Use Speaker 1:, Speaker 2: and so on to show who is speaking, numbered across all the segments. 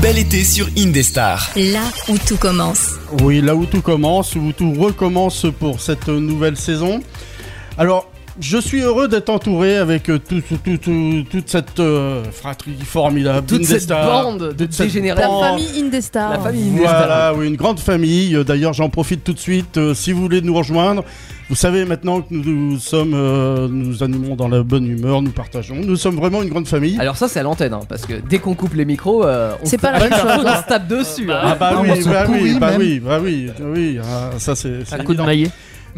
Speaker 1: bel été sur Indestar.
Speaker 2: Là où tout commence.
Speaker 3: Oui, là où tout commence, où tout recommence pour cette nouvelle saison. Alors, je suis heureux d'être entouré avec euh, tout- tout- tout- tout- toute cette euh, fratrie formidable.
Speaker 4: Toute cette
Speaker 3: d'Indestar,
Speaker 4: bande de
Speaker 3: toute cette
Speaker 4: dégénérés.
Speaker 5: La
Speaker 3: bande-
Speaker 5: famille Indestar.
Speaker 4: Oh. La famille Indestar.
Speaker 3: Voilà, oui, une grande famille. Euh, D'ailleurs, j'en profite tout de suite. euh, si vous voulez nous rejoindre, vous savez maintenant que nous, nous sommes, euh, nous animons dans la bonne humeur, nous partageons. Nous sommes vraiment une grande famille.
Speaker 4: Alors ça c'est à l'antenne hein, parce que dès qu'on coupe les micros, euh, on,
Speaker 5: C'est
Speaker 4: se-
Speaker 5: pas la
Speaker 4: on
Speaker 5: même chose, hein.
Speaker 4: se tape dessus. hein.
Speaker 3: Ah bah oui,
Speaker 6: on se
Speaker 3: bah oui,
Speaker 6: pourrit
Speaker 3: bah
Speaker 6: même.
Speaker 3: oui, bah oui, bah oui, ah, ça c'est. c'est
Speaker 6: Un coup de
Speaker 3: évident.
Speaker 6: maillet.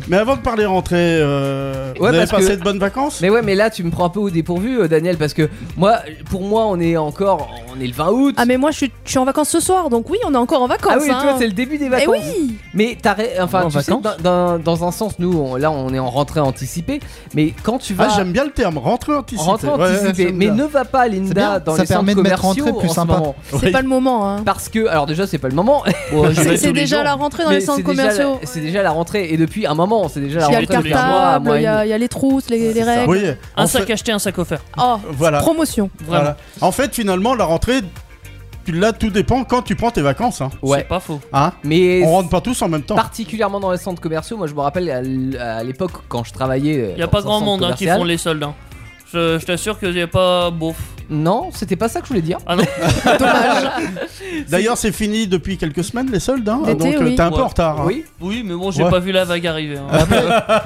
Speaker 3: Mais avant de parler rentrée, euh, vous
Speaker 4: Ouais,
Speaker 3: avez
Speaker 4: parce
Speaker 3: passé
Speaker 4: que-
Speaker 3: de bonnes vacances
Speaker 4: Mais ouais, mais là tu me prends un peu au dépourvu, euh, Daniel, parce que moi, pour moi, on est encore, on est le 20 août.
Speaker 5: Ah mais moi je suis, je suis en vacances ce soir, donc oui, on est encore en vacances.
Speaker 4: Ah oui,
Speaker 5: hein.
Speaker 4: toi c'est le début des
Speaker 5: Eh
Speaker 4: vacances.
Speaker 5: oui
Speaker 4: Mais t'as, ré- enfin,
Speaker 6: En
Speaker 4: tu sais,
Speaker 6: vacances
Speaker 4: dans, dans- dans un sens, nous, on- là, on est en rentrée anticipée. Mais quand tu
Speaker 3: Ah,
Speaker 4: vas
Speaker 3: j'aime bien le terme, rentrée anticipée.
Speaker 4: rentrée
Speaker 3: Ouais,
Speaker 4: anticipée,
Speaker 3: j'aime
Speaker 4: mais
Speaker 3: bien.
Speaker 4: ne va pas, Linda,
Speaker 6: C'est bien,
Speaker 4: dans
Speaker 6: ça
Speaker 4: les centres
Speaker 6: permet de mettre
Speaker 4: commerciaux
Speaker 6: rentrée plus
Speaker 4: en ce
Speaker 6: sympa.
Speaker 4: moment.
Speaker 5: C'est pas le moment. Hein.
Speaker 4: Parce que, alors déjà, c'est pas le moment.
Speaker 3: j'en ai
Speaker 5: C'est
Speaker 3: tous les
Speaker 5: c'est déjà
Speaker 3: jours.
Speaker 5: la rentrée dans
Speaker 4: mais
Speaker 5: les centres
Speaker 4: c'est déjà la-
Speaker 5: commerciaux.
Speaker 4: C'est déjà la rentrée et depuis un moment, c'est déjà la
Speaker 5: Il y a
Speaker 4: rentrée.
Speaker 5: le
Speaker 4: depuis un mois, un
Speaker 5: cartable,
Speaker 4: mois et
Speaker 5: il y,
Speaker 4: demi.
Speaker 5: a- il y a les trousses,
Speaker 4: Ah,
Speaker 5: les, les règles.
Speaker 3: Oui, en
Speaker 6: Un
Speaker 3: fait-
Speaker 6: sac acheté, un sac offert.
Speaker 5: Oh,
Speaker 3: Voilà.
Speaker 5: promotion.
Speaker 6: Vraiment.
Speaker 3: Voilà. En fait, finalement, la rentrée, tu l'as, tout dépend quand tu prends tes vacances. Hein.
Speaker 4: Ouais.
Speaker 6: C'est pas faux.
Speaker 3: Hein
Speaker 4: Mais
Speaker 3: On rentre pas tous en même temps.
Speaker 4: particulièrement dans les centres commerciaux, moi je me rappelle à l- à l'époque quand je travaillais. euh,
Speaker 6: Il a pas grand monde hein, qui font les soldes. hein. Je, je t'assure que j'ai pas beau.
Speaker 4: Non, c'était pas ça que je voulais dire.
Speaker 6: Ah non,
Speaker 3: D'ailleurs, c'est fini depuis quelques semaines les soldes. Hein.
Speaker 5: L'été,
Speaker 3: Donc, euh,
Speaker 5: oui.
Speaker 3: t'es un peu
Speaker 6: Ouais.
Speaker 3: en retard. hein.
Speaker 4: Oui,
Speaker 6: oui, mais bon, j'ai
Speaker 3: Ouais.
Speaker 6: pas vu la vague arriver. hein.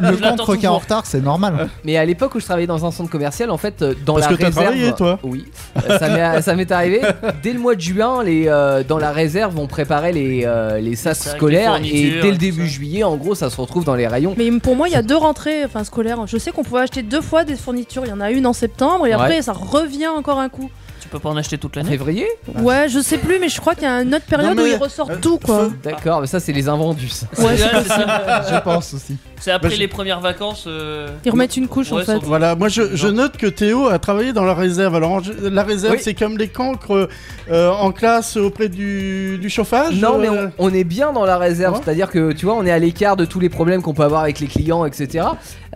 Speaker 7: Le
Speaker 6: Je l'attends
Speaker 7: contre qui est en
Speaker 6: toujours.
Speaker 7: retard, c'est normal. hein,
Speaker 4: mais à l'époque où je travaillais dans un centre commercial, en fait, euh, dans
Speaker 3: Parce
Speaker 4: la
Speaker 3: que t'as
Speaker 4: réserve.
Speaker 3: travaillé, toi.
Speaker 4: Oui, euh, ça m'est- ça m'est arrivé. Dès le mois de juin, les, euh, dans la réserve, on préparait les, euh, les sas
Speaker 6: sacs, les
Speaker 4: scolaires et
Speaker 6: fournitures,
Speaker 4: dès le
Speaker 6: tout
Speaker 4: début
Speaker 6: ça.
Speaker 4: juillet, en gros, ça se retrouve dans les rayons.
Speaker 5: Mais pour moi, il y a deux rentrées enfin, scolaires. Je sais qu'on pouvait acheter deux fois des fournitures. Il y en a une en septembre et après, ça revient encore un coup.
Speaker 6: Tu peux pas en acheter toute
Speaker 4: En
Speaker 6: l'année.
Speaker 4: Février
Speaker 5: Ouais, je sais plus, mais je crois qu'il y a une autre période
Speaker 3: Non, mais-
Speaker 5: où ils ressortent
Speaker 3: euh,
Speaker 5: tout, quoi.
Speaker 3: feu.
Speaker 4: D'accord, mais ça, c'est les invendus. ça.
Speaker 6: Ouais, c'est ça.
Speaker 7: Je pense aussi.
Speaker 6: C'est après
Speaker 3: Bah, je-
Speaker 6: les premières vacances. euh,
Speaker 5: Ils remettent une couche, en
Speaker 6: Ouais,
Speaker 5: fait.
Speaker 6: sans doute.
Speaker 3: Voilà, moi je, je note que Théo a travaillé dans la réserve. Alors, en- la réserve,
Speaker 4: Oui.
Speaker 3: c'est comme les cancres euh, en classe auprès du, du chauffage
Speaker 4: Non, mais
Speaker 3: euh,
Speaker 4: on, on est bien dans la réserve,
Speaker 3: Ouais.
Speaker 4: c'est-à-dire que tu vois, on est à l'écart de tous les problèmes qu'on peut avoir avec les clients, etc.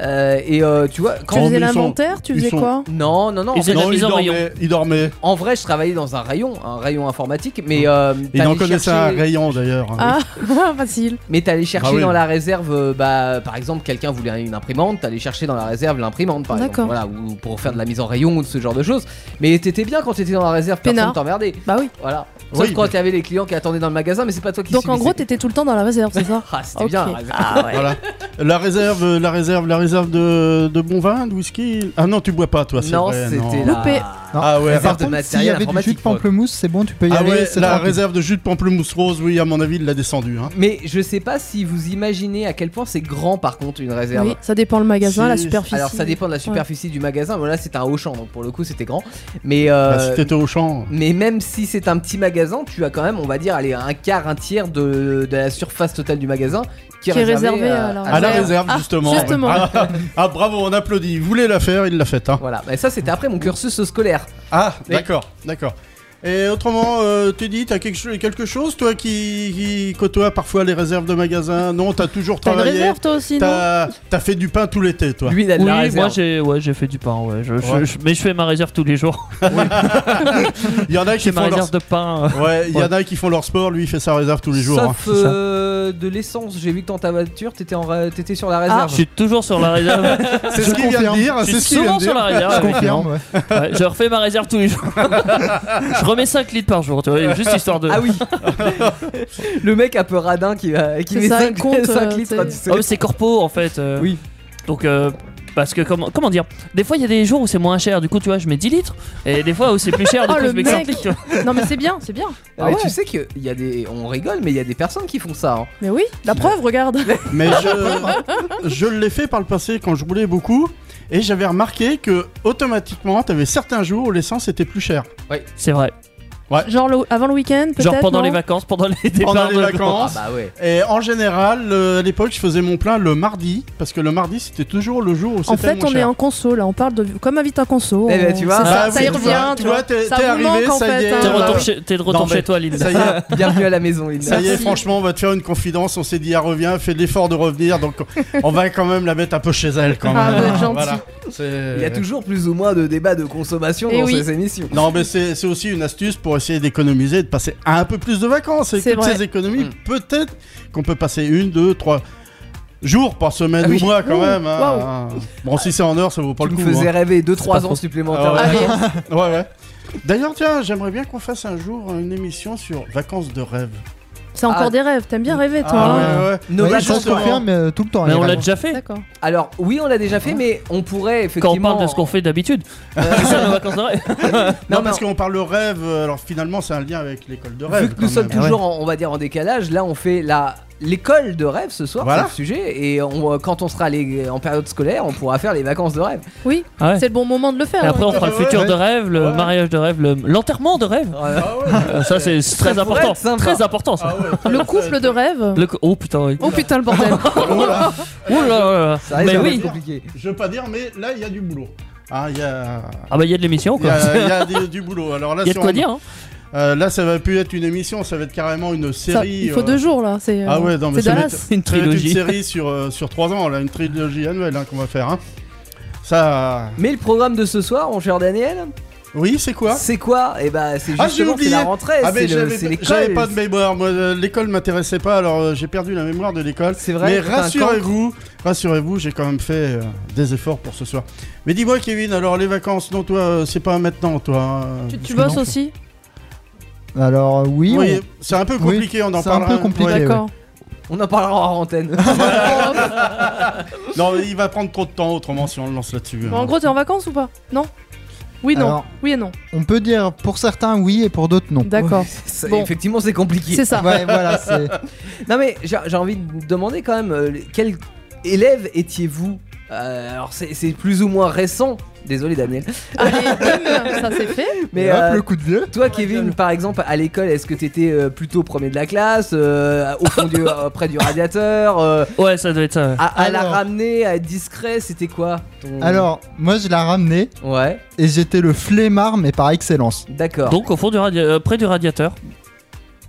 Speaker 4: Euh, et euh, tu vois,
Speaker 5: Tu
Speaker 4: quand.
Speaker 3: Oh, mais
Speaker 5: faisais
Speaker 3: ils
Speaker 5: l'inventaire, tu
Speaker 3: ils
Speaker 5: faisais
Speaker 3: sont-
Speaker 5: quoi
Speaker 4: Non, non, non. En,
Speaker 6: Ils
Speaker 4: fait,
Speaker 6: étaient-
Speaker 3: non, il
Speaker 6: en rayon.
Speaker 3: dormait. Il dormait.
Speaker 4: en vrai, je travaillais dans un rayon, un rayon informatique, mais. Euh,
Speaker 3: Il en
Speaker 4: t'allais
Speaker 3: connaissait un
Speaker 4: chercher-
Speaker 3: rayon d'ailleurs. hein.
Speaker 5: Ah, facile.
Speaker 4: Mais t'allais chercher
Speaker 3: Ah oui.
Speaker 4: dans la réserve, euh, bah, par exemple, quelqu'un voulait une imprimante, t'allais chercher dans la réserve l'imprimante, par exemple,
Speaker 5: D'accord.
Speaker 4: voilà, ou pour faire de la mise en rayon ou de ce genre de choses. Mais t'étais bien quand t'étais dans la réserve, personne
Speaker 5: Peinard.
Speaker 4: t'emmerdait.
Speaker 5: Bah oui.
Speaker 4: Voilà. Sauf
Speaker 3: Oui,
Speaker 4: quand
Speaker 3: mais-
Speaker 4: t'avais les clients qui attendaient dans le magasin, mais c'est pas toi qui
Speaker 5: Donc en gros,
Speaker 4: subissais.
Speaker 5: t'étais tout le temps dans la réserve, c'est ça
Speaker 4: Ah, c'était
Speaker 5: Ok.
Speaker 4: bien. la réserve.
Speaker 3: Voilà. La réserve, euh, la réserve, la réserve de, de bon vin, de whisky. Ah non, tu bois pas toi, c'est
Speaker 4: Non,
Speaker 3: vrai,
Speaker 4: c'était
Speaker 3: non.
Speaker 4: la.
Speaker 5: Loupé.
Speaker 7: Non,
Speaker 3: Ah ouais,
Speaker 4: réserve
Speaker 7: Par
Speaker 4: de
Speaker 7: contre, s'il
Speaker 4: matériel
Speaker 7: y avait du jus
Speaker 4: informatique,
Speaker 7: de
Speaker 4: quoi.
Speaker 7: pamplemousse, c'est bon, tu peux y
Speaker 3: Ah
Speaker 7: aller.
Speaker 3: ouais,
Speaker 7: c'est
Speaker 3: la
Speaker 7: tranquille.
Speaker 3: réserve de jus de pamplemousse rose, oui, à mon avis, il l'a descendu. Hein.
Speaker 4: Mais je sais pas si vous imaginez à quel point c'est grand par contre une réserve.
Speaker 5: Oui, ça dépend le magasin,
Speaker 3: Si,
Speaker 5: la
Speaker 3: si.
Speaker 5: superficie.
Speaker 4: Alors ça dépend de la superficie du magasin, mais là c'était un Auchan donc pour le coup c'était grand. Mais euh,
Speaker 3: Bah, si t'étais au champ.
Speaker 4: mais même si c'est un petit magasin, tu as quand même on va dire allez un quart, un tiers de, de la surface totale du magasin qui est,
Speaker 5: Qui est
Speaker 4: réservée euh,
Speaker 5: réservée
Speaker 4: à-
Speaker 5: à la
Speaker 3: À la
Speaker 5: Ah,
Speaker 3: réserve,
Speaker 5: ah,
Speaker 3: justement.
Speaker 5: justement.
Speaker 3: Ah, ah, bravo, on applaudit. Il voulait la faire, il l'a faite. Hein.
Speaker 4: Voilà, mais ça c'était après mon cursus scolaire.
Speaker 3: Ah,
Speaker 4: Oui.
Speaker 3: d'accord, d'accord. Et autrement, euh, Teddy, t'as quelque, cho- quelque chose, toi, qui, qui côtoie parfois les réserves de magasins Non, t'as toujours
Speaker 5: T'as une
Speaker 3: travaillé.
Speaker 5: réserve toi aussi, non
Speaker 3: T'as t'as fait du pain tout l'été, toi.
Speaker 4: Lui il a de
Speaker 6: Oui,
Speaker 4: la
Speaker 6: moi
Speaker 4: réserve.
Speaker 6: j'ai ouais, j'ai fait du pain, ouais. Je- je-
Speaker 3: Ouais.
Speaker 6: je- mais je fais ma réserve tous les jours.
Speaker 3: Il y en a qui
Speaker 6: J'ai ma
Speaker 3: font leur...
Speaker 6: réserve de pain. euh.
Speaker 3: Ouais, il y en a qui font leur sport. Lui, il fait sa réserve tous les jours.
Speaker 4: Sauf
Speaker 3: hein.
Speaker 4: euh, de l'essence, j'ai vu que dans ta voiture t'étais en ra- t'étais sur la
Speaker 6: Je
Speaker 3: Ah,
Speaker 4: réserve.
Speaker 6: suis toujours sur la réserve.
Speaker 3: C'est ce qu'il vient de
Speaker 7: confirme.
Speaker 3: dire.
Speaker 6: Je
Speaker 3: C'est
Speaker 6: suis
Speaker 3: ce qu'il vient
Speaker 6: souvent
Speaker 3: de
Speaker 6: sur
Speaker 3: dire.
Speaker 6: la réserve.
Speaker 7: Je
Speaker 6: avec,
Speaker 7: confirme, ouais.
Speaker 6: hein. Ouais, je refais ma réserve tous les jours. je remets 5 litres par jour, tu vois, juste histoire de.
Speaker 4: Ah oui Le mec un peu radin qui, va- qui
Speaker 5: C'est
Speaker 4: met
Speaker 5: ça,
Speaker 4: 5,
Speaker 5: il compte, euh,
Speaker 4: litres.
Speaker 5: tu sais.
Speaker 4: tu sais.
Speaker 3: Ah,
Speaker 6: Oh, mais c'est corpo en fait. euh.
Speaker 4: Oui.
Speaker 6: Donc, euh, parce que comment, comment dire Des fois, il y a des jours où c'est moins cher, du coup, tu vois, je mets 10 litres. Et des fois où c'est plus cher, du
Speaker 5: Oh,
Speaker 6: coup,
Speaker 5: le
Speaker 6: je mets
Speaker 5: mec.
Speaker 6: 5 litres. tu vois.
Speaker 5: Non mais c'est bien, c'est bien.
Speaker 4: Ah
Speaker 5: Ah
Speaker 4: mais
Speaker 5: ouais.
Speaker 4: Tu sais qu'il y a des. On rigole, mais il y a des personnes qui font ça. hein.
Speaker 5: Mais oui, la preuve, regarde.
Speaker 3: hein. Mais je, je l'ai fait par le passé quand je roulais beaucoup et j'avais remarqué que automatiquement, t'avais certains jours où l'essence était plus chère.
Speaker 6: C'est vrai.
Speaker 5: Genre le- avant le week-end, peut-être.
Speaker 6: Genre pendant
Speaker 5: non
Speaker 6: les vacances, pendant les départs.
Speaker 3: Pendant les
Speaker 6: de-
Speaker 4: Ah
Speaker 3: vacances.
Speaker 4: bah ouais.
Speaker 3: Et en général, euh, à l'époque, je faisais mon plein le mardi parce que le mardi c'était toujours le jour où c'était
Speaker 5: En fait,
Speaker 3: moins
Speaker 5: on est
Speaker 3: cher.
Speaker 5: en conso là, on parle de comme invite un conso.
Speaker 4: Eh ben,
Speaker 5: on-
Speaker 4: tu vois.
Speaker 5: Oh. c'est ça,
Speaker 3: Bah
Speaker 5: Ah, ça
Speaker 3: oui,
Speaker 5: y
Speaker 3: tu
Speaker 5: revient,
Speaker 3: vois, tu vois, t'es
Speaker 5: Ça
Speaker 3: t'es
Speaker 5: vous
Speaker 3: arrivé,
Speaker 5: manque, en
Speaker 3: ça y
Speaker 5: fait,
Speaker 3: est.
Speaker 5: hein.
Speaker 6: T'es de
Speaker 3: euh,
Speaker 6: retour, chez, t'es de retour
Speaker 3: Non, mais-
Speaker 6: chez toi, Linda.
Speaker 3: Ça y est,
Speaker 4: Bienvenue à la maison, Linda.
Speaker 3: ça y est, franchement, on va te faire une confidence. On s'est dit, elle revient, fais de l'effort de revenir, donc on va quand même la mettre un peu chez elle quand
Speaker 5: Ah,
Speaker 3: même.
Speaker 5: vous êtes gentil.
Speaker 3: Voilà.
Speaker 6: Euh.
Speaker 4: Il y a toujours plus ou moins de débats de consommation
Speaker 5: Eh
Speaker 4: dans
Speaker 5: oui.
Speaker 4: ces émissions.
Speaker 3: Non, mais c'est c'est aussi une astuce pour essayer d'économiser et de passer un peu plus de vacances. Et
Speaker 5: C'est
Speaker 3: toutes
Speaker 5: vrai.
Speaker 3: ces économies,
Speaker 4: Mm.
Speaker 3: peut-être qu'on peut passer une, deux, trois jours par semaine
Speaker 4: Ah oui.
Speaker 3: ou mois quand
Speaker 5: Ouh,
Speaker 3: même. hein. Bon, si c'est en heure, ça vaut pas
Speaker 4: Tu
Speaker 3: le
Speaker 4: me
Speaker 3: coup.
Speaker 4: faisais
Speaker 3: hein.
Speaker 4: rêver
Speaker 6: pas
Speaker 4: 2-3 ans
Speaker 6: faux.
Speaker 4: supplémentaires.
Speaker 3: Ah
Speaker 5: Allez,
Speaker 3: Ouais, ouais. D'ailleurs, tiens, j'aimerais bien qu'on fasse un jour une émission sur vacances de rêve.
Speaker 5: c'est encore
Speaker 4: Ah.
Speaker 5: des rêves. T'aimes bien rêver, toi.
Speaker 3: Ah,
Speaker 5: hein
Speaker 3: ouais, ouais.
Speaker 4: Nos
Speaker 7: Ouais,
Speaker 4: vacances
Speaker 7: ça se
Speaker 3: justement.
Speaker 7: confirme euh, tout le temps.
Speaker 6: Mais
Speaker 7: les
Speaker 6: on l'a
Speaker 7: vacances.
Speaker 6: déjà fait
Speaker 5: D'accord.
Speaker 4: Alors oui, on l'a déjà fait, mais on pourrait
Speaker 6: quand
Speaker 4: effectivement.
Speaker 6: on parle de ce qu'on fait d'habitude. C'est ça nos vacances de rêve.
Speaker 3: Non,
Speaker 4: Non,
Speaker 3: parce
Speaker 4: mais
Speaker 3: qu'on parle de rêve, euh, alors finalement, c'est un lien avec l'école de rêve.
Speaker 4: Vu que nous
Speaker 3: quand
Speaker 4: sommes
Speaker 3: même.
Speaker 4: toujours, en- on va dire, en décalage, là on fait la l'école de rêve ce soir,
Speaker 3: Voilà.
Speaker 4: c'est le sujet, et on, euh, quand on sera les- en période scolaire, on pourra faire les vacances de rêve.
Speaker 5: Oui,
Speaker 6: Ah ouais.
Speaker 5: c'est le bon moment de le faire.
Speaker 6: Et après, on
Speaker 5: ouais.
Speaker 6: fera le
Speaker 3: Ouais,
Speaker 6: futur
Speaker 3: ouais.
Speaker 6: de rêve, le
Speaker 3: Ouais.
Speaker 6: mariage de rêve, le- l'enterrement de rêve.
Speaker 4: Euh,
Speaker 3: Ah ouais.
Speaker 6: Euh, Ça, c'est très
Speaker 4: pourrait
Speaker 6: important.
Speaker 4: être sympa.
Speaker 6: Très important, ça.
Speaker 3: Ah ouais.
Speaker 5: Le couple de
Speaker 3: Ah
Speaker 5: rêve.
Speaker 6: Le co- Oh putain, oui.
Speaker 5: Oh putain, le bordel.
Speaker 3: Voilà.
Speaker 6: Oh là là
Speaker 4: ça
Speaker 6: là.
Speaker 4: risque
Speaker 6: Mais
Speaker 4: d'être
Speaker 6: oui.
Speaker 4: compliqué.
Speaker 3: Je veux pas dire, mais là, il y a du boulot. Ah, il y a.
Speaker 6: Ah bah, il y a de l'émission,
Speaker 3: Il y
Speaker 6: quoi.
Speaker 3: a, il y a des- du boulot. Alors là,
Speaker 6: Il y a
Speaker 3: si
Speaker 6: de
Speaker 3: on-
Speaker 6: quoi dire. hein.
Speaker 3: euh, là, ça va plus être une émission, ça va être carrément une
Speaker 5: Ça,
Speaker 3: série.
Speaker 5: il faut
Speaker 3: euh,
Speaker 5: deux jours là. C'est euh,
Speaker 3: Ah ouais, non, mais
Speaker 5: c'est
Speaker 3: ça
Speaker 5: Dallas.
Speaker 6: Une
Speaker 3: ça va être
Speaker 6: trilogie.
Speaker 3: Une série sur euh, sur trois ans, là, une trilogie annuelle hein, qu'on va faire. hein. Ça,
Speaker 4: Mais le programme de ce soir, mon cher Daniel,
Speaker 3: oui, c'est quoi
Speaker 4: c'est quoi Eh ben, c'est
Speaker 3: Ah, j'ai
Speaker 4: justement c'est
Speaker 3: oublié.
Speaker 4: la rentrée,
Speaker 3: Ah mais
Speaker 4: c'est le-
Speaker 3: j'avais
Speaker 4: c'est
Speaker 3: pas- j'avais
Speaker 4: l'école.
Speaker 3: pas de mémoire, moi euh, l'école m'intéressait pas, alors euh, j'ai perdu la mémoire de l'école.
Speaker 4: C'est vrai,
Speaker 3: Mais
Speaker 4: t'es un cancre.
Speaker 3: rassurez-vous, rassurez-vous, j'ai quand même fait euh, des efforts pour ce soir. Mais dis-moi Kevin, alors les vacances, non toi, euh, c'est pas maintenant, toi. hein.
Speaker 5: euh, Tu, tu
Speaker 7: Parce que
Speaker 5: bosses
Speaker 7: non.
Speaker 5: aussi
Speaker 7: Alors, oui.
Speaker 3: Oui,
Speaker 7: on-
Speaker 3: c'est un peu
Speaker 7: Oui,
Speaker 3: compliqué, on en
Speaker 7: c'est un
Speaker 3: parlera.
Speaker 7: peu compliqué. Ouais, ouais.
Speaker 5: D'accord.
Speaker 4: On en parlera en antenne.
Speaker 3: Ah, Non, mais il va prendre trop de temps autrement si on le lance là-dessus. hein.
Speaker 5: Bon, en gros, t'es en vacances ou pas Non Oui, non.
Speaker 7: Alors-
Speaker 5: Oui et non.
Speaker 7: On peut dire pour certains oui et pour d'autres non.
Speaker 5: D'accord.
Speaker 4: Ça,
Speaker 5: Bon.
Speaker 4: Effectivement, c'est compliqué.
Speaker 5: C'est ça.
Speaker 7: Ouais, voilà, c'est.
Speaker 4: Non mais j'ai j'ai envie de vous demander quand même euh, quel élève étiez-vous Euh, Alors c'est c'est plus ou moins récent. Désolé Daniel.
Speaker 5: Allez, bim, ça c'est fait.
Speaker 4: Mais
Speaker 7: Et hop,
Speaker 4: euh,
Speaker 7: le coup de vieux.
Speaker 4: toi Kevin par exemple à l'école est-ce que t'étais euh, plutôt premier de la classe euh, au fond du euh, près du radiateur euh,
Speaker 6: Ouais, ça doit être ça. ouais.
Speaker 4: à, à la
Speaker 7: Alors.
Speaker 4: ramener à être discret c'était quoi ton-
Speaker 7: Alors, moi, je l'ai ramené
Speaker 4: ouais
Speaker 7: et j'étais le flemmard, mais par excellence.
Speaker 4: d'accord
Speaker 6: Donc, au fond du radia- euh, près du radiateur.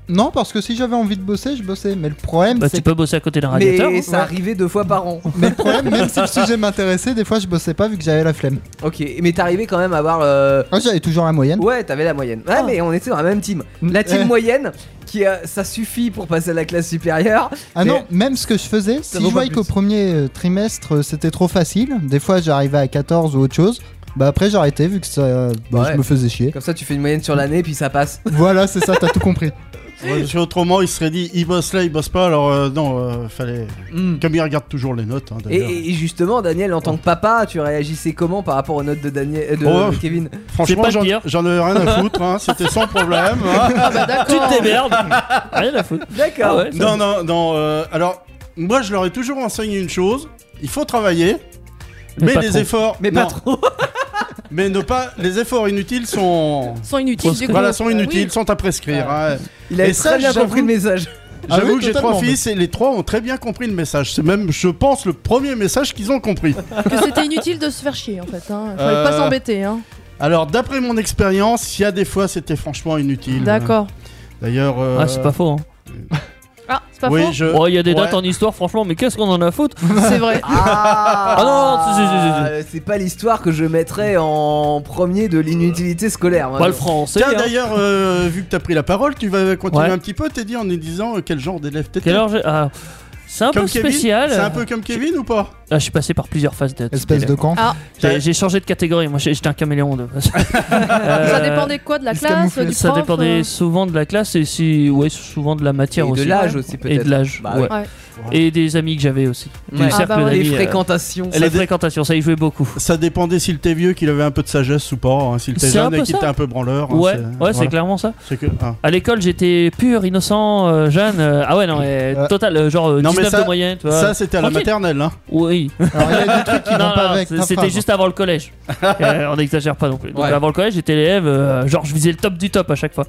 Speaker 7: Non, parce que si j'avais envie de bosser, je bossais. Mais le problème,
Speaker 6: Bah, tu
Speaker 7: c'est.
Speaker 6: peux bosser à côté d'un
Speaker 4: mais
Speaker 6: radiateur. hein.
Speaker 4: ça arrivait deux fois par an
Speaker 7: Mais le problème, même si le sujet m'intéressait, des fois, je bossais pas vu que j'avais la flemme.
Speaker 4: ok mais t'arrivais quand même à avoir euh,
Speaker 7: Ah, j'avais toujours la moyenne.
Speaker 4: Ouais, t'avais la moyenne. Ouais,
Speaker 5: Ah.
Speaker 4: mais on était dans la même team. La team
Speaker 7: Ouais.
Speaker 4: moyenne, qui euh, ça suffit pour passer à la classe supérieure.
Speaker 7: Ah
Speaker 4: Mais-
Speaker 7: non, même ce que je faisais, si
Speaker 4: vaut
Speaker 7: je
Speaker 4: pas
Speaker 7: voyais
Speaker 4: plus.
Speaker 7: qu'au premier euh, trimestre euh, c'était trop facile, des fois j'arrivais à 14 ou autre chose, bah après j'arrêtais vu que ça, euh, bah,
Speaker 4: Ouais.
Speaker 7: je me faisais chier.
Speaker 4: Comme ça, tu fais une moyenne sur l'année, puis ça passe.
Speaker 7: voilà, c'est ça, t'as tout compris.
Speaker 3: Ouais, parce que autrement, il serait dit, il bosse là, il bosse pas, alors euh, non, euh, fallait.
Speaker 4: Mm.
Speaker 3: Comme il regarde toujours les notes, hein,
Speaker 4: Et,
Speaker 3: d'ailleurs.
Speaker 4: et justement, Daniel, en tant que papa, tu réagissais comment par rapport aux notes de Daniel, euh, de,
Speaker 3: Oh.
Speaker 4: de Kevin
Speaker 3: Franchement,
Speaker 6: pas le
Speaker 3: j'en
Speaker 6: pire.
Speaker 3: j'en avais rien à foutre, hein, c'était sans problème. hein.
Speaker 5: Ah bah
Speaker 6: Tu
Speaker 5: d'accord.
Speaker 6: te démerdes. Rien à foutre. Ah
Speaker 4: D'accord.
Speaker 6: ouais, ça-
Speaker 3: Non, non, non. euh, alors, moi, je leur ai toujours enseigné une chose il faut travailler,
Speaker 6: Mais
Speaker 3: mais,
Speaker 6: pas
Speaker 3: les
Speaker 6: trop.
Speaker 3: efforts.
Speaker 4: Mais
Speaker 3: non,
Speaker 4: pas trop.
Speaker 3: Mais ne pas. Les efforts inutiles sont.
Speaker 5: Sont inutiles. du coup.
Speaker 3: Voilà, sont inutiles,
Speaker 5: Ah Oui. Ah.
Speaker 3: sont à prescrire. hein.
Speaker 4: Il a
Speaker 3: Et ça,
Speaker 4: très bien
Speaker 3: j'avoue-
Speaker 4: compris le message.
Speaker 7: Ah
Speaker 3: J'avoue
Speaker 7: oui,
Speaker 3: que j'ai
Speaker 7: totalement,
Speaker 3: trois fils et les trois ont très bien compris le message. C'est même, je pense, le premier message qu'ils ont compris.
Speaker 5: Que c'était inutile de se faire chier en fait. Hein. Fallait pas
Speaker 3: Euh,
Speaker 5: s'embêter. Hein.
Speaker 3: Alors, d'après mon expérience, il y a des fois, c'était franchement inutile.
Speaker 5: D'accord.
Speaker 3: D'ailleurs. euh,
Speaker 6: Ah, c'est pas faux. hein.
Speaker 5: Ah, c'est pas
Speaker 3: oui,
Speaker 5: faux.
Speaker 3: je.
Speaker 6: Oh, il y a des
Speaker 3: ouais.
Speaker 6: dates en histoire, franchement, mais qu'est-ce qu'on en a à foutre
Speaker 5: C'est vrai.
Speaker 4: Ah, Euh,
Speaker 6: Ah non, si, si, si,
Speaker 4: C'est pas l'histoire que je mettrais en premier de l'inutilité scolaire. moi.
Speaker 6: Pas le français.
Speaker 3: Tiens,
Speaker 6: hein.
Speaker 3: d'ailleurs, euh, vu que t'as pris la parole, tu vas continuer
Speaker 6: Ouais.
Speaker 3: un petit peu, t'es dit en nous disant euh, quel genre d'élève t'étais.
Speaker 6: Quelle heure j'ai- ah. C'est un
Speaker 3: Comme
Speaker 6: peu
Speaker 3: Kevin
Speaker 6: spécial.
Speaker 3: C'est un peu comme Kevin ou pas
Speaker 6: Ah, je suis passé par plusieurs phases de.
Speaker 7: Espèce de camp.
Speaker 5: Ah,
Speaker 6: J'ai j'ai changé de catégorie. Moi, j'ai- j'étais un caméléon de. Euh,
Speaker 5: Ça dépendait quoi de la
Speaker 7: il se
Speaker 5: classe,
Speaker 7: camouflait.
Speaker 5: du prof
Speaker 6: Ça dépendait
Speaker 5: euh,
Speaker 6: souvent de la classe et si, ouais, souvent de la
Speaker 4: Et
Speaker 6: matière aussi.
Speaker 4: de l'âge aussi,
Speaker 6: Et
Speaker 4: peut-être.
Speaker 6: de l'âge.
Speaker 4: Bah
Speaker 6: ouais.
Speaker 5: ouais.
Speaker 6: Et des amis que j'avais aussi. Du
Speaker 4: Ouais.
Speaker 5: Ah
Speaker 6: cercle
Speaker 5: bah ouais.
Speaker 6: d'amis.
Speaker 4: Les
Speaker 6: euh,
Speaker 4: fréquentations.
Speaker 6: les fréquentations, ça y jouait beaucoup.
Speaker 3: Ça dépendait s'il était vieux, qu'il avait un peu de sagesse ou pas, hein, s'il était
Speaker 6: C'est un
Speaker 3: jeune et
Speaker 6: peu
Speaker 3: qu'il
Speaker 6: ça.
Speaker 3: était un peu branleur. hein,
Speaker 6: Ouais, ouais,
Speaker 3: voilà.
Speaker 6: c'est clairement ça.
Speaker 3: C'est que- ah.
Speaker 6: À l'école, j'étais pur, innocent, euh, jeune. euh, ah ouais, non, mais
Speaker 7: Ouais.
Speaker 6: total, euh, genre euh,
Speaker 3: Non, mais
Speaker 6: 19
Speaker 3: ça-
Speaker 6: de moyenne, tu vois.
Speaker 3: Ça, c'était à la
Speaker 6: Tranquille.
Speaker 3: maternelle. hein.
Speaker 6: oui.
Speaker 7: Alors il y a des trucs qui
Speaker 6: Non,
Speaker 7: vont pas
Speaker 6: non,
Speaker 7: avec.
Speaker 6: c'est-
Speaker 7: ta
Speaker 6: C'était
Speaker 7: phrase.
Speaker 6: juste avant le collège. Euh, on n'exagère pas non plus. Donc
Speaker 4: Ouais.
Speaker 6: avant le collège, j'étais l'élève, euh, genre je visais le top du top à chaque fois.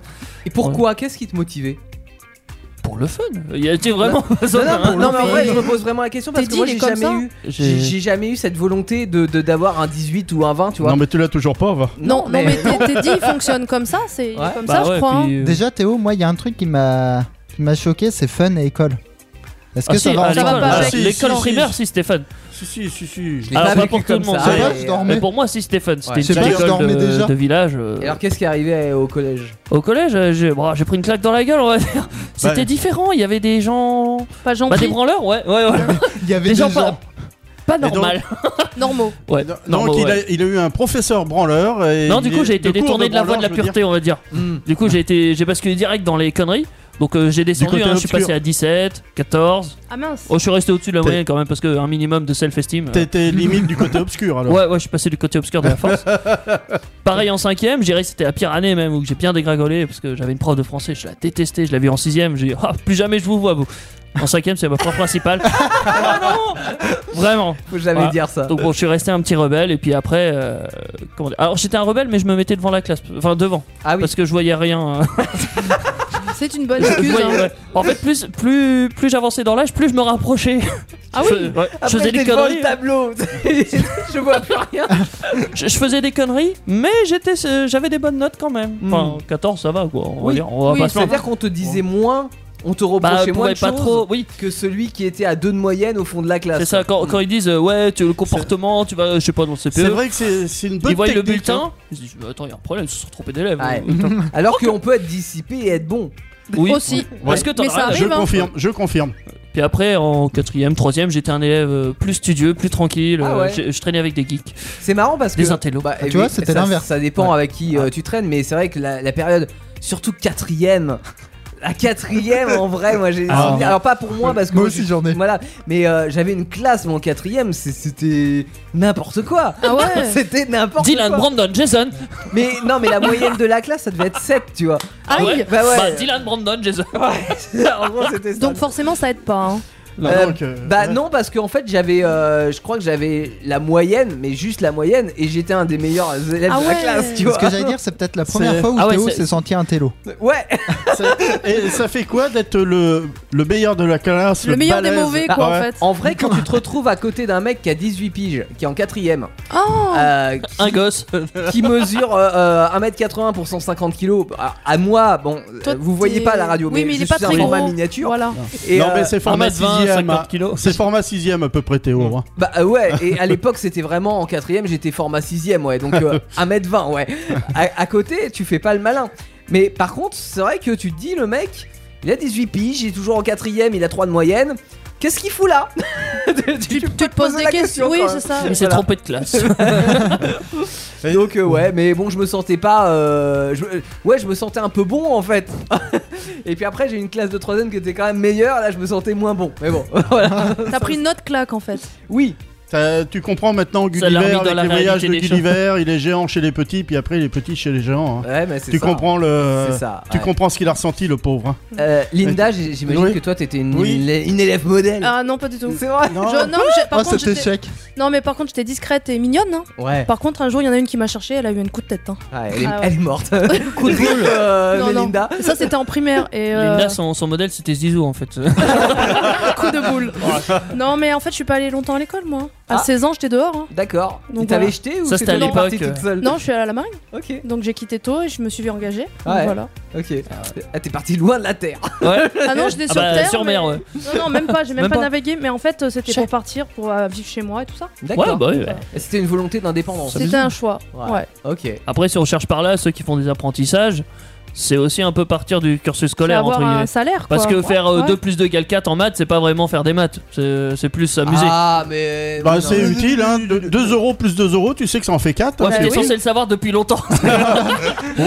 Speaker 4: Et pourquoi Qu'est-ce qui te motivait
Speaker 6: Pour le fun. Il y a tu vraiment
Speaker 4: Non, non,
Speaker 6: besoin d'un-
Speaker 4: non, mais en vrai, je me pose vraiment la question parce
Speaker 5: T'es
Speaker 4: que
Speaker 5: dit,
Speaker 4: moi,
Speaker 5: il est
Speaker 4: j'ai
Speaker 5: comme ça
Speaker 4: jamais eu, j'ai
Speaker 6: J'ai-
Speaker 4: j'ai jamais eu cette volonté de de- d'avoir un 18 ou un 20, tu vois.
Speaker 3: Non, mais tu l'as toujours pas, va.
Speaker 5: Non, non, mais t'es t'es dit, il fonctionne comme ça, c'est il est
Speaker 4: Ouais.
Speaker 5: comme
Speaker 6: Bah
Speaker 5: ça,
Speaker 6: ouais,
Speaker 5: je crois. hein.
Speaker 6: puis, euh,
Speaker 7: Déjà Théo, moi il y a un truc qui m'a qui m'a choqué, c'est fun et école. Est-ce
Speaker 6: Ah
Speaker 7: que
Speaker 6: si,
Speaker 7: ça va
Speaker 6: à
Speaker 5: Ça
Speaker 7: ensemble
Speaker 5: va pas
Speaker 6: l'école-
Speaker 5: avec-
Speaker 6: L'école
Speaker 3: Si, si,
Speaker 6: primaire,
Speaker 3: si.
Speaker 6: si Stéphane.
Speaker 3: Si, si, si, si.
Speaker 4: Je l'ai
Speaker 6: Ah,
Speaker 4: pas
Speaker 6: pas
Speaker 4: vécu
Speaker 6: pour tout
Speaker 4: comme
Speaker 6: le monde,
Speaker 4: ça.
Speaker 6: c'est
Speaker 4: et- euh,
Speaker 7: vrai, je dormais.
Speaker 6: Mais pour moi, si Stéphane, c'était
Speaker 4: Ouais.
Speaker 6: une
Speaker 7: C'est
Speaker 6: petite
Speaker 7: vrai, je
Speaker 6: école
Speaker 7: dormais
Speaker 6: de,
Speaker 7: déjà.
Speaker 6: de village. euh,
Speaker 4: Et alors qu'est-ce qui est arrivé euh, au collège
Speaker 6: Au collège, euh, j'ai bon, j'ai pris une claque dans la gueule, on va dire. C'était
Speaker 3: Ouais.
Speaker 6: différent, il y avait des gens.
Speaker 5: Pas
Speaker 6: Bah, des
Speaker 5: gentil,
Speaker 6: branleurs, ouais, ouais, ouais.
Speaker 7: Il y avait
Speaker 6: Des
Speaker 7: des
Speaker 6: gens
Speaker 7: gens.
Speaker 6: pas- Pas
Speaker 3: donc-
Speaker 6: normal.
Speaker 5: normaux.
Speaker 6: Ouais.
Speaker 3: Donc
Speaker 6: Non, bah,
Speaker 3: il,
Speaker 6: ouais.
Speaker 3: a, il a eu un professeur branleur. Et
Speaker 6: Non,
Speaker 3: il
Speaker 6: du coup,
Speaker 3: est-
Speaker 6: j'ai été
Speaker 3: le cours
Speaker 6: détourné de la voie de la
Speaker 3: branleur, je veux
Speaker 6: pureté, on va dire.
Speaker 4: Hmm.
Speaker 6: Du coup, j'ai été, j'ai basculé direct dans les conneries. Donc, euh, j'ai descendu,
Speaker 3: côté
Speaker 6: hein, je suis
Speaker 3: obscur.
Speaker 6: passé à 17, 14.
Speaker 5: Ah mince.
Speaker 6: Oh, je suis resté au-dessus de la
Speaker 3: T'es-
Speaker 6: moyenne quand même, parce que un minimum de self-esteem. euh,
Speaker 3: dire. T'étais limite du côté obscur alors.
Speaker 6: Ouais, ouais, je suis passé du côté obscur de la force. Pareil en cinquième, j'ai c'était la pire année même où j'ai bien dégringolé parce que j'avais une prof de français, je la détestais, je l'ai vue en sixième, j'ai dit Ah, plus jamais je vous vois vous. En cinquième, c'est ma prof principale. Ah non Vraiment.
Speaker 4: Faut jamais
Speaker 6: Voilà.
Speaker 4: dire ça.
Speaker 6: Donc bon, je suis resté un petit rebelle et puis après, euh, comment dire alors j'étais un rebelle mais je me mettais devant la classe, enfin devant,
Speaker 4: ah oui.
Speaker 6: parce que je voyais rien. euh,
Speaker 5: C'est une bonne
Speaker 6: je
Speaker 5: excuse.
Speaker 6: voyais-
Speaker 5: hein.
Speaker 6: ouais. En fait, plus plus plus j'avançais dans l'âge, plus je me rapprochais.
Speaker 5: Ah
Speaker 6: je,
Speaker 5: oui.
Speaker 6: ouais, je
Speaker 4: Après,
Speaker 6: faisais des
Speaker 4: t'es devant
Speaker 6: conneries. hein.
Speaker 4: le tableau. je vois plus rien.
Speaker 6: je, je faisais des conneries, mais j'étais, euh, j'avais des bonnes notes quand même. Enfin, 14, ça va quoi. On va,
Speaker 4: Oui.
Speaker 6: dire, on va
Speaker 5: Oui,
Speaker 6: pas se mentir.
Speaker 4: C'est-à-dire qu'on te disait moins, on te
Speaker 6: Bah,
Speaker 4: reprochait
Speaker 6: pour
Speaker 4: moins de
Speaker 6: être pas
Speaker 4: choses
Speaker 6: trop. Oui,
Speaker 4: que celui qui était à deux de moyenne au fond de la classe.
Speaker 6: c'est ça. Quand, quand ils disent euh, ouais, tu, le comportement, tu vas, je sais pas, dans le
Speaker 3: C'est
Speaker 6: CPE,
Speaker 3: vrai que c'est c'est une bonne
Speaker 6: ils voient le
Speaker 3: technique, hein.
Speaker 6: bulletin, ils se disent mais attends, il y a un problème, ils se sont trompés d'élèves.
Speaker 4: Ouais.
Speaker 6: Euh, putain.
Speaker 4: Alors qu'on peut être dissipé et être bon.
Speaker 6: Oui.
Speaker 5: Aussi.
Speaker 6: Parce que t'en
Speaker 5: Mais
Speaker 6: as rien à-
Speaker 5: ça arrive.
Speaker 3: Je
Speaker 5: hein.
Speaker 3: confirme, je confirme.
Speaker 6: Puis après, en quatrième, troisième, j'étais un élève euh, plus studieux, plus tranquille.
Speaker 4: Ah
Speaker 6: euh,
Speaker 4: ouais.
Speaker 6: Je, je traînais avec des geeks,
Speaker 4: C'est marrant parce que.
Speaker 6: des intellos.
Speaker 4: Bah,
Speaker 7: Ah, tu
Speaker 4: oui,
Speaker 7: vois, c'était
Speaker 4: ça-
Speaker 7: l'inverse.
Speaker 4: Ça dépend avec qui euh, tu traînes, mais c'est vrai que la, la période, surtout quatrième, la quatrième en vrai, moi j'ai. des
Speaker 6: Ah.
Speaker 4: souvenirs. Alors pas pour moi parce que
Speaker 7: Moi
Speaker 4: moi,
Speaker 7: aussi
Speaker 4: je-
Speaker 7: j'en ai.
Speaker 4: Voilà, mais euh, j'avais une classe mon quatrième, c'est- c'était n'importe quoi.
Speaker 5: Ah ouais.
Speaker 4: C'était n'importe quoi.
Speaker 6: Dylan, Brandon, Jason.
Speaker 4: Mais non, mais la moyenne de la classe, ça devait être 7, tu vois.
Speaker 5: Aïe.
Speaker 6: ouais.
Speaker 4: Bah ouais.
Speaker 6: Bah, Dylan, Brandon, Jason.
Speaker 4: en gros, c'était ça.
Speaker 5: Donc forcément ça aide pas. hein.
Speaker 4: Euh,
Speaker 3: Donc, euh,
Speaker 4: bah
Speaker 3: ouais.
Speaker 4: non parce qu'en fait j'avais euh, je crois que j'avais la moyenne mais juste la moyenne et j'étais un des meilleurs élèves
Speaker 5: Ah
Speaker 4: de la
Speaker 5: ouais.
Speaker 4: classe tu vois
Speaker 7: Ce que j'allais dire, c'est peut-être la première
Speaker 3: C'est-
Speaker 7: fois où
Speaker 6: Ah ouais,
Speaker 7: Théo
Speaker 6: c'est-
Speaker 7: s'est senti un télo.
Speaker 4: ouais
Speaker 3: Ça- Et ça fait quoi d'être le, le meilleur de la classe
Speaker 5: Le meilleur des
Speaker 3: balèze Ah
Speaker 5: mauvais quoi
Speaker 3: Ouais.
Speaker 5: en fait.
Speaker 4: en vrai quand tu te retrouves à côté d'un mec qui a 18 piges qui est en quatrième
Speaker 5: Oh.
Speaker 4: euh, qui-
Speaker 6: Un gosse.
Speaker 4: qui mesure euh, euh, 1m80 pour 150 kg à, à moi bon euh,
Speaker 5: Toi,
Speaker 4: vous voyez
Speaker 5: t'es-
Speaker 4: pas la radio
Speaker 5: Oui, mais il
Speaker 4: je
Speaker 5: est pas
Speaker 4: suis un
Speaker 5: très
Speaker 4: format
Speaker 5: gros.
Speaker 4: miniature
Speaker 5: Voilà.
Speaker 4: et
Speaker 3: non, mais
Speaker 4: euh,
Speaker 3: c'est format
Speaker 6: 1m20,
Speaker 3: 6ème.
Speaker 6: 50
Speaker 3: hein.
Speaker 6: kilos. Mm.
Speaker 3: C'est format 6ème à peu près, Théo. hein.
Speaker 4: Bah euh, ouais, et à l'époque c'était vraiment en quatrième, j'étais format sixième, ouais, donc euh, 1m20, ouais. À, à côté, tu fais pas le malin. Mais par contre, c'est vrai que tu te dis, le mec, il a 18 piges, il est toujours en quatrième, il a 3 de moyenne. Qu'est-ce qu'il fout là tu,
Speaker 5: Tu, tu te poses des questions. Oui, c'est ça.
Speaker 6: Il s'est
Speaker 4: Voilà.
Speaker 6: trompé de classe.
Speaker 4: ça. Donc euh, ouais, mais bon, je me sentais pas... euh, je- euh, ouais, je me sentais un peu bon en fait. et puis après, j'ai eu une classe de troisième qui était quand même meilleure, là je me sentais moins bon. Mais bon, voilà.
Speaker 5: T'as pris une autre claque en fait.
Speaker 4: Oui,
Speaker 3: Ça- tu comprends maintenant
Speaker 6: Ça l'a
Speaker 3: Gulliver,
Speaker 6: remis dans
Speaker 3: avec
Speaker 6: la
Speaker 3: les voyages de
Speaker 6: réalité des choses.
Speaker 3: Gulliver, il est géant chez les petits, puis après il est petit chez les géants. hein.
Speaker 4: ouais, mais c'est
Speaker 3: Tu
Speaker 4: ça.
Speaker 3: comprends le.
Speaker 6: euh,
Speaker 4: C'est ça,
Speaker 3: Tu
Speaker 4: ouais.
Speaker 3: comprends ce qu'il a ressenti, le pauvre. hein.
Speaker 4: Euh, Linda, j'ai- j'imagine
Speaker 3: Oui.
Speaker 4: que toi t'étais une,
Speaker 3: Oui.
Speaker 4: une élè- une élève modèle.
Speaker 5: Ah non, pas du tout.
Speaker 4: C'est vrai.
Speaker 5: Je- non, mais j'ai- par
Speaker 7: Oh, cet
Speaker 5: contre, j'étais-
Speaker 7: échec.
Speaker 5: non, mais par contre, j'étais discrète et mignonne. hein.
Speaker 4: Ouais.
Speaker 5: Par contre, un jour, il y en a une qui m'a cherchée, elle a eu un coup de tête. hein.
Speaker 4: Ouais, elle, est,
Speaker 5: Ah ouais.
Speaker 4: elle est morte. Coup de boule, euh,
Speaker 5: Non, non.
Speaker 4: Melinda.
Speaker 5: Ça, c'était en primaire. Et, euh,
Speaker 6: Linda, son, son modèle, c'était Zizou en fait.
Speaker 5: coup de boule. non, mais en fait, je suis pas allée longtemps à l'école, moi. À
Speaker 4: Ah.
Speaker 5: 16 ans, j'étais dehors. hein.
Speaker 4: D'accord.
Speaker 5: Donc
Speaker 4: Tu t'avais
Speaker 5: voilà.
Speaker 4: jeté ou
Speaker 6: Ça, c'était à
Speaker 4: t'étais partie
Speaker 6: l'époque,
Speaker 4: toute seule
Speaker 5: Non, je suis allée à la marine,
Speaker 4: Ok.
Speaker 5: donc j'ai quitté tôt et je me suis vue engagée. Donc
Speaker 4: Ouais.
Speaker 5: voilà.
Speaker 4: Ok. Ah, t'es parti loin de la terre.
Speaker 6: Ouais.
Speaker 5: Ah non, j'étais
Speaker 6: Ah
Speaker 5: sur
Speaker 6: bah,
Speaker 5: terre.
Speaker 6: sur
Speaker 5: mais-
Speaker 6: mer, ouais.
Speaker 5: Non, non, même pas, j'ai même,
Speaker 6: Même
Speaker 5: pas,
Speaker 6: pas.
Speaker 5: navigué, mais en fait, euh, c'était
Speaker 6: Chez-
Speaker 5: pour partir, pour euh, vivre chez moi et tout ça.
Speaker 4: D'accord.
Speaker 6: Ouais, bah oui, ouais.
Speaker 4: C'était une volonté d'indépendance.
Speaker 5: C'était un choix.
Speaker 4: Ouais.
Speaker 5: Ouais.
Speaker 4: Ok.
Speaker 6: Après, si on cherche par là, ceux qui font des apprentissages, c'est aussi un peu partir du cursus
Speaker 5: C'est
Speaker 6: scolaire, entre
Speaker 5: avoir
Speaker 6: guillemets.
Speaker 5: un salaire.
Speaker 6: Parce
Speaker 5: hein,
Speaker 6: que
Speaker 5: quoi.
Speaker 6: faire euh,
Speaker 5: Ouais.
Speaker 6: 2 plus 2 égale 4 en maths, c'est pas vraiment faire des maths. C'est c'est plus s'amuser.
Speaker 4: Ah, mais.
Speaker 3: Bah,
Speaker 4: non.
Speaker 3: c'est utile, hein. 2 euros plus 2 euros, tu sais que ça en fait 4.
Speaker 6: Ouais,
Speaker 5: bah
Speaker 6: j'étais
Speaker 5: oui.
Speaker 6: censé le savoir depuis longtemps.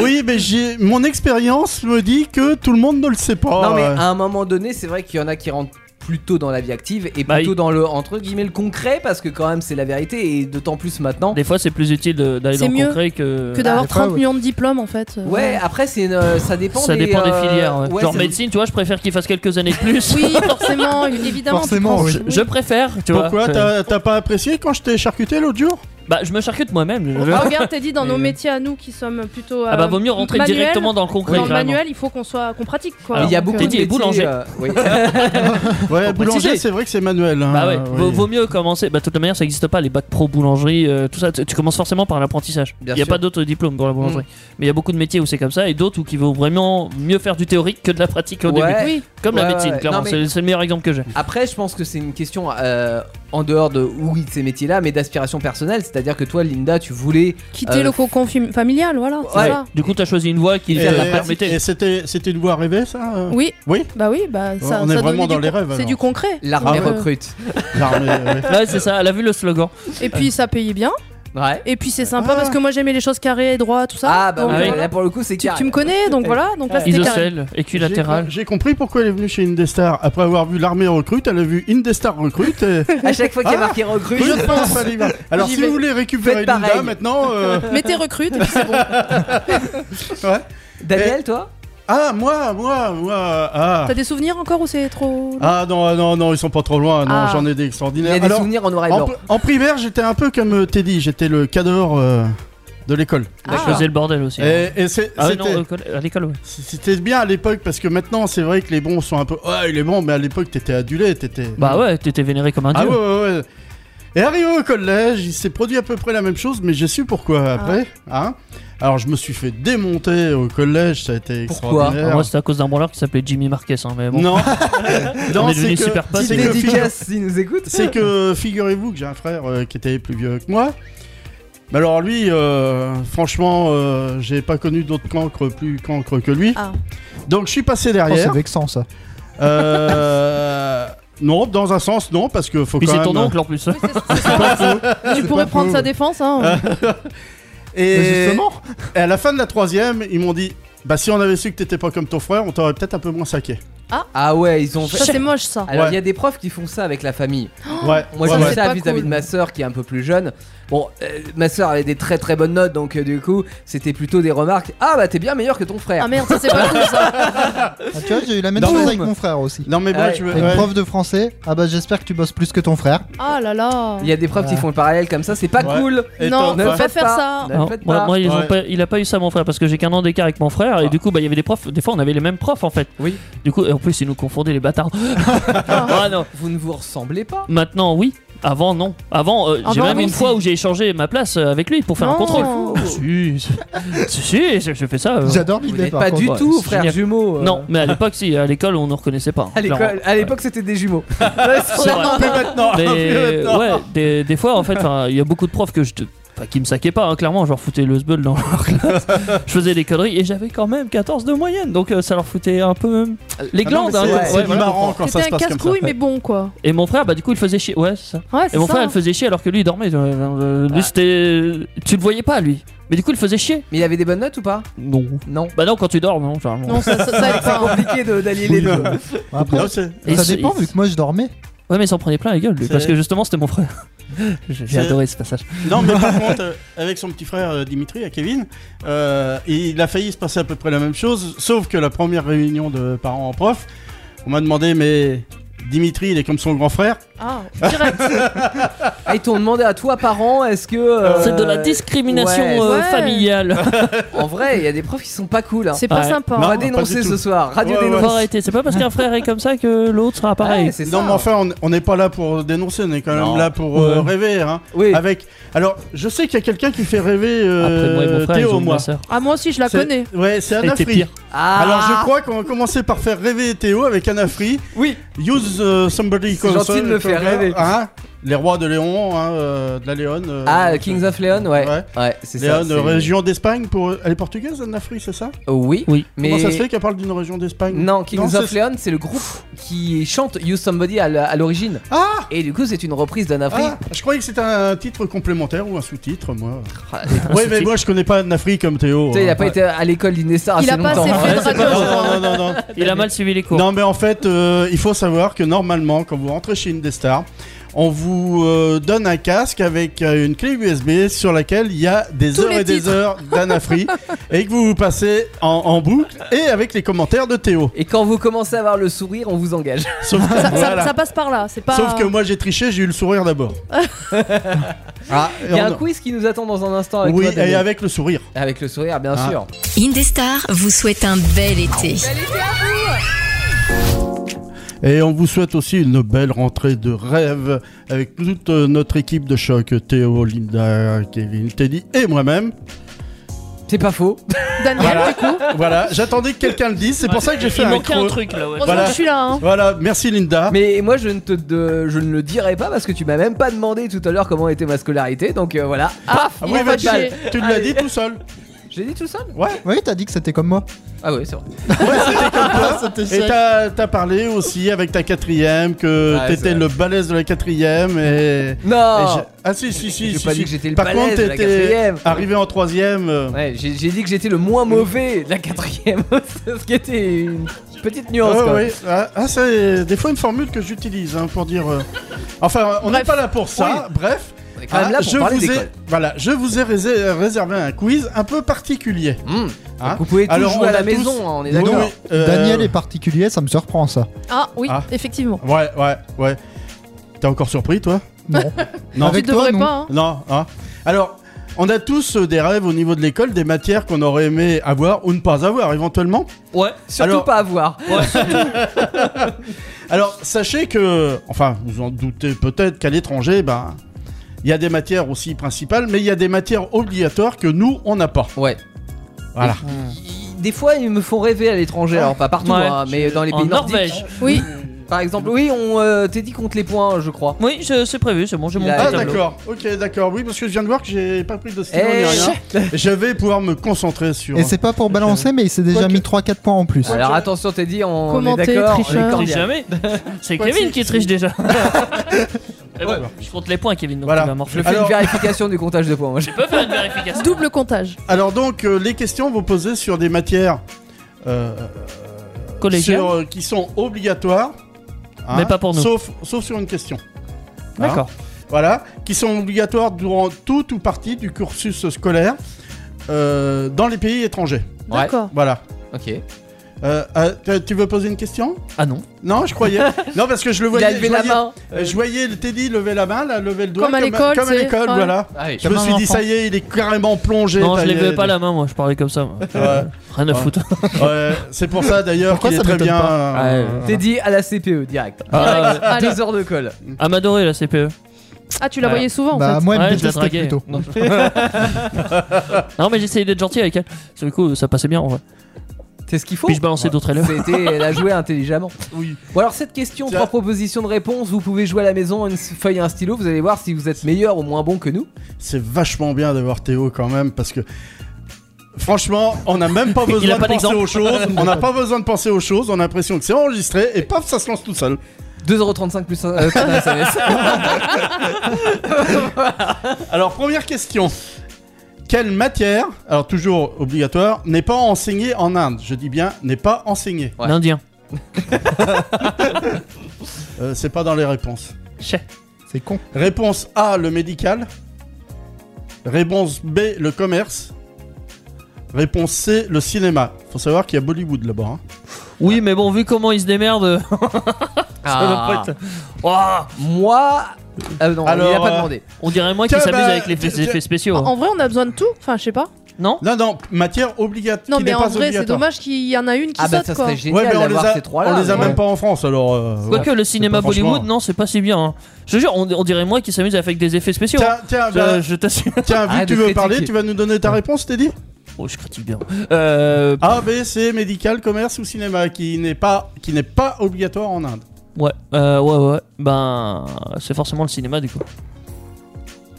Speaker 3: Oui, mais j'ai mon expérience me dit que tout le monde ne le sait pas.
Speaker 4: Non, mais
Speaker 3: euh.
Speaker 4: à un moment donné, c'est vrai qu'il y en a qui rentrent plutôt dans la vie active et
Speaker 6: Bah,
Speaker 4: plutôt
Speaker 6: il-
Speaker 4: dans le entre guillemets le concret parce que quand même c'est la vérité et d'autant plus maintenant
Speaker 6: Des fois, c'est plus utile de- d'aller dans
Speaker 5: C'est
Speaker 6: le
Speaker 5: mieux
Speaker 6: concret que.
Speaker 5: Que d'avoir
Speaker 7: des fois,
Speaker 5: 30
Speaker 7: ouais.
Speaker 5: millions de diplômes en fait. euh,
Speaker 4: ouais après c'est une- ça dépend
Speaker 6: Ça
Speaker 4: des,
Speaker 6: dépend des
Speaker 4: euh,
Speaker 6: filières. ouais.
Speaker 4: ouais,
Speaker 6: Genre
Speaker 4: ça-
Speaker 6: médecine, tu vois, je préfère qu'il fasse quelques années de plus.
Speaker 5: Oui, forcément, évidemment. tu
Speaker 7: Forcément,
Speaker 5: prends-
Speaker 7: oui.
Speaker 6: Je préfère, tu vois.
Speaker 3: Pourquoi
Speaker 6: C'est-
Speaker 3: T'as t'as pas apprécié quand je t'ai charcuté l'autre jour
Speaker 6: Bah, je me charcute moi-même. je-
Speaker 5: Enfin, regarde, t'as dit dans nos
Speaker 6: Mais-
Speaker 5: métiers à nous qui sommes plutôt.
Speaker 6: Ah bah, vaut mieux rentrer
Speaker 5: euh, manuel.
Speaker 6: directement dans le concret.
Speaker 5: dans le
Speaker 6: carrément.
Speaker 5: manuel, il faut qu'on soit, qu'on pratique quoi.
Speaker 6: Alors,
Speaker 4: Il y a
Speaker 5: Donc,
Speaker 4: beaucoup
Speaker 5: euh,
Speaker 6: Teddy
Speaker 4: de
Speaker 6: est
Speaker 4: métiers,
Speaker 6: boulanger.
Speaker 4: euh, oui.
Speaker 3: Ouais,
Speaker 6: Faut
Speaker 3: boulanger,
Speaker 6: préciser.
Speaker 3: c'est vrai que c'est manuel. hein,
Speaker 6: Bah ouais,
Speaker 3: oui.
Speaker 6: vaut, vaut mieux commencer. Bah, de toute manière, ça n'existe pas, les bacs pro boulangerie, euh, tout ça. Tu, tu commences forcément par l'apprentissage. Il
Speaker 4: Bien
Speaker 6: n'y a
Speaker 4: sûr.
Speaker 6: pas d'autres diplômes pour la boulangerie.
Speaker 3: Mm.
Speaker 6: Mais il y a beaucoup de métiers où c'est comme ça et d'autres où qui vaut vraiment mieux faire du théorique que de la pratique au
Speaker 4: Ouais.
Speaker 6: début.
Speaker 5: Oui,
Speaker 6: Comme la
Speaker 4: Ouais,
Speaker 6: médecine,
Speaker 4: ouais.
Speaker 6: clairement.
Speaker 4: Non, mais-
Speaker 6: c'est, c'est le meilleur exemple que j'ai.
Speaker 4: Après, je pense que c'est une question euh, en dehors de oui de ces métiers-là, mais d'aspiration personnelle. C'est-à-dire que toi, Linda, tu voulais
Speaker 5: quitter
Speaker 4: Euh,
Speaker 5: le cocon fam- familial, voilà. c'est
Speaker 4: Ouais.
Speaker 5: ça.
Speaker 6: Du coup, t'as choisi une voie qui
Speaker 3: Et,
Speaker 6: te la
Speaker 3: et
Speaker 6: permettait.
Speaker 3: c'était c'était une voie rêvée, ça euh,
Speaker 5: Oui.
Speaker 3: Oui.
Speaker 5: Bah oui, bah ça.
Speaker 3: On est
Speaker 5: ça
Speaker 3: vraiment
Speaker 5: donnait
Speaker 3: dans
Speaker 5: du
Speaker 3: les
Speaker 5: con-
Speaker 3: rêves,
Speaker 5: C'est
Speaker 3: alors.
Speaker 5: du concret.
Speaker 3: Ah
Speaker 4: l'armée
Speaker 5: Donc, euh,
Speaker 4: recrute.
Speaker 3: L'armée, ouais.
Speaker 6: Ouais, c'est ça, elle a vu le slogan.
Speaker 5: Et puis ça payait bien.
Speaker 4: Ouais.
Speaker 5: Et puis c'est sympa
Speaker 3: Ah.
Speaker 5: parce que moi j'aimais les choses carrées, droites, tout ça.
Speaker 4: Ah bah
Speaker 5: Donc,
Speaker 4: oui,
Speaker 5: voilà.
Speaker 4: là pour le coup, c'est
Speaker 5: Tu,
Speaker 4: carré.
Speaker 5: tu me connais, donc voilà. Donc là c'était carré.
Speaker 6: Isocèle, équilatéral.
Speaker 3: J'ai- J'ai compris pourquoi elle est venue chez Indestar. Après avoir vu l'armée recrute, elle a vu Indestar recrute. Et...
Speaker 4: À chaque fois qu'il y a
Speaker 3: Ah,
Speaker 4: marqué recrue, je
Speaker 3: Je pense, elle y va. Alors,
Speaker 4: J'y
Speaker 3: si
Speaker 4: vais.
Speaker 3: vous voulez récupérer
Speaker 4: Faites
Speaker 3: Linda
Speaker 4: pareil.
Speaker 3: maintenant. euh,
Speaker 5: Mettez recrute et puis c'est bon.
Speaker 3: ouais.
Speaker 4: Daniel, toi
Speaker 3: Ah, moi, moi, moi. Ah.
Speaker 5: T'as des souvenirs encore ou c'est trop
Speaker 3: Ah non, ah, non, non, ils sont pas trop loin. Non,
Speaker 5: Ah.
Speaker 3: j'en ai des
Speaker 4: Il y
Speaker 3: extraordinaires.
Speaker 4: a des
Speaker 3: Alors,
Speaker 4: souvenirs en noir et
Speaker 3: en,
Speaker 4: blanc.
Speaker 3: pri- en primaire, j'étais un peu comme euh, Teddy. J'étais le cador euh, de l'école.
Speaker 6: Elle
Speaker 5: Ah.
Speaker 6: faisait le bordel aussi.
Speaker 3: Et, et c'est-
Speaker 6: Ah ouais,
Speaker 3: c'était-
Speaker 4: euh.
Speaker 6: non, au coll- à l'école, ouais.
Speaker 3: C'était bien à l'époque parce que maintenant c'est vrai que les bons sont un peu. Ouais, il est bon, mais à l'époque t'étais adulé, t'étais.
Speaker 6: Bah ouais, t'étais vénéré comme un
Speaker 3: Ah
Speaker 6: dieu.
Speaker 3: ouais, ouais, ouais. Et arrivé au collège, il s'est produit à peu près la même chose, mais j'ai su pourquoi
Speaker 6: Ah.
Speaker 3: après. Hein Alors je me suis fait démonter au collège, ça a été
Speaker 4: Pourquoi
Speaker 6: Alors
Speaker 3: extraordinaire.
Speaker 6: Ah, moi, c'était à cause d'un branleur qui s'appelait Jimmy Marquez, hein, mais bon.
Speaker 3: Non,
Speaker 6: On
Speaker 3: non
Speaker 6: est devenus super potes.
Speaker 3: c'est
Speaker 4: Petite
Speaker 3: que, figure-
Speaker 4: dédicace s'il nous écoute.
Speaker 3: c'est que figurez-vous que j'ai un frère euh, qui était plus vieux que moi. Mais alors lui, euh, franchement, euh, j'ai pas connu d'autres cancres plus cancres que lui.
Speaker 5: Ah.
Speaker 3: Donc je suis passé
Speaker 6: Ah,
Speaker 7: Oh, c'est
Speaker 3: derrière.
Speaker 7: vexant ça.
Speaker 3: Euh, non, dans un sens, non, parce que faut
Speaker 6: Puis
Speaker 3: quand
Speaker 6: c'est
Speaker 3: même.
Speaker 6: ton oncle en plus.
Speaker 5: Oui, c'est- c'est ça. Tu pourrais
Speaker 3: Ah, pas
Speaker 5: prendre
Speaker 3: faux. Ah.
Speaker 5: sa défense, hein.
Speaker 3: euh, Et...
Speaker 7: Justement.
Speaker 3: et à la fin de la troisième, ils m'ont dit Bah, si on avait su que t'étais pas comme ton frère, on t'aurait peut-être un peu moins saqué.
Speaker 4: Ah ouais, ils ont fait.
Speaker 5: Ça c'est moche ça.
Speaker 4: Alors, il
Speaker 3: Ouais.
Speaker 4: y a des profs qui font ça avec la famille.
Speaker 3: ouais,
Speaker 4: Moi,
Speaker 3: ouais,
Speaker 4: j'ai
Speaker 5: ça,
Speaker 3: ouais.
Speaker 4: fait
Speaker 5: c'est
Speaker 4: ça
Speaker 5: pas
Speaker 4: vis-à-vis
Speaker 5: cool.
Speaker 4: de ma sœur qui est un peu plus jeune. Bon, euh, ma sœur avait des très très bonnes notes, donc euh, du coup, c'était plutôt des remarques. Ah bah t'es bien meilleur que ton frère.
Speaker 5: Ah merde, ça c'est pas cool ça.
Speaker 7: Ah, tu vois, j'ai eu la même
Speaker 3: Non,
Speaker 7: chose
Speaker 4: mais-
Speaker 7: avec mon frère aussi.
Speaker 3: Non, mais moi,
Speaker 4: Ouais.
Speaker 3: je veux.
Speaker 7: T'as une
Speaker 3: ouais.
Speaker 7: prof de français. Ah bah j'espère que tu bosses plus que ton frère.
Speaker 5: Ah là là.
Speaker 4: Il y a des profs qui
Speaker 7: Ouais.
Speaker 4: font le parallèle comme ça, c'est pas
Speaker 3: Ouais.
Speaker 4: cool.
Speaker 3: Et
Speaker 5: Non,
Speaker 3: t'en-
Speaker 4: le
Speaker 5: ne faut
Speaker 3: enfin,
Speaker 5: pas
Speaker 4: faites
Speaker 5: faire
Speaker 4: pas.
Speaker 5: ça.
Speaker 4: Ne le
Speaker 6: Non,
Speaker 4: faites
Speaker 6: moi,
Speaker 4: pas.
Speaker 6: moi, ils ont
Speaker 3: Ouais.
Speaker 6: pas- il a pas eu ça mon frère parce que j'ai qu'un an d'écart avec mon frère
Speaker 4: Ah.
Speaker 6: et du coup bah il y avait des profs des fois on avait les mêmes profs en fait
Speaker 4: Oui.
Speaker 6: du coup et en plus ils nous confondaient les bâtards ah non
Speaker 4: Vous ne vous ressemblez pas.
Speaker 6: maintenant oui avant non avant euh, j'ai
Speaker 5: Avant,
Speaker 6: même
Speaker 5: oui,
Speaker 6: une
Speaker 5: si.
Speaker 6: fois où j'ai échangé ma place euh, avec lui pour faire un
Speaker 5: Non.
Speaker 6: contrôle
Speaker 5: Oh.
Speaker 6: si si, si, si, je je fais ça euh.
Speaker 7: J'adore
Speaker 4: Vous
Speaker 7: l'idée
Speaker 4: n'êtes
Speaker 7: par
Speaker 4: pas
Speaker 7: contre.
Speaker 4: du
Speaker 6: ouais,
Speaker 4: tout
Speaker 6: c'est
Speaker 4: frère
Speaker 6: génial.
Speaker 4: jumeau. euh.
Speaker 6: non mais à l'époque si à l'école on nous reconnaissait pas hein,
Speaker 4: À l'école, Oh,
Speaker 6: clairement.
Speaker 4: à l'époque, c'était des jumeaux.
Speaker 6: C'est vrai.
Speaker 3: plus maintenant,
Speaker 6: Mais
Speaker 3: plus maintenant.
Speaker 6: ouais, des, des fois en fait, enfin, il y a beaucoup de profs que je te- enfin, qui me saquaient pas, hein, clairement, je leur foutais le sbeul dans leur classe. je faisais des conneries et j'avais quand même 14 de moyenne, donc euh, ça leur foutait un peu euh, les
Speaker 3: Ah non, mais
Speaker 6: glandes. hein,
Speaker 3: c'est
Speaker 6: ouais,
Speaker 3: c'est
Speaker 6: ouais,
Speaker 3: du
Speaker 6: voilà.
Speaker 3: marrant quand ça
Speaker 5: C'était
Speaker 3: se
Speaker 5: un
Speaker 3: passe comme ça.
Speaker 5: casse-couille mais bon quoi.
Speaker 6: Et mon frère, bah du coup, il faisait chier. Ouais, c'est ça. hein.
Speaker 5: Ouais,
Speaker 6: Et
Speaker 5: c'est
Speaker 6: mon frère,
Speaker 5: ça.
Speaker 6: il faisait chier alors que lui, il dormait. Euh, euh, lui,
Speaker 4: Ah.
Speaker 6: c'était. Tu le voyais pas, lui. Mais du coup, il faisait chier.
Speaker 4: Mais il avait des bonnes notes ou pas
Speaker 6: Non.
Speaker 4: Non.
Speaker 6: Bah non, quand tu dors, non, généralement.
Speaker 5: Non, ça, ça, ça aide pas, hein.
Speaker 4: Compliqué de- d'allier les deux.
Speaker 7: Après,
Speaker 3: Non, c'est-
Speaker 6: Et
Speaker 7: ça
Speaker 6: c'est-
Speaker 7: dépend vu que moi je dormais.
Speaker 6: Ouais, mais il s'en prenait plein la gueule, lui,
Speaker 3: C'est-
Speaker 6: parce que justement, c'était mon frère. J'ai j'ai
Speaker 3: C'est-
Speaker 6: adoré ce passage.
Speaker 3: non, mais par contre, euh, avec son petit frère euh, Dimitri, à Kevin, euh, il a failli se passer à peu près la même chose, sauf que la première réunion de parents en prof, on m'a demandé Mais Dimitri, il est comme son grand frère
Speaker 5: Ah, direct.
Speaker 4: Ah, ils t'ont demandé à toi, parents, est-ce que. euh,
Speaker 6: C'est de la discrimination
Speaker 4: ouais.
Speaker 6: euh,
Speaker 5: Ouais.
Speaker 6: familiale.
Speaker 4: En vrai, il y a des profs qui sont pas cool. hein.
Speaker 5: C'est pas
Speaker 6: Ouais.
Speaker 5: sympa.
Speaker 4: On va
Speaker 3: Non, pas
Speaker 4: dénoncer
Speaker 3: du
Speaker 4: ce
Speaker 3: tout.
Speaker 4: soir. Radio
Speaker 3: Ouais, ouais.
Speaker 4: dénonce.
Speaker 6: Ah, Faut arrêter, c'est pas parce qu'un frère est comme ça que l'autre sera pareil.
Speaker 4: Ouais, c'est ça.
Speaker 3: Non, mais enfin, on- on n'est pas là pour dénoncer, on est quand
Speaker 4: Ah. Non.
Speaker 3: même là pour euh,
Speaker 6: Ouais.
Speaker 3: rêver. Hein.
Speaker 4: Oui.
Speaker 3: Avec. Alors, je sais qu'il y a quelqu'un qui fait rêver
Speaker 6: Après
Speaker 3: euh,
Speaker 6: moi et mon frère, ils
Speaker 3: Théo,
Speaker 6: ont
Speaker 3: moi.
Speaker 6: ma sœur.
Speaker 5: Ah moi aussi je la
Speaker 3: C'est-
Speaker 5: connais.
Speaker 3: Ouais, c'est
Speaker 6: Elle
Speaker 3: Anna
Speaker 6: était
Speaker 3: Free.
Speaker 6: pire.
Speaker 4: Ah.
Speaker 3: Alors, je crois qu'on va commencer par faire rêver Théo avec Anna Free.
Speaker 4: Oui.
Speaker 3: Use euh, somebody
Speaker 4: C'est
Speaker 3: console,
Speaker 4: gentil de me faire
Speaker 3: etc.
Speaker 4: rêver.
Speaker 3: Hein Les rois de Léon, hein, euh, de la Léone. euh,
Speaker 4: Ah,
Speaker 3: je-
Speaker 4: Kings of Leon, ouais.
Speaker 3: Ouais.
Speaker 4: Ouais, c'est ça.
Speaker 3: Léone,
Speaker 4: c'est-
Speaker 3: région d'Espagne. Pour... Elle est portugaise, Anna Free, c'est ça
Speaker 4: Euh, Oui.
Speaker 6: Oui.
Speaker 4: Mais
Speaker 3: Comment ça se fait qu'elle parle d'une région d'Espagne
Speaker 4: Non, Kings
Speaker 3: Non,
Speaker 4: of Leon, c'est le groupe qui chante Use Somebody à la- à l'origine.
Speaker 3: Ah
Speaker 4: Et du coup, c'est une reprise d'Anna Free.
Speaker 3: Ah, je croyais que c'était un titre complémentaire ou un sous-titre, moi.
Speaker 4: Ah,
Speaker 3: Oui, mais moi je connais pas Anna Free comme Théo.
Speaker 4: Tu sais, il a
Speaker 3: hein.
Speaker 4: pas été à l'école d'Inestar assez
Speaker 5: Il a pas
Speaker 4: longtemps.
Speaker 5: assez fait
Speaker 6: Ouais,
Speaker 5: de
Speaker 6: c'est
Speaker 5: radio.
Speaker 6: pas-
Speaker 5: genre.
Speaker 3: Non, non, non, non.
Speaker 6: Il a mal suivi les cours.
Speaker 3: Non, mais en fait, euh, il faut savoir que normalement, quand vous rentrez chez Indestar, on vous euh, donne un casque avec euh, une clé USB sur laquelle il y a des
Speaker 5: Tous
Speaker 3: heures
Speaker 5: les
Speaker 3: et des
Speaker 5: titres.
Speaker 3: heures d'Anafri et que vous vous passez en, en boucle et avec les commentaires de Théo.
Speaker 4: Et quand vous commencez à avoir le sourire, on vous engage.
Speaker 3: Sauf que,
Speaker 5: Ça, ça-
Speaker 3: voilà.
Speaker 5: ça passe par là, c'est pas.
Speaker 3: Sauf que moi j'ai triché, j'ai eu le sourire d'abord. ah, et
Speaker 4: Il y a un
Speaker 3: on-
Speaker 4: quiz qui nous attend dans un instant avec
Speaker 3: oui,
Speaker 4: toi, Damien.
Speaker 3: et avec le sourire.
Speaker 4: Avec le sourire, bien
Speaker 3: Ah.
Speaker 4: sûr.
Speaker 2: Indestar vous souhaite un bel été.
Speaker 3: Et on vous souhaite aussi une belle rentrée de rêve avec toute euh, notre équipe de choc, Théo, Linda, Kevin, Teddy et moi-même.
Speaker 4: C'est pas faux.
Speaker 5: Daniel,
Speaker 3: Voilà, voilà. j'attendais que quelqu'un le dise, c'est pour ça que j'ai fait
Speaker 6: Il
Speaker 3: un,
Speaker 6: manquait un
Speaker 3: creux.
Speaker 6: truc là, ouais.
Speaker 5: heureusement
Speaker 3: Voilà.
Speaker 5: que je suis là. hein.
Speaker 3: Voilà, merci Linda.
Speaker 4: Mais moi, je ne te de- je ne le dirai pas parce que tu m'as même pas demandé tout à l'heure comment était ma scolarité. Donc euh, voilà. Paf
Speaker 3: Ah
Speaker 5: il
Speaker 3: oui,
Speaker 5: a
Speaker 3: bah,
Speaker 5: pas
Speaker 3: tu,
Speaker 5: touché.
Speaker 3: tu l'as dit
Speaker 4: Allez.
Speaker 3: tout seul.
Speaker 4: J'ai dit tout seul
Speaker 3: Ouais.
Speaker 7: Oui, t'as dit que c'était comme moi.
Speaker 4: Ah oui, c'est vrai.
Speaker 3: Et t'as as parlé aussi avec ta quatrième que
Speaker 4: Ouais, c'est
Speaker 3: t'étais
Speaker 4: vrai.
Speaker 3: le balèze de la quatrième et. et
Speaker 4: Non
Speaker 3: j'ai- ah si si si.
Speaker 4: J'ai
Speaker 3: si,
Speaker 4: pas
Speaker 3: si.
Speaker 4: dit que j'étais le
Speaker 3: Par
Speaker 4: balèze
Speaker 3: contre,
Speaker 4: de la
Speaker 3: t'étais
Speaker 4: quatrième.
Speaker 3: Arrivé en troisième. euh,
Speaker 4: Ouais, j'ai j'ai dit que j'étais le moins mauvais de la quatrième, ce qui était une petite
Speaker 3: Ah,
Speaker 4: nuance.
Speaker 3: ouais,
Speaker 4: quoi.
Speaker 3: ouais. Ah, ah, c'est des fois une formule que j'utilise hein, pour dire. euh, Enfin, on n'est pas là pour ça. Bref,
Speaker 4: On est quand même
Speaker 3: Ah,
Speaker 4: là pour
Speaker 3: je
Speaker 4: parler
Speaker 3: vous ai,
Speaker 4: d'école.
Speaker 3: voilà, je vous ai résé- réservé un quiz un peu particulier.
Speaker 4: Mmh.
Speaker 3: hein.
Speaker 4: Donc vous pouvez tous
Speaker 3: Alors,
Speaker 4: jouer
Speaker 3: on
Speaker 4: à la
Speaker 3: a tous-
Speaker 4: maison, hein, on est
Speaker 3: Oui,
Speaker 4: d'accord.
Speaker 3: oui, euh,
Speaker 7: Daniel est particulier, ça me surprend ça.
Speaker 5: Ah oui,
Speaker 3: Ah.
Speaker 5: effectivement.
Speaker 3: Ouais, ouais, ouais. T'es encore surpris, toi
Speaker 7: Non.
Speaker 3: Non.
Speaker 5: Tu
Speaker 7: Avec toi,
Speaker 5: devrais
Speaker 7: non.
Speaker 5: pas. hein.
Speaker 3: Non, hein. Alors, on a tous euh, des rêves au niveau de l'école, des matières qu'on aurait aimé avoir ou ne pas avoir éventuellement.
Speaker 6: Ouais.
Speaker 4: Surtout
Speaker 3: Alors-
Speaker 4: pas à voir.
Speaker 3: Alors, sachez que, enfin, vous en doutez peut-être qu'à l'étranger, ben, il y a des matières aussi principales, mais il y a des matières obligatoires que nous, on n'a pas.
Speaker 4: Ouais.
Speaker 3: Voilà.
Speaker 4: Des fois, ils me font rêver à l'étranger, alors pas partout,
Speaker 6: Ouais.
Speaker 4: hein, mais dans les pays
Speaker 6: en
Speaker 4: nordiques.
Speaker 6: Norvège.
Speaker 5: Oui,
Speaker 4: Par exemple, oui, on euh, t'est dit compte les points, je crois.
Speaker 6: Oui, je- c'est prévu, c'est bon, j'ai
Speaker 4: Il
Speaker 6: mon
Speaker 4: a-
Speaker 6: petit
Speaker 3: Ah,
Speaker 4: tableau.
Speaker 3: d'accord. Ok, d'accord. Oui, parce que je viens de voir que j'ai pas pris de stylo ni
Speaker 4: Eh,
Speaker 3: rien. Je vais pouvoir me concentrer sur.
Speaker 7: Et c'est pas pour balancer, mais il s'est déjà
Speaker 3: hein. Quoique-
Speaker 7: mis 3-4 points en plus. Bah,
Speaker 4: Alors attention, t'es dit, on
Speaker 5: Commenter,
Speaker 4: est d'accord.
Speaker 5: tricheur.
Speaker 4: on est
Speaker 6: Je triche
Speaker 4: cordial.
Speaker 6: jamais. C'est
Speaker 3: Ouais,
Speaker 6: Kevin
Speaker 3: si,
Speaker 6: qui
Speaker 3: si.
Speaker 6: triche déjà. Mais bon, je compte les points, Kevin, donc
Speaker 3: Voilà.
Speaker 6: tu vas
Speaker 4: Je
Speaker 6: morfler.
Speaker 4: fais
Speaker 3: Alors-
Speaker 4: une vérification du comptage de points. moi, je-
Speaker 6: Je peux faire une vérification.
Speaker 5: double comptage.
Speaker 3: Alors donc, euh, les questions vont poser sur des matières euh,
Speaker 6: Collégial.
Speaker 3: sur, euh, qui sont obligatoires. hein,
Speaker 6: Mais pas pour nous.
Speaker 3: Sauf, sauf sur une question. Hein
Speaker 6: D'accord.
Speaker 3: Voilà. Qui sont obligatoires durant toute ou partie du cursus scolaire euh, dans les pays étrangers.
Speaker 4: Ouais.
Speaker 5: D'accord.
Speaker 3: Voilà.
Speaker 4: Ok.
Speaker 3: Euh, euh, tu- tu veux poser une question
Speaker 6: Ah non.
Speaker 3: Non, je croyais. non, parce que je le
Speaker 4: Il
Speaker 3: voyais.
Speaker 4: a levé
Speaker 3: je
Speaker 4: la
Speaker 3: voyais-
Speaker 4: main.
Speaker 3: euh, Je voyais le Teddy lever la main, là, lever le doigt.
Speaker 5: Comme à l'école,
Speaker 3: Comme à
Speaker 5: tu sais.
Speaker 3: l'école,
Speaker 5: Ouais.
Speaker 3: voilà.
Speaker 4: Ah oui.
Speaker 3: Je me
Speaker 7: Comme un
Speaker 3: suis dit,
Speaker 7: enfant.
Speaker 3: ça y est, il est carrément plongé.
Speaker 6: Non, je
Speaker 3: ça y
Speaker 6: levais
Speaker 3: est.
Speaker 6: pas la main, moi, je parlais comme ça. moi.
Speaker 3: Ouais.
Speaker 6: Rien à
Speaker 3: Ouais.
Speaker 6: foutre.
Speaker 3: Ouais, c'est pour ça d'ailleurs
Speaker 7: Pourquoi
Speaker 3: qu'il est
Speaker 7: ça
Speaker 3: très
Speaker 7: m'étonne
Speaker 3: bien.
Speaker 6: pas
Speaker 3: euh,
Speaker 6: Ouais.
Speaker 4: T'es dit à la CPE direct.
Speaker 6: Ah, ouais.
Speaker 5: Allez.
Speaker 4: Deux heures de colle.
Speaker 6: À m'adorer la CPE.
Speaker 5: Ah, tu la
Speaker 6: Voilà.
Speaker 5: voyais souvent
Speaker 7: Bah,
Speaker 5: en fait.
Speaker 7: moi, elle me
Speaker 6: Ouais, je la
Speaker 7: détestait
Speaker 6: draguais.
Speaker 7: plutôt.
Speaker 6: Non, non, mais j'essayais d'être gentil avec elle. Sur le coup, ça passait bien en vrai.
Speaker 4: C'est ce qu'il faut.
Speaker 6: Puis je balançais d'autres élèves.
Speaker 4: C'était, elle a joué intelligemment.
Speaker 3: Oui.
Speaker 4: Bon alors cette question,
Speaker 3: Tiens.
Speaker 4: trois propositions de réponse. Vous pouvez jouer à la maison, une s- feuille et un stylo. Vous allez voir si vous êtes meilleur ou moins bon que nous.
Speaker 3: C'est vachement bien d'avoir Théo quand même parce que. Franchement, on n'a même pas besoin
Speaker 6: a pas
Speaker 3: de penser
Speaker 6: d'exemple.
Speaker 3: aux choses. On n'a pas besoin de penser aux choses. On a l'impression que c'est enregistré et paf, ça se lance tout seul.
Speaker 4: 2,35€ plus un euh, un SMS.
Speaker 3: Alors, première question. Quelle matière, alors toujours obligatoire, n'est pas enseignée en Inde Je dis bien, n'est pas enseignée.
Speaker 4: Ouais.
Speaker 6: L'Indien.
Speaker 3: Euh, c'est pas dans les réponses.
Speaker 6: Chais.
Speaker 7: C'est con.
Speaker 3: Réponse A, le médical. Réponse B, le commerce. Réponse C, le cinéma. Faut savoir qu'il y a Bollywood là-bas. hein.
Speaker 6: Oui, mais bon, vu comment il se démerde, ça va
Speaker 4: Ah. Oh,
Speaker 6: pas être. Ouah,
Speaker 4: Moi, euh, non,
Speaker 3: Alors,
Speaker 4: il a pas
Speaker 3: euh,
Speaker 4: demandé.
Speaker 6: on dirait moi qui
Speaker 3: Tiens,
Speaker 6: s'amuse
Speaker 3: bah, Ah,
Speaker 6: avec les
Speaker 3: tiens,
Speaker 6: effets spéciaux. hein.
Speaker 5: En vrai, on a besoin de tout. Enfin, je sais pas.
Speaker 6: Non
Speaker 3: Non, non, matière obligatoire.
Speaker 5: Non, mais en vrai, c'est dommage qu'il y en a une qui
Speaker 4: Ah bah
Speaker 5: saute
Speaker 4: ça
Speaker 5: quoi.
Speaker 4: serait génial
Speaker 3: ouais, mais on les
Speaker 4: d'avoir
Speaker 3: a,
Speaker 4: ces trois-là.
Speaker 3: on les a
Speaker 4: mais
Speaker 3: même
Speaker 4: ouais.
Speaker 3: pas en France, alors. euh,
Speaker 6: Quoique le cinéma
Speaker 3: pas franchement.
Speaker 6: Bollywood, non, c'est pas si bien. hein. Je te jure, on, on dirait moi qui s'amuse avec des effets spéciaux. hein.
Speaker 3: Tiens, tiens, bah,
Speaker 6: Je, je t'assure.
Speaker 3: tiens, vu
Speaker 4: Arrête
Speaker 3: que tu veux
Speaker 4: de critiquer.
Speaker 3: parler, tu vas nous donner ta réponse, Teddy
Speaker 6: Oh, je critique bien. Euh,
Speaker 3: A, B, C, médical, commerce ou cinéma, qui n'est pas, qui n'est pas obligatoire en Inde.
Speaker 6: ouais, euh, ouais, ouais. Ben, c'est forcément le cinéma du coup.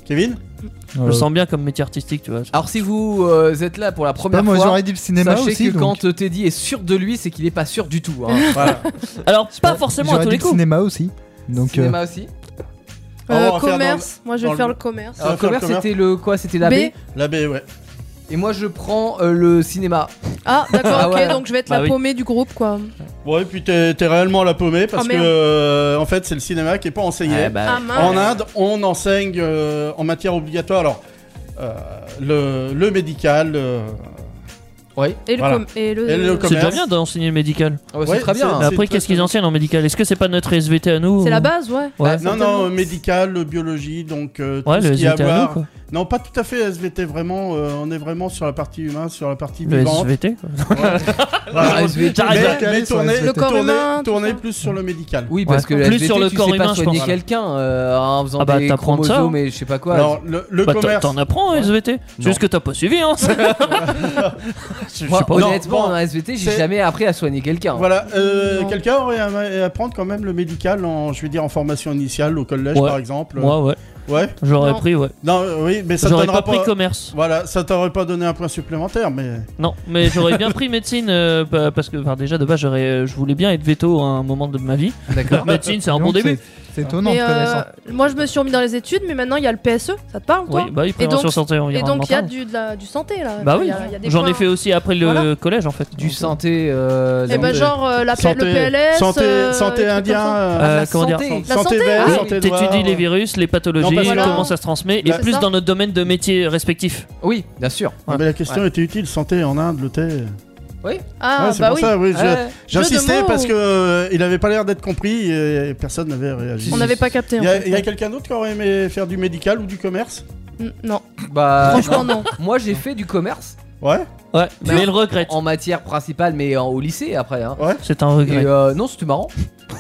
Speaker 3: Kevin
Speaker 7: Euh,
Speaker 6: Je le sens bien comme métier artistique, tu vois.
Speaker 4: Alors si vous euh, êtes là pour la
Speaker 7: Bah,
Speaker 4: première
Speaker 7: moi
Speaker 4: fois,
Speaker 7: j'aurais dit le cinéma
Speaker 4: sachez
Speaker 7: aussi.
Speaker 4: que
Speaker 7: donc.
Speaker 4: quand euh, Teddy est sûr de lui, c'est qu'il est pas sûr du tout. Hein.
Speaker 3: Voilà.
Speaker 6: Alors, pas forcément à
Speaker 7: J'aurais
Speaker 6: tous
Speaker 7: dit
Speaker 6: les
Speaker 7: le
Speaker 6: coups.
Speaker 7: cinéma aussi.
Speaker 3: euh,
Speaker 7: Donc,
Speaker 4: Cinéma aussi.
Speaker 5: Euh,
Speaker 3: on va faire
Speaker 5: commerce, moi je
Speaker 3: dans
Speaker 5: vais
Speaker 3: le-
Speaker 5: faire le commerce.
Speaker 3: Ah,
Speaker 4: Alors,
Speaker 3: faire le
Speaker 4: commerce, c'était le quoi C'était la
Speaker 5: B.
Speaker 4: B.
Speaker 3: La B, ouais.
Speaker 4: Et moi je prends euh, le cinéma.
Speaker 5: Ah, d'accord,
Speaker 4: Ah
Speaker 5: ok,
Speaker 4: ouais.
Speaker 5: donc je vais être
Speaker 6: Bah
Speaker 5: la
Speaker 6: oui.
Speaker 5: paumée du groupe quoi.
Speaker 3: Ouais, puis t'es t'es réellement à la paumée parce
Speaker 5: Oh,
Speaker 3: que,
Speaker 5: merde.
Speaker 3: euh, en fait, c'est le cinéma qui est pas enseigné.
Speaker 4: Ah, bah,
Speaker 5: Ah, mince.
Speaker 3: En Inde, on enseigne euh, en matière obligatoire alors euh, le, le médical. euh,
Speaker 5: Et le,
Speaker 3: Voilà.
Speaker 5: com- et le-
Speaker 3: Et le com-
Speaker 6: C'est déjà
Speaker 3: commerce.
Speaker 6: bien d'enseigner le médical.
Speaker 4: ah ouais,
Speaker 3: ouais,
Speaker 4: c'est très bien.
Speaker 3: c'est-
Speaker 6: Mais
Speaker 4: hein.
Speaker 6: Après,
Speaker 3: tout
Speaker 6: qu'est-ce
Speaker 3: à fait.
Speaker 6: qu'ils enseignent en médical Est-ce que c'est pas notre SVT à nous
Speaker 5: C'est la
Speaker 6: ou-
Speaker 5: base, ouais. Ah,
Speaker 6: Ouais.
Speaker 4: Ouais,
Speaker 3: non,
Speaker 5: certainement.
Speaker 3: non, médical, euh, biologie, donc euh,
Speaker 6: Ah, Ouais,
Speaker 3: tout
Speaker 6: le
Speaker 3: ce qui a à
Speaker 6: SVT à nous
Speaker 3: voir.
Speaker 6: quoi.
Speaker 3: Non, pas tout à fait SVT, vraiment. euh, on est vraiment sur la partie humaine, sur la partie
Speaker 6: Le
Speaker 3: vivante.
Speaker 6: SVT
Speaker 4: Ah,
Speaker 3: Voilà.
Speaker 4: SVT,
Speaker 6: J'arrive
Speaker 3: Mais,
Speaker 4: bah,
Speaker 7: Arrête
Speaker 3: mais
Speaker 7: d'aller sur
Speaker 3: tourner,
Speaker 7: SVT.
Speaker 5: Le corps
Speaker 3: tourner-
Speaker 5: humain, tout
Speaker 3: tourner
Speaker 5: ça.
Speaker 3: plus sur le médical.
Speaker 4: Oui, parce
Speaker 6: Ouais.
Speaker 4: que la
Speaker 6: Plus
Speaker 4: SVT,
Speaker 6: sur le
Speaker 4: tu
Speaker 6: corps
Speaker 4: sais
Speaker 6: humain,
Speaker 4: pas
Speaker 6: je
Speaker 4: soigner
Speaker 6: pense.
Speaker 4: quelqu'un euh, en faisant
Speaker 6: Ah bah,
Speaker 4: des
Speaker 6: t'apprends ça,
Speaker 4: chromosomes et je sais pas quoi.
Speaker 3: Alors, le, le
Speaker 6: Bah, t'en-
Speaker 3: commerce.
Speaker 6: T'en apprends en SVT C'est juste que t'as pas suivi, hein c'est- Je
Speaker 4: Moi,
Speaker 6: sais pas.
Speaker 3: Non,
Speaker 4: honnêtement,
Speaker 3: bon,
Speaker 4: en SVT, j'ai
Speaker 3: c'est-
Speaker 4: jamais appris à soigner quelqu'un.
Speaker 3: Voilà, euh,
Speaker 5: Non.
Speaker 3: quelqu'un aurait à, à apprendre quand même le médical, en, je veux dire en formation initiale, au collège
Speaker 6: Ouais.
Speaker 3: par exemple.
Speaker 6: Moi, ouais.
Speaker 3: Ouais.
Speaker 6: J'aurais
Speaker 5: Non.
Speaker 6: pris, ouais.
Speaker 3: Non, euh, oui, mais ça te
Speaker 6: J'aurais
Speaker 3: donnera
Speaker 6: pas pris
Speaker 3: pas.
Speaker 6: commerce.
Speaker 3: Voilà, ça t'aurait pas donné un point supplémentaire, mais.
Speaker 6: Non, mais j'aurais bien pris médecine euh, pa- parce que enfin, déjà de base j'aurais, euh, je voulais bien être veto à un moment de ma vie.
Speaker 4: D'accord.
Speaker 6: médecine c'est un bon
Speaker 7: Donc,
Speaker 6: début.
Speaker 7: c'est- C'est étonnant
Speaker 5: Mais,
Speaker 7: de
Speaker 5: euh,
Speaker 7: connaître ça.
Speaker 5: moi, je me suis remis dans les études, mais maintenant il y a le PSE. Ça te parle, toi
Speaker 6: Oui, bah oui,
Speaker 5: Et
Speaker 6: prévention
Speaker 5: donc-
Speaker 6: santé
Speaker 5: Et donc il y a
Speaker 6: environnementale.
Speaker 5: du, de la- du santé là.
Speaker 6: Bah
Speaker 5: Il
Speaker 6: oui,
Speaker 5: y a- il y a des
Speaker 6: j'en ai
Speaker 5: points.
Speaker 6: fait aussi après le
Speaker 5: Voilà.
Speaker 6: collège en fait.
Speaker 4: Du santé. Euh,
Speaker 6: Eh
Speaker 5: Et ben
Speaker 3: Santé.
Speaker 5: genre euh, la P-
Speaker 3: santé,
Speaker 5: le PLS.
Speaker 3: santé,
Speaker 5: euh,
Speaker 3: santé
Speaker 5: des trucs comme ça.
Speaker 3: indien,
Speaker 6: Euh,
Speaker 4: la
Speaker 6: comment dire,
Speaker 4: santé.
Speaker 5: La
Speaker 3: santé
Speaker 5: santé,
Speaker 3: vert,
Speaker 5: ah,
Speaker 6: Oui,
Speaker 3: santé noire.
Speaker 6: T'étudies les virus, les pathologies,
Speaker 3: Non, parce
Speaker 5: que-
Speaker 6: comment ça se transmet, et
Speaker 5: C'est
Speaker 6: plus
Speaker 5: ça.
Speaker 6: dans notre domaine de métier respectif.
Speaker 4: Oui, bien sûr.
Speaker 3: Non, mais la question était utile, santé en Inde, le thé.
Speaker 5: Ah
Speaker 3: Ouais, c'est
Speaker 5: bah
Speaker 3: pour
Speaker 5: oui.
Speaker 3: ça, oui. je-
Speaker 4: Ouais.
Speaker 5: Jeu
Speaker 3: J'insistais
Speaker 5: de mots.
Speaker 3: parce que euh, il avait pas l'air d'être compris et personne n'avait réagi.
Speaker 5: On n'avait pas capté.
Speaker 3: Il
Speaker 5: en
Speaker 3: y a,
Speaker 5: fait.
Speaker 3: il y a quelqu'un d'autre qui aurait aimé faire du médical ou du commerce
Speaker 5: Mm, Non,
Speaker 4: Bah,
Speaker 5: franchement non.
Speaker 4: moi j'ai fait du commerce
Speaker 3: Ouais.
Speaker 6: Ouais,
Speaker 4: Non.
Speaker 6: mais le regrette.
Speaker 4: en matière principale, mais en- au lycée après. Hein.
Speaker 6: C'est un
Speaker 4: Et
Speaker 6: regret.
Speaker 4: euh, non, c'était marrant.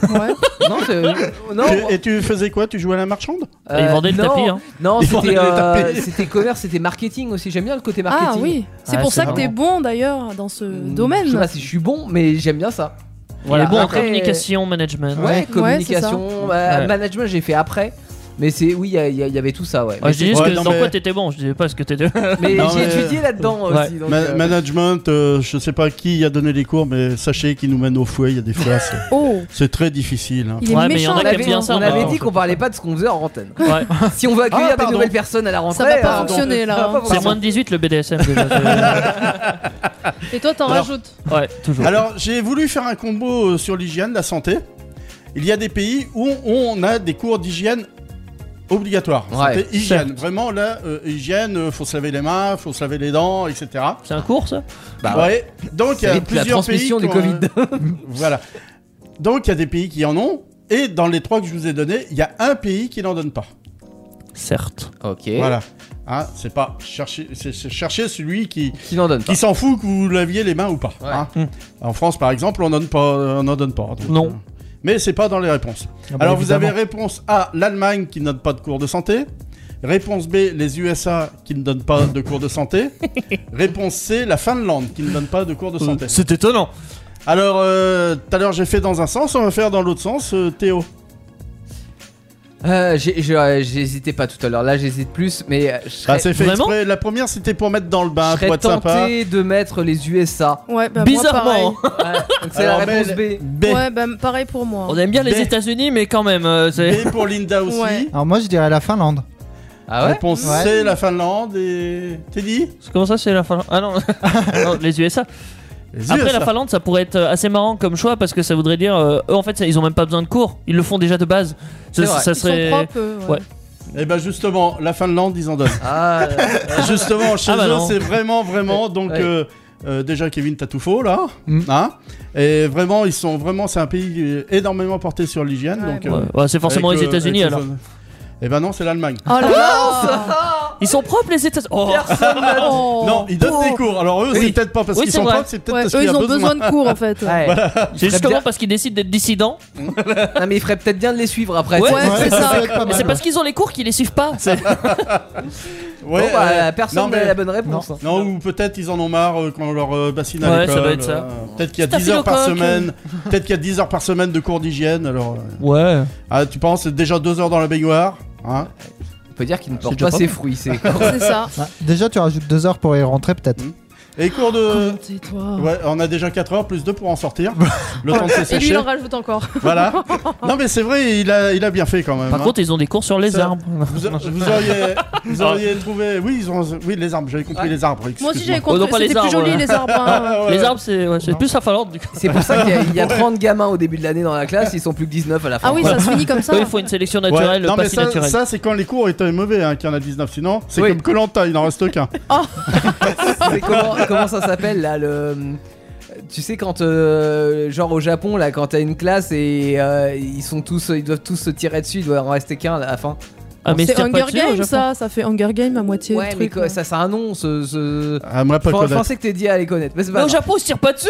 Speaker 5: Ouais.
Speaker 4: Non, c'est- euh, non, euh,
Speaker 3: Et, et tu faisais quoi Tu jouais à la marchande
Speaker 6: Et ils vendaient le
Speaker 4: non,
Speaker 6: tapis. Hein.
Speaker 4: Non,
Speaker 3: Ils vendaient
Speaker 4: c'était
Speaker 3: les
Speaker 4: euh,
Speaker 3: tapis.
Speaker 4: c'était commerce, c'était marketing aussi. J'aime bien le côté marketing.
Speaker 5: Ah oui. C'est
Speaker 6: Ah,
Speaker 5: pour
Speaker 6: c'est Mm.
Speaker 5: ça que t'es bon d'ailleurs dans ce
Speaker 4: Hmm,
Speaker 5: domaine.
Speaker 4: Je sais pas si je suis bon, mais j'aime bien ça.
Speaker 6: Il est bon en
Speaker 4: Après-
Speaker 6: communication, management.
Speaker 4: Ouais,
Speaker 6: Ouais,
Speaker 4: communication, euh,
Speaker 6: Ouais.
Speaker 4: management, j'ai fait après. Mais c'est oui, il y, a- il y a- il y avait tout ça, ouais. Mais
Speaker 6: je dis juste
Speaker 3: Ouais,
Speaker 6: que
Speaker 3: non,
Speaker 6: dans
Speaker 3: mais-
Speaker 6: quoi t'étais bon, je disais pas ce que t'étais.
Speaker 4: Mais
Speaker 3: Non,
Speaker 4: j'ai
Speaker 3: mais-
Speaker 4: étudié là-dedans
Speaker 6: Ouais.
Speaker 4: aussi. donc,
Speaker 3: Ma-
Speaker 4: euh,
Speaker 3: Management, euh, je sais pas qui a donné les cours, mais sachez qu'ils nous mènent au fouet. Il y a des fois, c'est-
Speaker 5: Oh,
Speaker 3: c'est très difficile. hein.
Speaker 5: il est
Speaker 6: Ouais, mais il y
Speaker 4: on
Speaker 6: en a
Speaker 5: méchant.
Speaker 6: qui aiment
Speaker 5: avec
Speaker 4: avait,
Speaker 6: bien
Speaker 5: toi.
Speaker 6: ça,
Speaker 4: on
Speaker 6: moi.
Speaker 4: avait
Speaker 6: Non,
Speaker 4: dit
Speaker 6: je
Speaker 4: qu'on parlait pas de ce qu'on faisait en antenne.
Speaker 6: Ouais.
Speaker 4: Si on veut accueillir des
Speaker 3: Ah, pardon.
Speaker 4: nouvelles personnes à la rentrée,
Speaker 5: Ça va pas
Speaker 4: euh,
Speaker 5: fonctionner
Speaker 4: ça va
Speaker 5: là.
Speaker 4: pas
Speaker 5: hein.
Speaker 6: C'est moins de 18 le BDSM déjà.
Speaker 5: Et toi t'en
Speaker 3: Alors-
Speaker 5: rajoutes.
Speaker 6: c'est- ouais, toujours.
Speaker 3: Alors, j'ai voulu faire un combo euh, sur l'hygiène, la santé. Il y a des pays où on a des cours d'hygiène obligatoires.
Speaker 4: Ouais,
Speaker 3: Santé, hygiène, vraiment là, euh, hygiène, euh, faut se laver les mains, faut se laver les dents, etc.
Speaker 6: C'est un cours ça
Speaker 4: Bah
Speaker 3: ouais. Donc il y
Speaker 4: Ça
Speaker 3: a
Speaker 4: évite la
Speaker 3: plusieurs
Speaker 4: transmission
Speaker 3: pays
Speaker 4: du
Speaker 3: qui ont,
Speaker 4: Covid.
Speaker 3: euh, voilà. Donc il y a des pays qui en ont. Et dans les trois que je vous ai donnés, il y a un pays qui n'en donne pas.
Speaker 6: Certes.
Speaker 4: Ok.
Speaker 3: Voilà. Hein, c'est pas chercher, c'est c'est chercher celui qui,
Speaker 4: Qui n'en donne pas.
Speaker 3: qui s'en fout que vous laviez les mains ou pas.
Speaker 4: Ouais.
Speaker 3: hein.
Speaker 6: Mm.
Speaker 3: En France, par exemple, on n'en donne pas. euh, On n'en donne pas donc,
Speaker 6: Non.
Speaker 3: euh, mais c'est pas dans les réponses.
Speaker 6: Ah bah,
Speaker 3: Alors vous avez
Speaker 6: évidemment.
Speaker 3: réponse A, l'Allemagne qui ne donne pas de cours de santé. Réponse B, les USA qui ne donnent pas de cours de santé. réponse C, la Finlande qui ne donne pas de cours de santé.
Speaker 6: Euh, C'est étonnant.
Speaker 3: Alors, euh, tout à l'heure j'ai fait dans un sens, on va faire dans l'autre sens, euh, Théo.
Speaker 4: Euh, j'ai- j'ai- euh, J'hésitais pas tout à l'heure. Là, j'hésite plus, mais euh, je
Speaker 3: Ah,
Speaker 4: serais,
Speaker 3: c'est fait
Speaker 6: Vraiment
Speaker 3: exprès. La première c'était pour mettre dans le
Speaker 4: je
Speaker 3: bain,
Speaker 4: serais
Speaker 3: pour être sympa.
Speaker 4: tenté de mettre les USA.
Speaker 5: Ouais, bah, moi,
Speaker 6: Bizarrement.
Speaker 5: pareil.
Speaker 4: Ouais, Ah, donc c'est la
Speaker 3: Alors, mais
Speaker 4: réponse
Speaker 3: le-
Speaker 4: B.
Speaker 3: B.
Speaker 5: Ouais, bah pareil pour moi.
Speaker 6: On aime bien les
Speaker 3: Des-
Speaker 6: États-Unis, mais quand même, euh, c'est.
Speaker 3: B pour Linda aussi.
Speaker 5: Ouais.
Speaker 7: Alors moi je dirais la Finlande.
Speaker 4: Ah ouais
Speaker 3: Réponse
Speaker 7: Ouais.
Speaker 3: C, la Finlande et Teddy.
Speaker 6: Comment ça, c'est la Finlande Ah non. Non, les USA.
Speaker 3: Les
Speaker 6: Après,
Speaker 3: USA.
Speaker 6: la Finlande, ça pourrait être euh, assez marrant comme choix parce que ça voudrait dire. euh, eux, en fait, ça- ils ont même pas besoin de cours. Ils le font déjà de base.
Speaker 4: C'est
Speaker 6: Ça,
Speaker 4: vrai.
Speaker 6: ça
Speaker 5: Ils
Speaker 6: serait.
Speaker 5: sont propres. eux, ouais.
Speaker 6: Ouais.
Speaker 3: Eh ben justement, la Finlande, ils en donnent.
Speaker 4: Ah, euh,
Speaker 3: justement, chez
Speaker 6: Ah bah
Speaker 3: eux,
Speaker 6: non.
Speaker 3: c'est vraiment, vraiment. Donc,
Speaker 4: Ouais.
Speaker 3: euh, euh, déjà, Kevin, t'as tout faux là.
Speaker 7: Mm.
Speaker 3: Hein et vraiment, ils sont vraiment. C'est un pays euh, énormément porté sur l'hygiène.
Speaker 5: Ouais,
Speaker 3: donc,
Speaker 5: bon.
Speaker 3: euh,
Speaker 6: Ouais, ouais, c'est forcément
Speaker 3: avec,
Speaker 6: les
Speaker 3: euh,
Speaker 6: États-Unis
Speaker 3: avec les
Speaker 6: alors.
Speaker 3: autres- Eh ben non, c'est l'Allemagne.
Speaker 5: Oh là là
Speaker 6: Ils sont propres, les États-Unis. Oh,
Speaker 5: Oh.
Speaker 3: non, ils donnent
Speaker 6: oh.
Speaker 3: des cours. Alors, eux, c'est
Speaker 6: Oui.
Speaker 3: peut-être pas parce
Speaker 6: Oui,
Speaker 3: qu'ils
Speaker 6: c'est
Speaker 3: sont
Speaker 6: vrai.
Speaker 3: propres, c'est peut-être
Speaker 5: Ouais,
Speaker 3: parce
Speaker 5: eux,
Speaker 3: qu'il y
Speaker 5: ils
Speaker 3: a
Speaker 5: ont besoin,
Speaker 3: besoin.
Speaker 5: de cours en fait.
Speaker 4: ouais.
Speaker 6: c'est
Speaker 4: serait
Speaker 6: justement
Speaker 4: bien.
Speaker 6: parce qu'ils décident d'être dissidents.
Speaker 4: Non, mais il ferait peut-être bien de les suivre après.
Speaker 6: Ouais.
Speaker 4: tu sais.
Speaker 5: Ouais, c'est ça.
Speaker 7: peut être pas
Speaker 6: Mais
Speaker 7: mal.
Speaker 6: c'est parce qu'ils ont les cours qu'ils les suivent pas.
Speaker 3: Ouais,
Speaker 4: bon, bah,
Speaker 3: euh,
Speaker 4: personne
Speaker 3: non,
Speaker 4: n'a
Speaker 3: mais-
Speaker 4: la bonne réponse. hein.
Speaker 3: Non, ou peut-être ils en ont marre euh, quand on leur euh, bassine à
Speaker 6: Ouais,
Speaker 3: l'école.
Speaker 6: ça doit être ça.
Speaker 3: euh, peut-être qu'il y a
Speaker 6: C'est un
Speaker 3: 10 heures par
Speaker 6: philococque.
Speaker 3: semaine. Peut-être qu'il y a 10 heures par semaine de cours d'hygiène. Alors, euh,
Speaker 6: Ouais.
Speaker 3: ah, tu penses c'est déjà 2 heures dans la baignoire hein
Speaker 4: On peut dire qu'il ne
Speaker 6: C'est
Speaker 4: porte
Speaker 6: déjà
Speaker 4: pas
Speaker 6: pas
Speaker 4: ses
Speaker 6: mal.
Speaker 4: fruits. C'est
Speaker 3: Euh,
Speaker 7: Ah,
Speaker 5: C'est ça.
Speaker 7: Bah, déjà tu rajoutes deux heures pour y rentrer peut-être.
Speaker 3: Et cours de.
Speaker 5: Comptez-toi.
Speaker 3: Ouais, on a déjà 4 heures plus 2 pour en sortir. Le temps de se
Speaker 5: Et lui,
Speaker 3: sécher.
Speaker 5: il en rajoute encore.
Speaker 3: Voilà. Non, mais c'est vrai, il a, il a bien fait quand même.
Speaker 6: Par
Speaker 3: hein.
Speaker 6: contre, Ah ils ont des cours sur les
Speaker 3: Ça-
Speaker 6: arbres.
Speaker 3: vous, vous auriez, vous auriez trouvé. Oui, ils ont, oui, les arbres, j'avais compris les arbres.
Speaker 5: Moi aussi, j'avais
Speaker 3: excuse-moi.
Speaker 5: compris.
Speaker 6: non, pas les
Speaker 5: C'était plus
Speaker 6: arbres,
Speaker 5: joli,
Speaker 6: ouais.
Speaker 5: les arbres. hein.
Speaker 3: Ah, ouais.
Speaker 6: Les arbres, c'est ouais, c'est plus la Finlande du coup.
Speaker 4: C'est pour ça qu'il y a- il y, a 30 gamins au début de l'année dans la classe, ils sont plus que 19 à la fin.
Speaker 5: Ah oui, ça se finit comme ça.
Speaker 6: Ouais, il faut une sélection
Speaker 3: Ouais.
Speaker 6: naturelle,
Speaker 3: Non,
Speaker 6: pas
Speaker 3: mais
Speaker 6: si
Speaker 3: ça,
Speaker 6: naturelle.
Speaker 3: ça, c'est quand les cours étaient mauvais, hein, qu'il y en a 19. Sinon, c'est
Speaker 4: Oui.
Speaker 3: comme Colanta, il n'en reste qu'un.
Speaker 4: C'est comment, comment ça s'appelle là le tu sais quand euh, genre au Japon là quand t'as une classe et euh, ils sont tous ils doivent tous se tirer dessus il doit en rester qu'un à la fin
Speaker 6: Ah, mais
Speaker 5: C'est
Speaker 6: c'est
Speaker 5: Hunger Game, ça. Ça fait Hunger Game à moitié. le
Speaker 4: ouais mais
Speaker 5: truc,
Speaker 4: quoi,
Speaker 5: là.
Speaker 4: ça ça annonce ce...
Speaker 3: Ah, moi, pas
Speaker 4: Je
Speaker 3: Colanta.
Speaker 4: pensais que t'étais à les connaître mais c'est
Speaker 6: Mais
Speaker 4: pas
Speaker 6: au
Speaker 4: grave.
Speaker 6: Japon, ils se tirent pas dessus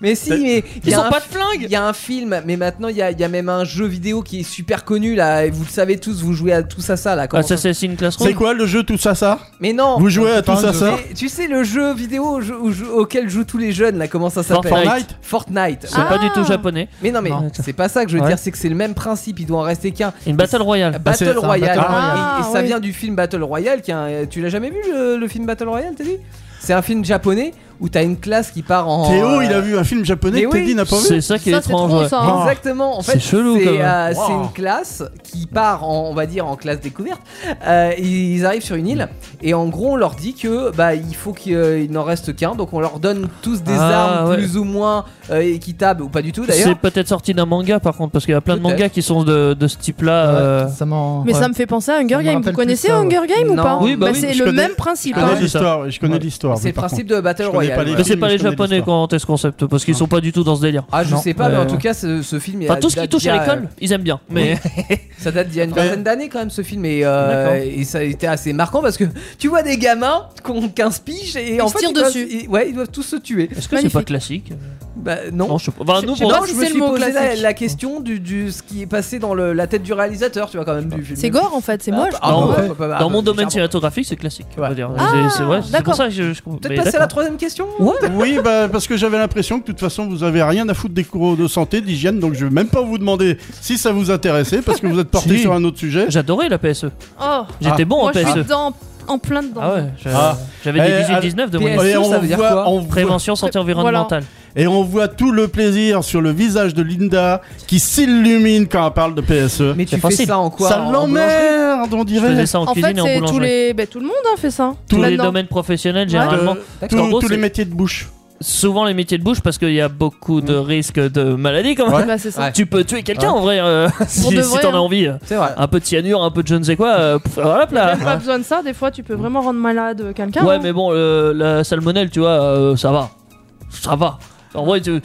Speaker 4: mais si
Speaker 3: T'as-
Speaker 4: mais il y
Speaker 6: Ils
Speaker 4: a
Speaker 6: ont
Speaker 4: un
Speaker 6: pas de flingue
Speaker 4: Il y a un film, mais maintenant il y a, il y a même un jeu vidéo qui est super connu là, et vous le savez tous, vous jouez à tous à ça là. comment
Speaker 6: Ah, ça,
Speaker 4: ça-
Speaker 6: c'est Assassin's
Speaker 3: C'est
Speaker 6: Classroom.
Speaker 3: quoi le jeu, tout ça, ça
Speaker 4: Mais non
Speaker 3: Vous jouez à tout ça, ça
Speaker 4: Mais Tu sais le jeu vidéo au jeu- au jeu- auquel jouent tous les jeunes là, comment ça s'appelle
Speaker 6: Fortnite.
Speaker 3: Fortnite
Speaker 4: Fortnite.
Speaker 6: C'est pas du
Speaker 5: Ah.
Speaker 6: tout japonais.
Speaker 4: Mais non mais
Speaker 6: Non.
Speaker 4: c'est pas ça que je veux
Speaker 6: Ouais.
Speaker 4: dire, c'est que c'est le même principe, il doit en rester qu'un.
Speaker 6: Une battle royale.
Speaker 3: Bah,
Speaker 7: c'est- c'est
Speaker 4: Battle
Speaker 7: un
Speaker 4: Royale.
Speaker 7: Battle
Speaker 5: Royale.
Speaker 4: Et- et,
Speaker 5: Ah,
Speaker 4: ça
Speaker 5: oui.
Speaker 4: vient du film Battle Royale. Qui est un- Tu l'as jamais vu le, le film Battle Royale, t'as dit C'est un film japonais où t'as une classe qui part en.
Speaker 3: Théo, il
Speaker 4: euh,
Speaker 3: a vu un film japonais
Speaker 4: mais
Speaker 3: que Teddy
Speaker 4: oui.
Speaker 3: n'a pas vu.
Speaker 6: C'est ça qui est
Speaker 5: Ça, c'est
Speaker 6: étrange.
Speaker 5: trop,
Speaker 6: ouais.
Speaker 5: ça. hein.
Speaker 4: Exactement. En
Speaker 6: C'est
Speaker 4: fait,
Speaker 6: chelou, quand
Speaker 4: C'est
Speaker 6: même.
Speaker 4: euh, c'est
Speaker 3: Oh. Wow.
Speaker 4: une classe qui part en, on va dire, en classe découverte. Euh, ils arrivent sur une île et en gros, on leur dit que bah il faut qu'il euh, il n'en reste qu'un. Donc on leur donne tous des
Speaker 6: Ah,
Speaker 4: armes
Speaker 6: ouais.
Speaker 4: plus ou moins euh, équitables ou pas du tout
Speaker 6: C'est
Speaker 4: d'ailleurs.
Speaker 6: peut-être sorti d'un manga par contre, parce qu'il y a plein de
Speaker 4: Peut-être.
Speaker 6: mangas qui sont de, de ce type-là. euh,
Speaker 7: Ouais, ça m'en-
Speaker 5: Mais
Speaker 6: Ouais.
Speaker 5: ça me fait penser à Hunger
Speaker 7: me
Speaker 5: Game.
Speaker 7: rappelle
Speaker 5: Vous
Speaker 7: plus
Speaker 5: connaissez
Speaker 7: ça, ouais.
Speaker 5: Hunger Game ou
Speaker 4: Non.
Speaker 5: pas
Speaker 6: Oui, bah
Speaker 5: Bah,
Speaker 6: oui.
Speaker 5: C'est
Speaker 3: Je
Speaker 5: le
Speaker 3: connais-
Speaker 5: même
Speaker 4: Ah,
Speaker 5: principe.
Speaker 3: Je
Speaker 5: hein.
Speaker 3: connais
Speaker 6: ouais.
Speaker 3: l'histoire, je connais l'histoire.
Speaker 4: C'est
Speaker 3: mais
Speaker 4: le
Speaker 3: par
Speaker 4: principe de Battle
Speaker 3: je connais pas
Speaker 4: Royale.
Speaker 3: les-
Speaker 4: ouais.
Speaker 6: Mais c'est
Speaker 3: films,
Speaker 6: pas
Speaker 3: je
Speaker 6: les
Speaker 3: connais
Speaker 6: japonais
Speaker 3: l'histoire.
Speaker 6: qui ont inventé ce concept, parce qu'ils sont pas du tout dans ce délire.
Speaker 4: Ah, je
Speaker 6: Non.
Speaker 4: sais pas, mais
Speaker 6: Ouais.
Speaker 4: en tout cas, ce, ce film. est
Speaker 6: Enfin, tout ce qui
Speaker 4: date
Speaker 6: touche à
Speaker 4: d'il y a- euh,
Speaker 6: l'école, ils aiment bien. Mais
Speaker 4: Ça date d'il y a une
Speaker 3: Ouais.
Speaker 4: vingtaine d'années quand même ce film et, euh,
Speaker 6: D'accord.
Speaker 4: et ça a été assez marquant parce que tu vois des gamins qui ont 15 piges et
Speaker 5: Ils
Speaker 4: en
Speaker 5: se
Speaker 4: fait
Speaker 5: tirent
Speaker 4: ils doivent-
Speaker 5: dessus.
Speaker 4: ils- ouais, ils doivent tous se tuer.
Speaker 6: est-ce que c'est
Speaker 5: Magnifique.
Speaker 6: pas classique
Speaker 4: Bah non.
Speaker 6: Non, je sais pas. Bah,
Speaker 4: Je-
Speaker 6: nous,
Speaker 4: je sais
Speaker 6: bon,
Speaker 4: pas,
Speaker 5: non,
Speaker 4: je
Speaker 5: c'est
Speaker 4: me
Speaker 5: le
Speaker 4: suis
Speaker 5: mot
Speaker 4: posé la,
Speaker 5: classique.
Speaker 4: la question du, du- ce qui est passé dans le- la tête du réalisateur, tu vois quand même du film.
Speaker 5: C'est gore en fait, c'est moche.
Speaker 4: Ah,
Speaker 6: Dans-
Speaker 4: bah, bah, bah, bah,
Speaker 6: dans mon
Speaker 4: bah,
Speaker 6: domaine
Speaker 4: clairement.
Speaker 6: cinématographique, c'est classique. on va
Speaker 4: Ouais.
Speaker 6: dire.
Speaker 5: Ah,
Speaker 6: C'est- c'est ouais, c'est
Speaker 5: d'accord.
Speaker 6: pour ça que je. je- mais
Speaker 4: Peut-être passer à la
Speaker 6: d'accord.
Speaker 4: troisième question.
Speaker 3: contre. Oui, bah, parce que j'avais l'impression que de toute façon, vous avez rien à foutre des cours de santé, d'hygiène, donc je vais même pas vous demander si ça vous intéressait, parce que vous êtes parti
Speaker 6: Si.
Speaker 3: sur un autre sujet.
Speaker 6: J'adorais la PSE.
Speaker 4: Ah.
Speaker 5: Oh,
Speaker 6: J'étais bon en
Speaker 5: moi je suis
Speaker 6: PSE.
Speaker 5: dedans, en plein dedans.
Speaker 6: Ah ouais, je-
Speaker 3: Ah.
Speaker 6: j'avais
Speaker 3: Eh,
Speaker 6: des 18-19 de
Speaker 4: PS.
Speaker 6: moyenne.
Speaker 4: Et
Speaker 3: on
Speaker 4: ça veut dire quoi
Speaker 3: on voit-
Speaker 6: Prévention santé environnementale.
Speaker 3: Et on voit tout le plaisir sur le visage de Linda qui s'illumine quand elle parle de PSE.
Speaker 4: Mais tu
Speaker 6: C'est
Speaker 4: fais
Speaker 6: facile.
Speaker 4: ça en quoi
Speaker 3: ça
Speaker 4: en- en
Speaker 3: l'emmerde, on
Speaker 6: Je
Speaker 3: dirait.
Speaker 6: faisais ça en,
Speaker 5: En fait,
Speaker 6: cuisine et en
Speaker 5: c'est tous
Speaker 6: boulangerie.
Speaker 5: les... ben, tout le monde hein, fait ça.
Speaker 6: Tous les
Speaker 5: Maintenant.
Speaker 6: domaines professionnels,
Speaker 5: Ouais.
Speaker 6: généralement.
Speaker 3: Euh,
Speaker 4: Parce
Speaker 3: tous-
Speaker 6: qu'en gros,
Speaker 3: tous les
Speaker 6: c'est-
Speaker 3: métiers de bouche.
Speaker 6: Souvent les métiers de bouche parce qu'il y a beaucoup de risques de maladies quand même.
Speaker 5: Ouais, bah, c'est ça.
Speaker 4: Mm. Ouais.
Speaker 6: Tu peux tuer quelqu'un en vrai euh, si,
Speaker 5: Pour de
Speaker 6: si
Speaker 5: vrai,
Speaker 6: t'en as
Speaker 5: hein.
Speaker 6: envie.
Speaker 4: C'est vrai.
Speaker 6: Un peu de cyanure, un peu de je ne sais quoi. euh, pff, hop là.
Speaker 5: Même pas besoin de ça, des fois tu peux vraiment rendre malade quelqu'un.
Speaker 6: Ouais,
Speaker 5: hein.
Speaker 6: mais bon, euh, la salmonelle, tu vois, euh, ça va. Ça va. En vrai, tu-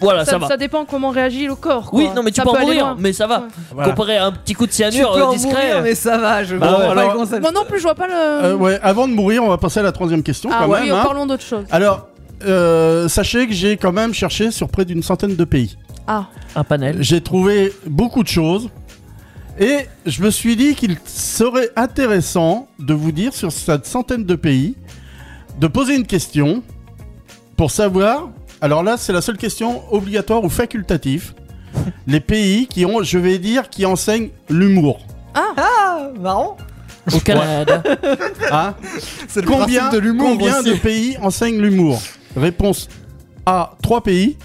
Speaker 6: voilà, ça,
Speaker 5: ça,
Speaker 6: va.
Speaker 5: ça dépend comment réagit le corps.
Speaker 6: oui,
Speaker 5: quoi.
Speaker 6: non, mais tu
Speaker 5: Ça
Speaker 6: peux en
Speaker 5: aller
Speaker 6: mourir,
Speaker 5: loin.
Speaker 6: mais ça va.
Speaker 5: Ouais.
Speaker 3: Voilà.
Speaker 6: Comparé à un petit coup de
Speaker 4: Tu
Speaker 6: cyanure
Speaker 4: peux
Speaker 6: euh,
Speaker 4: en
Speaker 6: discret.
Speaker 4: mourir, mais ça va. Je
Speaker 3: Bah
Speaker 4: comprends
Speaker 3: ouais,
Speaker 4: pas
Speaker 3: alors-
Speaker 4: le concept.
Speaker 5: Moi non plus, je vois pas le.
Speaker 3: Euh, ouais, avant de mourir, on va passer à la troisième question
Speaker 5: ah
Speaker 3: quand
Speaker 5: oui,
Speaker 3: même. hein.
Speaker 5: parlons d'autre chose.
Speaker 3: Alors, euh, sachez que j'ai quand même cherché sur près d'une centaine de pays.
Speaker 5: Ah,
Speaker 6: Un panel.
Speaker 3: J'ai trouvé beaucoup de choses. Et je me suis dit qu'il serait intéressant de vous dire sur cette centaine de pays, de poser une question pour savoir. Alors là, c'est la seule question obligatoire ou facultatif. les pays qui ont, je vais dire, qui enseignent l'humour.
Speaker 4: Ah, marrant.
Speaker 6: Au Canada.
Speaker 3: Hein
Speaker 7: C'est le
Speaker 3: combien
Speaker 7: principe de l'humour
Speaker 3: combien
Speaker 7: aussi.
Speaker 3: de pays enseignent l'humour Réponse A 3 pays.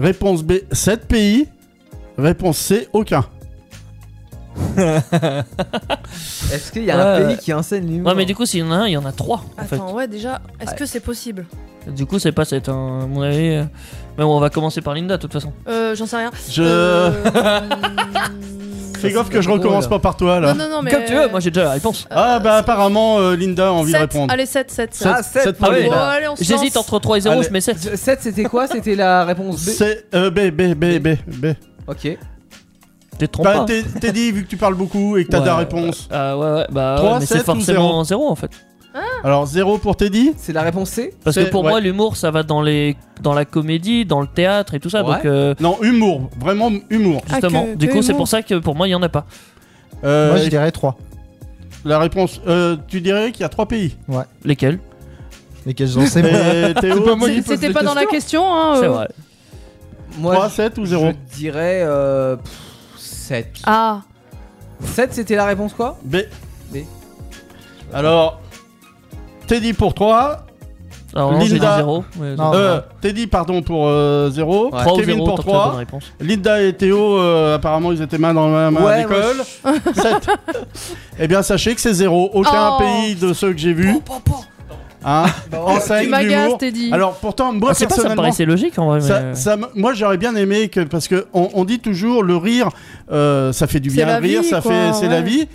Speaker 3: Réponse B 7 pays. Réponse C aucun.
Speaker 4: Est-ce qu'il y a un
Speaker 6: Ouais.
Speaker 4: pays qui enseigne l'humour
Speaker 6: Ouais, mais du coup, s'il y en a un, il y en a trois. En fait.
Speaker 5: attends, ouais, déjà, est-ce que c'est possible
Speaker 6: Du coup, c'est pas cette, hein, à mon avis. euh. Mais bon, on va commencer par Linda, de toute façon.
Speaker 5: euh, J'en sais rien.
Speaker 3: Je
Speaker 5: Euh,
Speaker 3: fais gaffe que je
Speaker 4: drôle.
Speaker 3: recommence pas par toi là.
Speaker 5: Non, non, non, mais.
Speaker 6: Comme tu veux, moi j'ai déjà la réponse.
Speaker 3: ah bah apparemment euh, Linda a envie de
Speaker 5: Sept.
Speaker 3: répondre.
Speaker 5: Allez, 7, 7, 7.
Speaker 4: Ah, 7
Speaker 3: sept pour
Speaker 6: lui.
Speaker 5: Bon,
Speaker 6: là.
Speaker 5: allez, on se
Speaker 6: J'hésite
Speaker 5: lance.
Speaker 6: entre 3 et 0,
Speaker 3: Allez.
Speaker 6: je mets 7.
Speaker 4: 7 c'était quoi C'était la réponse B.
Speaker 3: C'est euh, B B B B B.
Speaker 4: Ok.
Speaker 6: Tu te trompes
Speaker 3: Bah,
Speaker 6: pas.
Speaker 3: t'es t'es dit vu que tu parles beaucoup et que t'as
Speaker 6: Ouais,
Speaker 3: de la réponse.
Speaker 6: Ah ouais, ouais, bah
Speaker 3: Trois,
Speaker 6: ouais, mais
Speaker 3: sept
Speaker 6: c'est
Speaker 3: ou
Speaker 6: forcément 0 en fait.
Speaker 3: Alors zéro pour Teddy.
Speaker 4: C'est la réponse C
Speaker 6: Parce que
Speaker 3: C'est-
Speaker 6: pour
Speaker 3: ouais.
Speaker 6: moi, l'humour ça va dans, les... dans la comédie, dans le théâtre et tout ça.
Speaker 4: Ouais.
Speaker 6: Donc euh,
Speaker 3: Non humour, vraiment humour.
Speaker 5: Ah,
Speaker 6: justement,
Speaker 5: que-
Speaker 6: du
Speaker 5: que
Speaker 6: coup, c'est
Speaker 5: humour.
Speaker 6: pour ça que pour moi il y en a pas.
Speaker 3: Euh,
Speaker 7: Moi, je dirais 3.
Speaker 3: la réponse. euh, tu dirais qu'il y a trois pays.
Speaker 6: Lesquels
Speaker 7: Mais qu'est-ce que j'en sais moi
Speaker 3: Et Théo,
Speaker 5: C'est- C'était pas dans la question, hein.
Speaker 6: C'est
Speaker 5: euh.
Speaker 6: vrai.
Speaker 4: Moi
Speaker 3: 3, 7 ou 0
Speaker 4: Je dirais euh, 7.
Speaker 5: Ah,
Speaker 4: 7 c'était la réponse quoi
Speaker 3: B.
Speaker 4: B.
Speaker 3: Alors, Teddy pour 3,
Speaker 6: Alors, non, j'ai dit
Speaker 3: Linda.
Speaker 6: 0. Ouais,
Speaker 4: Oh,
Speaker 7: Non.
Speaker 6: zéro.
Speaker 3: Euh, Teddy, pardon, pour 0.
Speaker 6: Trois ou
Speaker 3: Kevin
Speaker 6: zéro,
Speaker 3: pour
Speaker 6: tant que t'as la
Speaker 3: 3.
Speaker 6: bonne réponse.
Speaker 3: Linda et Théo, euh, apparemment, ils étaient main dans la main à
Speaker 4: Ouais, moi,
Speaker 3: l'école. 7. eh bien, sachez que c'est zéro. Aucun
Speaker 5: Oh.
Speaker 3: pays de ceux que j'ai vus. Hein,
Speaker 5: Tu
Speaker 4: Bah,
Speaker 3: enseigne
Speaker 5: m'agaces,
Speaker 3: l'humour.
Speaker 5: Teddy.
Speaker 3: Alors, pourtant, moi,
Speaker 6: Ah, c'est pas ça me
Speaker 3: personnellement,
Speaker 6: paraissait logique en vrai.
Speaker 3: ça-
Speaker 6: mais, euh,
Speaker 3: ça me- moi, j'aurais bien aimé que. Parce qu'on on dit toujours, le rire, euh, ça fait du
Speaker 5: C'est
Speaker 3: bien
Speaker 5: la
Speaker 3: rire,
Speaker 5: vie,
Speaker 3: ça
Speaker 5: quoi,
Speaker 3: fait. C'est la
Speaker 5: ouais.
Speaker 3: vie.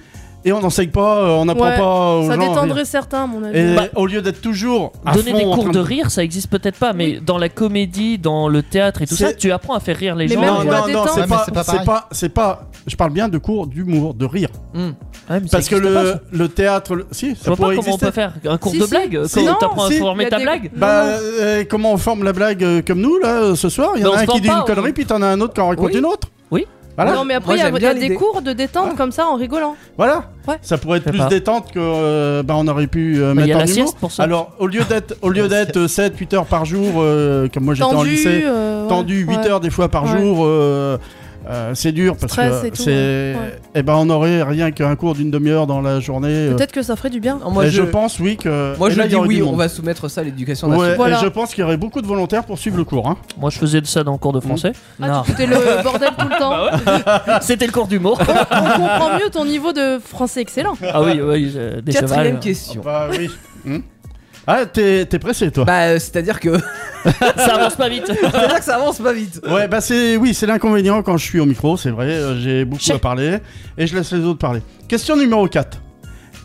Speaker 3: Et on n'enseigne pas, euh, on n'apprend
Speaker 5: Ouais,
Speaker 3: pas aux
Speaker 5: ça
Speaker 3: gens. à rire.
Speaker 5: détendrait certains, à mon avis.
Speaker 3: Et
Speaker 6: Bah,
Speaker 3: au lieu d'être toujours à
Speaker 6: euh, Donner
Speaker 3: fond
Speaker 6: des
Speaker 3: en
Speaker 6: cours
Speaker 3: train
Speaker 6: de rire, ça existe peut-être pas, mais dans la comédie, dans le théâtre et tout
Speaker 3: C'est-
Speaker 6: ça, tu apprends à faire rire les
Speaker 5: Mais
Speaker 6: gens.
Speaker 5: même
Speaker 3: non,
Speaker 5: pour la
Speaker 3: non, non,
Speaker 5: détente.
Speaker 3: c'est
Speaker 7: Ouais,
Speaker 3: pas,
Speaker 7: mais c'est pas
Speaker 3: c'est
Speaker 7: pareil.
Speaker 3: pas, c'est pas. Je parle bien de cours d'humour, de rire.
Speaker 6: Ouais, mais ça
Speaker 3: Parce que
Speaker 6: existe pas, ça.
Speaker 3: le, le théâtre, le- si,
Speaker 6: Je
Speaker 3: ça
Speaker 6: vois pas
Speaker 3: pourrait
Speaker 6: comment on
Speaker 3: exister.
Speaker 6: peut faire un cours
Speaker 5: Si,
Speaker 6: de
Speaker 5: si.
Speaker 6: blague.
Speaker 5: Si.
Speaker 6: Comment t'apprends
Speaker 3: Si.
Speaker 6: à
Speaker 5: Il y
Speaker 6: former
Speaker 5: a
Speaker 6: ta
Speaker 5: des-
Speaker 6: blague
Speaker 3: Bah,
Speaker 5: Non, non.
Speaker 3: euh, comment on forme la blague euh, comme nous, là, euh, ce soir Il y en
Speaker 6: Mais on
Speaker 3: a un
Speaker 6: se
Speaker 3: qui
Speaker 6: forme
Speaker 3: dit
Speaker 6: pas,
Speaker 3: une
Speaker 6: on-
Speaker 3: connerie, puis t'en as un autre qui en raconte
Speaker 6: Oui.
Speaker 3: une autre.
Speaker 6: Oui.
Speaker 3: Voilà.
Speaker 5: Non, mais
Speaker 4: Moi,
Speaker 5: après, il y a-
Speaker 4: j'aime
Speaker 5: il y a
Speaker 4: bien
Speaker 5: des
Speaker 4: l'idée.
Speaker 5: cours de
Speaker 3: Ah.
Speaker 5: détente comme ça en rigolant.
Speaker 3: voilà.
Speaker 5: Ouais.
Speaker 3: Ça pourrait être
Speaker 6: Je sais
Speaker 3: plus
Speaker 6: pas.
Speaker 3: détente que euh, bah, on aurait pu euh,
Speaker 6: Bah, il y
Speaker 3: mettre
Speaker 6: a
Speaker 3: en
Speaker 6: la
Speaker 3: humour.
Speaker 6: sieste pour ça.
Speaker 3: Alors, au lieu d'être au lieu
Speaker 6: La
Speaker 3: d'être 7-8 heures par jour, euh, comme moi j'étais en
Speaker 5: Tendu,
Speaker 3: lycée,
Speaker 5: euh, ouais,
Speaker 3: tendu 8
Speaker 5: ouais.
Speaker 3: heures des fois par
Speaker 5: Ouais.
Speaker 3: jour. euh, euh, c'est dur parce
Speaker 5: Stress
Speaker 3: que
Speaker 5: et tout,
Speaker 3: c'est.
Speaker 5: ouais. Ouais.
Speaker 3: Eh ben, on aurait rien qu'un cours d'une demi-heure dans la journée. euh,
Speaker 5: Peut-être que ça ferait du bien.
Speaker 4: Non, moi,
Speaker 3: et je...
Speaker 4: je,
Speaker 3: pense, oui, que.
Speaker 4: moi,
Speaker 3: et
Speaker 4: je
Speaker 3: là, il y
Speaker 4: dis
Speaker 3: aurait
Speaker 4: oui,
Speaker 3: du
Speaker 4: on
Speaker 3: monde.
Speaker 4: va soumettre ça à l'éducation
Speaker 3: Ouais,
Speaker 4: nationale.
Speaker 3: et
Speaker 5: Voilà.
Speaker 3: je pense qu'il y aurait beaucoup de volontaires pour suivre le cours. Hein.
Speaker 6: Moi, je faisais de ça dans le cours de français.
Speaker 5: Ah, tu foutais le bordel tout le temps.
Speaker 6: C'était le cours d'humour.
Speaker 5: On comprend mieux ton niveau de français excellent.
Speaker 6: ah oui, oui, euh, des
Speaker 4: Quatrième
Speaker 6: chevals.
Speaker 4: question.
Speaker 3: Bah oui. Hmm. ah, t'es t'es pressé, toi
Speaker 4: Bah, euh, c'est-à-dire que...
Speaker 6: Ça avance pas vite.
Speaker 4: c'est-à-dire que ça avance pas vite.
Speaker 3: Ouais, bah c'est oui, c'est l'inconvénient quand je suis au micro, c'est vrai, euh, j'ai beaucoup
Speaker 6: Chef.
Speaker 3: à parler et je laisse les autres parler. Question numéro 4.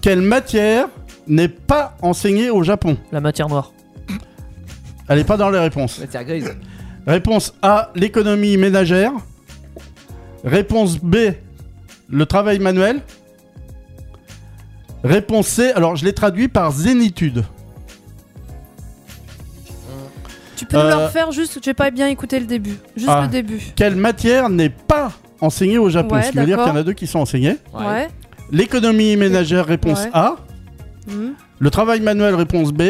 Speaker 3: Quelle matière n'est pas enseignée au Japon
Speaker 6: La matière noire.
Speaker 5: Mmh.
Speaker 3: Elle n'est pas dans les réponses.
Speaker 4: Matière grise.
Speaker 3: Réponse A, l'économie ménagère. Réponse B, le travail manuel. Réponse C, alors je l'ai traduit par zénitude.
Speaker 5: Tu peux nous le
Speaker 3: Euh,
Speaker 5: refaire juste, j'ai pas bien écouté le début. Juste
Speaker 3: Ah.
Speaker 5: le début.
Speaker 3: Quelle matière n'est pas enseignée au Japon
Speaker 5: Ouais,
Speaker 3: Ce qui veut dire qu'il
Speaker 5: d'accord.
Speaker 3: y en a deux qui sont enseignées.
Speaker 5: Ouais.
Speaker 3: L'économie ménagère, réponse
Speaker 5: Ouais.
Speaker 3: A.
Speaker 5: Mhm.
Speaker 3: Le travail manuel, réponse B.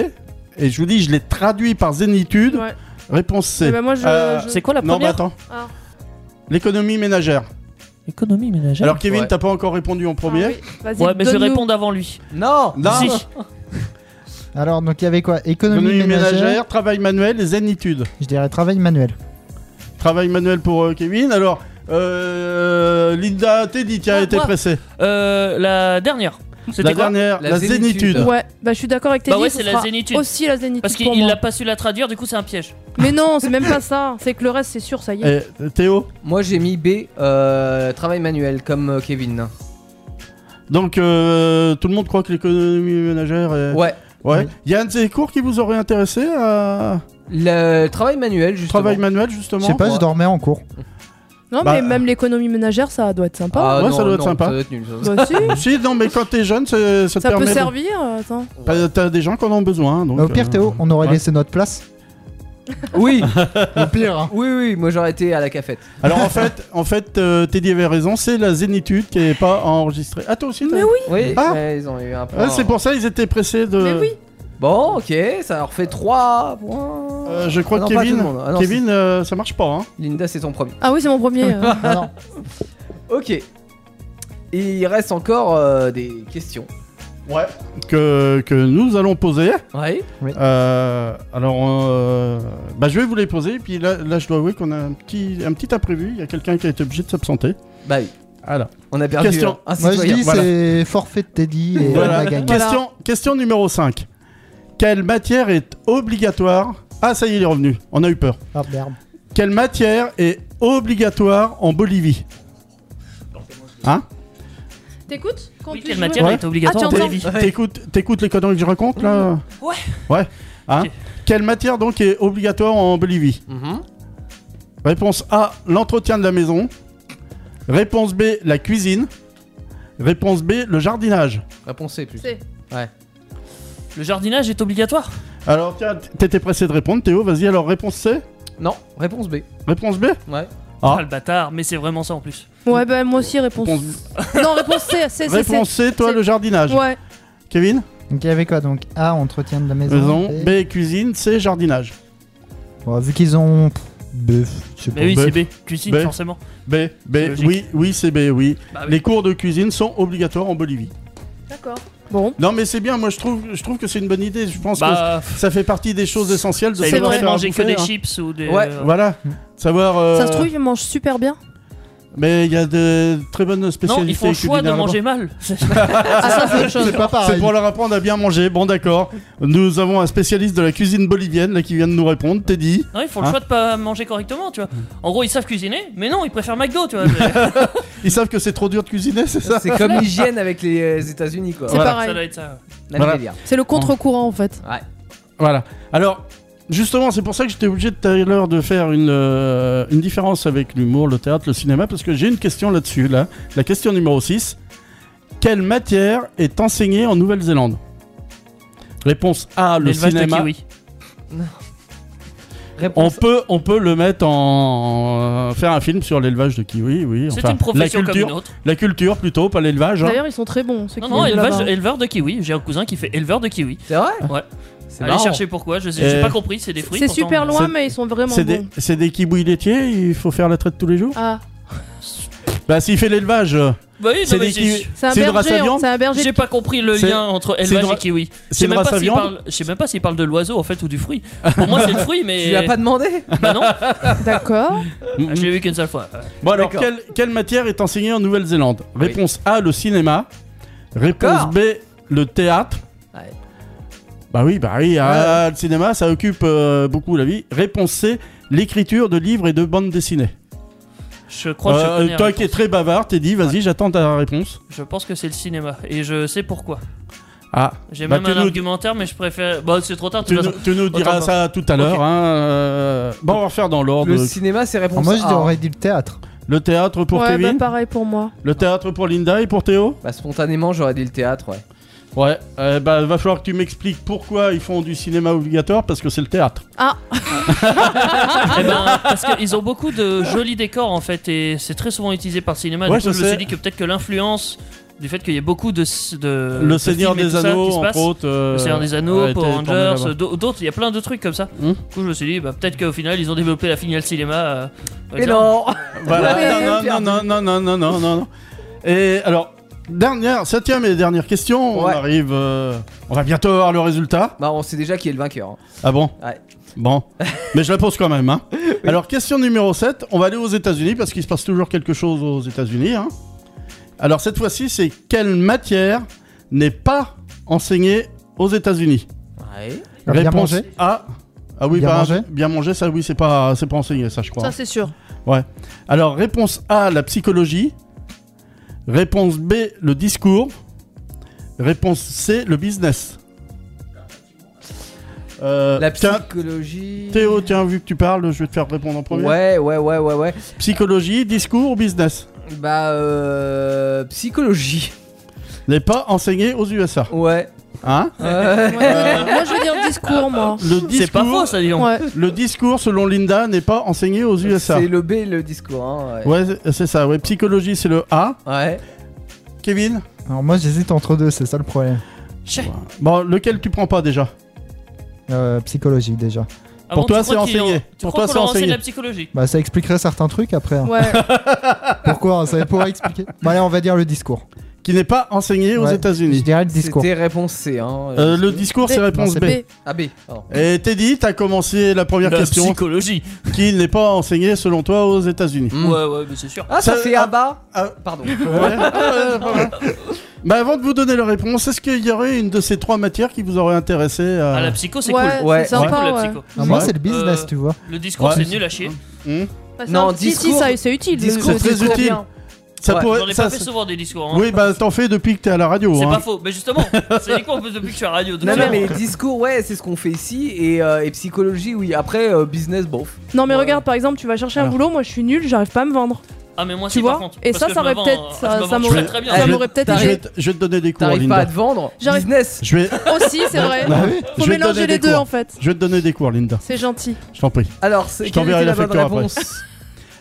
Speaker 3: Et je vous dis, je l'ai traduit par zénitude,
Speaker 5: Ouais.
Speaker 3: réponse C.
Speaker 5: Eh ben, moi, je-
Speaker 3: Euh,
Speaker 5: je-
Speaker 6: C'est quoi la
Speaker 3: non, bah
Speaker 6: première
Speaker 3: attends.
Speaker 5: Ah.
Speaker 3: L'économie ménagère.
Speaker 6: Économie ménagère.
Speaker 3: Alors, Kevin,
Speaker 4: Ouais.
Speaker 3: t'as pas encore répondu en
Speaker 5: Ah
Speaker 3: premier
Speaker 5: oui. Vas-y,
Speaker 6: ouais, mais je
Speaker 5: donne-nous.
Speaker 6: réponds avant lui.
Speaker 4: Non
Speaker 3: Non.
Speaker 6: Si.
Speaker 7: Alors, donc il y avait quoi Économie,
Speaker 3: Économie ménagère,
Speaker 7: ménagère,
Speaker 3: travail manuel et zénitude.
Speaker 7: je dirais travail manuel.
Speaker 3: Travail manuel pour euh, Kevin. Alors, euh, Linda, Teddy, tiens,
Speaker 6: Ah,
Speaker 3: était
Speaker 6: moi.
Speaker 3: pressée.
Speaker 6: Euh, la dernière.
Speaker 3: La
Speaker 6: C'était quoi
Speaker 3: dernière, la,
Speaker 4: La
Speaker 3: zénitude.
Speaker 4: zénitude.
Speaker 5: Ouais, bah je suis d'accord avec tes
Speaker 6: Bah ouais, c'est la zénitude.
Speaker 5: Aussi la zénitude.
Speaker 6: Parce
Speaker 5: pour
Speaker 6: qu'il
Speaker 5: moi.
Speaker 6: l'a pas su la traduire, du coup, c'est un piège.
Speaker 5: Mais non, c'est même pas ça. C'est que le reste, c'est sûr, ça y est.
Speaker 3: Et, euh, Théo,
Speaker 4: Moi, j'ai mis B, euh, travail manuel, comme euh, Kevin.
Speaker 3: donc euh, tout le monde croit que l'économie ménagère est...
Speaker 4: Ouais.
Speaker 3: Ouais.
Speaker 7: Oui.
Speaker 3: Il y a un de ces cours qui vous aurait intéressé à
Speaker 4: Le travail manuel, justement.
Speaker 3: travail manuel,
Speaker 7: Je
Speaker 3: justement
Speaker 7: sais pas, je
Speaker 4: Ouais.
Speaker 7: dormais en cours.
Speaker 5: Non,
Speaker 3: Bah,
Speaker 5: mais même l'économie ménagère, ça doit être sympa.
Speaker 3: ouais, ça doit être sympa.
Speaker 4: Ah, ça doit être nul, ça.
Speaker 5: Bah si,
Speaker 3: Si, non, mais quand t'es jeune, c'est- ça te Ah.
Speaker 5: ça
Speaker 3: permet.
Speaker 5: peut
Speaker 3: de-
Speaker 5: servir. Attends.
Speaker 3: T'as- T'as des gens qui en ont besoin. Donc,
Speaker 4: Bah,
Speaker 7: Mais au pire,
Speaker 3: euh,
Speaker 7: Théo, on aurait
Speaker 3: ouais.
Speaker 7: laissé notre place.
Speaker 4: Oui,
Speaker 7: Au pire, hein.
Speaker 4: oui, oui, moi j'aurais été à la cafette.
Speaker 3: Alors en fait, en fait euh, Teddy avait raison, c'est la zénitude qui est pas enregistrée. Ah, toi aussi t'as-
Speaker 5: Mais oui,
Speaker 4: Oui,
Speaker 3: Ah.
Speaker 4: ouais, ils ont eu un point.
Speaker 3: Ah, C'est pour ça ils étaient pressés de.
Speaker 5: mais oui.
Speaker 4: Bon, ok, ça leur fait 3 points.
Speaker 3: Euh, je crois
Speaker 4: Ah non,
Speaker 3: que
Speaker 4: pas tout
Speaker 3: Kevin,
Speaker 4: le monde. Ah non,
Speaker 3: Kevin euh, ça marche pas. Hein.
Speaker 4: c'est- Linda, c'est ton premier.
Speaker 5: Ah oui, c'est mon premier. euh.
Speaker 7: Ah non.
Speaker 4: Ok. Et il reste encore euh, des questions.
Speaker 3: Ouais. Que, que nous allons poser.
Speaker 4: Ouais.
Speaker 3: Euh, alors, euh, bah, je vais vous les poser. Puis là, là je dois avouer qu'on a un petit, un petit imprévu. Il y a quelqu'un qui a été obligé de s'absenter.
Speaker 4: Bah oui,
Speaker 3: Voilà.
Speaker 4: on a perdu euh,
Speaker 3: Question.
Speaker 4: un
Speaker 7: Moi je
Speaker 4: citoyen.
Speaker 7: dis
Speaker 3: voilà.
Speaker 7: c'est forfait de Teddy et
Speaker 3: Voilà.
Speaker 7: on a gagné.
Speaker 3: Question, question numéro 5. Quelle matière est obligatoire Ah, ça y est, il est revenu. On a eu peur.
Speaker 7: Ah merde.
Speaker 3: Quelle matière est obligatoire en Bolivie Hein
Speaker 5: T'écoutes quand
Speaker 6: Oui,
Speaker 5: tu
Speaker 6: quelle
Speaker 5: joues-
Speaker 6: matière
Speaker 3: Ouais.
Speaker 6: est obligatoire
Speaker 5: Ah,
Speaker 6: en
Speaker 5: tu
Speaker 6: Bolivie
Speaker 3: T'écoutes t'écoutes les conneries que je raconte là
Speaker 6: Ouais.
Speaker 3: Ouais. Hein
Speaker 6: Ok.
Speaker 3: Quelle matière donc est obligatoire en Bolivie
Speaker 4: Mhm.
Speaker 3: Réponse A, l'entretien de la maison. Réponse B, la cuisine. Réponse B, le jardinage.
Speaker 4: Réponse C, plus.
Speaker 5: C'est-
Speaker 6: Le jardinage est obligatoire
Speaker 3: Alors tiens, t'étais pressé de répondre Théo, vas-y alors réponse C
Speaker 4: Non, réponse B.
Speaker 3: Réponse B
Speaker 4: Ouais.
Speaker 3: Ah.
Speaker 6: ah. le bâtard, mais c'est vraiment ça en plus.
Speaker 5: Ouais, bah moi aussi, réponse.
Speaker 3: Réponse,
Speaker 5: Non, réponse C, C, C,
Speaker 3: réponse
Speaker 5: C.
Speaker 3: C, toi
Speaker 5: C'est-
Speaker 3: le jardinage.
Speaker 5: Ouais.
Speaker 3: Kevin
Speaker 7: Donc il y avait quoi Donc A, entretien de la maison.
Speaker 3: Maison,
Speaker 7: B.
Speaker 3: B, cuisine, C, jardinage.
Speaker 7: Bon, vu qu'ils ont. B, je sais pas.
Speaker 6: Mais oui,
Speaker 3: B.
Speaker 6: c'est B. Cuisine,
Speaker 3: B.
Speaker 6: forcément.
Speaker 3: B, B,
Speaker 6: C'est logique.
Speaker 3: oui, oui, c'est B, oui.
Speaker 6: Bah oui.
Speaker 3: Les cours de cuisine sont obligatoires en Bolivie.
Speaker 5: D'accord. Bon.
Speaker 3: Non, mais c'est bien. Moi, je trouve, je trouve que c'est une bonne idée. Je pense
Speaker 6: Bah,
Speaker 3: que ça fait partie des choses essentielles de
Speaker 6: ça
Speaker 5: c'est
Speaker 6: évite
Speaker 3: savoir
Speaker 5: vrai.
Speaker 6: de
Speaker 3: faire à
Speaker 6: manger que
Speaker 3: bouffer,
Speaker 6: des
Speaker 3: hein.
Speaker 6: chips ou des.
Speaker 4: Ouais.
Speaker 6: euh,
Speaker 3: Voilà. Savoir. euh,
Speaker 5: Ça se trouve, ils mangent super bien.
Speaker 3: Mais il y a de très bonnes
Speaker 6: Non,
Speaker 3: spécialités.
Speaker 6: ils font le choix de
Speaker 3: culinaires là-bas.
Speaker 6: manger mal. C'est ça, c'est la chose.
Speaker 7: C'est pas
Speaker 3: C'est
Speaker 7: pareil.
Speaker 3: pour leur apprendre à bien manger. Bon, d'accord. Nous avons un spécialiste de la cuisine bolivienne là qui vient de nous répondre. Teddy.
Speaker 6: Non, ils font le
Speaker 3: Hein Mm.
Speaker 6: choix de pas manger correctement, tu vois. En gros, ils savent cuisiner, mais non, ils préfèrent McDo, tu vois. ça
Speaker 3: Ils savent que c'est trop dur de cuisiner, c'est ça
Speaker 4: C'est comme l'hygiène avec les euh, États-Unis, quoi.
Speaker 5: C'est
Speaker 3: Voilà.
Speaker 5: pareil.
Speaker 6: doit être ça.
Speaker 4: Même
Speaker 3: Voilà.
Speaker 4: délire.
Speaker 5: C'est le contre-courant en fait.
Speaker 3: Voilà. Alors, justement, c'est pour ça que j'étais obligé tout à l'heure de faire une, euh, une différence avec l'humour, le théâtre, le cinéma, parce que j'ai une question là-dessus, là. La question numéro 6. Quelle matière est enseignée en Nouvelle-Zélande Réponse A, Ah, le
Speaker 6: L'élevage de
Speaker 3: cinéma.
Speaker 6: kiwi.
Speaker 3: On
Speaker 4: Réponse.
Speaker 3: peut, on peut le mettre en... euh, faire un film sur l'élevage de kiwi, oui.
Speaker 6: C'est
Speaker 3: enfin,
Speaker 6: une profession
Speaker 3: la
Speaker 6: comme une
Speaker 3: culture,
Speaker 6: autre.
Speaker 3: La culture, plutôt, pas l'élevage. hein.
Speaker 5: D'ailleurs, ils sont très bons. ceux
Speaker 6: Non,
Speaker 5: qui
Speaker 6: non,
Speaker 5: viennent de
Speaker 6: élevage-
Speaker 5: là-bas.
Speaker 6: éleveur de kiwi. J'ai un cousin qui fait éleveur de kiwi.
Speaker 4: C'est vrai
Speaker 6: Ouais.
Speaker 4: C'est
Speaker 6: Allez
Speaker 4: marrant.
Speaker 6: chercher pourquoi, je sais, j'ai
Speaker 3: Euh,
Speaker 6: pas compris, c'est des fruits.
Speaker 5: C'est
Speaker 6: pourtant.
Speaker 5: super loin,
Speaker 3: C'est-
Speaker 5: mais ils sont vraiment
Speaker 3: C'est des,
Speaker 5: bons.
Speaker 3: c'est des kiwis laitiers, il faut faire la traite tous les jours
Speaker 5: Ah,
Speaker 3: Bah, s'il fait l'élevage, euh,
Speaker 6: Bah oui, non,
Speaker 3: c'est
Speaker 6: mais
Speaker 3: des kiwis.
Speaker 6: j'ai-
Speaker 5: c'est un
Speaker 3: C'est une race à
Speaker 5: berger. hein,
Speaker 3: viande
Speaker 5: C'est un berger.
Speaker 6: J'ai pas compris le
Speaker 3: C'est-
Speaker 6: lien entre
Speaker 3: c'est
Speaker 6: élevage
Speaker 3: une ra-
Speaker 6: et kiwi. Je
Speaker 3: c'est
Speaker 6: sais
Speaker 3: une
Speaker 6: même
Speaker 3: race
Speaker 6: pas
Speaker 3: à
Speaker 6: s'il
Speaker 3: viande.
Speaker 6: parle- Je sais même pas s'il parle de l'oiseau en fait ou du fruit. Pour moi c'est le fruit mais
Speaker 4: Tu lui as pas demandé
Speaker 6: bah non,
Speaker 5: D'accord.
Speaker 6: je l'ai vu qu'une seule fois.
Speaker 3: Mm. Bon alors,
Speaker 4: D'accord.
Speaker 3: quelle, quelle matière est enseignée en Nouvelle-Zélande
Speaker 4: Oui.
Speaker 3: Réponse A, le cinéma.
Speaker 4: D'accord.
Speaker 3: Réponse B, le théâtre.
Speaker 4: Ouais.
Speaker 3: Bah oui, bah oui, ah, le cinéma, ça occupe euh, beaucoup la vie. Réponse C, l'écriture de livres et de bandes dessinées.
Speaker 6: Je crois que je
Speaker 3: Euh,
Speaker 6: connais la
Speaker 3: toi
Speaker 6: réponse.
Speaker 3: qui es très bavard, t'es dit, vas-y, j'attends ta réponse.
Speaker 6: Je pense que c'est le cinéma et je sais pourquoi.
Speaker 3: Ah,
Speaker 6: J'ai
Speaker 3: Bah,
Speaker 6: même
Speaker 3: tu
Speaker 6: un
Speaker 3: nous-
Speaker 6: argumentaire mais je préfère bah c'est trop tard de
Speaker 3: tu
Speaker 6: toute
Speaker 3: nous,
Speaker 6: façon.
Speaker 3: tu nous diras
Speaker 6: Autant
Speaker 3: ça tout à l'heure. hein, euh, Bon, on va refaire dans l'ordre.
Speaker 4: Le
Speaker 3: Le,
Speaker 4: cinéma, c'est réponse
Speaker 3: Ah,
Speaker 7: Alors moi,
Speaker 4: A, hein.
Speaker 7: j'aurais dit le théâtre.
Speaker 3: théâtre pour
Speaker 5: Ouais, bah
Speaker 3: Kevin,
Speaker 5: pareil pour moi.
Speaker 3: le théâtre pour Linda et pour Théo
Speaker 4: Bah, spontanément, j'aurais dit le théâtre, ouais.
Speaker 3: Ouais, euh, bah va falloir que tu m'expliques pourquoi ils font du cinéma obligatoire, parce que c'est le théâtre.
Speaker 6: Eh ben, parce qu'ils ont beaucoup de jolis décors en fait et c'est très souvent utilisé par le cinéma.
Speaker 3: Ouais,
Speaker 6: du
Speaker 3: je
Speaker 6: coup, je, me
Speaker 3: sais.
Speaker 6: suis dit que peut-être que l'influence du fait qu'il y ait beaucoup de de
Speaker 3: Le
Speaker 6: de
Speaker 3: Seigneur
Speaker 6: films et
Speaker 3: des
Speaker 6: tout ça
Speaker 3: Anneaux,
Speaker 6: qui se
Speaker 3: entre
Speaker 6: passe,
Speaker 3: autres. euh,
Speaker 6: Le Seigneur des Anneaux,
Speaker 3: ouais,
Speaker 6: Power
Speaker 3: était tourné
Speaker 6: Rangers,
Speaker 3: là-bas.
Speaker 6: d'au- d'autres, il y a plein de trucs comme ça.
Speaker 3: Hum.
Speaker 6: Du coup, je me suis dit, bah, peut-être qu'au final, ils ont développé la finale cinéma. euh,
Speaker 4: Et
Speaker 6: genre,
Speaker 4: non
Speaker 3: Voilà.
Speaker 4: Ouais,
Speaker 3: Non, non, non, non, non, non, non, non. Et alors, dernière, septième et dernière question.
Speaker 4: Ouais.
Speaker 3: On arrive. euh, on va bientôt avoir le résultat.
Speaker 4: Bah, on sait déjà qui est le vainqueur. hein.
Speaker 3: Ah bon
Speaker 4: Ouais.
Speaker 3: Bon. Mais je la pose quand même. Hein. Alors, question numéro 7. On va aller aux États-Unis parce qu'il se passe toujours quelque chose aux États-Unis. hein. Alors, cette fois-ci, c'est quelle matière n'est pas enseignée aux États-Unis
Speaker 4: Ouais.
Speaker 7: Bien
Speaker 3: Réponse
Speaker 7: manger.
Speaker 3: A. Ah oui,
Speaker 7: Bien
Speaker 3: bah,
Speaker 7: manger.
Speaker 3: bien manger, ça oui, c'est pas, c'est pas enseigné, ça je crois.
Speaker 5: Ça, c'est sûr.
Speaker 3: Alors, réponse A, la psychologie. Réponse B, le discours. Réponse C, le business. Euh,
Speaker 4: La
Speaker 3: tiens,
Speaker 4: psychologie.
Speaker 3: Théo, tiens, vu que tu parles, je vais te faire répondre en premier.
Speaker 4: Ouais, ouais, ouais, ouais, ouais.
Speaker 3: Psychologie, discours ou business
Speaker 4: Bah, euh. Psychologie.
Speaker 3: N'est pas enseigné aux USA.
Speaker 4: Ouais.
Speaker 3: Hein
Speaker 4: Ouais.
Speaker 5: Ouais, moi, je vais dire discours, moi.
Speaker 3: le
Speaker 6: C'est pas faux,
Speaker 3: discours,
Speaker 6: ça, dis donc.
Speaker 5: Ouais.
Speaker 3: le discours, selon Linda, n'est pas enseigné aux USA.
Speaker 4: C'est le B, le discours, hein. Ouais.
Speaker 3: Ouais, c'est- c'est ça. Ouais, psychologie, c'est le A.
Speaker 4: Ouais.
Speaker 3: Kevin
Speaker 7: Alors moi, j'hésite entre deux, c'est ça le problème.
Speaker 3: Bon, lequel tu prends pas déjà
Speaker 7: Euh, psychologique déjà.
Speaker 6: Ah
Speaker 3: Pour
Speaker 6: bon, tu
Speaker 3: toi, c'est
Speaker 6: crois qu'ils
Speaker 3: enseigné.
Speaker 6: ont- Tu
Speaker 3: Pour
Speaker 6: crois
Speaker 3: toi,
Speaker 6: qu'on
Speaker 3: c'est
Speaker 6: leur enseigne
Speaker 3: enseigné.
Speaker 6: la psychologie
Speaker 7: Bah ça expliquerait certains trucs après. hein.
Speaker 5: Ouais.
Speaker 7: Pourquoi hein, Ça pourrait expliquer. Bon allez, on va dire le discours.
Speaker 3: Qui n'est pas enseigné aux
Speaker 7: Ouais. Je
Speaker 3: États-Unis.
Speaker 7: dirais le discours.
Speaker 4: C'était réponse C, hein.
Speaker 3: Euh, le discours, c'est
Speaker 5: B.
Speaker 3: réponse
Speaker 7: Non,
Speaker 3: B.
Speaker 5: B.
Speaker 4: Ah, B. pardon.
Speaker 3: Et Teddy, t'as commencé la première
Speaker 6: La
Speaker 3: question
Speaker 6: psychologie.
Speaker 3: qui n'est pas enseignée selon toi aux États-Unis.
Speaker 4: Mm.
Speaker 6: Ouais, ouais, mais c'est sûr.
Speaker 4: Ah, ça,
Speaker 3: Ça-
Speaker 4: fait
Speaker 3: ah,
Speaker 4: A bas.
Speaker 3: ah.
Speaker 4: Pardon.
Speaker 3: Ouais. bah avant de vous donner la réponse, est-ce qu'il y aurait une de ces trois matières qui vous aurait intéressé euh,
Speaker 6: Ah, la psycho, c'est
Speaker 5: Ouais,
Speaker 6: cool.
Speaker 4: Ouais.
Speaker 5: c'est sympa.
Speaker 6: Cool, la
Speaker 5: ouais.
Speaker 6: psycho.
Speaker 7: Non, moi
Speaker 3: Ouais.
Speaker 7: c'est le business,
Speaker 6: Euh,
Speaker 7: tu vois.
Speaker 6: Le discours,
Speaker 3: Ouais.
Speaker 6: c'est nul à chier.
Speaker 3: hmm
Speaker 5: Bah, c'est
Speaker 4: Non,
Speaker 5: un- si, si,
Speaker 4: discours-
Speaker 5: ça, c'est utile. le
Speaker 4: discours,
Speaker 5: discours,
Speaker 3: c'est très
Speaker 5: c'est
Speaker 3: utile.
Speaker 5: bien.
Speaker 3: Ça
Speaker 4: Ouais.
Speaker 3: pourrait-
Speaker 6: J'en ai
Speaker 3: ça-
Speaker 6: pas fait souvent des discours. hein.
Speaker 3: Oui, bah t'en fais depuis que t'es à la radio.
Speaker 6: C'est
Speaker 3: hein.
Speaker 6: pas faux. Mais justement, c'est les cours depuis que je suis à la radio. donc
Speaker 4: Non,
Speaker 6: c'est
Speaker 4: non,
Speaker 6: bon.
Speaker 4: mais les discours, ouais, c'est ce qu'on fait ici. Et, euh, et psychologie, oui. Après, euh, business, bof.
Speaker 5: Non, mais
Speaker 4: Ouais.
Speaker 5: regarde, par exemple, tu vas chercher un
Speaker 3: Alors.
Speaker 5: boulot. Moi, je suis nulle, j'arrive pas à me vendre.
Speaker 6: Ah, mais moi,
Speaker 5: Tu
Speaker 6: si,
Speaker 5: vois
Speaker 6: par contre.
Speaker 5: Et
Speaker 6: Parce
Speaker 5: ça,
Speaker 6: que je
Speaker 5: ça
Speaker 6: me
Speaker 5: aurait
Speaker 6: vends,
Speaker 5: peut-être-
Speaker 6: euh,
Speaker 5: ça-
Speaker 6: je me
Speaker 5: ça
Speaker 6: vends
Speaker 5: m'aurait-
Speaker 6: très, très bien.
Speaker 5: Ça
Speaker 4: Allez,
Speaker 5: m'aurait peut-être
Speaker 3: Je vais,
Speaker 5: aidé.
Speaker 4: t'arrêtes.
Speaker 3: te, je vais te donner des cours,
Speaker 4: T'arrives pas à
Speaker 3: Linda.
Speaker 4: te vendre.
Speaker 5: J'arrive-
Speaker 4: Business.
Speaker 3: Je vais,
Speaker 5: Aussi, c'est vrai.
Speaker 3: Bah oui,
Speaker 5: Faut
Speaker 3: je vais te
Speaker 5: mélanger
Speaker 3: donner des
Speaker 5: les
Speaker 3: cours.
Speaker 5: deux,
Speaker 3: Ah, bah,
Speaker 5: en fait.
Speaker 3: Je vais te donner des cours, Linda.
Speaker 5: C'est gentil.
Speaker 3: Je t'en prie.
Speaker 4: Alors, c'est
Speaker 3: Je
Speaker 4: quelle
Speaker 3: t'enverrai
Speaker 4: était la
Speaker 3: la
Speaker 4: bonne
Speaker 3: facture après.
Speaker 4: réponse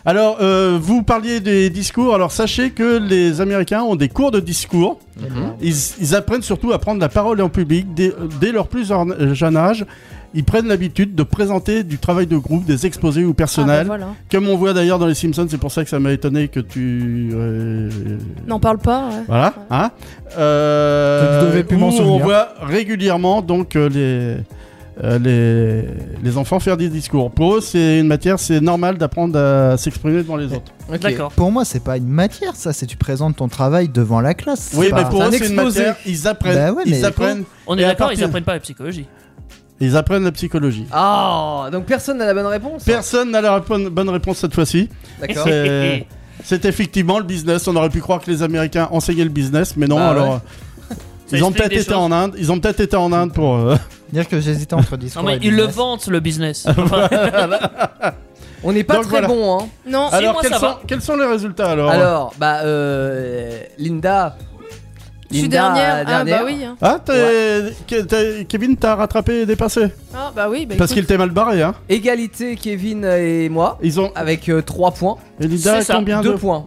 Speaker 3: Alors, euh, vous parliez des discours. Alors, sachez que les Américains ont des cours de discours.
Speaker 4: Mhm.
Speaker 3: Ils, ils apprennent surtout à prendre la parole en public dès, dès leur plus euh, jeune âge. ils prennent l'habitude de présenter du travail de groupe, des exposés ou
Speaker 5: Ah, bah,
Speaker 3: personnels.
Speaker 5: voilà.
Speaker 3: Comme on voit d'ailleurs dans les Simpsons, c'est pour ça que ça m'a étonné que tu. euh,
Speaker 5: N'en parle pas. ouais.
Speaker 3: Voilà, hein euh,
Speaker 7: Je devais plus m'en
Speaker 3: où On
Speaker 7: souvenir.
Speaker 3: voit régulièrement donc euh, les. euh, les, les enfants faire des discours. Pour eux, c'est une matière, c'est normal d'apprendre à s'exprimer devant les autres.
Speaker 4: Ok.
Speaker 6: D'accord.
Speaker 7: Pour moi, c'est pas une matière, ça. C'est tu présentes ton travail devant la classe.
Speaker 3: Oui,
Speaker 7: C'est
Speaker 3: mais
Speaker 7: pas-
Speaker 3: pour
Speaker 4: c'est
Speaker 3: eux,
Speaker 4: un
Speaker 3: c'est une
Speaker 4: exposé.
Speaker 3: matière. Ils apprennent.
Speaker 7: Bah ouais, mais-
Speaker 3: ils apprennent.
Speaker 6: On
Speaker 3: Et
Speaker 6: est
Speaker 3: à
Speaker 6: d'accord, ils
Speaker 3: partir-
Speaker 6: apprennent pas la psychologie.
Speaker 3: Ils apprennent la psychologie.
Speaker 4: Ah, donc personne n'a la bonne réponse.
Speaker 3: Personne n'a la répo- bonne réponse cette fois-ci.
Speaker 4: D'accord.
Speaker 3: C'est- C'est effectivement le business. On aurait pu croire que les Américains enseignaient le business, mais non.
Speaker 4: Bah ouais.
Speaker 3: alors, euh,
Speaker 6: Ça
Speaker 3: ils ont
Speaker 6: explique
Speaker 3: peut-être
Speaker 6: des
Speaker 3: été
Speaker 6: choses.
Speaker 3: en Inde. Ils ont peut-être été en Inde pour. euh,
Speaker 7: Dire que j'hésitais entre discours.
Speaker 6: Non, mais
Speaker 7: et
Speaker 6: ils le
Speaker 7: business.
Speaker 6: vantent le business. Enfin,
Speaker 4: On n'est pas
Speaker 3: Donc
Speaker 4: très
Speaker 3: voilà.
Speaker 4: bon, hein.
Speaker 5: Non,
Speaker 6: Ah,
Speaker 3: Alors
Speaker 6: moi,
Speaker 3: quels
Speaker 6: ça
Speaker 3: sont,
Speaker 6: va.
Speaker 3: quels sont les résultats alors,
Speaker 4: Alors, bah, euh, Linda.
Speaker 5: je suis
Speaker 4: Linda, euh,
Speaker 5: dernière.
Speaker 4: dernière.
Speaker 5: Ah bah oui. hein.
Speaker 3: Ah, t'es- Ke- t'es- Kevin, t'as rattrapé et dépassé
Speaker 5: Ah bah oui. bah
Speaker 3: parce
Speaker 5: écoute.
Speaker 3: qu'il t'est mal barré. Hein.
Speaker 4: Égalité, Kevin et moi,
Speaker 3: Ils ont.
Speaker 4: avec 3 points.
Speaker 3: Et Linda,
Speaker 6: C'est ça,
Speaker 3: combien
Speaker 4: 2
Speaker 3: de
Speaker 4: points.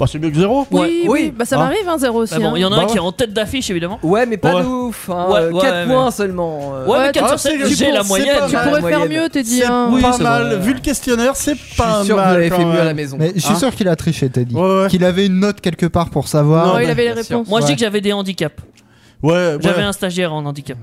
Speaker 3: Bah, c'est mieux que zéro.
Speaker 5: Oui,
Speaker 4: Ouais,
Speaker 5: oui,
Speaker 4: oui.
Speaker 5: Bah ça
Speaker 3: Ah.
Speaker 5: m'arrive, hein, zéro aussi.
Speaker 6: bah bon,
Speaker 5: hein.
Speaker 6: il y en a un
Speaker 3: Bah
Speaker 6: qui est en tête d'affiche évidemment.
Speaker 4: Ouais, mais pas
Speaker 3: Ouais.
Speaker 4: de ouf. Hein.
Speaker 6: Ouais,
Speaker 4: 4
Speaker 6: ouais, mais-
Speaker 4: points seulement. euh.
Speaker 6: Ouais, mais
Speaker 5: Ouais,
Speaker 6: 4
Speaker 3: ah,
Speaker 6: sur 7,
Speaker 3: c'est-
Speaker 6: j'ai
Speaker 3: c'est
Speaker 6: la
Speaker 3: pas
Speaker 6: moyenne.
Speaker 3: mal.
Speaker 5: Tu
Speaker 4: Ah,
Speaker 5: pourrais
Speaker 4: moyenne.
Speaker 5: faire mieux, t'es dit.
Speaker 3: C'est
Speaker 5: hein.
Speaker 6: Oui,
Speaker 3: pas
Speaker 6: c'est
Speaker 3: mal.
Speaker 6: bon.
Speaker 3: Vu le questionnaire, c'est
Speaker 4: Je
Speaker 3: pas
Speaker 4: suis sûr que vous
Speaker 3: mal.
Speaker 4: l'avez fait
Speaker 3: quand
Speaker 4: mieux à la
Speaker 3: même.
Speaker 4: maison.
Speaker 7: Mais je suis
Speaker 4: Hein
Speaker 7: sûr qu'il a triché, Teddy.
Speaker 3: Ouais, ouais.
Speaker 7: Qu'il avait une note quelque part pour savoir.
Speaker 5: Non, il
Speaker 3: bah,
Speaker 5: avait les
Speaker 4: bien sûr.
Speaker 5: réponses.
Speaker 6: Moi je dis
Speaker 7: Ouais.
Speaker 6: que j'avais des handicaps.
Speaker 3: Ouais, ouais.
Speaker 6: J'avais un stagiaire en handicap.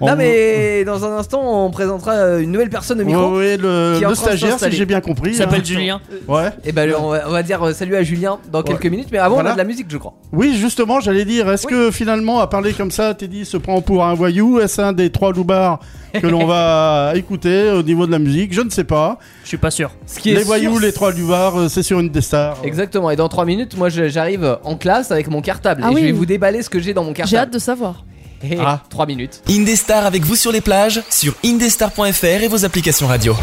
Speaker 3: On-
Speaker 4: Non, mais dans un instant, on présentera euh, une nouvelle personne au
Speaker 3: Ouais,
Speaker 4: micro.
Speaker 3: ouais, le,
Speaker 4: qui est en
Speaker 3: le
Speaker 4: train de
Speaker 3: stagiaire, si
Speaker 4: s'installer.
Speaker 3: j'ai bien compris.
Speaker 6: Il s'appelle
Speaker 3: hein.
Speaker 6: Julien.
Speaker 3: Ouais.
Speaker 4: Et ben, on va, on va dire euh, salut à Julien dans quelques minutes. Mais avant, on
Speaker 3: Voilà.
Speaker 4: a de la musique, je crois.
Speaker 3: Oui, justement, j'allais dire, est-ce
Speaker 4: Oui.
Speaker 3: que finalement, à parler comme ça, Teddy se prend pour un voyou Est-ce un des trois loupards que l'on va écouter au niveau de la musique Je ne sais pas.
Speaker 6: Je suis pas sûr.
Speaker 4: Ce qui est
Speaker 3: Les
Speaker 4: sûr,
Speaker 3: voyous, les trois loupards, euh, c'est sur une des stars.
Speaker 4: Exactement, et dans 3 minutes, moi je- j'arrive en classe avec mon cartable
Speaker 5: Ah
Speaker 4: et je
Speaker 5: oui.
Speaker 4: vais vous déballer ce que j'ai dans mon
Speaker 5: J'ai hâte
Speaker 4: cartable.
Speaker 5: de savoir.
Speaker 4: Hé,
Speaker 3: Ah.
Speaker 4: 3 minutes.
Speaker 1: Indestar avec vous sur les plages, sur indestar.fr et vos applications radio.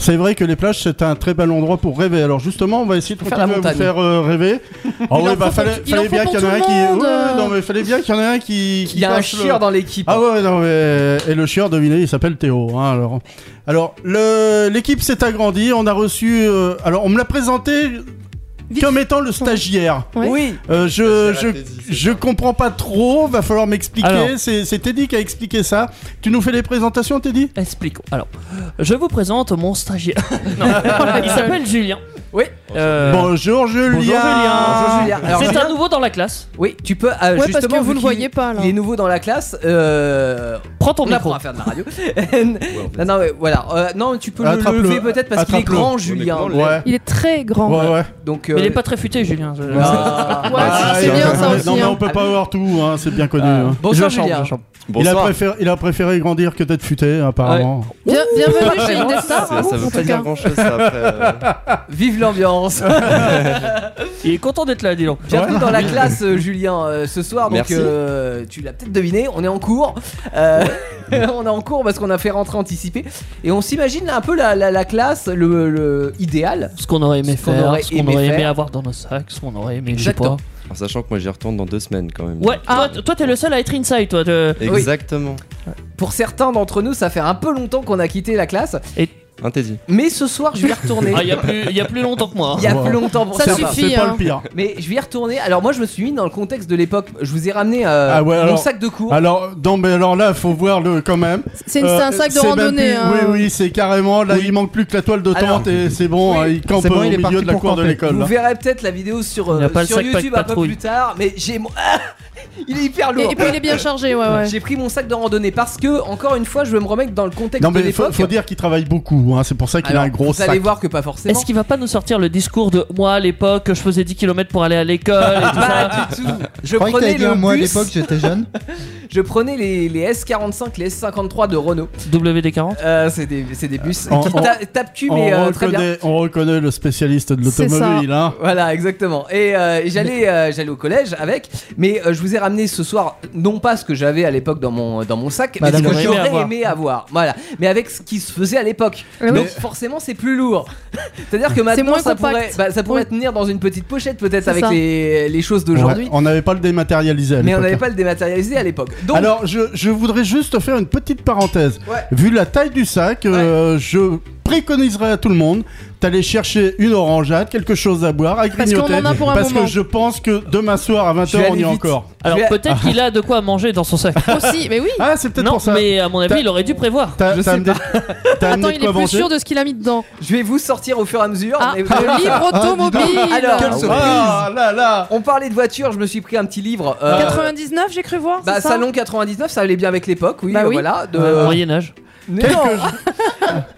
Speaker 3: C'est vrai que les plages, c'est un très bel endroit pour rêver. Alors justement, on va essayer de
Speaker 4: Faire la
Speaker 3: continuer à vous
Speaker 4: montagne.
Speaker 3: faire euh, rêver. Ah
Speaker 5: Il
Speaker 3: ouais,
Speaker 5: en
Speaker 3: bah
Speaker 5: faut
Speaker 3: fallait,
Speaker 5: pour- il en
Speaker 3: fallait
Speaker 5: faut
Speaker 3: bien
Speaker 5: pour
Speaker 3: qu'il y en ait
Speaker 5: tout
Speaker 3: un
Speaker 5: le
Speaker 3: qui.
Speaker 5: monde.
Speaker 3: Ouais, non, mais fallait bien qu'il y en ait un qui. qui
Speaker 4: Il y a un
Speaker 3: passe le-
Speaker 4: chieur dans l'équipe.
Speaker 3: Ah ouais, non, mais... et le chieur, devinez, il s'appelle Théo. hein, alors, alors le... l'équipe s'est agrandie. On a reçu. euh, Alors, on me l'a présenté
Speaker 5: Vite.
Speaker 3: comme étant le stagiaire.
Speaker 5: Ouais.
Speaker 4: Oui,
Speaker 3: Euh, je,
Speaker 8: C'est la
Speaker 3: je,
Speaker 8: thèse, c'est
Speaker 3: je comprends pas trop. Va falloir m'expliquer.
Speaker 6: Alors.
Speaker 3: C'est, c'est Teddy qui a expliqué ça. Tu nous fais les présentations, Teddy
Speaker 6: Expliquons. Alors, je vous présente mon stagiaire. Non. Il s'appelle Julien.
Speaker 4: Oui.
Speaker 6: Euh,
Speaker 3: Bonjour Julien.
Speaker 4: Bonjour, Julien. Alors,
Speaker 6: C'est
Speaker 4: Julien-
Speaker 6: un nouveau dans la classe.
Speaker 4: oui, tu peux. euh,
Speaker 5: Ouais, parce
Speaker 4: justement,
Speaker 5: que
Speaker 4: vu
Speaker 5: vous le
Speaker 4: qu'il-
Speaker 5: voyez pas là.
Speaker 4: Il est nouveau dans la classe. Euh,
Speaker 6: Prends ton
Speaker 4: on apprend
Speaker 6: micro.
Speaker 4: à faire de la radio. non, non, mais voilà. Euh, non, tu peux
Speaker 3: Attrape-le.
Speaker 4: le lever peut-être parce qu'il est
Speaker 3: Attrape-le.
Speaker 4: grand, Julien.
Speaker 8: On est
Speaker 3: Ouais.
Speaker 5: Il est très grand.
Speaker 3: Ouais, ouais.
Speaker 4: Donc,
Speaker 6: Mais il
Speaker 4: euh,
Speaker 6: est pas très futé, Julien. Je-
Speaker 4: ah.
Speaker 5: Ouais,
Speaker 3: Ah,
Speaker 5: c'est
Speaker 3: il-
Speaker 5: bien ça
Speaker 3: Non,
Speaker 5: aussi.
Speaker 3: mais
Speaker 5: hein.
Speaker 3: on peut pas avoir tout, hein, c'est bien connu. hein.
Speaker 4: Bonsoir,
Speaker 6: Je chante,
Speaker 4: Julien.
Speaker 6: je chante.
Speaker 3: Il, a
Speaker 8: Bonsoir.
Speaker 3: préféré, il a préféré grandir que d'être futé, apparemment.
Speaker 5: Bien- bienvenue chez
Speaker 4: Vraiment,
Speaker 5: Indestar.
Speaker 8: Ça,
Speaker 5: hein,
Speaker 8: ça veut
Speaker 5: en
Speaker 8: pas
Speaker 5: tout
Speaker 8: dire
Speaker 5: cas.
Speaker 8: grand chose après. euh,
Speaker 4: Vive l'ambiance.
Speaker 6: Il est content d'être là, dis donc.
Speaker 4: Bienvenue dans la classe, euh, Julien, euh, ce soir. Donc,
Speaker 8: Merci.
Speaker 4: euh, tu l'as peut-être deviné, on est en cours. Euh, on est en cours parce qu'on a fait rentrer anticipée. Et on s'imagine un peu la, la- la classe, le, le idéal.
Speaker 6: Ce qu'on aurait aimé
Speaker 4: Ce qu'on
Speaker 6: faire,
Speaker 4: aurait
Speaker 6: ce qu'on
Speaker 4: aimé
Speaker 6: aurait aimé
Speaker 4: faire.
Speaker 6: avoir dans nos sacs, ce qu'on aurait aimé, je sais
Speaker 4: Exactement.
Speaker 6: pas.
Speaker 8: En sachant que moi j'y retourne dans deux semaines quand même.
Speaker 6: Ouais, ah. toi, toi, t'es le seul à être inside, toi. de-
Speaker 8: Exactement.
Speaker 4: Pour certains d'entre nous, ça fait un peu longtemps qu'on a quitté la classe.
Speaker 8: Un Teddy.
Speaker 4: Mais ce soir, je vais y retourner.
Speaker 6: Ah, il y, a plus- il y a plus longtemps que moi.
Speaker 4: Il y a plus longtemps pour
Speaker 5: Ça
Speaker 4: ça.
Speaker 5: suffit.
Speaker 3: C'est
Speaker 5: Fille,
Speaker 3: pas
Speaker 5: hein.
Speaker 3: le pire.
Speaker 4: Mais je vais y retourner. Alors, moi, je me suis mis dans le contexte de l'époque. Je vous ai ramené euh,
Speaker 3: Ah ouais,
Speaker 4: mon
Speaker 3: alors-
Speaker 4: sac de cours.
Speaker 3: Alors, non, mais alors là, faut voir le quand même.
Speaker 5: C'est une-
Speaker 3: Euh,
Speaker 5: c'est un sac de
Speaker 3: c'est même plus-
Speaker 5: randonnée. hein.
Speaker 3: Oui, oui, c'est carrément. Là,
Speaker 4: Oui.
Speaker 3: il manque plus que la toile de
Speaker 4: Alors-
Speaker 3: tente et c'est bon,
Speaker 4: Oui.
Speaker 3: hein, il campe
Speaker 7: C'est bon,
Speaker 3: au
Speaker 7: il est
Speaker 3: milieu
Speaker 7: parti
Speaker 3: de la
Speaker 7: pour
Speaker 3: cour de
Speaker 7: camper.
Speaker 3: l'école. hein.
Speaker 4: Vous
Speaker 3: là.
Speaker 4: verrez peut-être la vidéo sur,
Speaker 6: Il y a
Speaker 4: euh,
Speaker 6: pas le
Speaker 4: sur
Speaker 6: sac
Speaker 4: YouTube
Speaker 6: Pack
Speaker 4: un peu
Speaker 6: Patrouille.
Speaker 4: plus tard. Mais j'ai mon. Ah il est hyper
Speaker 5: Et,
Speaker 4: lourd.
Speaker 5: et puis il est bien chargé, ouais, ouais.
Speaker 4: J'ai pris mon sac de randonnée parce que, encore une fois, je veux me remettre dans le contexte
Speaker 3: Non,
Speaker 4: de
Speaker 3: mais faut,
Speaker 4: l'époque.
Speaker 3: faut dire qu'il travaille beaucoup, hein, c'est pour ça qu'il
Speaker 4: Alors,
Speaker 3: a un gros
Speaker 4: Vous allez
Speaker 3: sac.
Speaker 4: voir que pas forcément.
Speaker 6: Est-ce qu'il va pas nous sortir le discours de moi à l'époque, je faisais 10 km pour aller à l'école et tout
Speaker 4: Bah.
Speaker 6: ça
Speaker 4: Pas du tout. Je
Speaker 7: Je croyais que
Speaker 4: prenais,
Speaker 7: t'avais dit
Speaker 4: le
Speaker 7: un mois à
Speaker 4: bus,
Speaker 7: l'époque, j'étais jeune.
Speaker 4: je prenais les, les S45, les S53 de Renault.
Speaker 6: WD40
Speaker 4: Euh, c'est des, c'est des bus
Speaker 3: En-
Speaker 4: qui
Speaker 3: en-
Speaker 4: ta- tapent cul, mais
Speaker 3: on,
Speaker 4: euh, très bien.
Speaker 3: reconnaît, on reconnaît le spécialiste de
Speaker 5: C'est ça.
Speaker 3: l'automobile. Hein.
Speaker 4: Voilà, exactement. Et, euh, et j'allais, euh, j'allais au collège avec, mais euh, je vous ai ramené ce soir non pas ce que j'avais à l'époque dans mon, dans mon sac,
Speaker 3: Bah,
Speaker 7: Madame
Speaker 4: mais ce que
Speaker 6: Aurélie.
Speaker 4: j'aurais
Speaker 6: Aimé avoir.
Speaker 4: aimé avoir. Voilà, mais avec ce qui se faisait à l'époque.
Speaker 5: Ah oui.
Speaker 4: Donc forcément, c'est plus lourd. C'est-à-dire que maintenant,
Speaker 5: moins
Speaker 4: ça pourrait,
Speaker 5: compact.
Speaker 4: bah, ça pourrait
Speaker 5: Oui.
Speaker 4: tenir dans une petite pochette peut-être
Speaker 5: C'est
Speaker 4: avec
Speaker 5: ça.
Speaker 4: les, les choses d'aujourd'hui.
Speaker 3: Ouais, on n'avait pas le dématérialisé à
Speaker 4: Mais on
Speaker 3: l'époque,
Speaker 4: n'avait
Speaker 3: hein.
Speaker 4: pas le dématérialisé à l'époque. Donc,
Speaker 3: Alors, je, je voudrais juste faire une petite parenthèse.
Speaker 4: Ouais.
Speaker 3: Vu la taille du sac, euh, je préconiserais à tout le monde d'aller chercher une orangeade, quelque chose à boire, à
Speaker 5: Parce qu'on
Speaker 3: grignoter.
Speaker 5: en a pour un
Speaker 3: parce
Speaker 5: moment.
Speaker 3: que je pense que demain soir à
Speaker 4: Je vais
Speaker 3: 20h, on y
Speaker 4: aller
Speaker 3: est
Speaker 4: vite.
Speaker 3: encore.
Speaker 6: Alors
Speaker 4: Je vais-
Speaker 6: peut-être qu'il a de quoi manger dans son sac.
Speaker 5: Aussi, mais oui.
Speaker 3: Ah, c'est peut-être
Speaker 6: Non,
Speaker 3: pour ça.
Speaker 6: mais euh, à mon avis,
Speaker 3: T'as-
Speaker 6: il aurait dû prévoir.
Speaker 3: T'as
Speaker 4: Je
Speaker 3: t'as
Speaker 4: sais
Speaker 3: amené, t'as amené
Speaker 5: Attends,
Speaker 3: de
Speaker 5: il
Speaker 3: quoi
Speaker 5: est plus
Speaker 3: manger
Speaker 5: sûr de ce qu'il a mis dedans.
Speaker 4: Je vais vous sortir au fur et à mesure.
Speaker 5: Ah,
Speaker 4: mais vous allez
Speaker 5: le
Speaker 4: voir ça.
Speaker 5: livre automobile
Speaker 4: Alors,
Speaker 7: Quelle surprise.
Speaker 3: Ah là là
Speaker 4: On parlait de voiture, je me suis pris un petit livre. euh,
Speaker 5: 99, j'ai cru voir.
Speaker 4: bah,
Speaker 5: c'est ça
Speaker 4: Salon 99, ça allait bien avec l'époque, oui,
Speaker 5: Bah
Speaker 4: euh,
Speaker 5: oui.
Speaker 4: voilà. De...
Speaker 6: Ouais, Moyen-Âge.
Speaker 4: Mais non.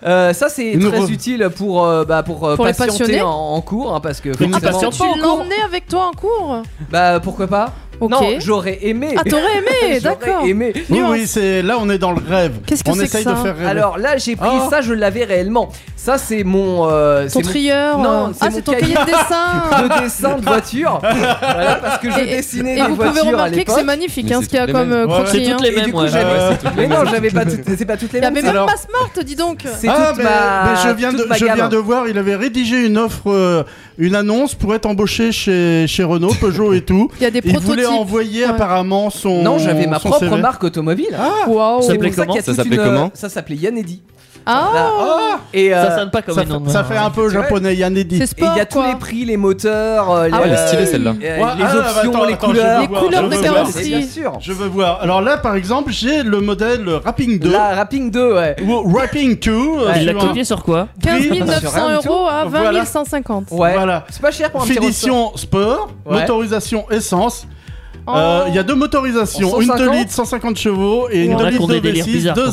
Speaker 4: Euh, ça, c'est
Speaker 3: Une
Speaker 4: très
Speaker 3: re-
Speaker 4: utile pour, euh, bah, pour, euh,
Speaker 5: Pour les
Speaker 4: patienter
Speaker 5: passionnés.
Speaker 4: en, en cours, hein, parce que
Speaker 6: Mais
Speaker 4: forcément-
Speaker 6: impatiente.
Speaker 5: Tu l'as emmené avec toi en cours
Speaker 4: Bah, pourquoi pas
Speaker 5: Ok.
Speaker 4: Non, j'aurais aimé.
Speaker 5: Ah, t'aurais aimé,
Speaker 4: J'aurais
Speaker 5: d'accord.
Speaker 4: aimé.
Speaker 3: Oui,
Speaker 5: Nuance.
Speaker 3: oui, c'est là, on est dans le rêve.
Speaker 5: Qu'est-ce que
Speaker 3: on
Speaker 5: c'est que
Speaker 3: essaye
Speaker 5: ça
Speaker 3: de faire rêver.
Speaker 4: Alors là, j'ai pris
Speaker 3: Oh.
Speaker 4: ça, je l'avais réellement. Ça, c'est mon. euh,
Speaker 5: Ton
Speaker 4: c'est mon
Speaker 5: trieur
Speaker 4: Non,
Speaker 5: euh,
Speaker 4: c'est
Speaker 5: Ah,
Speaker 4: mon
Speaker 5: c'est ton
Speaker 4: cahier.
Speaker 5: cahier de dessin
Speaker 4: de dessin de voiture. voilà, parce que je
Speaker 5: Et-
Speaker 4: dessinais
Speaker 5: Et
Speaker 4: des
Speaker 5: vous pouvez
Speaker 4: voitures à
Speaker 5: remarquer que c'est
Speaker 4: l'époque.
Speaker 5: magnifique
Speaker 8: Mais
Speaker 5: hein,
Speaker 8: c'est
Speaker 5: ce qu'il y a
Speaker 8: toutes les
Speaker 5: comme
Speaker 8: mêmes.
Speaker 5: euh,
Speaker 3: Ouais, ouais.
Speaker 5: croquis.
Speaker 6: C'est
Speaker 5: hein.
Speaker 6: toutes les
Speaker 4: Et du
Speaker 6: mêmes.
Speaker 4: coup,
Speaker 6: ouais.
Speaker 4: j'avais-
Speaker 6: Ouais, ouais.
Speaker 4: Mais non, j'avais pas toutes. C'est pas toutes les
Speaker 5: Il y
Speaker 4: mêmes.
Speaker 5: avait
Speaker 4: c'est-
Speaker 5: même
Speaker 3: Alors-
Speaker 5: pas Smart, dis donc
Speaker 4: C'est
Speaker 3: ah,
Speaker 4: toute
Speaker 3: mais,
Speaker 4: ma.
Speaker 3: mais je, viens
Speaker 4: toute
Speaker 3: de,
Speaker 4: ma
Speaker 3: je
Speaker 4: gamme.
Speaker 3: viens de voir, il avait rédigé une offre, euh, une annonce pour être embauché chez, chez Renault, Peugeot et tout.
Speaker 5: Il y a des
Speaker 3: Il voulait
Speaker 5: prototypes.
Speaker 3: envoyer
Speaker 5: Ouais.
Speaker 3: apparemment son.
Speaker 4: Non, j'avais ma
Speaker 3: son
Speaker 4: propre
Speaker 3: CV.
Speaker 4: marque automobile.
Speaker 5: Waouh.
Speaker 6: Ça
Speaker 4: C'est
Speaker 6: s'appelait
Speaker 4: pour ça
Speaker 6: comment
Speaker 4: qu'il y a
Speaker 8: Ça
Speaker 4: toute
Speaker 8: s'appelait
Speaker 4: une- euh,
Speaker 8: comment
Speaker 4: Ça s'appelait Yanedi.
Speaker 5: Ah,
Speaker 4: Et euh,
Speaker 6: Ça sonne pas comme
Speaker 3: Ça,
Speaker 6: un nom.
Speaker 3: fait- ça fait un peu
Speaker 4: Tu vois
Speaker 3: japonais, Yann Eddy.
Speaker 5: c'est
Speaker 4: et il
Speaker 5: sport.
Speaker 4: y a tous
Speaker 5: quoi.
Speaker 4: les prix, les moteurs, euh, les,
Speaker 5: Ah
Speaker 8: Elle est
Speaker 5: oui.
Speaker 8: stylée celle-là.
Speaker 4: euh,
Speaker 3: Ouais,
Speaker 4: les
Speaker 3: ah,
Speaker 4: options,
Speaker 3: bah, attends,
Speaker 4: les
Speaker 3: attends,
Speaker 4: couleurs.
Speaker 3: je veux
Speaker 5: Les
Speaker 3: voir,
Speaker 5: couleurs
Speaker 3: je
Speaker 5: de
Speaker 3: veux
Speaker 5: tes
Speaker 3: voir.
Speaker 5: aussi.
Speaker 4: C'est bien sûr.
Speaker 3: Je veux voir. Alors là, par exemple, j'ai le modèle Rapping 2
Speaker 4: La Rapping 2, ouais.
Speaker 3: ou Rapping 2. euh,
Speaker 6: Il l'a
Speaker 3: suivant.
Speaker 6: copié sur quoi
Speaker 5: 15
Speaker 4: Sur Ah, rien du
Speaker 5: 900
Speaker 4: tout.
Speaker 5: euros à 20
Speaker 3: Voilà.
Speaker 5: 150.
Speaker 4: Ouais.
Speaker 3: Voilà.
Speaker 4: C'est pas cher pour un petit
Speaker 3: Finition sport,
Speaker 4: Ouais.
Speaker 3: motorisation essence.
Speaker 5: Oh.
Speaker 3: Euh, Il y a deux
Speaker 4: En
Speaker 3: motorisations, une
Speaker 4: 150.
Speaker 3: de litre 150 chevaux et une
Speaker 5: Ouais.
Speaker 3: de
Speaker 6: On
Speaker 3: litre
Speaker 6: a des délires
Speaker 3: 2V6,
Speaker 6: bizarres, quand même.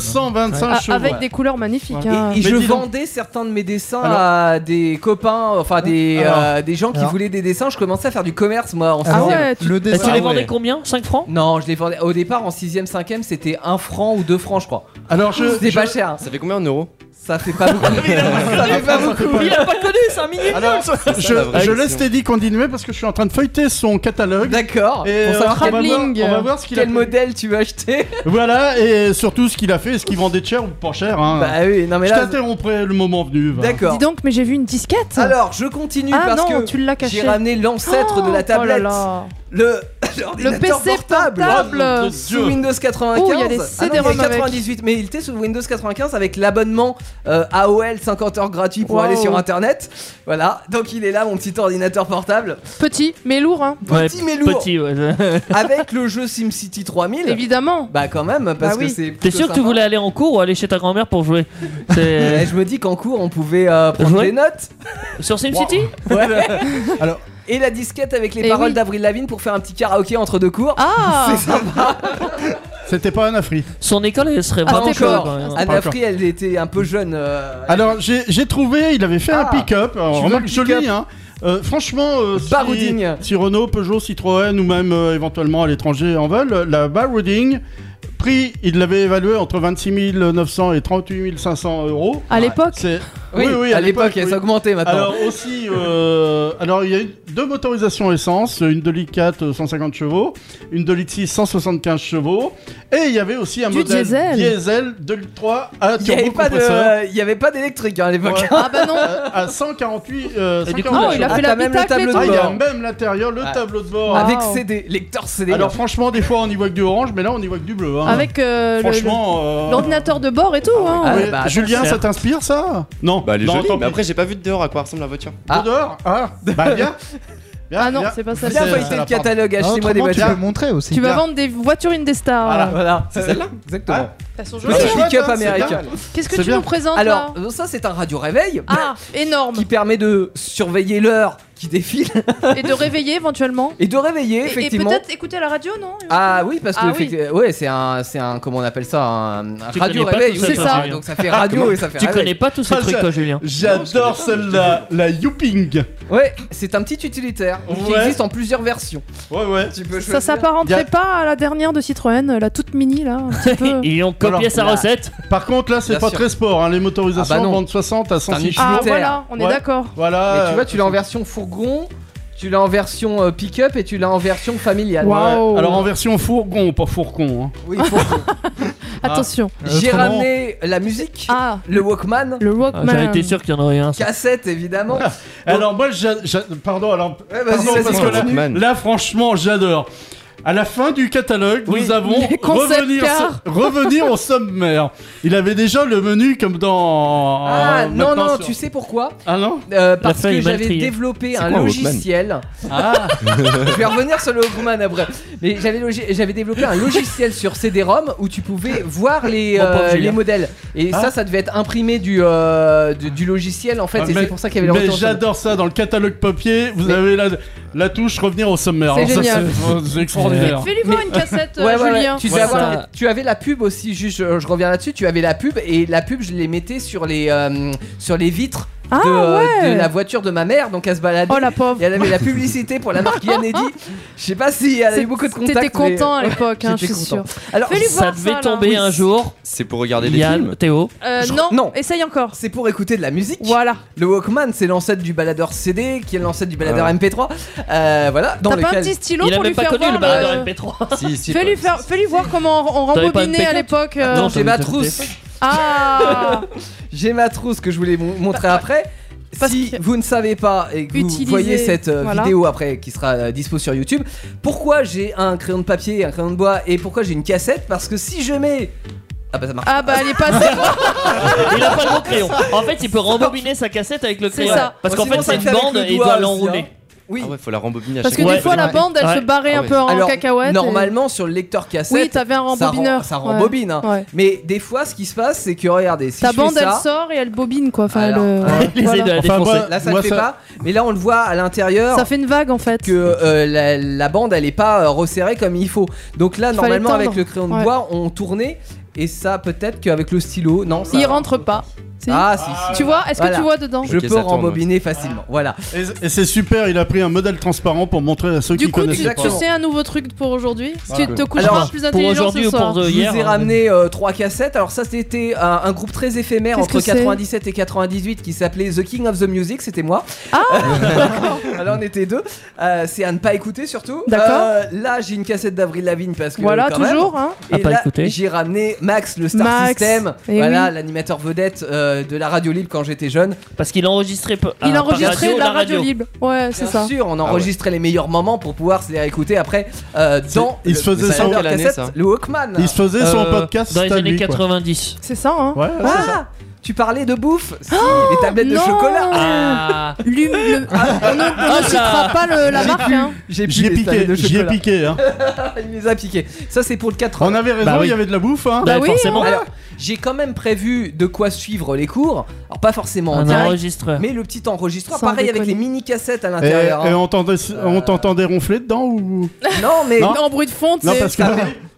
Speaker 3: 225
Speaker 5: Ah,
Speaker 3: chevaux.
Speaker 5: avec des couleurs magnifiques.
Speaker 3: Ouais.
Speaker 5: hein.
Speaker 4: Et, et
Speaker 3: Mais
Speaker 4: je
Speaker 3: dis donc.
Speaker 4: vendais certains de mes dessins à des copains, enfin des,
Speaker 3: Alors.
Speaker 4: euh, des gens qui
Speaker 7: Alors.
Speaker 4: voulaient des dessins. Je commençais à faire du commerce moi en
Speaker 5: Ah
Speaker 7: Alors,
Speaker 5: ouais,
Speaker 4: sixième.
Speaker 5: tu-
Speaker 7: le
Speaker 6: Bah,
Speaker 7: dessin.
Speaker 6: Tu les
Speaker 8: ouais.
Speaker 6: vendais combien 5 francs
Speaker 4: Non, je les vendais au départ en 6ème, 5ème, c'était 1 franc ou 2 francs, je crois.
Speaker 3: Alors je,
Speaker 4: C'était
Speaker 3: je-
Speaker 4: pas cher, hein.
Speaker 8: Ça fait combien en euros
Speaker 4: ça fait pas beaucoup. ça fait pas beaucoup.
Speaker 6: Il a pas connu, c'est un mignon
Speaker 3: Alors,
Speaker 8: ça,
Speaker 3: je,
Speaker 8: la vraie
Speaker 3: je
Speaker 8: question.
Speaker 3: laisse Teddy continuer parce que je suis en train de feuilleter son catalogue.
Speaker 4: D'accord,
Speaker 3: Et euh,
Speaker 4: pour savoir
Speaker 3: on,
Speaker 4: quel,
Speaker 3: va voir,
Speaker 5: Rappling.
Speaker 3: on va voir ce qu'il a
Speaker 4: quel
Speaker 3: fait.
Speaker 4: modèle tu veux acheter.
Speaker 3: Voilà, et surtout ce qu'il a fait, est-ce qu'il vendait cher ou pas cher. hein.
Speaker 4: Bah oui, non mais
Speaker 3: je
Speaker 4: là.
Speaker 3: t'interromprai le moment venu. va.
Speaker 4: D'accord.
Speaker 5: Dis donc, mais j'ai vu une disquette.
Speaker 4: Alors, je continue
Speaker 5: ah
Speaker 4: parce
Speaker 5: non,
Speaker 4: que
Speaker 5: tu l'as caché.
Speaker 4: j'ai ramené l'ancêtre de la
Speaker 5: Oh là
Speaker 4: tablette.
Speaker 5: là.
Speaker 4: Le,
Speaker 5: Le
Speaker 4: l'ordinateur
Speaker 5: PC
Speaker 4: portable.
Speaker 5: portable.
Speaker 3: Oh, mon
Speaker 4: Sous
Speaker 3: Dieu.
Speaker 4: Windows 95.
Speaker 5: Oh, il y a des
Speaker 4: Ah non,
Speaker 5: CD-ROM
Speaker 4: il y a 98, mais il était sous Windows 95 avec l'abonnement euh, AOL 50 heures gratuit pour
Speaker 5: Wow.
Speaker 4: aller sur internet. Voilà, donc il est là, mon petit ordinateur portable.
Speaker 5: Petit, mais lourd, hein.
Speaker 4: Petit mais lourd.
Speaker 6: Petit, ouais. je-
Speaker 4: Avec le jeu SimCity 3000.
Speaker 5: évidemment.
Speaker 4: Bah, quand même, parce
Speaker 5: Bah oui.
Speaker 4: que c'est.
Speaker 6: T'es
Speaker 4: plutôt
Speaker 6: sûr que tu
Speaker 4: sympa.
Speaker 6: voulais aller en cours ou aller chez ta grand-mère pour jouer C'est-
Speaker 4: Eh, Je me dis qu'en cours, on pouvait euh, prendre
Speaker 6: Jouer
Speaker 4: des notes.
Speaker 6: Sur SimCity
Speaker 4: Ouais.
Speaker 3: Alors-
Speaker 4: Et la disquette avec les
Speaker 5: Eh
Speaker 4: paroles
Speaker 5: oui.
Speaker 4: d'Avril Lavigne pour faire un petit karaoké entre deux cours.
Speaker 5: Ah
Speaker 4: C'est sympa.
Speaker 3: C'était pas un Afri.
Speaker 6: Son école, elle serait
Speaker 5: Ah,
Speaker 6: vraiment
Speaker 5: c'était
Speaker 6: chouette,
Speaker 5: encore.
Speaker 6: quand même.
Speaker 4: Anne
Speaker 3: encore.
Speaker 4: Afri, elle était un peu jeune. euh,
Speaker 3: Alors j'ai j'ai trouvé, il avait fait un
Speaker 4: Ah,
Speaker 3: pick-up. Alors,
Speaker 4: veux
Speaker 3: Remarque,
Speaker 4: le
Speaker 3: je
Speaker 4: pick-up.
Speaker 3: lis. Hein. Euh, franchement, euh, si-
Speaker 4: Barouding.
Speaker 3: si, Renault, Peugeot, Citroën ou même euh, éventuellement à l'étranger en veulent, euh, la barouding, prix, il l'avait évalué entre 26 900 et 38 500 euros.
Speaker 5: À l'époque
Speaker 3: C'est
Speaker 4: Oui, à l'époque,
Speaker 3: oui.
Speaker 4: elle s'est augmentée maintenant.
Speaker 3: Alors aussi, euh, alors il y a eu deux motorisations essence, une de litre 4 euh, 150 chevaux, une de litre 6 175 chevaux, et il y avait aussi un
Speaker 5: Du
Speaker 3: modèle
Speaker 5: diesel.
Speaker 3: diesel 2 litres 3 à
Speaker 4: il n'y avait, pas
Speaker 3: turbocompresseur
Speaker 4: de- il y avait pas d'électrique hein, à l'époque.
Speaker 3: Ouais.
Speaker 5: Ah bah non
Speaker 3: à 148. euh,
Speaker 6: Et du coup,
Speaker 3: 148
Speaker 5: Oh, il a
Speaker 4: Ah,
Speaker 5: fait
Speaker 4: t'as même le
Speaker 5: l'habitacle et
Speaker 4: tableau
Speaker 5: tout
Speaker 4: de
Speaker 3: Ah, il y a
Speaker 4: bord.
Speaker 3: même l'intérieur, le
Speaker 4: Ah.
Speaker 3: tableau de bord.
Speaker 5: Ah,
Speaker 4: Avec
Speaker 5: Wow.
Speaker 4: CD, lecteur CD.
Speaker 3: Alors franchement, des fois on y voit que du orange, mais là on y voit que du bleu. hein.
Speaker 5: Avec euh, le-
Speaker 3: franchement, euh,
Speaker 5: le- l'ordinateur de bord et tout, hein.
Speaker 4: Ah,
Speaker 3: oui.
Speaker 4: ouais, bah, attends,
Speaker 3: Julien,
Speaker 6: certes.
Speaker 3: ça t'inspire ça Non.
Speaker 8: Bah elle est
Speaker 3: Non,
Speaker 8: jolie,
Speaker 3: tant pis.
Speaker 8: mais après j'ai pas vu de dehors à quoi ressemble la voiture.
Speaker 4: Ah.
Speaker 3: Odeur Ah, bah viens. Viens,
Speaker 5: Ah non,
Speaker 3: viens.
Speaker 5: c'est pas ça.
Speaker 4: Viens
Speaker 3: c'est-
Speaker 4: feuilleter
Speaker 3: c'est
Speaker 4: le
Speaker 3: la
Speaker 4: catalogue,
Speaker 7: Ah,
Speaker 4: achetez-moi des
Speaker 7: autrement, tu
Speaker 4: voitures.
Speaker 7: peux montrer aussi.
Speaker 5: Tu vas vendre des voitures Indestar.
Speaker 4: Voilà, voilà.
Speaker 8: C'est celle-là
Speaker 4: Exactement.
Speaker 5: Elles sont
Speaker 4: Le
Speaker 5: jolies.
Speaker 3: Ouais,
Speaker 4: petit
Speaker 3: chouette,
Speaker 4: pick-up
Speaker 3: hein, c'est
Speaker 4: américain.
Speaker 3: dingue.
Speaker 5: Qu'est-ce que
Speaker 3: C'est
Speaker 5: tu
Speaker 3: bien.
Speaker 5: nous présentes
Speaker 4: Alors,
Speaker 5: là
Speaker 4: euh, ça, c'est un radio-réveil
Speaker 5: Ah, énorme
Speaker 4: qui permet de surveiller l'heure qui défile
Speaker 5: Et de réveiller éventuellement.
Speaker 4: et de réveiller,
Speaker 5: Et, et
Speaker 4: effectivement.
Speaker 5: peut-être écouter la radio, non
Speaker 4: Ah oui, parce que
Speaker 5: Ah oui.
Speaker 4: effecti- ouais, c'est un, c'est un, comment on appelle ça, un,
Speaker 6: Tu
Speaker 4: radio
Speaker 6: connais pas
Speaker 4: réveil.
Speaker 6: tout
Speaker 5: ça,
Speaker 4: oui,
Speaker 5: C'est toi, ça.
Speaker 6: Julien.
Speaker 4: Donc ça fait radio et ça fait
Speaker 6: Tu
Speaker 4: réveil.
Speaker 6: connais pas tous ces
Speaker 3: Ah,
Speaker 6: trucs,
Speaker 3: ça-
Speaker 6: toi, Julien
Speaker 3: J'adore celle-là, la Youping.
Speaker 4: Ouais, c'est un petit utilitaire qui
Speaker 3: Ouais.
Speaker 4: existe en plusieurs versions.
Speaker 3: Ouais, ouais.
Speaker 4: Tu peux
Speaker 5: Ça
Speaker 4: choisir.
Speaker 5: s'apparenterait
Speaker 3: Y a-
Speaker 5: pas à la dernière de Citroën, euh, la toute mini là, un petit peu.
Speaker 6: Ils ont copié
Speaker 3: Alors,
Speaker 6: sa
Speaker 4: là-
Speaker 6: recette.
Speaker 3: Par contre, là, c'est
Speaker 4: Bien
Speaker 3: pas
Speaker 4: sûr.
Speaker 3: très sport. hein. Les motorisations
Speaker 4: Ah bah non.
Speaker 3: vendent 60 à
Speaker 4: un
Speaker 3: 106
Speaker 4: niche.
Speaker 5: Ah
Speaker 4: militaire.
Speaker 5: voilà, on est
Speaker 3: Ouais.
Speaker 5: d'accord.
Speaker 3: Voilà.
Speaker 4: Mais
Speaker 5: euh,
Speaker 4: tu vois, tu l'as en
Speaker 3: version.
Speaker 4: version fourgon, tu l'as en version euh, pick-up et tu l'as en version familiale.
Speaker 5: Waouh.
Speaker 3: Alors en version fourgon, pas fourgon. hein.
Speaker 4: Oui, fourgon. Ah.
Speaker 5: Attention.
Speaker 4: J'ai
Speaker 3: Autrement-
Speaker 4: ramené la musique,
Speaker 5: Ah,
Speaker 4: le Walkman,
Speaker 5: le
Speaker 6: Ah,
Speaker 5: Walkman.
Speaker 6: J'en étais sûr qu'il y en aurait un. ça.
Speaker 4: cassette évidemment.
Speaker 3: Alors moi, j'a- j'a- pardon. Alors
Speaker 4: Ouais, vas-y,
Speaker 3: pardon,
Speaker 4: vas-y,
Speaker 3: parce que là,
Speaker 8: continue.
Speaker 3: là, franchement, j'adore. À la fin du catalogue,
Speaker 5: Oui.
Speaker 3: nous avons
Speaker 5: Les concept
Speaker 3: revenir,
Speaker 5: cars.
Speaker 3: revenir au sommaire. Il avait déjà le menu comme dans.
Speaker 4: Ah non,
Speaker 3: maintenant
Speaker 4: non,
Speaker 3: sur-
Speaker 4: tu sais pourquoi
Speaker 3: Ah non
Speaker 4: Euh, Parce
Speaker 6: feuille
Speaker 4: que
Speaker 6: est mal
Speaker 4: j'avais
Speaker 6: triée.
Speaker 4: développé
Speaker 8: C'est
Speaker 4: un
Speaker 8: quoi, un Walkman
Speaker 4: logiciel. Je vais revenir sur le Walkman après. Mais j'avais logi- j'avais développé un logiciel sur CD-ROM où tu pouvais voir les,
Speaker 6: Mon pauvre
Speaker 4: euh, les
Speaker 6: Julien.
Speaker 4: modèles. Et ça, ça devait être imprimé du, euh, du, du logiciel en fait.
Speaker 3: Ah,
Speaker 4: et
Speaker 3: mais-
Speaker 4: c'est pour ça qu'il y avait le
Speaker 3: Mais
Speaker 4: retour sur-
Speaker 3: j'adore ça, dans le catalogue papier, vous
Speaker 4: Mais-
Speaker 3: avez la, la touche revenir au sommaire.
Speaker 5: C'est
Speaker 3: Alors ça,
Speaker 5: génial.
Speaker 3: c'est- C'est extraordinaire.
Speaker 5: Fais-lui voir une cassette, euh,
Speaker 4: Ouais, ouais, ouais.
Speaker 5: Julien.
Speaker 4: Tu,
Speaker 6: Voilà.
Speaker 4: devais avoir- tu avais la pub aussi, juste, euh, je, je reviens là-dessus, tu avais la pub et la pub je les mettais sur les, euh, sur les vitres
Speaker 5: Ah,
Speaker 4: de, euh,
Speaker 5: ouais.
Speaker 4: de la voiture de ma mère, donc elle se baladait.
Speaker 5: Oh la pauvre.
Speaker 4: Et elle avait la publicité pour la marque Yanedi. Je sais pas si euh, elle a eu
Speaker 5: C'est-
Speaker 4: beaucoup de contacts.
Speaker 5: T'étais
Speaker 4: mais-
Speaker 5: content à l'époque, hein, je
Speaker 4: J'étais
Speaker 5: suis
Speaker 4: content.
Speaker 5: sûr.
Speaker 4: Alors,
Speaker 5: Fais-lui
Speaker 6: Ça
Speaker 5: voir ça.
Speaker 6: devait
Speaker 5: là.
Speaker 6: tomber un jour.
Speaker 8: C'est pour regarder des
Speaker 6: Yann,
Speaker 8: films.
Speaker 6: Théo.
Speaker 5: Euh,
Speaker 4: Je-
Speaker 5: non,
Speaker 4: non.
Speaker 5: essaye encore.
Speaker 4: c'est pour écouter de la musique.
Speaker 5: Voilà.
Speaker 4: Le Walkman, c'est l'ancêtre du baladeur CD, qui est l'ancêtre du baladeur
Speaker 5: Ah
Speaker 4: MP3. Euh, voilà, dans
Speaker 5: T'as pas un
Speaker 4: lequel.
Speaker 5: petit stylo
Speaker 6: il a
Speaker 5: pour lui
Speaker 6: même pas
Speaker 5: faire
Speaker 6: connu
Speaker 5: voir euh,
Speaker 6: le baladeur MP3.
Speaker 8: Si, si,
Speaker 5: Fais-lui
Speaker 8: pas-
Speaker 5: faire, fais-lui voir comment on, on
Speaker 6: T'avais pas de
Speaker 5: rembobinait à
Speaker 6: pécante
Speaker 5: l'époque. euh,
Speaker 6: Non,
Speaker 4: j'ai
Speaker 6: t'as
Speaker 4: ma
Speaker 6: mis ça
Speaker 4: trousse.
Speaker 6: au
Speaker 5: Ah,
Speaker 4: J'ai ma trousse que je voulais mon- montrer après.
Speaker 5: Parce
Speaker 4: si
Speaker 5: que-
Speaker 4: vous ne savez pas et que vous
Speaker 5: Utilisez-
Speaker 4: voyez cette euh,
Speaker 5: voilà.
Speaker 4: vidéo après qui sera euh, dispo sur YouTube, pourquoi j'ai un crayon de papier, un crayon de bois et pourquoi j'ai une cassette Parce que si je mets. Ah bah ça marche.
Speaker 5: ah bah elle est passée.
Speaker 6: Il a pas le bon crayon. En fait, il peut rembobiner sa cassette avec le
Speaker 5: C'est
Speaker 6: crayon.
Speaker 5: ça.
Speaker 6: Parce qu'en
Speaker 4: Sinon,
Speaker 6: fait,
Speaker 4: ça
Speaker 6: c'est
Speaker 4: le
Speaker 6: une
Speaker 4: fait avec
Speaker 6: bande
Speaker 4: le
Speaker 6: et il
Speaker 4: doigt
Speaker 6: doit
Speaker 4: aussi,
Speaker 6: l'embobiner.
Speaker 4: hein. Oui.
Speaker 8: Ah ouais, faut la rembobiner à
Speaker 5: Parce que
Speaker 8: chaque
Speaker 5: des
Speaker 6: Ouais.
Speaker 5: fois, la
Speaker 6: Ouais.
Speaker 5: bande, elle se
Speaker 6: Ouais.
Speaker 5: barrait
Speaker 8: Ah
Speaker 5: un
Speaker 8: ouais.
Speaker 5: peu en
Speaker 4: Alors,
Speaker 5: cacahuète. et-
Speaker 4: Normalement sur le lecteur cassette.
Speaker 5: oui, t'avais un
Speaker 4: ça rend-
Speaker 5: rembobineur.
Speaker 4: Ça
Speaker 5: Ouais.
Speaker 4: rembobine. hein.
Speaker 5: Ouais.
Speaker 4: Mais des fois, ce qui se passe, c'est que regardez, si
Speaker 5: Ta
Speaker 4: je
Speaker 5: bande,
Speaker 4: fais
Speaker 5: elle
Speaker 4: ça,
Speaker 5: sort et elle bobine, quoi. Enfin,
Speaker 4: Alors,
Speaker 5: elle, euh,
Speaker 4: ouais.
Speaker 6: Les
Speaker 5: voilà.
Speaker 6: aides à la
Speaker 3: Enfin,
Speaker 6: défoncer.
Speaker 3: moi-
Speaker 4: euh, là ça
Speaker 3: Moi,
Speaker 4: le fait
Speaker 3: ça-
Speaker 4: pas. Mais là, on le voit à l'intérieur
Speaker 5: Ça fait une vague, en fait.
Speaker 4: que euh, la, la bande, elle est pas euh, resserrée comme il faut. Donc là,
Speaker 5: Il fallait
Speaker 4: normalement,
Speaker 5: tendre.
Speaker 4: avec le crayon de
Speaker 5: Ouais.
Speaker 4: bois, on tournait. Et ça, peut-être qu'avec le stylo, non. ça va.
Speaker 5: Il rentre pas. Si.
Speaker 4: Ah, si, si.
Speaker 5: tu vois Est-ce que
Speaker 4: Voilà.
Speaker 5: tu vois dedans
Speaker 4: Je
Speaker 8: Ok,
Speaker 4: peux
Speaker 8: ça tourne.
Speaker 4: rembobiner facilement. Voilà.
Speaker 3: Et, et c'est super, il a pris un modèle transparent pour montrer à ceux
Speaker 5: Du
Speaker 3: qui
Speaker 5: coup, tu,
Speaker 3: connaissent.
Speaker 5: tu sais un nouveau truc pour aujourd'hui
Speaker 3: Voilà.
Speaker 5: Tu te coucheras
Speaker 4: Alors,
Speaker 5: plus
Speaker 6: Pour
Speaker 5: intelligent
Speaker 6: aujourd'hui
Speaker 5: ce
Speaker 6: ou
Speaker 5: soir.
Speaker 6: pour euh,
Speaker 4: Je
Speaker 6: hier
Speaker 4: vous ai ramené euh, trois cassettes. Alors ça, c'était un, un groupe très éphémère
Speaker 5: Qu'est-ce
Speaker 4: entre
Speaker 5: que c'est
Speaker 4: 97 et 98 qui s'appelait The King of the Music. C'était moi.
Speaker 5: Ah
Speaker 4: Alors on était deux. Euh, c'est à ne pas écouter surtout.
Speaker 5: D'accord.
Speaker 4: Euh, là, j'ai une cassette d'Avril Lavigne parce que
Speaker 5: Voilà,
Speaker 4: quand même.
Speaker 5: toujours. hein.
Speaker 4: Et
Speaker 6: À pas
Speaker 4: là,
Speaker 6: écouter.
Speaker 4: j'ai ramené Max, le Star
Speaker 5: Max.
Speaker 4: System,
Speaker 5: Eh
Speaker 4: voilà,
Speaker 5: oui.
Speaker 4: l'animateur vedette euh, de la radio libre quand j'étais jeune.
Speaker 6: Parce qu'il enregistrait. peu- ah,
Speaker 5: Il
Speaker 6: par
Speaker 5: enregistrait
Speaker 6: radio,
Speaker 5: de la radio libre. Ouais, c'est
Speaker 4: Bien
Speaker 5: ça.
Speaker 4: sûr,
Speaker 3: Ah
Speaker 4: on enregistrait les meilleurs moments pour pouvoir se les réécouter après euh, dans
Speaker 3: il
Speaker 4: le,
Speaker 3: se faisait
Speaker 4: le
Speaker 3: ça en
Speaker 4: vendeur
Speaker 8: quelle année,
Speaker 4: cassette,
Speaker 8: ça
Speaker 4: le Walkman.
Speaker 3: Il se faisait son
Speaker 6: Euh,
Speaker 3: podcast
Speaker 6: Dans les
Speaker 3: à
Speaker 6: années
Speaker 3: lui, quoi.
Speaker 6: 90.
Speaker 5: C'est ça, hein
Speaker 3: Ouais, ouais.
Speaker 4: Ah, tu parlais de bouffe Si, les tablettes de
Speaker 5: Oh, non.
Speaker 4: chocolat.
Speaker 6: Ah
Speaker 5: L'hum- le- on ne, on ne citera pas le- la marque. hein.
Speaker 4: J'ai
Speaker 3: J'y ai
Speaker 4: les
Speaker 3: piqué,
Speaker 4: tablettes de
Speaker 3: j'y ai
Speaker 4: chocolat.
Speaker 3: piqué. hein.
Speaker 4: Il nous a piqué. Ça, c'est pour le 4 ans.
Speaker 3: On avait raison,
Speaker 6: Bah oui.
Speaker 3: il y avait de la bouffe. Hein.
Speaker 5: Bah
Speaker 6: Bah,
Speaker 5: oui,
Speaker 6: forcément,
Speaker 4: Alors, j'ai quand même prévu de quoi suivre les cours. Alors, pas forcément en
Speaker 6: un
Speaker 4: direct,
Speaker 6: enregistreur.
Speaker 4: mais le petit enregistreur.
Speaker 5: Sans
Speaker 4: Pareil avec
Speaker 5: déconner.
Speaker 4: les mini-cassettes à
Speaker 3: Et,
Speaker 4: l'intérieur.
Speaker 3: et
Speaker 4: hein.
Speaker 3: on t'entendait-
Speaker 6: Euh.
Speaker 3: on t'entendait ronfler dedans ou
Speaker 4: Non, mais.
Speaker 3: Non.
Speaker 5: En bruit de fond, tu
Speaker 3: Non,
Speaker 5: sais.
Speaker 3: parce que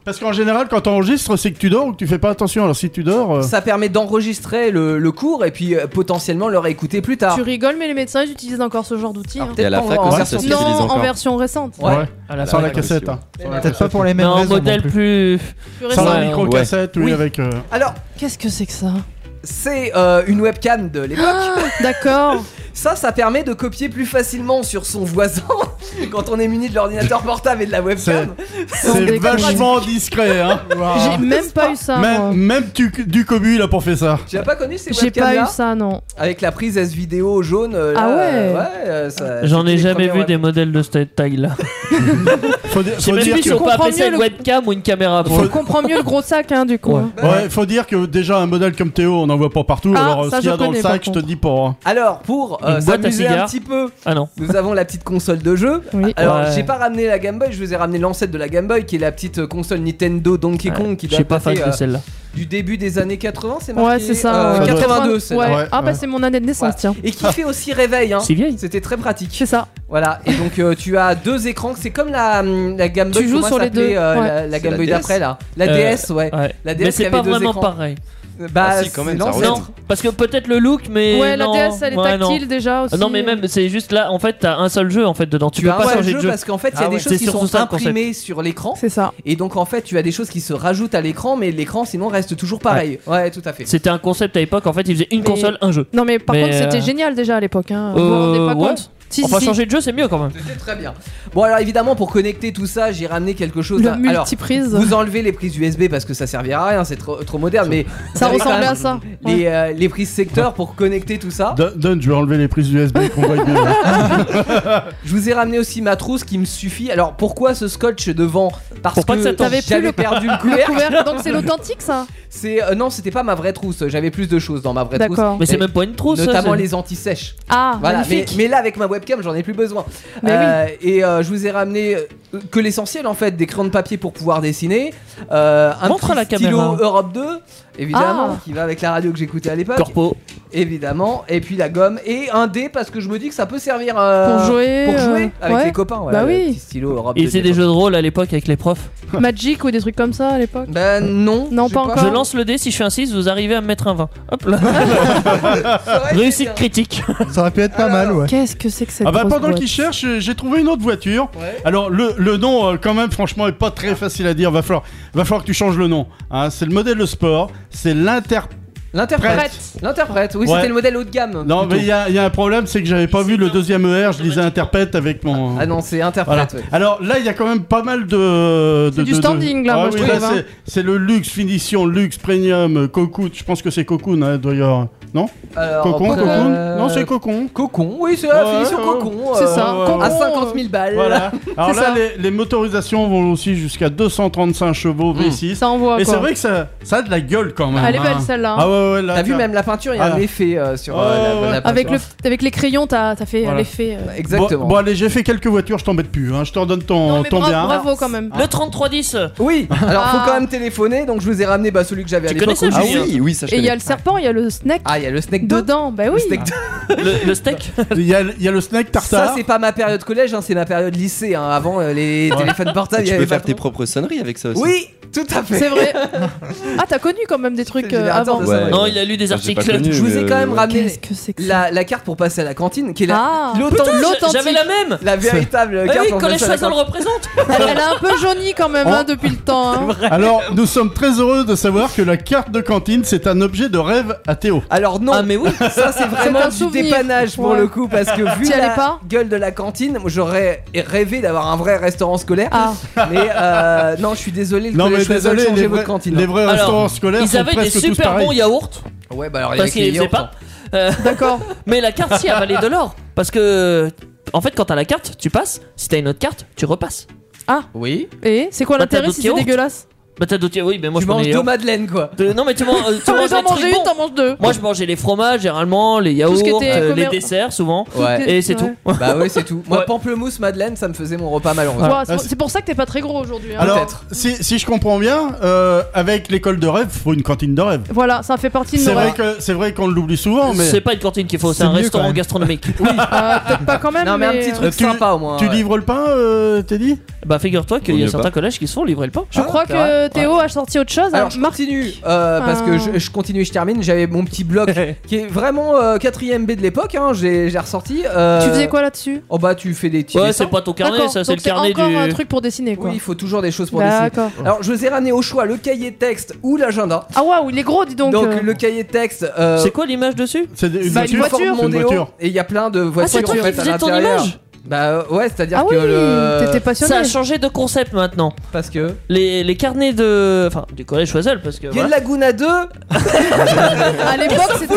Speaker 3: parce qu'en général, quand t'enregistres, c'est que tu dors ou que tu fais pas attention. Alors si tu dors, euh,
Speaker 4: Ça permet d'enregistrer le, le cours et puis euh, potentiellement le réécouter plus tard.
Speaker 5: Tu rigoles, mais les médecins, ils utilisent encore ce genre d'outils.
Speaker 4: Alors,
Speaker 5: hein.
Speaker 8: Et à la
Speaker 4: pas
Speaker 8: fac
Speaker 4: en
Speaker 8: aussi,
Speaker 4: version
Speaker 8: ça
Speaker 5: Non,
Speaker 8: s'utilise encore.
Speaker 5: en version récente.
Speaker 4: Ouais.
Speaker 3: ouais,
Speaker 6: À la
Speaker 8: Ça
Speaker 3: sans
Speaker 6: fin.
Speaker 8: va.
Speaker 3: la cassette.
Speaker 8: aussi,
Speaker 3: hein. Sans la
Speaker 7: Peut-être pas
Speaker 3: cassette.
Speaker 7: pour les
Speaker 6: Mais
Speaker 7: mêmes
Speaker 6: en
Speaker 7: raisons. non
Speaker 6: modèle
Speaker 7: plus.
Speaker 6: plus.
Speaker 5: Plus
Speaker 3: Sans
Speaker 5: récente.
Speaker 3: la
Speaker 6: Ouais.
Speaker 3: micro cassette, oui,
Speaker 4: Oui.
Speaker 3: avec. euh,
Speaker 4: Alors,
Speaker 5: Qu'est-ce que c'est que ça
Speaker 4: c'est euh, une webcam de l'époque.
Speaker 5: D'accord.
Speaker 4: Ça, ça permet de copier plus facilement sur son voisin quand on est muni de l'ordinateur portable et de la webcam.
Speaker 3: C'est
Speaker 5: déconne.
Speaker 3: vachement discret. Hein.
Speaker 4: Ah.
Speaker 5: J'ai même pas eu ça.
Speaker 3: Même,
Speaker 5: moi.
Speaker 3: même du, du cobu, il a pour fait ça.
Speaker 4: Tu n'as pas connu ces
Speaker 5: J'ai pas
Speaker 4: webcams-là
Speaker 5: eu ça, non.
Speaker 4: Avec la prise S-Vidéo jaune. euh,
Speaker 5: Ah
Speaker 4: là,
Speaker 5: ouais.
Speaker 4: euh, ouais, euh, ça-
Speaker 6: J'en
Speaker 4: c'était
Speaker 6: ai
Speaker 4: les
Speaker 6: jamais
Speaker 4: premières
Speaker 6: vu des
Speaker 4: webcams.
Speaker 6: modèles de cette taille-là.
Speaker 3: Faut, di-
Speaker 6: J'ai
Speaker 3: faut
Speaker 6: même
Speaker 3: dire
Speaker 6: vu
Speaker 3: que,
Speaker 6: si on peut
Speaker 5: comprends
Speaker 6: appeler ça
Speaker 5: mieux
Speaker 6: une
Speaker 5: le-
Speaker 6: webcam ou une caméra pour
Speaker 5: On comprend mieux le gros sac, hein, du coup.
Speaker 6: Ouais.
Speaker 5: hein.
Speaker 3: ouais, faut dire que déjà un modèle comme Théo, on en voit pas partout.
Speaker 5: Ah,
Speaker 3: alors euh,
Speaker 5: ça,
Speaker 3: ce qu'il y a
Speaker 5: je
Speaker 3: dans le
Speaker 5: connais, par
Speaker 3: sac, je te
Speaker 5: contre.
Speaker 3: dis hein. pour.
Speaker 4: Alors, pour euh,
Speaker 6: Une boîte à
Speaker 4: s'amuser un
Speaker 6: cigares.
Speaker 4: petit peu,
Speaker 6: Ah non.
Speaker 4: nous avons la petite console de jeu.
Speaker 5: Oui.
Speaker 4: Alors,
Speaker 6: Ouais.
Speaker 4: j'ai pas ramené la Game Boy, je vous ai ramené l'ancêtre de la Game Boy qui est la petite euh, console Nintendo Donkey Kong qui
Speaker 6: Je
Speaker 4: date
Speaker 6: suis pas fan
Speaker 4: dater, euh,
Speaker 6: de celle-là.
Speaker 4: du début des années 80, c'est marqué
Speaker 5: hein. Ouais, c'est ça.
Speaker 4: euh,
Speaker 5: ouais.
Speaker 4: 82, c'est
Speaker 5: ouais.
Speaker 3: Ouais,
Speaker 5: Ah, bah
Speaker 3: ouais.
Speaker 5: c'est mon année de naissance,
Speaker 4: Ouais.
Speaker 5: tiens.
Speaker 4: Et qui fait aussi réveil, hein.
Speaker 6: C'est vieille.
Speaker 4: C'était très pratique.
Speaker 5: C'est ça.
Speaker 4: Voilà, et donc euh, tu as deux écrans, c'est comme la, hum, la Game Boy.
Speaker 5: Tu joues
Speaker 4: comment
Speaker 5: sur les
Speaker 4: s'appelait,
Speaker 5: deux,
Speaker 4: euh,
Speaker 5: ouais.
Speaker 4: la, la Game
Speaker 8: la
Speaker 4: Boy
Speaker 8: DS?
Speaker 4: d'après là. La
Speaker 6: Euh,
Speaker 4: DS, ouais.
Speaker 6: Ouais.
Speaker 4: La DS
Speaker 6: Mais
Speaker 4: qui
Speaker 6: c'est
Speaker 4: avait
Speaker 6: pas
Speaker 4: deux
Speaker 6: vraiment
Speaker 4: écrans.
Speaker 6: pareil.
Speaker 4: Bah,
Speaker 8: Ah si, quand même,
Speaker 4: c'est
Speaker 8: ça
Speaker 4: l'ancêtre.
Speaker 8: relève.
Speaker 6: Non, parce que peut-être le look, mais.
Speaker 5: Ouais, la
Speaker 6: non.
Speaker 5: DS, elle est
Speaker 6: Ouais, non.
Speaker 5: tactile déjà aussi.
Speaker 6: Ah Non, mais même, c'est juste là, en fait, t'as un seul jeu en fait dedans. Tu
Speaker 4: Tu
Speaker 6: peux
Speaker 4: as
Speaker 6: pas
Speaker 4: un
Speaker 6: changer
Speaker 4: jeu,
Speaker 6: de jeu.
Speaker 4: parce qu'en fait, il y a
Speaker 6: Ah
Speaker 4: des
Speaker 6: ouais.
Speaker 4: choses
Speaker 6: C'est
Speaker 4: qui
Speaker 6: surtout
Speaker 4: sont
Speaker 6: ça le concept.
Speaker 4: imprimées sur l'écran.
Speaker 5: C'est ça.
Speaker 4: Et donc en fait, tu as des choses qui se rajoutent à l'écran, mais l'écran sinon reste toujours pareil. Ouais, tout à fait.
Speaker 6: C'était un concept à l'époque, en fait, ils faisaient une
Speaker 5: Mais-
Speaker 6: console, un jeu.
Speaker 5: Non, mais par
Speaker 6: Mais,
Speaker 5: contre, c'était
Speaker 6: euh,
Speaker 5: génial déjà à l'époque. Hein. Vous vous
Speaker 6: Euh,
Speaker 5: rendez pas
Speaker 6: ouais.
Speaker 5: compte Si,
Speaker 6: Enfin,
Speaker 5: si, si.
Speaker 6: changer de jeu, c'est mieux quand même.
Speaker 4: C'était très bien. Bon, alors évidemment, pour connecter tout ça, j'ai ramené quelque chose.
Speaker 5: Le
Speaker 4: hein. alors,
Speaker 5: multiprise.
Speaker 4: vous enlevez les prises USB parce que ça servira à rien, c'est trop, trop moderne, mais
Speaker 5: Ça
Speaker 4: vous avez quand
Speaker 5: ressemblait
Speaker 4: même
Speaker 5: à ça.
Speaker 4: Les, euh, les prises secteur pour connecter tout ça.
Speaker 3: Don- Don, je vais enlever les prises USB qu'on voit bien. hein.
Speaker 4: Je vous ai ramené aussi ma trousse qui me suffit. Alors pourquoi ce scotch devant Parce
Speaker 6: Pour pas que ça
Speaker 4: que,
Speaker 6: tombe.
Speaker 4: j'avais
Speaker 5: T'avais plus le-
Speaker 4: perdu le
Speaker 5: Le
Speaker 4: couvercle.
Speaker 5: couvert, donc c'est l'authentique ça
Speaker 4: C'est euh, non, c'était pas ma vraie trousse. J'avais plus de choses dans ma vraie trousse.
Speaker 5: D'accord.
Speaker 6: Mais c'est
Speaker 4: Et
Speaker 6: même pas une trousse. ça,
Speaker 4: Notamment
Speaker 6: c'est-
Speaker 4: les anti-sèches.
Speaker 5: Ah,
Speaker 4: Voilà, mais,
Speaker 5: magnifique.
Speaker 4: mais là avec ma webcam j'en ai plus besoin.
Speaker 5: Mais
Speaker 4: Euh, Et euh, je vous ai ramené euh, que l'essentiel en fait, des crayons de papier pour pouvoir dessiner, euh, un
Speaker 6: Montre
Speaker 4: petit
Speaker 6: à la
Speaker 4: stylo
Speaker 6: caméra.
Speaker 4: Europe 2 évidemment
Speaker 5: Ah.
Speaker 4: qui va avec la radio que j'écoutais à l'époque
Speaker 6: Corpo.
Speaker 4: évidemment et puis la gomme et un dé parce que je me dis que ça peut servir euh,
Speaker 5: Pour jouer,
Speaker 4: pour jouer
Speaker 5: euh,
Speaker 4: avec
Speaker 5: ouais.
Speaker 4: les copains. Voilà,
Speaker 5: Bah
Speaker 4: le
Speaker 5: oui.
Speaker 4: petit stylo Europe
Speaker 6: Et
Speaker 4: 2,
Speaker 6: c'est
Speaker 4: des
Speaker 6: des jeux de rôle à l'époque avec les profs.
Speaker 5: Magic ou des trucs comme ça à l'époque.
Speaker 4: Ben non.
Speaker 5: Non,
Speaker 4: j'ai
Speaker 5: pas encore.
Speaker 6: Je lance le dé, si je fais un 6, vous arrivez à me mettre un 20. Hop là.
Speaker 4: Ça aurait été
Speaker 6: Réussite
Speaker 4: bien.
Speaker 6: critique.
Speaker 7: Ça aurait pu être pas mal, ouais.
Speaker 5: Qu'est-ce que c'est que cette
Speaker 3: Ah bah
Speaker 5: grosse
Speaker 3: pendant
Speaker 5: boîte
Speaker 3: qu'ils cherchent, euh, j'ai trouvé une autre voiture.
Speaker 4: Ouais.
Speaker 3: Alors le, le nom euh, quand même franchement est pas très facile à dire. Va falloir, va falloir que tu changes le nom. hein. c'est le modèle de sport. C'est l'inter.
Speaker 4: L'interprète. L'interprète, oui,
Speaker 3: Ouais.
Speaker 4: c'était le modèle haut de gamme.
Speaker 3: Non mais
Speaker 4: plutôt.
Speaker 3: il y, a- il y a un problème, c'est que j'avais pas vu le deuxième ER. Je lisais interprète avec mon.
Speaker 4: Ah non, c'est
Speaker 3: Voilà.
Speaker 4: interprète, ouais.
Speaker 3: Alors là, il y a quand même pas mal de. de-
Speaker 5: C'est du
Speaker 3: de- de-
Speaker 5: standing, là,
Speaker 3: Ah
Speaker 5: moi,
Speaker 3: oui,
Speaker 5: je
Speaker 3: là,
Speaker 5: trouve, hein.
Speaker 3: c'est- c'est le luxe, finition, luxe, premium, euh, cocoon. Je pense que c'est cocoon, hein, d'ailleurs. Non
Speaker 4: Alors,
Speaker 3: Cocon,
Speaker 4: pour-
Speaker 3: cocoon
Speaker 4: euh,
Speaker 3: Non, c'est cocon.
Speaker 4: Cocon, oui, c'est la
Speaker 3: Ouais,
Speaker 4: finition
Speaker 3: ouais,
Speaker 4: cocon.
Speaker 5: C'est
Speaker 4: euh,
Speaker 5: ça,
Speaker 3: ouais,
Speaker 5: cocon,
Speaker 4: À 50 000 balles.
Speaker 3: Voilà. Alors
Speaker 5: C'est
Speaker 3: là,
Speaker 5: ça.
Speaker 3: les, les motorisations vont aussi jusqu'à 235
Speaker 4: Hmm.
Speaker 3: chevaux V6.
Speaker 5: Ça envoie
Speaker 3: Et
Speaker 5: quoi.
Speaker 3: c'est vrai que ça, ça a de la gueule quand même.
Speaker 5: Elle est
Speaker 3: hein.
Speaker 5: belle celle-là. hein.
Speaker 3: Ah ouais, ouais, là.
Speaker 4: T'as vu
Speaker 3: ça-
Speaker 4: même la peinture, il y a un
Speaker 3: Voilà.
Speaker 4: effet euh, sur euh,
Speaker 3: Ouais,
Speaker 4: la-
Speaker 3: ouais,
Speaker 4: la,
Speaker 3: ouais.
Speaker 5: avec,
Speaker 4: peinture.
Speaker 5: le, avec les crayons, t'as t'as fait euh,
Speaker 3: Voilà.
Speaker 5: l'effet. euh.
Speaker 4: Exactement.
Speaker 3: Bon, bon, allez, j'ai fait quelques voitures, je t'embête plus. hein. Je t'en donne ton,
Speaker 5: Non, mais
Speaker 3: ton
Speaker 5: bravo,
Speaker 3: bien.
Speaker 5: bravo quand même.
Speaker 6: Le 3310. euh,
Speaker 4: Oui, alors faut
Speaker 5: Ah.
Speaker 4: quand même téléphoner, donc je vous ai ramené bah, celui que j'avais à
Speaker 6: Tu
Speaker 4: l'époque.
Speaker 6: connais ce
Speaker 8: Ah
Speaker 4: aussi.
Speaker 6: Julien.
Speaker 8: oui, oui, ça je
Speaker 5: Et il y
Speaker 8: connais.
Speaker 5: a le serpent, il y a le snack
Speaker 4: Ah, il y a le snack 2.
Speaker 5: dedans. Bah oui.
Speaker 6: Le, le steak.
Speaker 3: Il y, a, il y a le snack tartare.
Speaker 4: Ça, c'est pas ma période collège, hein, c'est ma période lycée. hein. Avant, euh, les téléphones portables, il y
Speaker 8: Tu
Speaker 4: avait
Speaker 8: peux
Speaker 4: pas
Speaker 8: faire tes
Speaker 4: trop.
Speaker 8: propres sonneries avec ça aussi.
Speaker 4: Oui, tout à fait.
Speaker 5: C'est vrai. Ah, t'as connu quand même des trucs
Speaker 4: C'est le
Speaker 5: euh,
Speaker 4: générateur
Speaker 5: avant.
Speaker 4: de
Speaker 8: Ouais.
Speaker 4: sonnerie.
Speaker 6: Non, il a lu des
Speaker 8: Ah, j'ai pas
Speaker 6: articles.
Speaker 8: connu,
Speaker 4: Je vous ai
Speaker 8: mais,
Speaker 4: quand même
Speaker 8: ouais.
Speaker 4: ramené
Speaker 5: Qu'est-ce que c'est que ça
Speaker 4: la, la carte pour passer à la cantine, qui est la,
Speaker 5: Ah
Speaker 4: l'autant-
Speaker 6: Putain,
Speaker 5: L'authentique.
Speaker 6: J'avais la même.
Speaker 4: la véritable
Speaker 6: Ah
Speaker 4: carte.
Speaker 6: oui,
Speaker 4: pour
Speaker 6: Collège
Speaker 4: passer à la
Speaker 6: Choiseul le représente.
Speaker 5: elle, elle a un peu jauni quand même
Speaker 3: Oh.
Speaker 5: hein, depuis le temps. hein.
Speaker 3: Alors, nous sommes très heureux de savoir que la carte de cantine, c'est un objet de rêve à Théo.
Speaker 4: Alors non,
Speaker 6: Ah, mais oui.
Speaker 4: ça c'est
Speaker 5: C'est
Speaker 4: vraiment
Speaker 5: un
Speaker 4: du
Speaker 5: souvenir.
Speaker 4: dépannage pour
Speaker 5: Ouais.
Speaker 4: le coup parce que vu
Speaker 5: T'y
Speaker 4: la
Speaker 5: allais pas
Speaker 4: gueule de la cantine, moi, j'aurais rêvé d'avoir un vrai restaurant scolaire.
Speaker 5: Ah,
Speaker 4: Mais euh, non, je suis désolé, le
Speaker 3: Non, mais
Speaker 4: collège Choiseul
Speaker 3: désolé,
Speaker 4: changeait
Speaker 3: les
Speaker 4: votre
Speaker 3: vrais,
Speaker 4: cantine. hein.
Speaker 3: les vrais
Speaker 6: Alors,
Speaker 3: restaurants scolaires
Speaker 6: Ils
Speaker 3: sont
Speaker 6: avaient des
Speaker 3: presque tous
Speaker 6: super bons
Speaker 3: pareils.
Speaker 6: yaourts.
Speaker 4: Ouais, bah alors il y
Speaker 6: Parce
Speaker 4: avait
Speaker 6: qu'ils
Speaker 4: Clio,
Speaker 6: faisaient pas. Euh,
Speaker 5: d'accord.
Speaker 6: Mais la carte, si, elle valait de l'or. Parce que. En fait, quand t'as la carte, tu passes. Si t'as une autre carte, tu repasses.
Speaker 4: Oui.
Speaker 5: Et c'est quoi
Speaker 6: Bah,
Speaker 5: l'intérêt
Speaker 6: t'as
Speaker 5: si
Speaker 6: d'autres
Speaker 5: c'est
Speaker 6: yaourts
Speaker 5: dégueulasse
Speaker 6: Bah, t'as d'autres. Oui, mais moi
Speaker 4: tu
Speaker 6: je prenais
Speaker 4: manges
Speaker 6: les
Speaker 4: deux
Speaker 6: yaourts.
Speaker 4: madeleines quoi.
Speaker 6: De- Non, mais tu manges, euh, tu
Speaker 5: T'en
Speaker 6: manges les trucs
Speaker 5: manger
Speaker 6: bons.
Speaker 5: une, t'en manges deux.
Speaker 6: Moi, je mangeais les fromages, généralement, les yaourts,
Speaker 5: ce qui était
Speaker 6: euh, les
Speaker 5: commer-
Speaker 6: desserts, souvent.
Speaker 4: Ouais.
Speaker 6: Et c'est
Speaker 5: Ouais.
Speaker 6: tout.
Speaker 4: Bah ouais, c'est tout. Moi,
Speaker 6: Ouais.
Speaker 4: pamplemousse, madeleine, ça me faisait mon repas malheureusement.
Speaker 5: Ouah, c'est pour- c'est pour ça que t'es pas très gros aujourd'hui. hein.
Speaker 3: Alors,
Speaker 4: Peut-être.
Speaker 3: si, si je comprends bien, euh, avec l'école de rêve, faut une cantine de rêve.
Speaker 5: Voilà, ça fait partie de
Speaker 3: C'est
Speaker 5: nos
Speaker 3: vrai
Speaker 5: rêves.
Speaker 3: que c'est vrai qu'on l'oublie souvent, mais
Speaker 6: C'est pas une cantine qu'il faut, c'est
Speaker 7: C'est
Speaker 6: un
Speaker 7: mieux, quand
Speaker 6: restaurant
Speaker 7: même.
Speaker 6: gastronomique.
Speaker 5: Euh, Peut-être pas quand même.
Speaker 4: Non, mais un petit
Speaker 5: euh,
Speaker 4: truc
Speaker 3: Euh, tu-
Speaker 4: sympa au moins.
Speaker 3: tu
Speaker 4: ouais.
Speaker 3: livres le pain, euh, Teddy
Speaker 6: bah, figure-toi qu'il y
Speaker 8: Vaut
Speaker 6: a
Speaker 8: mieux
Speaker 6: certains
Speaker 8: pas.
Speaker 6: collèges qui se font livrer le pain.
Speaker 5: Je
Speaker 4: Ah,
Speaker 5: crois
Speaker 4: c'est
Speaker 5: que
Speaker 4: vrai.
Speaker 5: Théo a sorti autre chose.
Speaker 4: Alors
Speaker 5: hein.
Speaker 4: je
Speaker 5: Marc-
Speaker 4: continue euh, parce que je, je continue, je termine. J'avais mon petit bloc qui est vraiment euh, 4ème B de l'époque. Hein, j'ai j'ai ressorti. euh,
Speaker 5: tu faisais quoi là-dessus
Speaker 4: Oh bah tu fais des petits.
Speaker 6: Ouais,
Speaker 4: dessins.
Speaker 6: c'est pas ton carnet,
Speaker 5: D'accord,
Speaker 6: ça, c'est
Speaker 5: donc
Speaker 6: le carnet
Speaker 5: encore un
Speaker 6: du.
Speaker 5: truc pour dessiner quoi.
Speaker 4: Oui, il faut toujours des choses pour dessiner.
Speaker 5: D'accord.
Speaker 4: Alors, je vous ai ramené au choix le cahier de texte ou l'agenda.
Speaker 5: Ah waouh, il est gros, dis donc.
Speaker 4: Donc,
Speaker 5: euh.
Speaker 4: le cahier de texte, euh,
Speaker 6: C'est quoi l'image dessus
Speaker 3: C'est des- une
Speaker 5: Bah,
Speaker 3: voiture.
Speaker 5: une voiture.
Speaker 4: Ford
Speaker 5: C'est
Speaker 3: une
Speaker 4: Mondeo,
Speaker 3: voiture.
Speaker 4: et il y a plein de
Speaker 6: Ah, c'est
Speaker 4: voitures
Speaker 6: toi
Speaker 4: en
Speaker 6: qui
Speaker 4: fait à
Speaker 6: faisais ton
Speaker 4: l'intérieur.
Speaker 6: image
Speaker 4: Bah ouais, c'est-à-dire
Speaker 5: Ah
Speaker 4: que
Speaker 5: oui,
Speaker 4: le-
Speaker 5: t'étais
Speaker 6: Ça a
Speaker 5: passionné.
Speaker 6: changé de concept maintenant.
Speaker 4: parce que
Speaker 6: Les, les carnets de. Enfin, du collège Choiseul, parce que.
Speaker 4: Yen
Speaker 6: voilà.
Speaker 4: Laguna 2,
Speaker 5: À l'époque, c'était.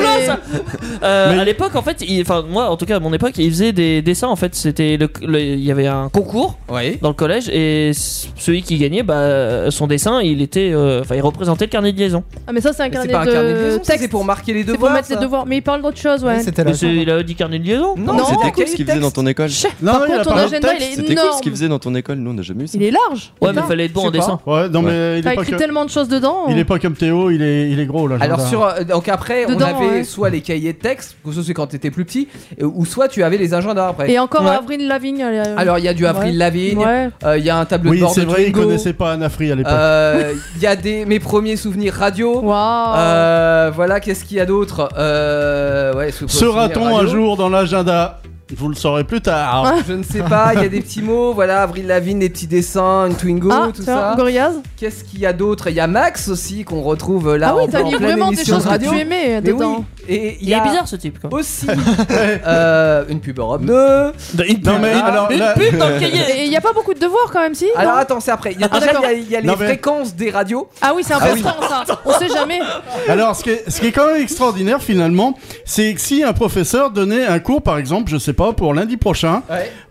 Speaker 6: Euh,
Speaker 3: Mais-
Speaker 6: À l'époque, en fait, il- enfin, moi, en tout cas, à mon époque, ils faisaient des dessins. En fait, c'était le, le- il y avait un concours
Speaker 4: oui,
Speaker 6: dans le collège et c- celui qui gagnait, bah, son dessin, il était, euh, enfin, il représentait le carnet de liaison.
Speaker 5: Ah mais ça c'est un
Speaker 4: Mais c'est
Speaker 5: carnet
Speaker 4: pas un carnet de
Speaker 5: de
Speaker 4: liaison, ça, c'est
Speaker 5: texte.
Speaker 4: pour marquer les
Speaker 5: C'est
Speaker 4: devoirs.
Speaker 5: pour mettre les
Speaker 4: ça.
Speaker 5: devoirs. Mais il parle d'autre chose, ouais.
Speaker 7: Mais C'était la
Speaker 6: Mais c'est- il a dit carnet de liaison.
Speaker 4: Non,
Speaker 5: Non,
Speaker 4: c'était
Speaker 8: C'était
Speaker 5: Par
Speaker 8: cool
Speaker 5: contre,
Speaker 8: ce qu'ils
Speaker 5: les
Speaker 8: faisaient dans ton école.
Speaker 5: Chef,
Speaker 3: Non,
Speaker 5: Par
Speaker 3: il y a
Speaker 5: contre, ton
Speaker 3: pas de
Speaker 5: agenda, il est
Speaker 8: C'était cool ce qu'ils
Speaker 5: énorme.
Speaker 8: faisaient dans ton école. Nous, on n'a jamais eu ça.
Speaker 5: Il est large.
Speaker 6: Ouais, mais
Speaker 5: putain.
Speaker 6: fallait être bon en
Speaker 4: Je sais
Speaker 6: dessin.
Speaker 3: Ouais, non mais il
Speaker 5: T'as
Speaker 3: est pas
Speaker 5: écrit
Speaker 3: que-
Speaker 5: tellement de choses dedans.
Speaker 3: il est pas comme Théo, il est il est gros là.
Speaker 4: Alors
Speaker 3: genre.
Speaker 4: sur euh, donc après
Speaker 5: Dedans,
Speaker 4: on avait
Speaker 5: ouais.
Speaker 4: soit les cahiers de texte, ou ça c'est quand t'étais plus petit, euh, ou soit tu avais les agendas après.
Speaker 5: Et encore
Speaker 6: Ouais.
Speaker 5: Avril Lavigne. elle est-
Speaker 4: Alors il y a du Avril
Speaker 5: Ouais.
Speaker 4: Lavigne, euh,
Speaker 5: Ouais.
Speaker 4: il y a un tableau de
Speaker 3: Oui,
Speaker 4: bord
Speaker 3: c'est
Speaker 4: de
Speaker 3: vrai, il
Speaker 4: Twingo,
Speaker 3: connaissait pas Anafri à l'époque.
Speaker 4: euh, il y a des mes premiers souvenirs radio.
Speaker 5: Waouh.
Speaker 4: Euh, voilà, qu'est-ce qu'il y a d'autre euh, ouais, sous-
Speaker 3: Sera-t-on
Speaker 4: souvenir
Speaker 3: un
Speaker 4: radio.
Speaker 3: jour dans l'agenda Vous le saurez plus tard.
Speaker 5: Ah.
Speaker 4: Je ne sais pas, il y a des petits mots, voilà, Avril Lavigne, des petits dessins, une Twingo,
Speaker 5: ah,
Speaker 4: tout
Speaker 5: tiens,
Speaker 4: ça.
Speaker 5: Gorillaz
Speaker 4: Qu'est-ce qu'il y a d'autre Il y a Max aussi qu'on retrouve euh, là
Speaker 5: Ah oui,
Speaker 4: en,
Speaker 5: t'as
Speaker 4: en
Speaker 5: mis
Speaker 4: pleine
Speaker 5: vraiment des
Speaker 4: émission
Speaker 5: choses
Speaker 4: de
Speaker 5: que
Speaker 4: radio.
Speaker 5: tu aimais
Speaker 4: Mais
Speaker 5: dedans.
Speaker 4: oui. Et il
Speaker 6: Il
Speaker 4: y
Speaker 6: est
Speaker 4: a
Speaker 6: bizarre ce type quoi.
Speaker 4: aussi euh, une pub Europe 2.
Speaker 3: Non, mais
Speaker 4: Ah,
Speaker 3: alors,
Speaker 6: Une
Speaker 3: là-
Speaker 6: pub dans le cahier
Speaker 5: Et il n'y a pas beaucoup de devoirs quand même, si non
Speaker 4: Alors attends, c'est après. Il y a,
Speaker 5: Ah,
Speaker 4: déjà,
Speaker 5: d'accord.
Speaker 4: il y a- il y a les
Speaker 3: Non, mais-
Speaker 4: fréquences des radios.
Speaker 5: Ah oui, c'est
Speaker 4: Ah oui.
Speaker 5: important ça. On sait jamais. Eh ben,
Speaker 3: Alors, ce qui, est, ce qui est quand même extraordinaire finalement, c'est que si un professeur donnait un cours, par exemple, je sais pas, pour lundi prochain,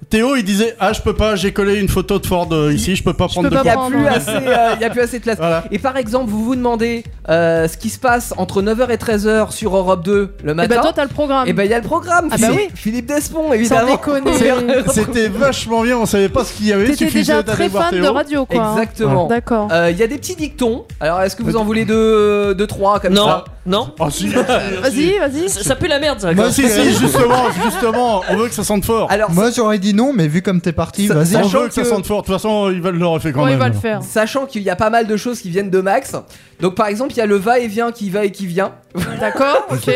Speaker 3: Théo il disait Ah, je peux pas, j'ai collé une photo de Ford euh, ici, je peux pas prendre
Speaker 5: peux
Speaker 3: de
Speaker 5: pas
Speaker 4: Il n'y
Speaker 3: cours.
Speaker 4: a,
Speaker 5: Apprendre.
Speaker 4: plus assez, euh, il y a plus assez de place.
Speaker 3: Voilà.
Speaker 4: Et par exemple, vous vous demandez euh, ce qui se passe entre 9h et 13h sur Europe 2 le
Speaker 5: Et
Speaker 4: matin.
Speaker 5: bah toi, t'as le programme.
Speaker 4: Et ben il y a le programme,
Speaker 5: Ah bah
Speaker 4: Philippe,
Speaker 5: oui.
Speaker 4: Philippe Despont évidemment.
Speaker 5: déconner. hein.
Speaker 4: C'est-
Speaker 3: C'était vachement bien, on savait pas ce qu'il y avait.
Speaker 5: T'étais
Speaker 3: suffisait
Speaker 5: déjà
Speaker 3: d'aller
Speaker 5: très
Speaker 3: voir
Speaker 5: fan de
Speaker 3: Théo.
Speaker 5: radio, quoi. hein.
Speaker 4: Exactement. Euh,
Speaker 5: D'accord.
Speaker 4: Il y a des petits dictons. Alors est-ce que vous en voulez deux, deux trois comme
Speaker 6: Non,
Speaker 4: ça
Speaker 6: non.
Speaker 3: Oh, si, Bah,
Speaker 5: Vas-y, Bah, vas-y.
Speaker 6: Ça, ça pue la merde ça. quoi.
Speaker 7: Moi,
Speaker 3: si, si, justement, justement, on veut que ça sente fort.
Speaker 4: Alors
Speaker 7: Moi j'aurais dit non, mais vu comme t'es parti,
Speaker 4: Ça-
Speaker 7: vas-y.
Speaker 4: ça-
Speaker 3: on
Speaker 4: sachant
Speaker 3: veut que ça
Speaker 4: que-
Speaker 3: sente fort. De toute façon, ils veulent le refaire quand
Speaker 5: Ouais, il
Speaker 3: même.
Speaker 5: va Oh, le faire.
Speaker 4: sachant qu'il y a pas mal de choses qui viennent de Max. Donc par exemple il y a le va-et-vient qui va et qui vient.
Speaker 5: D'accord, ok.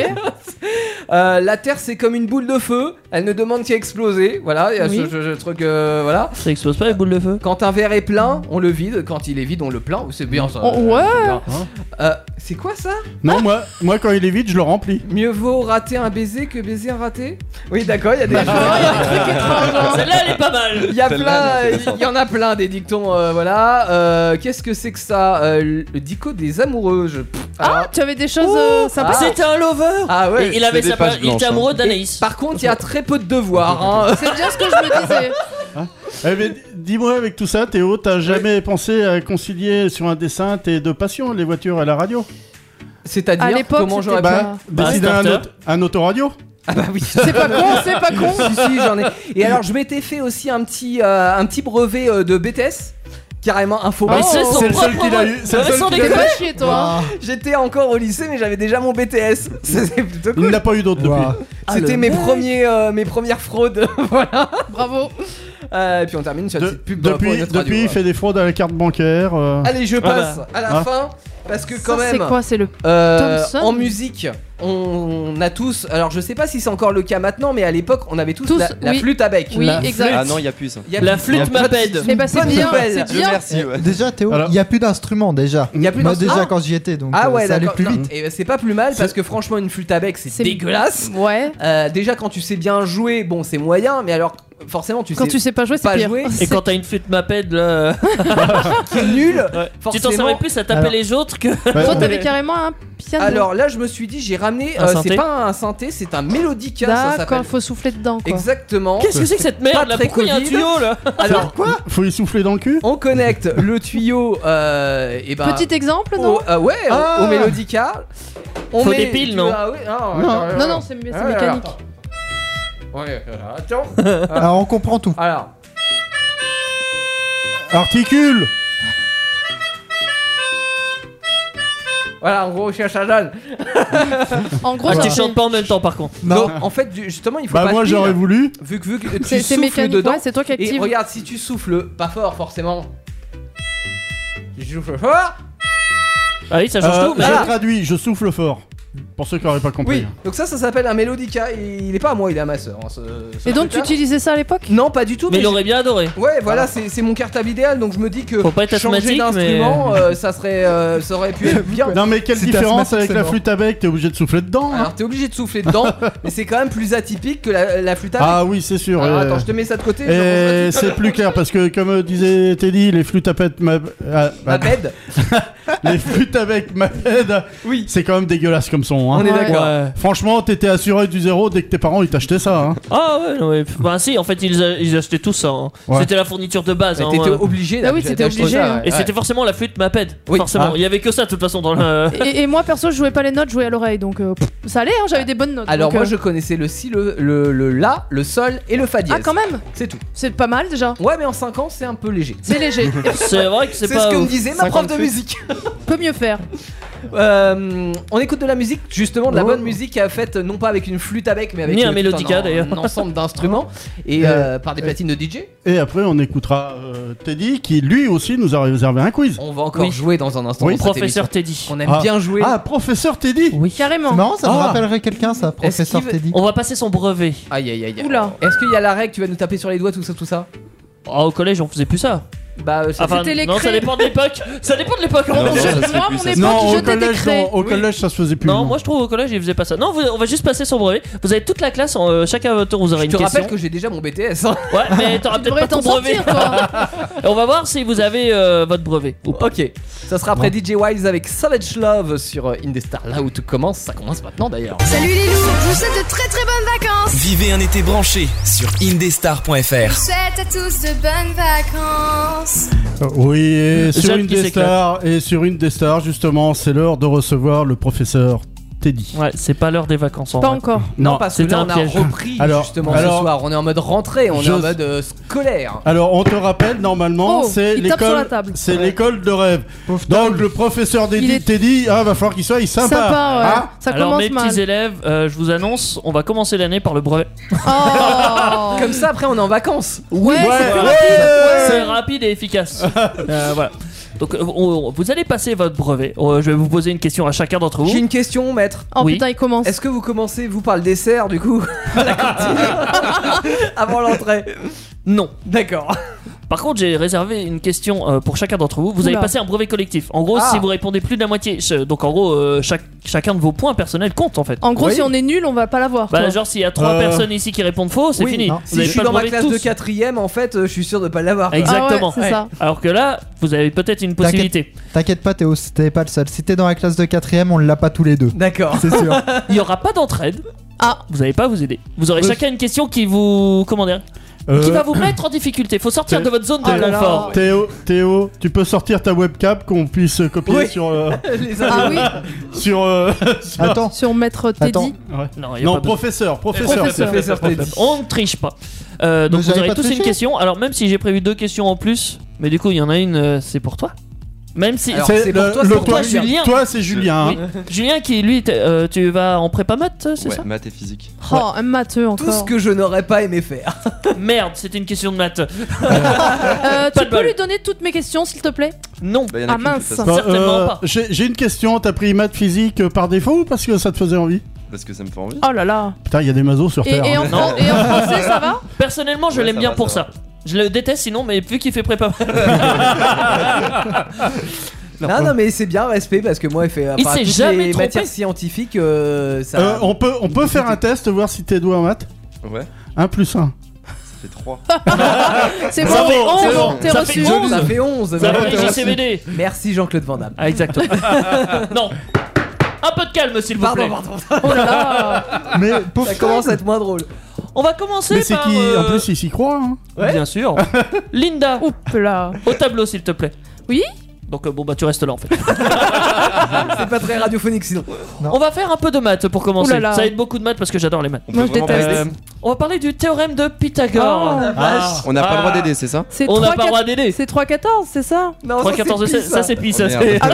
Speaker 4: Euh, la Terre c'est comme une boule de feu. Elle ne demande qu'à exploser. Voilà. Il y a
Speaker 5: Oui.
Speaker 4: ce, ce- ce truc euh, voilà.
Speaker 6: Ça explose pas les boules de feu.
Speaker 4: Quand un verre est plein, on le vide. Quand il est vide, on le plein. C'est bien ça.
Speaker 5: Oh, ouais.
Speaker 4: C'est bien.
Speaker 8: Hein
Speaker 4: Euh, c'est quoi ça
Speaker 3: Non, moi, moi, quand il est vide, je le remplis.
Speaker 4: Mieux vaut rater un baiser que baiser un raté Oui, d'accord, il y a
Speaker 8: Bah,
Speaker 4: des.
Speaker 6: Celle-là elle est pas mal.
Speaker 4: Il y a
Speaker 8: Celle-là,
Speaker 4: plein,
Speaker 8: non, c'est
Speaker 4: il y en a plein des dictons, euh, voilà. Euh, Qu'est-ce que c'est que ça Euh, Le dico des amoureux, je. pff,
Speaker 5: Ah,
Speaker 4: alors-
Speaker 5: tu avais des choses euh, sympas.
Speaker 4: Ah.
Speaker 6: C'était un lover.
Speaker 4: ah ouais.
Speaker 6: Et il avait
Speaker 8: c'est
Speaker 6: sa
Speaker 8: des pages
Speaker 6: pa- il
Speaker 8: blanches,
Speaker 6: était
Speaker 8: hein.
Speaker 6: amoureux d'Anaïs.
Speaker 4: Par contre, il y a très peu de devoirs. hein.
Speaker 5: C'est bien ce que je me disais.
Speaker 3: Eh ben, dis-moi avec tout ça, Théo, t'as jamais pensé à concilier sur un dessin tes deux passions, les voitures et la radio
Speaker 5: À
Speaker 4: C'est-à-dire,
Speaker 5: l'époque,
Speaker 4: comment j'aurais
Speaker 5: c'était
Speaker 4: pu.
Speaker 5: pas-
Speaker 3: Bah,
Speaker 6: Bah,
Speaker 3: décider un,
Speaker 6: starter.
Speaker 3: auto- un autoradio
Speaker 4: Ah bah oui.
Speaker 5: C'est pas con, c'est pas con.
Speaker 4: si, si, j'en ai. Et alors, je m'étais fait aussi un petit, euh, un petit brevet euh, de BTS. Carrément, info.
Speaker 5: Ah
Speaker 6: Mais c'est son
Speaker 3: c'est le seul
Speaker 6: propre
Speaker 3: qu'il a eu,
Speaker 6: mot.
Speaker 3: c'est
Speaker 6: Non,
Speaker 3: le
Speaker 6: mais
Speaker 3: seul
Speaker 6: sans
Speaker 5: T'es
Speaker 6: déconner.
Speaker 5: pas chier, toi. hein.
Speaker 7: Ah,
Speaker 4: J'étais encore au lycée, mais j'avais déjà mon BTS. C'était plutôt
Speaker 3: Il
Speaker 4: cool.
Speaker 3: n'a pas eu d'autres
Speaker 7: ouah.
Speaker 3: depuis.
Speaker 6: Ah,
Speaker 4: C'était
Speaker 6: le
Speaker 4: mes
Speaker 6: mec.
Speaker 4: premiers, euh, mes premières fraudes. voilà.
Speaker 5: Bravo.
Speaker 4: Euh, et puis on termine sur
Speaker 3: De-
Speaker 4: une petite pub bah, pour
Speaker 3: depuis,
Speaker 4: une autre radio, hein.
Speaker 3: depuis, il
Speaker 4: voilà.
Speaker 3: fait des fraudes à la carte bancaire. euh.
Speaker 4: Allez, je passe à la
Speaker 3: Ah.
Speaker 4: fin parce que quand
Speaker 5: Ça, C'est
Speaker 4: même,
Speaker 5: quoi C'est le.
Speaker 4: euh,
Speaker 5: Thompson
Speaker 4: en musique, on a tous. Alors, je sais pas si c'est encore le cas maintenant, mais à l'époque, on avait tous,
Speaker 5: Tous,
Speaker 4: la, la
Speaker 5: oui.
Speaker 4: flûte à bec.
Speaker 5: Oui,
Speaker 4: La-
Speaker 5: exact.
Speaker 8: Ah non, il y a plus ça.
Speaker 4: y a
Speaker 6: La
Speaker 4: plus-
Speaker 6: flûte
Speaker 4: y a plus-
Speaker 6: m'appelle.
Speaker 5: Eh bah, c'est
Speaker 4: Ah, Bonne
Speaker 5: bien.
Speaker 4: nouvelle.
Speaker 5: C'est
Speaker 8: Dieu
Speaker 5: bien.
Speaker 8: merci, ouais.
Speaker 7: Euh, Déjà Théo,
Speaker 3: Alors-
Speaker 7: il n'y a plus d'instrument déjà.
Speaker 4: Il y a plus
Speaker 7: Moi
Speaker 4: d'instru-
Speaker 7: déjà
Speaker 4: Ah.
Speaker 7: quand j'y étais, donc
Speaker 4: Ah
Speaker 7: euh,
Speaker 4: ouais,
Speaker 7: ça allait
Speaker 4: d'accord.
Speaker 7: plus
Speaker 4: Non,
Speaker 7: vite.
Speaker 4: Et ben, c'est pas plus mal parce que franchement, une flûte à bec, c'est
Speaker 5: C'est-
Speaker 4: dégueulasse.
Speaker 5: Ouais.
Speaker 4: Euh, déjà, quand tu sais bien jouer, bon, c'est moyen, mais alors forcément, tu
Speaker 5: Quand
Speaker 4: sais
Speaker 5: tu sais pas jouer,
Speaker 4: pas
Speaker 5: c'est pire.
Speaker 4: jouer.
Speaker 6: Et quand t'as une flûte maped là,
Speaker 4: que c'est nul.
Speaker 6: tu t'en
Speaker 4: forcément.
Speaker 6: servais plus à taper
Speaker 7: Alors.
Speaker 6: les autres que.
Speaker 5: Toi, t'avais carrément un piano.
Speaker 4: Alors là, je me suis dit, j'ai ramené.
Speaker 6: Un
Speaker 4: euh, c'est
Speaker 6: synthé.
Speaker 4: pas un synthé, c'est un mélodica, ça
Speaker 5: D'accord,
Speaker 4: s'appelle.
Speaker 5: faut souffler dedans, quoi.
Speaker 4: Exactement.
Speaker 6: Qu'est-ce que c'est que cette merde là
Speaker 4: très
Speaker 6: Pourquoi il y a un
Speaker 4: Covid. Ah,
Speaker 6: tuyau là
Speaker 4: Alors, quoi
Speaker 3: Faut y souffler dans le cul
Speaker 4: On connecte le tuyau euh, et ben,
Speaker 5: Petit exemple, non
Speaker 4: au, euh, ouais, au-
Speaker 7: Ah.
Speaker 4: au, mélodica. On
Speaker 6: Faut
Speaker 4: met-
Speaker 6: des piles,
Speaker 4: tu
Speaker 6: non
Speaker 4: vois, oui, non,
Speaker 7: Non.
Speaker 4: attends,
Speaker 5: Non, non, c'est c'est
Speaker 4: Ah,
Speaker 5: mécanique.
Speaker 4: Ouais, attends.
Speaker 7: Alors on comprend tout.
Speaker 4: Alors,
Speaker 3: Articule
Speaker 4: voilà, en gros, je cherche à donne.
Speaker 5: En gros,
Speaker 6: Ah, tu
Speaker 5: c'est-
Speaker 6: chantes pas en même temps par contre.
Speaker 7: Non.
Speaker 4: Donc, en fait, du- justement, il faut
Speaker 3: Bah,
Speaker 4: pas
Speaker 3: moi,
Speaker 4: de
Speaker 3: j'aurais
Speaker 4: piles,
Speaker 3: voulu.
Speaker 4: Vu que, vu que tu
Speaker 5: c'est c'est
Speaker 4: souffles
Speaker 5: mécanique.
Speaker 4: dedans.
Speaker 5: ouais, c'est toi qui
Speaker 4: et
Speaker 5: active.
Speaker 4: regarde, si tu souffles pas fort, forcément. Tu souffles fort.
Speaker 6: Ah oui, ça change
Speaker 3: Euh,
Speaker 6: tout.
Speaker 3: je
Speaker 6: Mais...
Speaker 4: Ah.
Speaker 3: traduis, je souffle fort. Pour ceux qui n'auraient pas compris.
Speaker 4: Oui. Donc ça, ça s'appelle un mélodica. Et Il est pas à moi, il est à ma hein, soeur.
Speaker 5: Et donc, tu utilisais ça à l'époque
Speaker 4: Non, pas du tout.
Speaker 6: mais il
Speaker 4: j'ai-
Speaker 6: aurait bien adoré.
Speaker 4: Ouais, voilà, c'est c'est mon cartable idéal, donc je me dis que
Speaker 6: Faut pas être
Speaker 4: changer
Speaker 6: asthmatique,
Speaker 4: d'instrument, euh, ça serait, euh, ça aurait pu être bien.
Speaker 3: Non, mais quelle
Speaker 7: C'est
Speaker 3: différence
Speaker 7: asthmatique,
Speaker 3: avec
Speaker 7: c'est
Speaker 3: la
Speaker 7: mort.
Speaker 3: flûte à bec T'es obligé de souffler dedans. hein.
Speaker 4: Alors t'es obligé de souffler dedans, mais c'est quand même plus atypique que la, la flûte à bec.
Speaker 3: Ah oui, c'est sûr.
Speaker 4: Alors,
Speaker 3: euh,
Speaker 4: attends, je te mets ça de côté. je
Speaker 3: Et
Speaker 4: reprends ça tout à
Speaker 3: c'est plus clair parce que comme euh, disait Teddy, les flûtes à pète ma... ah,
Speaker 4: l'heure. Ma
Speaker 3: bah,
Speaker 4: bed.
Speaker 3: les flûtes avec ma
Speaker 4: Oui.
Speaker 3: c'est quand même dégueulasse comme son. hein.
Speaker 4: On est
Speaker 5: Ouais.
Speaker 4: d'accord.
Speaker 6: Ouais.
Speaker 3: Franchement, t'étais assuré du zéro dès que tes parents ils t'achetaient ça. hein.
Speaker 6: Ah ouais, non, mais- bah si, en fait ils, a- ils achetaient tout ça. hein.
Speaker 3: Ouais.
Speaker 6: C'était la fourniture de base.
Speaker 4: Mais
Speaker 6: hein,
Speaker 4: T'étais
Speaker 6: ouais.
Speaker 4: obligé
Speaker 5: Ah oui,
Speaker 4: d'acheter-
Speaker 5: t'étais
Speaker 4: d'acheter
Speaker 5: obligé,
Speaker 4: ça,
Speaker 5: hein.
Speaker 6: Et c'était forcément la flûte maped.
Speaker 4: Oui.
Speaker 6: Forcément,
Speaker 4: Ah.
Speaker 6: il y avait que ça de toute façon dans le.
Speaker 5: et, et moi, perso, je jouais pas les notes, je jouais à l'oreille. Donc, euh, pff, ça allait, hein, j'avais des bonnes notes.
Speaker 4: Alors
Speaker 5: donc,
Speaker 4: moi
Speaker 5: euh,
Speaker 4: je connaissais le si, le, le, le la, le sol et le fa dièse.
Speaker 5: Ah, quand même
Speaker 4: C'est tout.
Speaker 5: C'est pas mal déjà.
Speaker 4: Ouais, mais en 5 ans c'est un peu léger.
Speaker 5: C'est léger.
Speaker 6: C'est vrai que c'est
Speaker 4: C'est
Speaker 6: pas.
Speaker 4: ce que me
Speaker 6: ouf.
Speaker 4: disait ma prof de
Speaker 8: 58.
Speaker 4: musique.
Speaker 5: Peut mieux faire.
Speaker 4: Euh, on écoute de la musique musique, justement, de la
Speaker 7: Oh.
Speaker 4: bonne musique euh, faite euh, non pas avec une flûte à bec, mais avec
Speaker 6: Ni un
Speaker 4: euh, tout
Speaker 6: mélodica, d'ailleurs.
Speaker 4: un ensemble d'instruments et
Speaker 3: Euh,
Speaker 4: euh, par des platines de DJ.
Speaker 3: Et après, on écoutera euh, Teddy qui lui aussi nous a réservé un quiz.
Speaker 4: On va encore
Speaker 6: Oui.
Speaker 4: jouer dans un instant.
Speaker 3: Oui.
Speaker 4: dans cette
Speaker 6: Professeur Teddy.
Speaker 4: émission. On aime
Speaker 3: Ah.
Speaker 4: bien jouer.
Speaker 3: Ah, professeur Teddy
Speaker 6: Oui.
Speaker 5: Carrément.
Speaker 7: C'est marrant, ça me
Speaker 3: Ah.
Speaker 7: rappellerait quelqu'un, ça, professeur
Speaker 4: qu'il veut-
Speaker 7: Teddy.
Speaker 6: On va passer son brevet.
Speaker 4: Aïe aïe aïe. aïe.
Speaker 5: Oula.
Speaker 4: Est-ce qu'il y a la règle Tu vas nous taper sur les doigts, tout ça, tout ça
Speaker 6: Ah, au collège, on faisait plus ça.
Speaker 4: Bah, euh, ça
Speaker 6: Enfin,
Speaker 5: C'était les
Speaker 6: non, ça
Speaker 5: craies.
Speaker 6: dépend de l'époque. Ça dépend de l'époque. hein.
Speaker 8: Non,
Speaker 5: Moi,
Speaker 8: non, ça se
Speaker 5: je-
Speaker 8: fait
Speaker 5: moi,
Speaker 8: plus,
Speaker 5: mon
Speaker 8: ça se
Speaker 5: époque,
Speaker 8: fait
Speaker 3: Non,
Speaker 5: je
Speaker 3: au collège,
Speaker 5: décrétais.
Speaker 3: non, au collège, ça se faisait plus.
Speaker 6: Non, moi je trouve au collège ils faisaient pas ça. Non, vous- on va juste passer son brevet. Vous avez toute la classe, en, euh, chacun à votre tour vous aurez
Speaker 4: Je
Speaker 6: une
Speaker 4: te
Speaker 6: question.
Speaker 4: rappelle que j'ai déjà mon BTS. hein.
Speaker 6: Ouais, mais t'auras peut-être
Speaker 5: Tu devrais
Speaker 6: pas ton
Speaker 5: t'en
Speaker 6: brevet.
Speaker 5: sortir, toi.
Speaker 6: Et on va voir si vous avez euh, votre brevet ou pas.
Speaker 4: ok. Ça sera après DJ Wise avec Savage Love sur euh, Indestar. Là où tout commence, ça commence maintenant d'ailleurs.
Speaker 2: Salut les loups, je vous souhaite de très très bonnes vacances.
Speaker 1: Vivez un été branché sur indestar.fr.
Speaker 2: Souhaite à tous de bonnes vacances.
Speaker 3: Euh, Oui, et sur
Speaker 6: Jacques
Speaker 3: une
Speaker 6: qui
Speaker 3: des
Speaker 6: s'éclate.
Speaker 3: stars, et sur une des stars, justement, c'est l'heure de recevoir le professeur Teddy.
Speaker 6: Ouais, c'est pas l'heure des vacances en
Speaker 5: Pas
Speaker 6: vrai.
Speaker 5: encore.
Speaker 4: Non, parce que
Speaker 6: c'était
Speaker 4: là,
Speaker 6: un
Speaker 4: on a
Speaker 6: piège.
Speaker 4: repris
Speaker 3: Alors,
Speaker 4: justement
Speaker 3: alors,
Speaker 4: ce soir. On est en mode rentrée, on
Speaker 3: je-
Speaker 4: est en mode euh, scolaire.
Speaker 3: Alors, on te rappelle, normalement,
Speaker 5: Oh,
Speaker 3: c'est
Speaker 5: il tape sur la
Speaker 3: l'école,
Speaker 5: table.
Speaker 3: c'est
Speaker 4: Ouais.
Speaker 3: l'école de rêve.
Speaker 7: Pauvre
Speaker 3: Donc,
Speaker 7: Tom.
Speaker 3: le professeur
Speaker 5: Il
Speaker 3: Teddy,
Speaker 5: est-
Speaker 3: Teddy, ah, va falloir qu'il soit sympa.
Speaker 5: Sympa, ouais.
Speaker 3: hein.
Speaker 5: ça
Speaker 6: Alors
Speaker 5: commence
Speaker 6: mes
Speaker 5: mal.
Speaker 6: petits élèves, euh, je vous annonce, on va commencer l'année par le brevet.
Speaker 5: Oh.
Speaker 4: Comme ça, après, on est en vacances.
Speaker 5: Ouais,
Speaker 3: Ouais,
Speaker 5: c'est plus
Speaker 3: ouais.
Speaker 5: rapide.
Speaker 6: C'est rapide et efficace. Euh, voilà. Donc euh, on- on- vous allez passer votre brevet. Euh, je vais vous poser une question à chacun d'entre vous.
Speaker 4: J'ai une question, maître.
Speaker 5: Oh
Speaker 6: Oui.
Speaker 5: putain, il commence.
Speaker 4: Est-ce que vous commencez, vous, par le dessert, du coup à la cantine Avant l'entrée.
Speaker 6: Non.
Speaker 4: D'accord.
Speaker 6: Par contre, j'ai réservé une question euh, pour chacun d'entre vous. Vous allez
Speaker 5: Oula.
Speaker 6: passer un brevet collectif. En gros,
Speaker 4: Ah.
Speaker 6: si vous répondez plus de la moitié, ch- donc en gros, euh, chaque- chacun de vos points personnels compte en fait.
Speaker 5: En gros,
Speaker 4: Oui.
Speaker 5: si on est nul, on va pas l'avoir.
Speaker 6: Bah,
Speaker 5: quoi.
Speaker 6: genre, s'il y a trois
Speaker 3: Euh.
Speaker 6: personnes ici qui répondent faux, c'est
Speaker 4: Oui,
Speaker 6: fini.
Speaker 7: non.
Speaker 6: Vous
Speaker 4: Si
Speaker 6: avez
Speaker 4: je suis
Speaker 6: pas le
Speaker 4: dans ma
Speaker 6: brevet
Speaker 4: classe
Speaker 6: tous.
Speaker 4: de quatrième, en fait, euh, je suis sûr de pas l'avoir. quoi.
Speaker 5: Ah ouais,
Speaker 6: Exactement.
Speaker 5: c'est ça.
Speaker 6: Alors que là, vous avez peut-être une
Speaker 7: T'inquiète.
Speaker 6: possibilité.
Speaker 7: T'inquiète pas, Théo, t'es pas le seul. Si t'es dans la classe de 4ème, on l'a pas tous les deux.
Speaker 4: D'accord.
Speaker 7: C'est sûr.
Speaker 6: Il n'y aura pas d'entraide.
Speaker 5: Ah.
Speaker 6: Vous n'allez pas vous aider. Vous aurez
Speaker 3: Euh,
Speaker 6: chacun une question qui vous. Comment dire Qui
Speaker 3: Euh,
Speaker 6: va vous mettre en difficulté. Faut sortir
Speaker 4: Euh.
Speaker 3: T'es-
Speaker 6: de votre zone de
Speaker 5: Oh là là.
Speaker 6: confort.
Speaker 3: Théo, Théo, tu peux sortir ta webcam qu'on puisse copier
Speaker 4: Oui.
Speaker 3: sur euh,
Speaker 4: Les
Speaker 5: Ah oui,
Speaker 3: sur euh, sur-
Speaker 4: Ah,
Speaker 7: Attends,
Speaker 5: sur Maître
Speaker 7: Attends.
Speaker 5: Teddy.
Speaker 3: ouais.
Speaker 6: Non, y a
Speaker 3: non
Speaker 6: pas de-
Speaker 3: professeur professeur
Speaker 5: Professeur.
Speaker 4: professeurs Teddy.
Speaker 6: On ne triche pas. Euh,
Speaker 7: Mais
Speaker 6: donc vous
Speaker 7: j'avais
Speaker 6: aurez
Speaker 7: pas
Speaker 6: tous
Speaker 7: triché.
Speaker 6: une question. Alors même si j'ai prévu deux questions en plus, mais du coup il y en a une, euh, c'est pour toi. Même si
Speaker 4: Alors,
Speaker 3: C'est
Speaker 4: c'est pour
Speaker 3: le-
Speaker 4: toi,
Speaker 3: le
Speaker 4: c'est pour toi,
Speaker 3: toi-
Speaker 4: Julien.
Speaker 3: toi c'est Julien hein.
Speaker 6: Julien qui lui, t'es- euh, tu vas en prépa maths, c'est
Speaker 8: Ouais,
Speaker 6: ça
Speaker 8: maths et physique.
Speaker 5: Oh, un matheux encore.
Speaker 4: Tout ce que je n'aurais pas aimé faire.
Speaker 6: Merde, c'était une question de maths.
Speaker 5: Euh,
Speaker 6: Pas
Speaker 5: tu
Speaker 6: de
Speaker 5: peux
Speaker 6: bol.
Speaker 5: lui donner toutes mes questions, s'il te plaît
Speaker 6: Non.
Speaker 8: Bah, y en a
Speaker 5: Ah,
Speaker 8: qu'une, de toute
Speaker 5: mince.
Speaker 8: façon,
Speaker 3: Bah,
Speaker 6: Certainement
Speaker 3: euh,
Speaker 6: pas.
Speaker 3: j'ai j'ai une question t'as pris maths physique euh, par défaut ou parce que ça te faisait envie
Speaker 8: Parce que ça me fait envie.
Speaker 5: Oh là là.
Speaker 3: putain il y a des mazos sur
Speaker 5: Et,
Speaker 3: terre
Speaker 5: et en,
Speaker 3: hein.
Speaker 5: fran- et en français, ça va
Speaker 6: Personnellement, je
Speaker 8: Ouais,
Speaker 6: l'aime
Speaker 8: ça
Speaker 6: bien
Speaker 8: va,
Speaker 6: pour
Speaker 8: ça
Speaker 6: ça. Je le déteste sinon, mais vu qu'il fait prépa maths.
Speaker 4: Non, non, mais c'est bien, respect, parce que moi, il fait. à
Speaker 6: Il
Speaker 4: part
Speaker 6: s'est
Speaker 4: toutes
Speaker 6: jamais
Speaker 4: les
Speaker 6: trompé.
Speaker 4: matières scientifiques, euh, ça.
Speaker 3: Euh, on peut on peut faire un test voir si t'es doué en maths
Speaker 8: Ouais,
Speaker 3: 1 plus 1
Speaker 8: ça fait 3.
Speaker 5: C'est bon,
Speaker 6: Bravo,
Speaker 5: t'es
Speaker 6: c'est
Speaker 5: on-
Speaker 6: bon.
Speaker 5: t'es
Speaker 6: Ça
Speaker 5: reçu.
Speaker 6: fait
Speaker 5: On-
Speaker 4: Ça fait 11.
Speaker 6: Ça
Speaker 4: mais-
Speaker 6: fait JCVD.
Speaker 4: Merci Jean-Claude Van Damme.
Speaker 6: Ah, exactement. non. Un peu de calme, s'il vous plaît.
Speaker 4: Pardon, pardon.
Speaker 5: Oh là là.
Speaker 7: mais pauvre
Speaker 4: Ça commence à
Speaker 7: Tom.
Speaker 4: être moins drôle.
Speaker 6: On va commencer
Speaker 3: mais c'est
Speaker 6: par.
Speaker 3: qui en
Speaker 6: euh,
Speaker 3: plus il s'y croit hein.
Speaker 4: Ouais.
Speaker 6: Bien sûr. Linda,
Speaker 5: Oups là.
Speaker 6: au tableau, s'il te plaît.
Speaker 5: Oui
Speaker 6: Donc, euh, bon, bah, tu restes là en fait.
Speaker 4: C'est pas très radiophonique sinon.
Speaker 6: On va faire un peu de maths pour commencer.
Speaker 5: Ouh là là.
Speaker 6: Ça va être beaucoup de maths parce que j'adore les maths.
Speaker 8: On
Speaker 5: Moi,
Speaker 8: peut
Speaker 5: je
Speaker 8: vraiment
Speaker 5: déteste.
Speaker 8: pas
Speaker 6: Euh,
Speaker 8: aider.
Speaker 6: on va parler du théorème de Pythagore.
Speaker 5: Oh, la
Speaker 6: Ah.
Speaker 8: On n'a pas le droit
Speaker 6: Ah.
Speaker 8: d'aider, c'est ça
Speaker 5: C'est
Speaker 6: On n'a
Speaker 5: 3,
Speaker 6: pas le droit d'aider.
Speaker 5: c'est 3-14, c'est ça
Speaker 4: Non,
Speaker 6: 3,
Speaker 4: ça, c'est
Speaker 6: 14 ça,
Speaker 4: pisse,
Speaker 6: ça, Oh, c'est pisse. ça,
Speaker 8: Oh, merde.
Speaker 6: c'est-
Speaker 5: Ah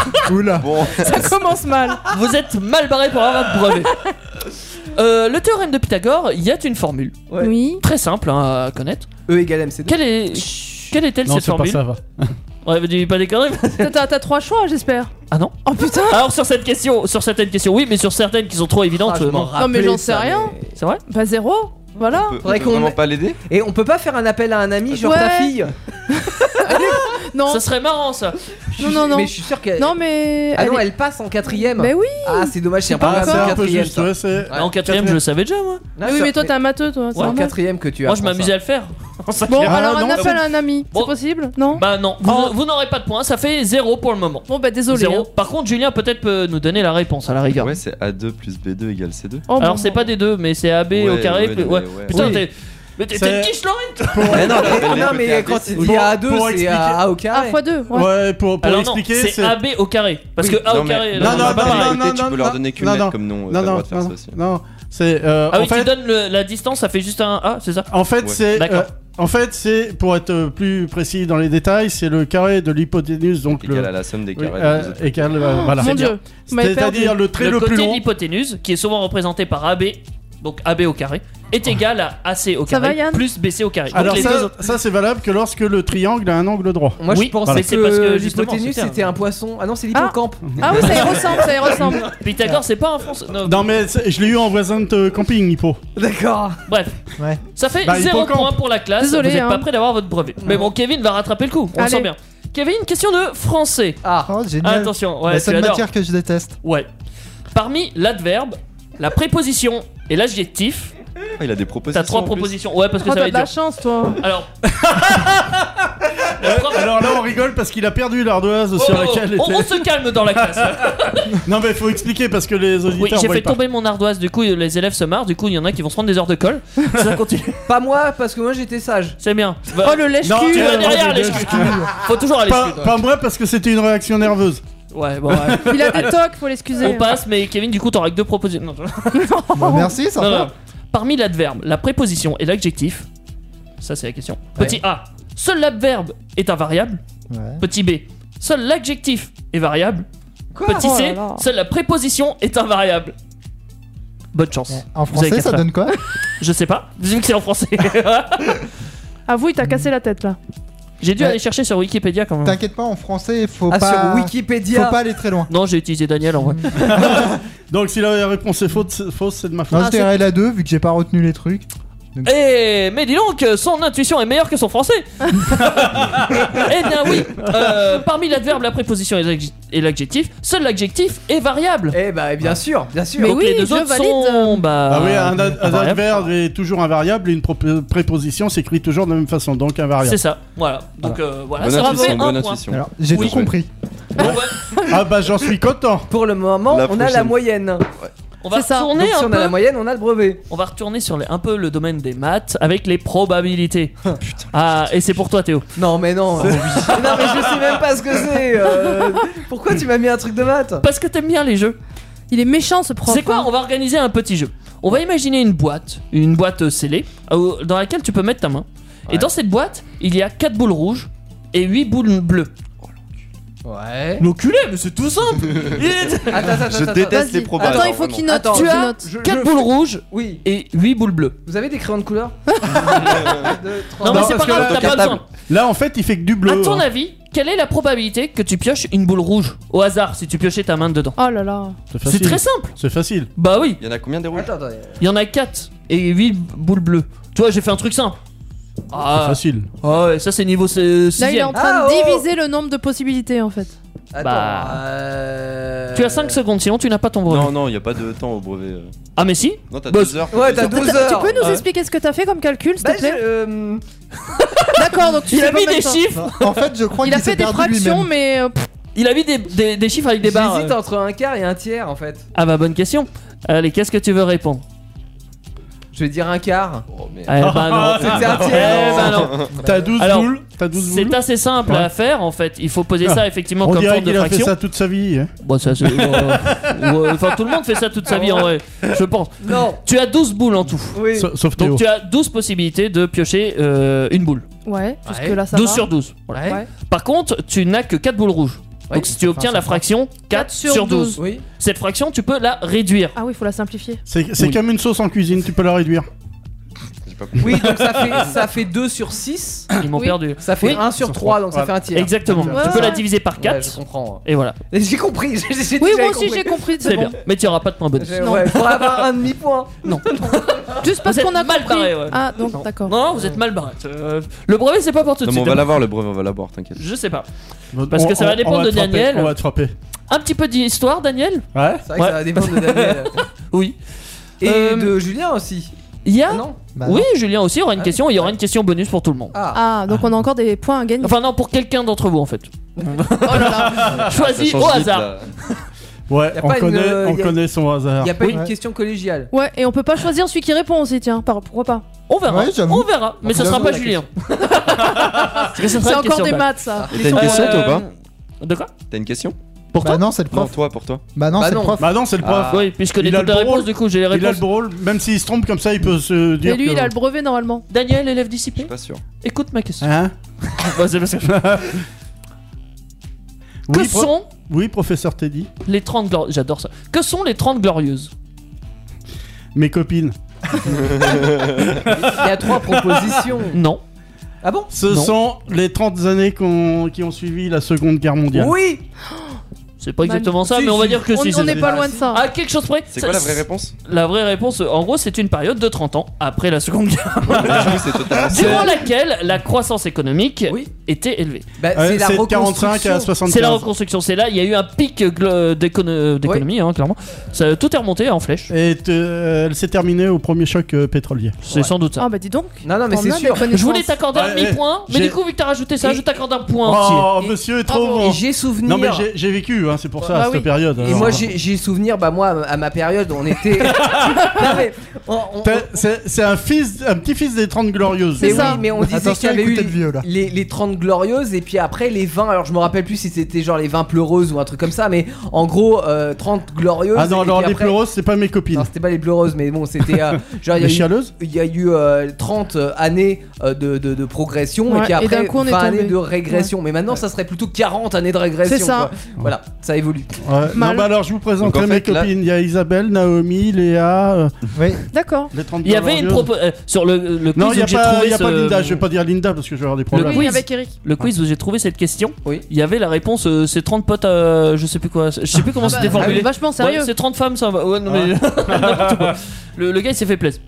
Speaker 5: merde,
Speaker 7: Oula.
Speaker 8: Bon,
Speaker 5: ça commence mal.
Speaker 6: Vous êtes mal barré pour avoir votre brevet. Euh, le théorème de Pythagore, il y a une formule
Speaker 4: Ouais.
Speaker 5: Oui.
Speaker 6: très simple hein, à connaître.
Speaker 4: E égale MC2.
Speaker 6: Quelle est quelle est-elle
Speaker 3: non
Speaker 6: cette
Speaker 3: c'est pas
Speaker 6: formule
Speaker 3: ça va
Speaker 6: Ouais, vous dites pas des conneries.
Speaker 5: T'as- T'as t'as trois choix, j'espère.
Speaker 6: Ah non.
Speaker 5: Oh putain.
Speaker 6: Alors sur cette question, sur certaines questions, oui, mais sur certaines qui sont trop évidentes,
Speaker 4: Ah, je
Speaker 6: euh,
Speaker 4: m'en
Speaker 6: non.
Speaker 4: rappelais
Speaker 5: mais j'en
Speaker 4: de ça,
Speaker 5: sais rien.
Speaker 4: mais-
Speaker 6: C'est vrai
Speaker 5: Bah zéro. Voilà.
Speaker 8: on peut- on
Speaker 4: Faudrait
Speaker 8: peut
Speaker 4: qu'on
Speaker 8: vraiment
Speaker 4: met-
Speaker 8: pas l'aider
Speaker 4: Et on peut pas faire un appel à un ami, genre
Speaker 5: Ouais.
Speaker 4: ta fille
Speaker 5: Non,
Speaker 6: Ça serait marrant ça.
Speaker 5: non, non, non.
Speaker 4: Mais je suis sûr qu'elle.
Speaker 5: Non mais.
Speaker 4: Ah non,
Speaker 5: est-
Speaker 4: elle passe en quatrième.
Speaker 5: Bah oui.
Speaker 4: Ah, c'est dommage, c'est un
Speaker 5: pas
Speaker 4: pas
Speaker 3: ah, c'est
Speaker 5: encore.
Speaker 3: un peu
Speaker 4: quatrième.
Speaker 3: juste
Speaker 4: ça.
Speaker 3: ouais, c'est
Speaker 4: Ouais.
Speaker 6: en quatrième,
Speaker 3: quatrième.
Speaker 6: je le savais déjà moi.
Speaker 4: Non,
Speaker 5: Ah oui,
Speaker 4: sûr,
Speaker 5: mais toi t'es un matheux, toi. c'est
Speaker 4: C'est en
Speaker 5: normal.
Speaker 4: quatrième que tu as.
Speaker 6: Moi je m'amusais à le faire.
Speaker 5: Bon,
Speaker 3: Ah,
Speaker 5: alors
Speaker 3: non,
Speaker 5: on appelle un ami.
Speaker 6: Bon.
Speaker 5: C'est possible Non
Speaker 6: Bah non, vous, vous n'aurez pas de points, ça fait zéro pour le moment.
Speaker 5: Bon, bah désolé.
Speaker 6: Zéro.
Speaker 5: hein.
Speaker 6: Par contre, Julien peut-être peut nous donner la réponse à la rigueur.
Speaker 8: Ouais, c'est A2 plus B2 égale C2.
Speaker 5: Oh,
Speaker 6: Alors
Speaker 5: bon,
Speaker 6: c'est
Speaker 5: bon.
Speaker 6: pas des deux, mais c'est AB
Speaker 8: Ouais,
Speaker 6: au carré.
Speaker 8: ouais,
Speaker 6: plus-
Speaker 8: ouais,
Speaker 6: ouais.
Speaker 8: ouais.
Speaker 6: Putain,
Speaker 3: Oui.
Speaker 6: t'es. Mais t'es
Speaker 3: C'est-
Speaker 6: t'es une quiche, Laurent
Speaker 4: Mais non, mais,
Speaker 8: Elle
Speaker 4: non,
Speaker 8: peut
Speaker 4: mais
Speaker 8: faire
Speaker 4: quand il
Speaker 8: des-
Speaker 4: dit
Speaker 3: Pour- pour
Speaker 4: A2, c'est
Speaker 3: expliquer.
Speaker 4: A au
Speaker 5: Ah,
Speaker 4: carré.
Speaker 5: x2. Ouais.
Speaker 3: ouais pour pour
Speaker 6: Alors non,
Speaker 3: expliquer
Speaker 6: c'est
Speaker 3: c'est
Speaker 6: AB au carré. Parce que A au
Speaker 8: Non, mais-
Speaker 3: Non,
Speaker 6: carré. euh,
Speaker 3: non,
Speaker 6: c'est pas
Speaker 3: non,
Speaker 6: pareil.
Speaker 3: non.
Speaker 8: Réalité, tu peux leur donner qu'une
Speaker 3: non,
Speaker 8: lettre
Speaker 3: non.
Speaker 8: comme nom. euh,
Speaker 3: non
Speaker 8: t'as le
Speaker 3: non
Speaker 8: droit de faire ça
Speaker 3: non
Speaker 8: aussi.
Speaker 3: non c'est euh,
Speaker 6: Ah oui,
Speaker 3: en fait
Speaker 6: tu donnes le- la distance, ça fait juste un A, c'est ça
Speaker 3: En fait,
Speaker 8: Ouais.
Speaker 3: c'est.
Speaker 6: D'accord.
Speaker 3: euh, En fait, c'est, pour être euh, plus précis dans les détails, c'est le carré de l'hypoténuse, donc le.
Speaker 8: Égal à la somme des
Speaker 3: oui,
Speaker 8: carrés des
Speaker 3: euh,
Speaker 8: deux autres.
Speaker 3: égal, euh, voilà.
Speaker 5: Mon
Speaker 6: C'est
Speaker 5: dieu, vous m'avez perdu.
Speaker 3: C'est-à-dire le trait
Speaker 6: le,
Speaker 3: le,
Speaker 6: côté
Speaker 3: plus
Speaker 6: de
Speaker 3: long.
Speaker 6: l'hypoténuse, qui est souvent représenté par AB, donc AB au carré, est égal à AC au
Speaker 5: Ça va,
Speaker 6: carré
Speaker 5: Yann
Speaker 6: plus BC au carré. Donc
Speaker 3: Alors
Speaker 6: les deux
Speaker 3: ça,
Speaker 6: autres-
Speaker 3: ça c'est valable que lorsque le triangle a un angle droit.
Speaker 4: Moi,
Speaker 6: Oui,
Speaker 4: je pensais
Speaker 6: mais c'est parce que,
Speaker 4: que
Speaker 6: justement,
Speaker 4: l'hypoténuse
Speaker 6: c'était un-
Speaker 4: c'était un poisson. Ah non, c'est l'hippocampe.
Speaker 5: Ah oui, ça y ressemble, ça y ressemble.
Speaker 6: Pythagore, c'est pas un français. Non,
Speaker 3: Non mais c'est- je l'ai eu en voisin de camping, Hippo.
Speaker 4: D'accord.
Speaker 6: Bref,
Speaker 7: Ouais.
Speaker 6: ça fait
Speaker 3: Bah,
Speaker 6: 0
Speaker 3: hippocampe.
Speaker 6: point pour la classe.
Speaker 5: Désolé,
Speaker 6: Vous êtes pas
Speaker 5: hein.
Speaker 6: prêt d'avoir votre brevet. Mais bon, Kevin va rattraper le coup, on le
Speaker 5: Allez. Eh
Speaker 6: sent bien. Kevin, question de français.
Speaker 4: Ah.
Speaker 7: Oh,
Speaker 6: Ah,
Speaker 7: génial.
Speaker 6: attention, ouais,
Speaker 5: bah,
Speaker 7: la
Speaker 6: tu
Speaker 7: seule
Speaker 6: adores.
Speaker 7: matière que je déteste.
Speaker 6: Ouais. Parmi l'adverbe, la préposition et l'adjectif,
Speaker 8: Ah, Il a des propositions.
Speaker 6: t'as trois
Speaker 8: en plus.
Speaker 6: propositions. Ouais, parce que
Speaker 5: Oh,
Speaker 6: ça va être
Speaker 5: t'as de la
Speaker 6: dur.
Speaker 5: chance, toi.
Speaker 6: Alors. Le prof-
Speaker 3: Alors là on rigole parce qu'il a perdu l'ardoise
Speaker 6: Oh,
Speaker 3: sur
Speaker 6: oh,
Speaker 3: laquelle
Speaker 6: oh, on, on
Speaker 3: était.
Speaker 6: se calme dans la classe.
Speaker 3: Non mais faut expliquer parce que les
Speaker 6: Oui,
Speaker 3: auditeurs
Speaker 6: j'ai
Speaker 3: voient
Speaker 6: fait
Speaker 3: pas.
Speaker 6: tomber mon ardoise, du coup les élèves se marrent, du coup il y en a qui vont se prendre des heures de colle. Ça continue.
Speaker 4: Pas moi, parce que moi j'étais sage.
Speaker 6: C'est bien. Va-
Speaker 5: Oh, le
Speaker 3: Non,
Speaker 5: lèche-cul.
Speaker 6: tu vas
Speaker 3: euh,
Speaker 6: derrière
Speaker 3: non,
Speaker 6: les
Speaker 3: je-
Speaker 6: cheveux. Faut toujours aller
Speaker 3: Pas,
Speaker 6: suivre.
Speaker 3: pas moi parce que c'était une réaction nerveuse.
Speaker 6: Ouais, bon, ouais.
Speaker 5: Il a des tocs, faut l'excuser.
Speaker 6: On passe, mais Kevin, du coup, t'auras que deux propositions. Non, non,
Speaker 7: Bah, merci, ça.
Speaker 6: non. Parmi l'adverbe, la préposition et l'adjectif, ça c'est la question. Petit A, seul l'adverbe est invariable.
Speaker 7: Ouais.
Speaker 6: Petit B, seul l'adjectif est variable. Petit
Speaker 5: Oh là
Speaker 6: C,
Speaker 5: là.
Speaker 6: seule la préposition est invariable. Bonne chance.
Speaker 7: En
Speaker 6: Vous avez
Speaker 7: français,
Speaker 6: qu'à
Speaker 7: ça
Speaker 6: faire.
Speaker 7: donne quoi
Speaker 6: Je sais pas, vu que c'est en français.
Speaker 5: Ah, vous, il t'a cassé la tête là.
Speaker 6: J'ai dû
Speaker 7: Ouais.
Speaker 6: aller chercher sur Wikipédia quand même.
Speaker 7: T'inquiète pas, en français, faut
Speaker 4: Ah,
Speaker 7: pas.
Speaker 4: sur
Speaker 7: faut
Speaker 4: Wikipédia.
Speaker 7: pas aller très loin.
Speaker 6: Non, j'ai utilisé Daniel en vrai.
Speaker 5: Mm.
Speaker 3: Donc si la réponse est faute- c'est- fausse, Ah, c'est de ma faute.
Speaker 7: Non, je dirais la 2 vu que j'ai pas retenu les trucs.
Speaker 6: Eh, mais dis donc, son intuition est meilleure que son français. eh bien oui, euh, parmi l'adverbe, la préposition et l'adj- et l'adjectif, seul l'adjectif est variable.
Speaker 4: Eh bah, bien sûr, bien sûr.
Speaker 5: Mais
Speaker 6: donc
Speaker 5: oui,
Speaker 6: les deux
Speaker 5: je
Speaker 6: autres
Speaker 5: valide.
Speaker 6: sont bah,
Speaker 3: Ah oui, un, ad- un
Speaker 6: invariables.
Speaker 3: adverbe est toujours invariable et une propo- préposition s'écrit toujours de la même façon, donc
Speaker 6: C'est
Speaker 3: invariable.
Speaker 6: ça, voilà.
Speaker 3: Ah.
Speaker 6: Donc euh, voilà,
Speaker 8: Bonne
Speaker 6: ça fait
Speaker 8: intuition,
Speaker 6: un
Speaker 8: bonne
Speaker 6: point.
Speaker 8: intuition.
Speaker 7: Alors, j'ai
Speaker 6: Oui.
Speaker 7: tout compris.
Speaker 6: Bon, ouais,
Speaker 3: Ah bah j'en suis content.
Speaker 4: Pour le moment,
Speaker 8: La
Speaker 4: on a la
Speaker 8: prochaine.
Speaker 4: moyenne.
Speaker 6: on va
Speaker 5: C'est ça.
Speaker 6: retourner
Speaker 4: Donc si
Speaker 6: un
Speaker 4: on
Speaker 6: peu.
Speaker 4: a la moyenne, on a le brevet.
Speaker 6: On va retourner sur les- un peu le domaine des maths avec les probabilités. ah, et c'est pour toi, Théo.
Speaker 4: Non mais non. non mais je sais même pas ce que c'est. euh, pourquoi tu m'as mis un truc de maths
Speaker 6: Parce que t'aimes bien les jeux.
Speaker 5: Il est méchant ce prof.
Speaker 6: C'est quoi
Speaker 5: hein.
Speaker 6: On va organiser un petit jeu. On va imaginer une boîte, une boîte euh, scellée, euh, dans laquelle tu peux mettre ta main. Et
Speaker 4: Ouais.
Speaker 6: dans cette boîte, il y a 4 boules rouges et 8 boules bleues.
Speaker 4: Ouais.
Speaker 6: L'enculé, mais c'est tout simple
Speaker 4: Attends, attends,
Speaker 8: Je
Speaker 4: attends, attends.
Speaker 8: déteste
Speaker 5: Vas-y.
Speaker 8: les probables.
Speaker 5: Attends, il faut qu'il note.
Speaker 4: Attends,
Speaker 5: tu
Speaker 4: je-
Speaker 5: as
Speaker 4: Je-
Speaker 6: 4
Speaker 4: je-
Speaker 6: boules rouges
Speaker 4: Oui.
Speaker 6: et 8 boules bleues.
Speaker 4: Vous avez des crayons de couleur Un, deux, trois.
Speaker 6: Non, mais
Speaker 3: Non,
Speaker 6: c'est
Speaker 3: parce
Speaker 6: pas
Speaker 3: que là,
Speaker 6: grave,
Speaker 3: t'as
Speaker 6: t'as pas
Speaker 3: pas
Speaker 6: besoin.
Speaker 3: Là en fait il fait que du bleu.
Speaker 6: À ton
Speaker 3: hein.
Speaker 6: avis, quelle est la probabilité que tu pioches une boule rouge au hasard si tu piochais ta main dedans
Speaker 5: Oh là là.
Speaker 3: C'est
Speaker 6: C'est
Speaker 3: facile.
Speaker 6: très simple
Speaker 3: C'est facile.
Speaker 6: Bah oui
Speaker 8: Il y en a combien des rouges
Speaker 4: Attends, attends.
Speaker 6: Il y en a 4 et 8 boules bleues. Tu vois, j'ai fait un truc simple.
Speaker 3: C'est
Speaker 6: Ah,
Speaker 3: facile.
Speaker 6: ah ouais, ça c'est niveau
Speaker 5: Là, il est
Speaker 6: 6ème.
Speaker 5: en train
Speaker 4: Ah,
Speaker 5: de
Speaker 4: oh.
Speaker 5: diviser le nombre de possibilités en fait.
Speaker 4: attends,
Speaker 6: Bah.
Speaker 4: euh,
Speaker 6: Tu as 5 secondes, sinon tu n'as pas ton brevet.
Speaker 8: Non, non, il n'y a pas de temps au brevet. euh.
Speaker 6: Ah, mais si
Speaker 8: Non, t'as
Speaker 6: Bah,
Speaker 8: 12 heures.
Speaker 4: Ouais,
Speaker 8: deux
Speaker 4: t'as
Speaker 8: heures.
Speaker 4: 12
Speaker 5: Attends,
Speaker 4: heures.
Speaker 5: tu peux nous
Speaker 6: Ouais.
Speaker 5: expliquer ce que t'as fait comme calcul, s'il
Speaker 4: Bah,
Speaker 5: te
Speaker 4: je-
Speaker 5: plaît
Speaker 4: euh,
Speaker 5: D'accord, donc tu
Speaker 6: Il
Speaker 5: sais
Speaker 6: a
Speaker 5: pas
Speaker 6: mis
Speaker 5: mettre
Speaker 6: des
Speaker 5: ça.
Speaker 6: chiffres
Speaker 7: Non, en fait, je crois
Speaker 5: Il a
Speaker 7: qu'il
Speaker 5: fait
Speaker 7: s'est
Speaker 5: des
Speaker 7: perdu
Speaker 5: fractions,
Speaker 7: lui-même.
Speaker 5: mais euh, pff,
Speaker 6: Il a mis des, des- des chiffres avec des barres.
Speaker 4: J'hésite
Speaker 6: euh.
Speaker 4: entre un quart et un tiers en
Speaker 5: hein.
Speaker 4: fait.
Speaker 6: Ah, bah, bonne question. Allez, qu'est-ce que tu veux répondre
Speaker 4: Je vais dire un quart.
Speaker 8: Oh, merde.
Speaker 6: Eh bah, non.
Speaker 4: C'était un
Speaker 6: Eh
Speaker 4: tiers.
Speaker 6: bah, non.
Speaker 3: T'as 12
Speaker 6: Alors,
Speaker 3: boules. T'as 12 boules. Ah.
Speaker 6: C'est assez simple à faire en fait. Il faut poser ça effectivement
Speaker 3: On
Speaker 6: comme
Speaker 3: dirait
Speaker 6: forme de
Speaker 3: qu'il a fait
Speaker 6: fraction.
Speaker 3: ça toute sa vie. hein.
Speaker 6: Bon, ça, c'est- euh, ouais, Enfin, tout le monde fait ça toute sa vie en vrai. Je pense.
Speaker 4: Non.
Speaker 6: Tu as 12 boules en tout.
Speaker 4: Oui.
Speaker 3: Sa- Sauf Théo.
Speaker 6: Donc tu as 12 possibilités de piocher euh, une boule.
Speaker 5: Ouais, jusque là ça
Speaker 6: 12
Speaker 5: va.
Speaker 6: sur 12. Voilà.
Speaker 4: Ouais.
Speaker 5: Ouais.
Speaker 6: Par contre, tu n'as que 4 boules rouges.
Speaker 4: Oui.
Speaker 6: Donc si tu obtiens la fraction 4 sur 12.
Speaker 4: Oui.
Speaker 6: Cette fraction, tu peux la réduire.
Speaker 5: Ah oui, faut la simplifier.
Speaker 3: C'est c'est
Speaker 6: Oui.
Speaker 3: comme une sauce en cuisine, tu peux la réduire.
Speaker 8: J'ai pas compris.
Speaker 4: Oui, donc ça fait, ça fait 2 sur 6.
Speaker 6: Ils m'ont
Speaker 5: Oui.
Speaker 6: perdu.
Speaker 4: Ça fait
Speaker 6: Oui.
Speaker 4: 1 sur
Speaker 3: Sur
Speaker 4: 3,
Speaker 3: trois.
Speaker 4: donc ça fait un tiers.
Speaker 6: Exactement.
Speaker 3: Ouais,
Speaker 6: Tu peux
Speaker 5: ouais.
Speaker 6: la diviser par
Speaker 4: Ouais,
Speaker 6: 4.
Speaker 4: je comprends.
Speaker 6: et voilà.
Speaker 4: J'ai compris. j'ai- j'ai-
Speaker 5: Oui,
Speaker 4: j'avais
Speaker 5: moi aussi
Speaker 4: compris.
Speaker 5: j'ai compris, c'est
Speaker 6: C'est
Speaker 5: bon.
Speaker 6: bien. Mais tu auras pas de point bonus.
Speaker 4: J'ai-
Speaker 5: Non.
Speaker 4: Ouais, pour avoir un demi-point.
Speaker 5: Juste parce
Speaker 6: Vous êtes
Speaker 5: qu'on a
Speaker 6: mal
Speaker 5: compris.
Speaker 6: barré, ouais.
Speaker 5: Ah, donc d'accord.
Speaker 6: Non, vous êtes mal barré. Euh, le brevet, c'est pas pour tout de
Speaker 8: Non, mais on
Speaker 6: suite.
Speaker 8: va l'avoir le brevet, on va l'avoir, t'inquiète.
Speaker 6: Je sais pas.
Speaker 3: Parce
Speaker 6: que ça va dépendre de Daniel.
Speaker 3: On va te frapper.
Speaker 6: Un petit peu d'histoire, Daniel
Speaker 3: Ouais.
Speaker 4: C'est vrai que
Speaker 6: Ouais.
Speaker 4: ça va dépendre de Daniel.
Speaker 6: Oui.
Speaker 4: Et
Speaker 6: Euh, hein
Speaker 4: de Julien aussi.
Speaker 6: Il y a.
Speaker 4: Ah non
Speaker 7: Bah,
Speaker 6: oui, Julien aussi aura une
Speaker 4: Ouais.
Speaker 6: question. Il y aura une question bonus pour tout le monde.
Speaker 4: Ah.
Speaker 5: Ah, donc on a encore des points à gagner.
Speaker 6: Enfin, non, pour quelqu'un d'entre vous en fait.
Speaker 5: Oh là là.
Speaker 8: Ça
Speaker 6: Choisis
Speaker 8: change
Speaker 6: au
Speaker 8: vite,
Speaker 6: hasard.
Speaker 8: là.
Speaker 3: Ouais,
Speaker 4: Y a
Speaker 3: on
Speaker 4: pas une-
Speaker 3: connaît,
Speaker 4: euh,
Speaker 3: on
Speaker 4: y a-
Speaker 3: connaît son hasard.
Speaker 4: Il a pas
Speaker 7: Oui.
Speaker 4: une
Speaker 7: Ouais.
Speaker 4: question collégiale.
Speaker 5: Ouais, et on peut pas choisir celui qui répond aussi, tiens. Par- Pourquoi pas
Speaker 6: On verra.
Speaker 7: Ouais, j'avoue.
Speaker 6: on verra. Mais ça
Speaker 7: J'avoue,
Speaker 6: sera pas
Speaker 4: la
Speaker 6: Julien. Parce que ça sera une
Speaker 5: C'est encore
Speaker 6: question
Speaker 5: des
Speaker 6: bac.
Speaker 5: maths ça.
Speaker 4: Euh,
Speaker 8: Et T'as une question, toi ou pas
Speaker 6: Euh, De quoi
Speaker 8: T'as une question
Speaker 6: Pour
Speaker 7: Bah
Speaker 6: toi
Speaker 7: non, c'est le
Speaker 8: Non,
Speaker 7: prof.
Speaker 8: toi, pour toi.
Speaker 7: Bah non,
Speaker 4: Bah
Speaker 7: c'est le
Speaker 4: non.
Speaker 7: prof.
Speaker 3: Bah non, c'est le
Speaker 8: Ah.
Speaker 3: prof.
Speaker 4: Ah.
Speaker 6: Oui, puis je connais
Speaker 3: Il a
Speaker 6: toutes
Speaker 3: le
Speaker 6: les
Speaker 3: drôle.
Speaker 6: réponses, du coup, j'ai les
Speaker 3: Il a le
Speaker 6: réponses.
Speaker 3: drôle, même s'il se trompe comme ça, il peut se dire.
Speaker 5: Mais lui,
Speaker 3: que-
Speaker 5: il a le brevet normalement.
Speaker 6: Daniel, élève
Speaker 8: Je
Speaker 6: dissipé,
Speaker 8: suis pas sûr.
Speaker 6: écoute ma question.
Speaker 3: Hein
Speaker 6: Bah, c'est parce que-
Speaker 3: oui,
Speaker 6: que
Speaker 3: pro-
Speaker 6: sont
Speaker 3: oui, professeur Teddy.
Speaker 6: les 30 glorieuses J'adore ça. Que sont les 30 glorieuses
Speaker 3: Mes copines.
Speaker 4: Il y a trois propositions.
Speaker 6: Non.
Speaker 4: Ah bon
Speaker 3: Ce
Speaker 6: Non.
Speaker 3: sont les 30 années qu'on- qui ont suivi la Seconde Guerre mondiale.
Speaker 4: Oui
Speaker 6: C'est pas
Speaker 5: Mal-
Speaker 6: exactement ça,
Speaker 3: Si,
Speaker 6: mais on va
Speaker 3: si.
Speaker 6: dire que
Speaker 5: On
Speaker 6: si.
Speaker 5: on
Speaker 6: c'est
Speaker 5: n'est
Speaker 6: ça.
Speaker 5: pas loin de ça.
Speaker 6: Ah, quelque chose près.
Speaker 8: C'est
Speaker 6: ça-
Speaker 8: quoi la vraie réponse
Speaker 6: La vraie réponse, en gros, c'est une période de 30 ans après la Seconde Guerre,
Speaker 8: Du coup, c'est totalement ça.
Speaker 6: durant laquelle la croissance économique
Speaker 4: Oui.
Speaker 6: était élevée.
Speaker 4: Bah,
Speaker 3: Ouais,
Speaker 4: c'est la
Speaker 3: Eh. Euh, de 45 à
Speaker 4: reconstruction.
Speaker 3: 75.
Speaker 6: C'est la reconstruction, c'est là, il y a eu un pic glo- d'écono- d'économie, hein, clairement. Ça, tout est remonté hein, en flèche,
Speaker 3: Et euh, elle s'est terminée au premier choc euh, pétrolier.
Speaker 6: c'est
Speaker 4: Ouais.
Speaker 6: sans doute ça.
Speaker 5: Ah bah dis donc.
Speaker 4: Non, non, mais
Speaker 5: t'en
Speaker 4: c'est
Speaker 5: as des
Speaker 4: sûr.
Speaker 5: connaissances.
Speaker 6: Je voulais t'accorder un
Speaker 3: Ouais,
Speaker 6: demi-point, mais
Speaker 3: j'ai-
Speaker 6: du coup, vu que t'as rajouté ça,
Speaker 4: Et-
Speaker 6: je t'accorde un point entier.
Speaker 3: Oh,
Speaker 4: Et-
Speaker 3: monsieur est trop
Speaker 4: Bravo.
Speaker 3: bon.
Speaker 4: Et j'ai souvenir.
Speaker 3: Non, mais j'ai- j'ai vécu, hein, c'est pour ça,
Speaker 5: Bah
Speaker 3: cette
Speaker 5: oui.
Speaker 3: période. hein.
Speaker 4: Et
Speaker 3: alors.
Speaker 4: moi j'ai j'ai souvenir, bah moi à ma période on était. Non, mais on- on-
Speaker 3: T'as- C'est c'est un, fils, un petit fils des 30 glorieuses.
Speaker 4: mais
Speaker 5: C'est
Speaker 4: oui,
Speaker 5: ça.
Speaker 4: mais on disait qu'il
Speaker 7: Attention,
Speaker 4: y avait eu
Speaker 7: écoutez le vieux, là.
Speaker 4: les, les 30 glorieuses et puis après les 20. Alors je me rappelle plus si c'était genre les 20 pleureuses ou un truc comme ça, mais en gros euh, 30 glorieuses.
Speaker 3: Ah non,
Speaker 4: et
Speaker 3: alors
Speaker 4: puis
Speaker 3: les
Speaker 4: après-
Speaker 3: pleureuses, c'est pas mes copines.
Speaker 4: Non, c'était pas les pleureuses, mais bon, c'était euh, genre il y
Speaker 3: les
Speaker 4: a eu
Speaker 3: chialeuses
Speaker 4: il y a eu euh, 30 années euh, de, de- de progression et
Speaker 5: Ouais,
Speaker 4: puis
Speaker 5: et
Speaker 4: après
Speaker 5: d'un coup, on est
Speaker 4: 20
Speaker 5: tombé.
Speaker 4: années de régression. Mais maintenant, ça serait plutôt 40 années de régression.
Speaker 5: C'est ça.
Speaker 4: quoi. Voilà, ça évolue.
Speaker 3: Ouais. Non,
Speaker 5: Mal.
Speaker 3: bah alors je vous présente
Speaker 8: Donc, en
Speaker 3: mes
Speaker 8: fait, là-
Speaker 3: copines. Il y a Isabelle, Naomi, Léa, euh,
Speaker 7: Oui.
Speaker 5: D'accord.
Speaker 3: les 30
Speaker 6: Il y avait une
Speaker 3: glorieuses.
Speaker 6: propo- euh, sur le, le quiz
Speaker 3: Non, il
Speaker 6: où
Speaker 3: n'y a,
Speaker 6: j'ai
Speaker 3: pas,
Speaker 6: trouvé
Speaker 3: il y a
Speaker 6: ce-
Speaker 3: pas Linda, je vais pas dire Linda parce que je vais avoir des
Speaker 6: Le
Speaker 3: problèmes.
Speaker 5: Oui,
Speaker 6: quiz.
Speaker 5: avec Eric.
Speaker 6: le quiz où j'ai trouvé cette question.
Speaker 4: Oui.
Speaker 6: Il y avait la réponse, euh, c'est 30 potes, à- je sais plus quoi, je sais plus comment
Speaker 5: Ah bah,
Speaker 6: c'était formulé.
Speaker 5: Vachement
Speaker 6: Ouais,
Speaker 5: sérieux.
Speaker 6: c'est 30 femmes, ça va. Ouais, non, mais-
Speaker 3: Ah.
Speaker 6: N'importe quoi. le, le gars, il s'est fait plaisir.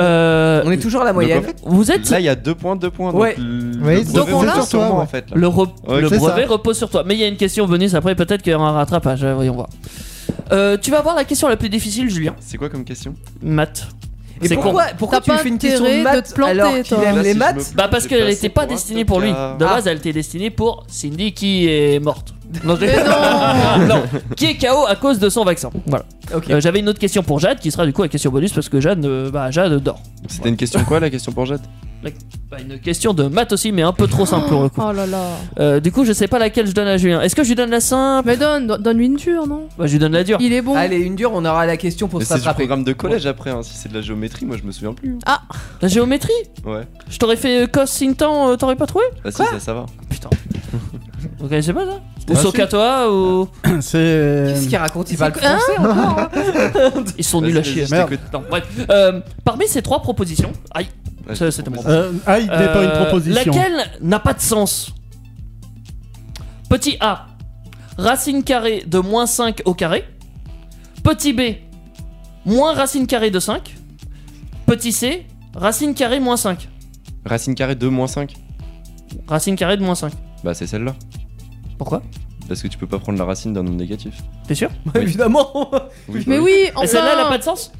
Speaker 6: Euh,
Speaker 4: On est toujours à la
Speaker 8: Donc,
Speaker 4: moyenne.
Speaker 8: en fait,
Speaker 6: vous êtes.
Speaker 8: Là, il y a deux points, deux points.
Speaker 4: Ouais.
Speaker 8: Donc, le
Speaker 7: Oui,
Speaker 8: le
Speaker 7: donc
Speaker 8: brevet
Speaker 5: on
Speaker 8: repose
Speaker 5: l'a.
Speaker 8: sur moi,
Speaker 7: Ouais.
Speaker 8: en fait. là.
Speaker 6: Le, re-
Speaker 8: Ouais,
Speaker 6: le
Speaker 7: c'est
Speaker 6: brevet
Speaker 7: ça.
Speaker 6: repose sur toi. Mais il y a une question, Venise, après peut-être qu'il y aura un rattrapage. euh, Voyons voir. Euh, tu vas voir la question la plus difficile, Julien.
Speaker 8: C'est quoi comme question
Speaker 6: Maths.
Speaker 4: Et
Speaker 6: C'est
Speaker 4: pourquoi, pourquoi
Speaker 5: T'as
Speaker 4: tu lui
Speaker 5: pas
Speaker 4: fais une question de
Speaker 5: intérêt de
Speaker 4: maths
Speaker 5: te planter,
Speaker 4: alors qu'il
Speaker 5: toi.
Speaker 4: aime
Speaker 8: Là,
Speaker 4: les
Speaker 8: si je me
Speaker 4: maths
Speaker 6: Bah parce
Speaker 8: J'ai
Speaker 6: qu'elle
Speaker 8: passé
Speaker 6: n'était pas
Speaker 8: pour un
Speaker 6: destinée pour lui.
Speaker 8: tocard.
Speaker 6: De
Speaker 4: Ah.
Speaker 6: base, elle était destinée pour Cindy qui est morte. Non, je-
Speaker 5: Mais non
Speaker 6: Non, qui est KO à cause de son vaccin. Voilà.
Speaker 4: Ok.
Speaker 6: Euh, J'avais une autre question pour Jade qui sera du coup la question bonus parce que Jade, euh, bah, Jade dort.
Speaker 8: C'était une question quoi, la question pour Jade
Speaker 6: Bah, une question de maths aussi, mais un peu trop simple pour le coup.
Speaker 5: Oh là là.
Speaker 6: Euh, du coup, je sais pas laquelle je donne à Julien. Est-ce que je lui donne la simple
Speaker 5: Mais donne, don- donne-lui une dure, non
Speaker 6: Bah, je lui donne la dure.
Speaker 5: Il est bon.
Speaker 4: Allez, une dure, on aura la question pour
Speaker 8: Mais
Speaker 4: se
Speaker 8: C'est du
Speaker 4: rattraper.
Speaker 8: programme de collège après, hein. si c'est de la géométrie, moi je me souviens plus.
Speaker 6: La géométrie
Speaker 8: Ouais.
Speaker 6: Je t'aurais fait euh, cos sin tan, euh, t'aurais pas trouvé
Speaker 8: Ah si,
Speaker 4: Quoi
Speaker 8: ça, ça va.
Speaker 6: Putain. Vous connaissez pas ça Bah, Ou
Speaker 3: Ah, si.
Speaker 6: Sokatoa ou.
Speaker 8: euh,
Speaker 3: C'est.
Speaker 4: Qu'est-ce qu'il raconte Il parle
Speaker 5: C'est-
Speaker 4: français encore hein
Speaker 6: Ils sont
Speaker 8: Vas-y,
Speaker 6: nuls à
Speaker 8: vas-y,
Speaker 6: chier.
Speaker 8: je
Speaker 3: Merde.
Speaker 8: t'écoute.
Speaker 6: Non, bref. Euh, parmi ces trois propositions. Aïe,
Speaker 8: Ouais,
Speaker 6: Ça,
Speaker 8: je
Speaker 6: c'était
Speaker 8: te
Speaker 6: bon.
Speaker 8: propose.
Speaker 3: Euh, ah, il n'est pas
Speaker 6: Euh,
Speaker 3: une proposition.
Speaker 6: Laquelle n'a pas de sens Petit A, racine carrée de moins 5 au carré. Petit B, moins racine carrée de 5. Petit C, racine carrée moins 5.
Speaker 8: Racine carrée de moins 5.
Speaker 6: Racine carrée de moins 5.
Speaker 8: Bah c'est celle-là.
Speaker 6: Pourquoi
Speaker 8: Parce que tu peux pas prendre la racine d'un nombre négatif.
Speaker 6: T'es sûr
Speaker 8: Oui.
Speaker 4: Bah, Évidemment
Speaker 8: Oui,
Speaker 5: Mais
Speaker 8: bah
Speaker 5: oui,
Speaker 6: Et Celle-là, elle n'a pas
Speaker 5: enfin.
Speaker 6: de sens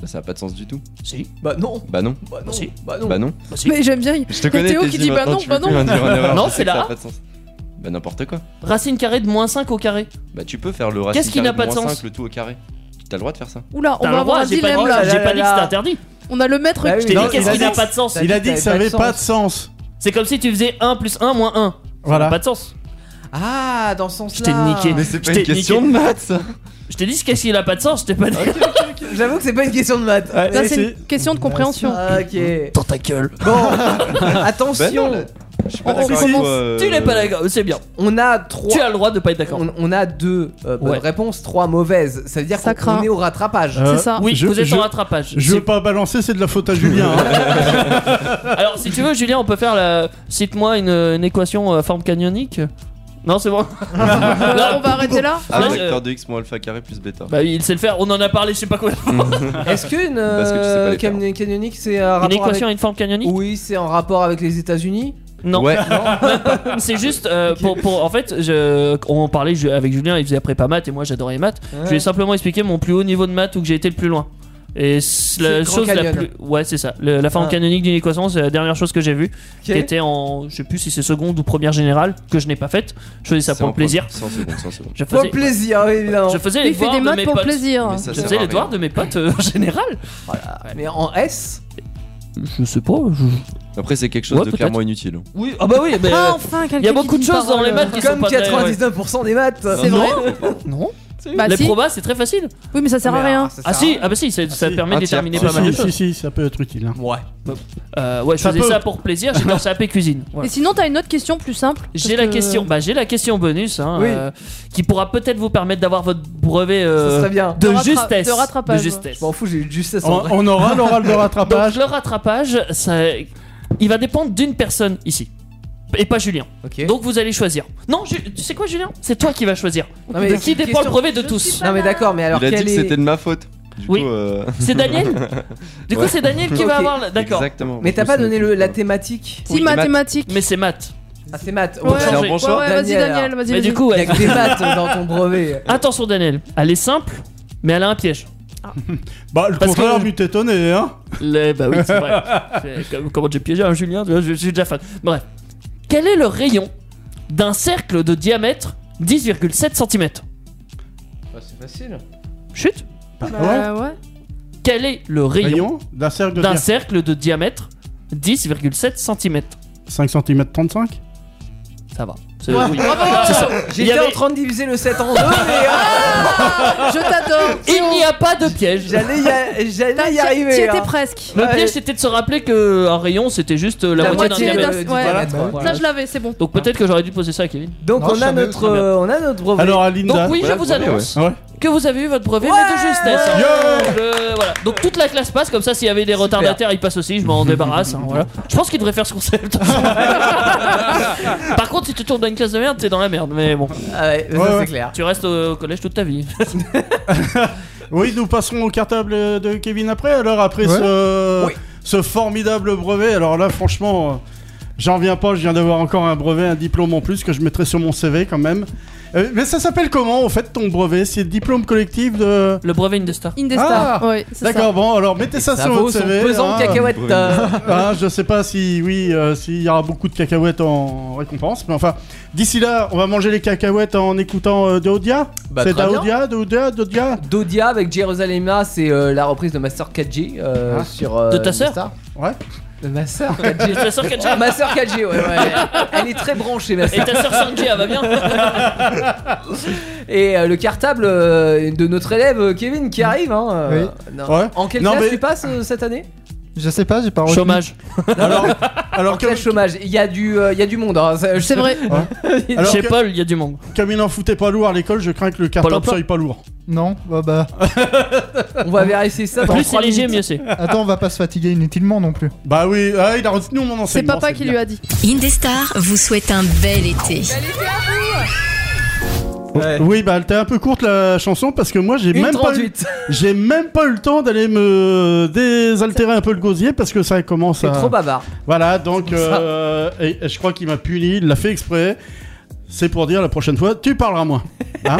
Speaker 8: Ça, ça a pas de sens du tout.
Speaker 6: Si,
Speaker 4: Bah non
Speaker 8: Bah non.
Speaker 4: Bah non
Speaker 6: Si.
Speaker 4: Bah non
Speaker 8: Bah non.
Speaker 6: bah si.
Speaker 5: Mais j'aime bien.
Speaker 8: Je te
Speaker 5: Mais
Speaker 8: connais.
Speaker 5: Théo
Speaker 8: t'es
Speaker 5: qui
Speaker 8: dit,
Speaker 5: dit, bah
Speaker 8: maintenant,
Speaker 5: non,
Speaker 8: tu
Speaker 5: bah
Speaker 8: peux
Speaker 5: non.
Speaker 8: plus rien dire en erreur.
Speaker 6: Non,
Speaker 8: Je sais
Speaker 6: c'est
Speaker 8: que ça
Speaker 6: la
Speaker 8: a
Speaker 6: A.
Speaker 8: pas de sens. Bah n'importe quoi.
Speaker 6: Racine carrée de moins 5 au carré.
Speaker 8: Bah tu peux faire le racine
Speaker 6: Qu'est-ce qui n'a
Speaker 8: carrée
Speaker 6: pas de
Speaker 8: moins
Speaker 6: sens
Speaker 8: 5, le tout au carré. T'as le droit de faire ça.
Speaker 5: Oula,
Speaker 6: T'as
Speaker 5: on va
Speaker 6: le
Speaker 5: avoir
Speaker 6: droit,
Speaker 5: un
Speaker 6: j'ai pas, dit-
Speaker 5: dilemme là.
Speaker 6: j'ai
Speaker 4: là
Speaker 6: pas dit que
Speaker 4: là.
Speaker 6: c'était interdit.
Speaker 5: On a le maître
Speaker 4: Bah oui.
Speaker 6: Je t'ai
Speaker 3: Non,
Speaker 6: dit qu'est-ce
Speaker 3: il a
Speaker 6: qui n'a
Speaker 3: dit-
Speaker 6: pas de sens.
Speaker 4: ça-
Speaker 3: Il a
Speaker 4: Ça
Speaker 3: dit que ça
Speaker 4: avait
Speaker 3: n'avait
Speaker 4: pas
Speaker 3: pas
Speaker 4: de
Speaker 3: de sens.
Speaker 6: C'est comme si tu faisais 1 plus 1 moins 1.
Speaker 3: Voilà.
Speaker 6: Pas de sens.
Speaker 4: Ah, dans ce sens-là
Speaker 6: Je t'ai niqué. Mais
Speaker 8: C'est
Speaker 6: pas une question
Speaker 8: de maths ça.
Speaker 6: Je t'ai dit ce qu'est-ce qu'il a pas de sens, je t'ai pas dit.
Speaker 8: Oh,
Speaker 4: J'avoue que c'est pas une question de maths Ah,
Speaker 3: Ouais,
Speaker 5: Ça,
Speaker 3: c'est-
Speaker 5: c'est une question de compréhension.
Speaker 4: Ok
Speaker 6: Dans ta gueule.
Speaker 4: Bon,
Speaker 8: Bah non, là,
Speaker 4: attention
Speaker 8: je suis pas
Speaker 6: On-
Speaker 8: d'accord
Speaker 6: on
Speaker 8: avec
Speaker 6: commence.
Speaker 8: toi, euh,
Speaker 6: Tu n'es pas d'accord, c'est bien.
Speaker 4: On a
Speaker 6: Tu
Speaker 4: trois...
Speaker 6: as le droit de pas être d'accord.
Speaker 4: On, on a deux euh, bonnes
Speaker 6: Ouais.
Speaker 4: réponses, trois mauvaises. Ça veut dire
Speaker 5: Ça
Speaker 4: qu'on
Speaker 5: craint.
Speaker 4: on est au rattrapage.
Speaker 3: Euh,
Speaker 5: C'est ça.
Speaker 6: Oui,
Speaker 3: Je-
Speaker 6: vous êtes
Speaker 3: je-
Speaker 6: en rattrapage.
Speaker 3: Je
Speaker 6: C'est-
Speaker 3: veux pas balancer, c'est de la faute à Julien. hein.
Speaker 6: Alors, si tu veux, Julien, on peut faire la. Cite-moi une, une équation à forme canyonique. Non, c'est bon.
Speaker 5: Alors,
Speaker 6: Là,
Speaker 5: on va arrêter là.
Speaker 8: Ah,
Speaker 6: Là,
Speaker 8: facteur de x moins alpha carré plus bêta.
Speaker 6: Bah, il sait le faire, on en a parlé, je sais pas quoi. Ah.
Speaker 4: Est-ce qu'une euh,
Speaker 8: Parce que tu sais pas les faire.
Speaker 4: camion canonique c'est un rapport
Speaker 6: Une équation
Speaker 4: avec...
Speaker 6: à une forme canyonique
Speaker 4: Oui, c'est en rapport avec les États-Unis.
Speaker 6: Non.
Speaker 8: Ouais.
Speaker 6: C'est juste euh, pour, pour- En fait, je, on parlait je- avec Julien, il faisait prépa maths et moi j'adorais les maths. Je lui ai simplement expliqué mon plus haut niveau de maths où que j'ai été le plus loin. Et c-
Speaker 4: C'est
Speaker 6: la
Speaker 4: le Grand
Speaker 6: chose la
Speaker 4: Canyon.
Speaker 6: plus. Ouais, c'est ça. Le- la forme
Speaker 4: Ah.
Speaker 6: canonique d'une équation, c'est la dernière chose que j'ai vue.
Speaker 4: Ok.
Speaker 6: Qui était en. Je sais plus si c'est seconde ou première générale, que je n'ai pas faite. Je faisais ça
Speaker 8: C'est en
Speaker 6: pour le plaisir.
Speaker 8: C'est en seconde, c'est en seconde.
Speaker 6: Je
Speaker 4: Pour
Speaker 6: faisais,
Speaker 4: le plaisir, oui, évidemment.
Speaker 6: je faisais les
Speaker 5: Il fait
Speaker 6: devoirs
Speaker 5: des
Speaker 6: de
Speaker 5: maths
Speaker 6: mes
Speaker 5: pour le
Speaker 6: potes.
Speaker 5: plaisir.
Speaker 8: Mais ça
Speaker 6: Je
Speaker 8: sert
Speaker 6: faisais les
Speaker 8: à rien.
Speaker 6: devoirs de mes potes euh, en général.
Speaker 4: Mais en S
Speaker 6: Je sais pas. Je...
Speaker 8: Après, c'est quelque chose
Speaker 6: Ouais,
Speaker 8: de
Speaker 6: peut-être.
Speaker 8: clairement inutile.
Speaker 6: Oui, ah bah oui, mais.
Speaker 5: Ah,
Speaker 6: euh,
Speaker 5: enfin,
Speaker 6: Il y a beaucoup de choses dans les maths qui sont
Speaker 4: Comme
Speaker 6: pas très-
Speaker 4: 99% des maths.
Speaker 5: C'est vrai.
Speaker 6: Non.
Speaker 5: Bah
Speaker 6: les
Speaker 5: si.
Speaker 6: probas, c'est très facile.
Speaker 5: Oui, mais ça sert
Speaker 4: Mais
Speaker 5: à
Speaker 4: alors,
Speaker 5: rien.
Speaker 4: ça sert
Speaker 6: Ah
Speaker 4: à
Speaker 6: si,
Speaker 4: rien.
Speaker 6: ah bah si, ça, ça
Speaker 8: Ah si.
Speaker 6: permet
Speaker 8: Un
Speaker 6: de
Speaker 8: tiers.
Speaker 6: déterminer
Speaker 8: Ah
Speaker 6: pas mal de
Speaker 3: si, si,
Speaker 6: choses.
Speaker 3: si, ça peut être utile. hein.
Speaker 4: Ouais.
Speaker 6: Euh, ouais, je
Speaker 3: Ça
Speaker 6: faisais
Speaker 3: peut.
Speaker 6: ça pour plaisir. J'ai lancé AP cuisine. Voilà.
Speaker 5: Et sinon, t'as une autre question plus simple
Speaker 6: J'ai
Speaker 5: parce
Speaker 6: la
Speaker 5: que-
Speaker 6: question. Bah j'ai la question bonus, hein,
Speaker 4: Oui.
Speaker 6: euh, qui pourra peut-être vous permettre d'avoir votre brevet
Speaker 4: Ça
Speaker 6: euh,
Speaker 4: serait bien.
Speaker 6: de,
Speaker 5: De rattra-
Speaker 6: justesse.
Speaker 5: de rattrapage.
Speaker 6: justesse.
Speaker 4: Je m'en fous, j'ai eu juste ça en
Speaker 3: On,
Speaker 4: vrai.
Speaker 3: on aura l'oral de
Speaker 6: Donc
Speaker 3: rattrapage.
Speaker 6: le rattrapage, ça, il va dépendre d'une personne ici. Et pas Julien.
Speaker 4: Ok.
Speaker 6: Donc vous allez choisir. Non, Ju- tu sais quoi Julien C'est toi qui vas choisir.
Speaker 4: Non, mais
Speaker 6: de
Speaker 4: c'est
Speaker 6: qui
Speaker 4: une
Speaker 6: dépend le
Speaker 4: question-
Speaker 6: brevet de
Speaker 5: Je
Speaker 6: tous
Speaker 5: suis
Speaker 4: Non mais d'accord, mais alors
Speaker 8: Il a dit
Speaker 4: quel
Speaker 8: que
Speaker 4: est-
Speaker 8: c'était de ma faute. Du
Speaker 6: Oui.
Speaker 8: coup, euh,
Speaker 6: C'est Daniel Du coup
Speaker 8: Ouais.
Speaker 6: c'est Daniel qui
Speaker 4: Ok.
Speaker 6: va avoir... la- D'accord.
Speaker 8: Exactement.
Speaker 4: Mais t'as
Speaker 8: Je
Speaker 4: pas
Speaker 8: sais
Speaker 4: donné
Speaker 8: plus.
Speaker 4: le- la thématique
Speaker 5: Si,
Speaker 8: Oui, les maths.
Speaker 5: mathématiques.
Speaker 6: Mais c'est maths.
Speaker 4: Ah c'est maths.
Speaker 5: Ouais,
Speaker 6: peut
Speaker 8: C'est un
Speaker 6: changer.
Speaker 8: bon
Speaker 5: Ouais,
Speaker 8: choix.
Speaker 5: ouais, vas-y,
Speaker 4: Daniel, alors.
Speaker 5: Daniel, vas-y.
Speaker 6: Mais
Speaker 5: vas-y.
Speaker 6: du
Speaker 4: Il
Speaker 6: coup,
Speaker 4: y a
Speaker 6: ouais.
Speaker 4: que des maths dans ton brevet.
Speaker 6: attention Daniel. Elle est simple, mais elle a un piège.
Speaker 3: Bah, le
Speaker 6: Parce que-
Speaker 3: contraire du tétonné, hein.
Speaker 6: Le- bah oui, c'est vrai. C'est comme- Comment j'ai piégé un Julien tu vois, je, je suis déjà fan. Bref. Quel est le rayon d'un cercle de diamètre 10,7 cm
Speaker 4: c'est facile.
Speaker 6: Chut
Speaker 3: Bah, ouais.
Speaker 5: Bah, ouais.
Speaker 6: Quel est le rayon
Speaker 3: Rayon d'un cercle de
Speaker 6: d'un
Speaker 3: tir.
Speaker 6: cercle de diamètre 10,7 cm
Speaker 3: 5 cm 35
Speaker 6: Ça va. C'est oui. C'est ça. Il y
Speaker 4: J'étais
Speaker 6: avait-
Speaker 4: en train de diviser le 7 en 2 mais euh,
Speaker 5: Ah, Je t'adore.
Speaker 6: Il n'y a pas de piège.
Speaker 4: j'allais y, a-
Speaker 5: T'as-
Speaker 4: j'allais y
Speaker 5: t'y-
Speaker 4: arriver.
Speaker 5: T'y étais
Speaker 4: hein.
Speaker 5: presque.
Speaker 6: Le
Speaker 4: Ouais.
Speaker 6: piège c'était de se rappeler que un rayon c'était juste euh, la,
Speaker 5: La
Speaker 6: moitié,
Speaker 5: moitié
Speaker 6: d'un diamètre.
Speaker 5: d'un-
Speaker 4: du
Speaker 5: ouais.
Speaker 4: diamètre, quoi.
Speaker 6: Bah
Speaker 5: Ça, je l'avais, c'est bon.
Speaker 6: Donc peut-être que j'aurais dû poser ça à Kevin.
Speaker 4: Bah Donc
Speaker 7: Non,
Speaker 4: on
Speaker 7: je
Speaker 4: a
Speaker 7: savais,
Speaker 4: notre
Speaker 6: très bien.
Speaker 4: euh, on a notre brevet.
Speaker 3: Alors, Alinda.
Speaker 6: Donc oui, je
Speaker 8: Voilà,
Speaker 6: vous
Speaker 8: voilà,
Speaker 6: annonce
Speaker 3: Ouais.
Speaker 6: que vous avez eu votre brevet mais de
Speaker 4: Ouais.
Speaker 6: justesse. hein.
Speaker 3: Yeah.
Speaker 6: Je- voilà. Donc toute la classe passe comme ça s'il y avait des retardataires, ils passent aussi, je m'en débarrasse hein, voilà. Je pense qu'ils devraient faire ce concept. Par contre, si tu tournes dans une classe de merde, t'es dans la merde mais bon,
Speaker 4: Ah ouais, ça,
Speaker 3: Ouais, ouais.
Speaker 4: c'est clair.
Speaker 6: tu restes au, au collège toute ta vie.
Speaker 3: Oui, nous passerons au cartable euh, de Kevin après. Alors, après
Speaker 7: Ouais.
Speaker 3: ce...
Speaker 4: Oui.
Speaker 3: ce formidable brevet, alors là, franchement, euh, j'en viens pas. Je viens d'avoir encore un brevet, un diplôme en plus que je mettrai sur mon CV quand même. Euh, mais ça s'appelle comment, au fait, ton brevet C'est diplôme collectif de.
Speaker 6: Le brevet Indestar.
Speaker 5: Indestar.
Speaker 3: Ah,
Speaker 5: ouais, c'est
Speaker 3: D'accord, bon, alors mettez ça,
Speaker 4: Ça,
Speaker 3: sur
Speaker 4: vaut
Speaker 3: votre
Speaker 4: son
Speaker 3: CV.
Speaker 4: pesant
Speaker 3: hein.
Speaker 4: de cacahuètes.
Speaker 8: Brevet.
Speaker 4: euh.
Speaker 3: Ah, je sais pas si oui, euh, s'il y aura beaucoup de cacahuètes en récompense, mais enfin, d'ici là, on va manger les cacahuètes en écoutant euh, de Odia.
Speaker 4: Bah,
Speaker 3: c'est
Speaker 4: très bien.
Speaker 3: Daodia, Daodia, Daodia.
Speaker 4: Dodia avec Jerusalema, c'est euh, la reprise de Master 4G euh,
Speaker 3: Ah.
Speaker 4: sur. euh,
Speaker 6: De ta sœur
Speaker 4: Star.
Speaker 3: Ouais.
Speaker 4: De ma sœur 4G.
Speaker 6: Ta sœur Katja
Speaker 4: ma sœur 4G, ouais, ouais. Elle est très branchée, ma
Speaker 6: Et
Speaker 4: sœur.
Speaker 6: ta sœur Sanji, elle ah, va bien
Speaker 4: Et euh, le cartable euh, de notre élève euh, Kevin qui arrive. Hein, euh, non.
Speaker 3: Ouais.
Speaker 4: En quelle
Speaker 3: Non,
Speaker 4: classe
Speaker 3: mais-
Speaker 4: tu passes euh, cette année
Speaker 7: Je sais pas, j'ai pas retenu.
Speaker 6: Chômage.
Speaker 3: Alors,
Speaker 4: En
Speaker 3: alors comme,
Speaker 4: classe chômage. Il y, a du, euh, il y a du monde. Hein, ça, je
Speaker 5: C'est
Speaker 4: sais-
Speaker 5: vrai.
Speaker 3: Alors
Speaker 6: Chez
Speaker 3: que-
Speaker 6: Paul, il y a du monde.
Speaker 3: comme il n'en foutait pas lourd à l'école, je crains que le cartable
Speaker 6: emploi.
Speaker 3: soit pas lourd.
Speaker 7: Non, bah bah.
Speaker 4: On va vérifier ça dans
Speaker 6: Plus c'est
Speaker 4: 3
Speaker 6: léger,
Speaker 4: minutes.
Speaker 6: mieux c'est.
Speaker 7: Attends, on va pas se fatiguer inutilement non plus.
Speaker 3: Bah oui, ah, il a retenu mon enseignement.
Speaker 5: C'est papa qui lui a dit.
Speaker 9: Indestar vous souhaite un bel été.
Speaker 4: Ouais.
Speaker 3: Oui, bah elle était un peu courte la chanson parce que moi j'ai
Speaker 4: Une
Speaker 3: même pas eu,
Speaker 4: 38.
Speaker 3: j'ai même pas eu le temps d'aller me désaltérer un peu le gosier parce que ça commence
Speaker 4: C'est
Speaker 3: à
Speaker 4: trop bavard.
Speaker 3: Voilà, donc
Speaker 4: C'est ça.
Speaker 3: euh, et- et je crois qu'il m'a puni, il l'a fait exprès. C'est pour dire la prochaine fois, tu parleras moins. Hein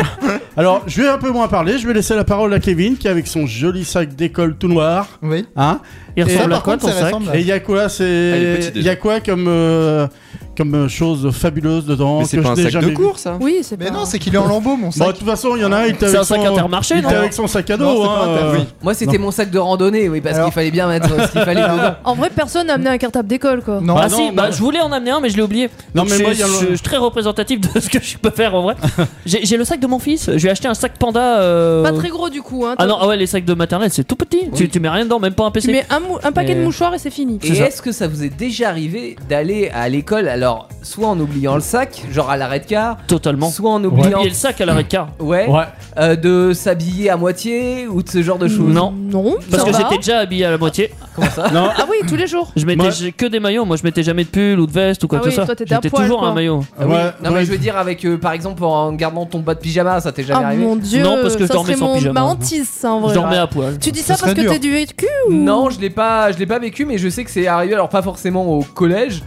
Speaker 3: Alors, je vais un peu moins parler, je vais laisser la parole à Kevin qui est avec son joli sac d'école tout noir.
Speaker 7: Oui.
Speaker 3: Hein
Speaker 6: Il
Speaker 3: Et
Speaker 6: ressemble
Speaker 3: ça,
Speaker 6: à quoi ton
Speaker 7: ça
Speaker 6: sac
Speaker 7: ressemble à-
Speaker 3: et il y a quoi
Speaker 8: Ah, il est petit
Speaker 3: c'est il y
Speaker 8: déjà.
Speaker 3: a quoi comme euh, comme chose fabuleuse dedans
Speaker 8: Mais
Speaker 3: que
Speaker 8: c'est pas
Speaker 3: je
Speaker 8: un
Speaker 3: n'ai
Speaker 8: sac
Speaker 3: jamais
Speaker 8: de
Speaker 3: vu.
Speaker 8: cours, ça
Speaker 5: Oui, c'est
Speaker 7: Mais
Speaker 5: pas-
Speaker 7: non, c'est qu'il est en lambeau mon
Speaker 3: Bon, de
Speaker 7: sac.
Speaker 3: toute façon, il y en a un, il était
Speaker 6: C'est
Speaker 3: avec
Speaker 6: un sac
Speaker 3: son-
Speaker 6: intermarché,
Speaker 3: il était
Speaker 6: non
Speaker 3: avec son sac à dos
Speaker 7: Non, c'est
Speaker 3: hein,
Speaker 7: pas un
Speaker 3: euh,
Speaker 7: intermarché.
Speaker 4: Moi, c'était mon sac de randonnée, oui, parce
Speaker 7: Alors-
Speaker 4: qu'il fallait bien mettre euh, ce qu'il fallait dedans.
Speaker 5: En vrai, personne n'a amené un cartable d'école, quoi.
Speaker 7: Non,
Speaker 6: ah
Speaker 3: non,
Speaker 6: si,
Speaker 3: non.
Speaker 6: bah, je voulais en amener un, mais je l'ai oublié.
Speaker 3: Non,
Speaker 6: Donc,
Speaker 3: mais
Speaker 6: je,
Speaker 3: moi, il y a
Speaker 6: je-
Speaker 3: le-
Speaker 6: je suis très représentatif de ce que je peux faire en vrai. J'ai j'ai le sac de mon fils, je lui ai acheté un sac panda. euh,
Speaker 5: Pas très gros, du coup. Hein,
Speaker 6: Ah non, ah ouais, les sacs de maternelle, c'est tout petit. Tu, tu mets rien dedans, même pas un
Speaker 5: Tu
Speaker 6: PC.
Speaker 5: mets un, mou- un paquet
Speaker 6: Mais-
Speaker 5: de mouchoirs et c'est fini.
Speaker 4: Et est-ce que ça vous est déjà arrivé d'aller à l'école, alors, soit en oubliant le sac, genre à l'arrêt de car,
Speaker 6: Totalement.
Speaker 4: soit en
Speaker 6: J'ai
Speaker 4: oubliant.
Speaker 6: oublié le sac à l'arrêt de car.
Speaker 4: Ouais,
Speaker 3: Ouais.
Speaker 4: euh, de s'habiller à moitié ou de ce genre de choses.
Speaker 6: Non.
Speaker 5: Non.
Speaker 6: Parce
Speaker 5: ça
Speaker 6: que
Speaker 5: va.
Speaker 6: j'étais déjà habillé à la moitié.
Speaker 4: Comment ça
Speaker 3: Non,
Speaker 5: Ah oui, tous les jours.
Speaker 6: Je mettais
Speaker 3: Moi-
Speaker 6: j'ai que des maillots, moi je mettais jamais de pull ou de veste ou quoi
Speaker 5: Ah
Speaker 6: que ce
Speaker 5: oui,
Speaker 6: soit.
Speaker 5: toi, t'étais à
Speaker 6: J'étais
Speaker 5: poil,
Speaker 6: toujours
Speaker 5: quoi.
Speaker 6: un maillot.
Speaker 4: Ah oui.
Speaker 3: Ouais,
Speaker 4: Non, mais
Speaker 3: ouais.
Speaker 4: je veux dire, avec euh, par exemple en gardant ton bas de pyjama, ça t'est jamais
Speaker 5: Ah
Speaker 4: arrivé
Speaker 5: mon dieu.
Speaker 6: Non, parce que je
Speaker 5: ça
Speaker 6: dormais
Speaker 5: serait
Speaker 6: sans
Speaker 5: mon-
Speaker 6: pyjama.
Speaker 5: ma hantise, ça, en
Speaker 6: Je
Speaker 5: vrai.
Speaker 6: dormais à poil.
Speaker 5: Tu dis
Speaker 7: Ça
Speaker 5: ça, parce
Speaker 7: serait
Speaker 5: que
Speaker 7: dur.
Speaker 5: t'es du vécu ou
Speaker 4: Non, je l'ai pas, je l'ai pas vécu, mais je sais que c'est arrivé. Alors pas forcément au collège,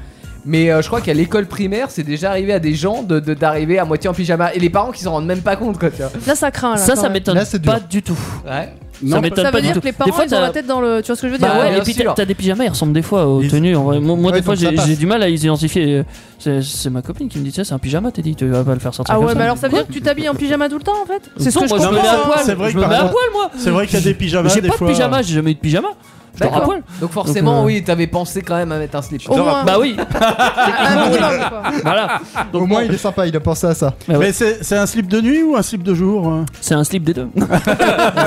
Speaker 4: mais euh, je crois qu'à l'école primaire, c'est déjà arrivé à des gens de de- d'arriver à moitié en pyjama et les parents qui s'en rendent même pas compte, quoi. Tu vois.
Speaker 5: Là, ça craint. Là,
Speaker 6: Ça,
Speaker 5: quand
Speaker 6: ça
Speaker 5: même.
Speaker 6: m'étonne
Speaker 7: Là, c'est dur.
Speaker 6: pas du tout.
Speaker 4: Ouais.
Speaker 3: Non,
Speaker 6: ça m'étonne
Speaker 5: Ça
Speaker 6: pas
Speaker 5: veut
Speaker 6: du
Speaker 5: dire
Speaker 6: tout.
Speaker 5: que les parents,
Speaker 6: Des fois,
Speaker 5: ils ont la
Speaker 6: t'as-
Speaker 5: tête dans le. Tu vois ce que je veux dire
Speaker 4: Bah ouais,
Speaker 6: et
Speaker 4: bien
Speaker 6: puis
Speaker 4: sûr.
Speaker 6: t'as t'as des pyjamas, ils ressemblent des fois aux
Speaker 7: Ils-
Speaker 6: tenues. en vrai. Moi, moi,
Speaker 7: Ouais,
Speaker 6: des fois,
Speaker 7: donc ça
Speaker 6: j'ai
Speaker 7: passe.
Speaker 6: j'ai du mal à les identifier. euh, C'est c'est ma copine qui me dit Tiens, c'est un pyjama, t'es dit, tu vas pas le faire sortir.
Speaker 5: Ah
Speaker 6: comme
Speaker 5: ouais, mais
Speaker 6: ça.
Speaker 5: alors ça veut dire que tu t'habilles en pyjama tout le temps en fait C'est ce
Speaker 6: Non,
Speaker 5: que je
Speaker 6: moi, je me
Speaker 5: comprends.
Speaker 6: mets à
Speaker 3: c'est
Speaker 6: poil.
Speaker 3: vrai
Speaker 6: Je
Speaker 3: que
Speaker 6: me
Speaker 3: par
Speaker 6: mets à
Speaker 3: contre-
Speaker 6: poil, moi.
Speaker 3: C'est vrai qu'il y a des pyjamas
Speaker 6: J'ai
Speaker 3: des
Speaker 6: pas
Speaker 3: fois. hein.
Speaker 6: de pyjama, j'ai jamais eu de pyjama. Dors à
Speaker 4: D'accord.
Speaker 6: poil.
Speaker 4: Donc forcément,
Speaker 6: euh,
Speaker 4: oui, t'avais pensé quand même à mettre un slip.
Speaker 5: Au moins.
Speaker 6: Bah oui,
Speaker 5: Un minimum, quoi.
Speaker 6: voilà.
Speaker 7: Au moins, il est sympa, il a pensé à ça.
Speaker 6: Ah ouais.
Speaker 3: Mais c'est c'est un slip de nuit ou un slip de jour hein
Speaker 6: C'est un slip des deux.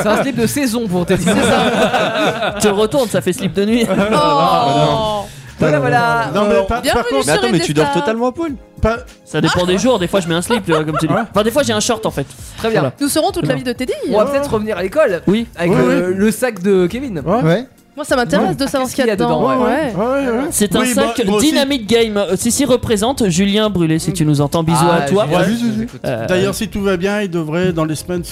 Speaker 4: C'est un slip de saison pour te dire ça.
Speaker 6: tu retournes, ça fait slip de nuit.
Speaker 5: Oh
Speaker 4: Voilà, voilà.
Speaker 3: Euh,
Speaker 4: Euh,
Speaker 3: Non, mais par,
Speaker 5: Bienvenue
Speaker 3: par contre,
Speaker 8: Mais attends,
Speaker 5: Sur
Speaker 8: mais
Speaker 5: les
Speaker 8: tu dors
Speaker 5: destas.
Speaker 8: totalement à poil.
Speaker 3: pas-
Speaker 6: Ça dépend des jours. Des fois, je mets un slip, tu vois, comme tu dis. Enfin, des fois, j'ai un short en fait.
Speaker 4: Très bien.
Speaker 6: Voilà.
Speaker 5: Nous serons toute la vie de Teddy.
Speaker 4: On va peut-être revenir à l'école
Speaker 6: Oui.
Speaker 4: avec
Speaker 3: Ouais,
Speaker 4: le, le sac de Kevin.
Speaker 3: Ouais.
Speaker 7: Ouais.
Speaker 5: Moi, ça m'intéresse de savoir ce qu'il y a dedans.
Speaker 4: dedans,
Speaker 5: ouais.
Speaker 3: ouais, ouais.
Speaker 6: C'est un
Speaker 3: Oui, bah,
Speaker 6: sac
Speaker 3: moi aussi.
Speaker 6: Dynamite Game. Ceci représente Julien Brûlé, si tu nous entends.
Speaker 4: Ah,
Speaker 6: Bisous à toi.
Speaker 3: Julien.
Speaker 4: je-
Speaker 3: Ouais.
Speaker 4: je vous écoute.
Speaker 6: Euh,
Speaker 3: D'ailleurs, si tout va bien, il devrait, dans les semaines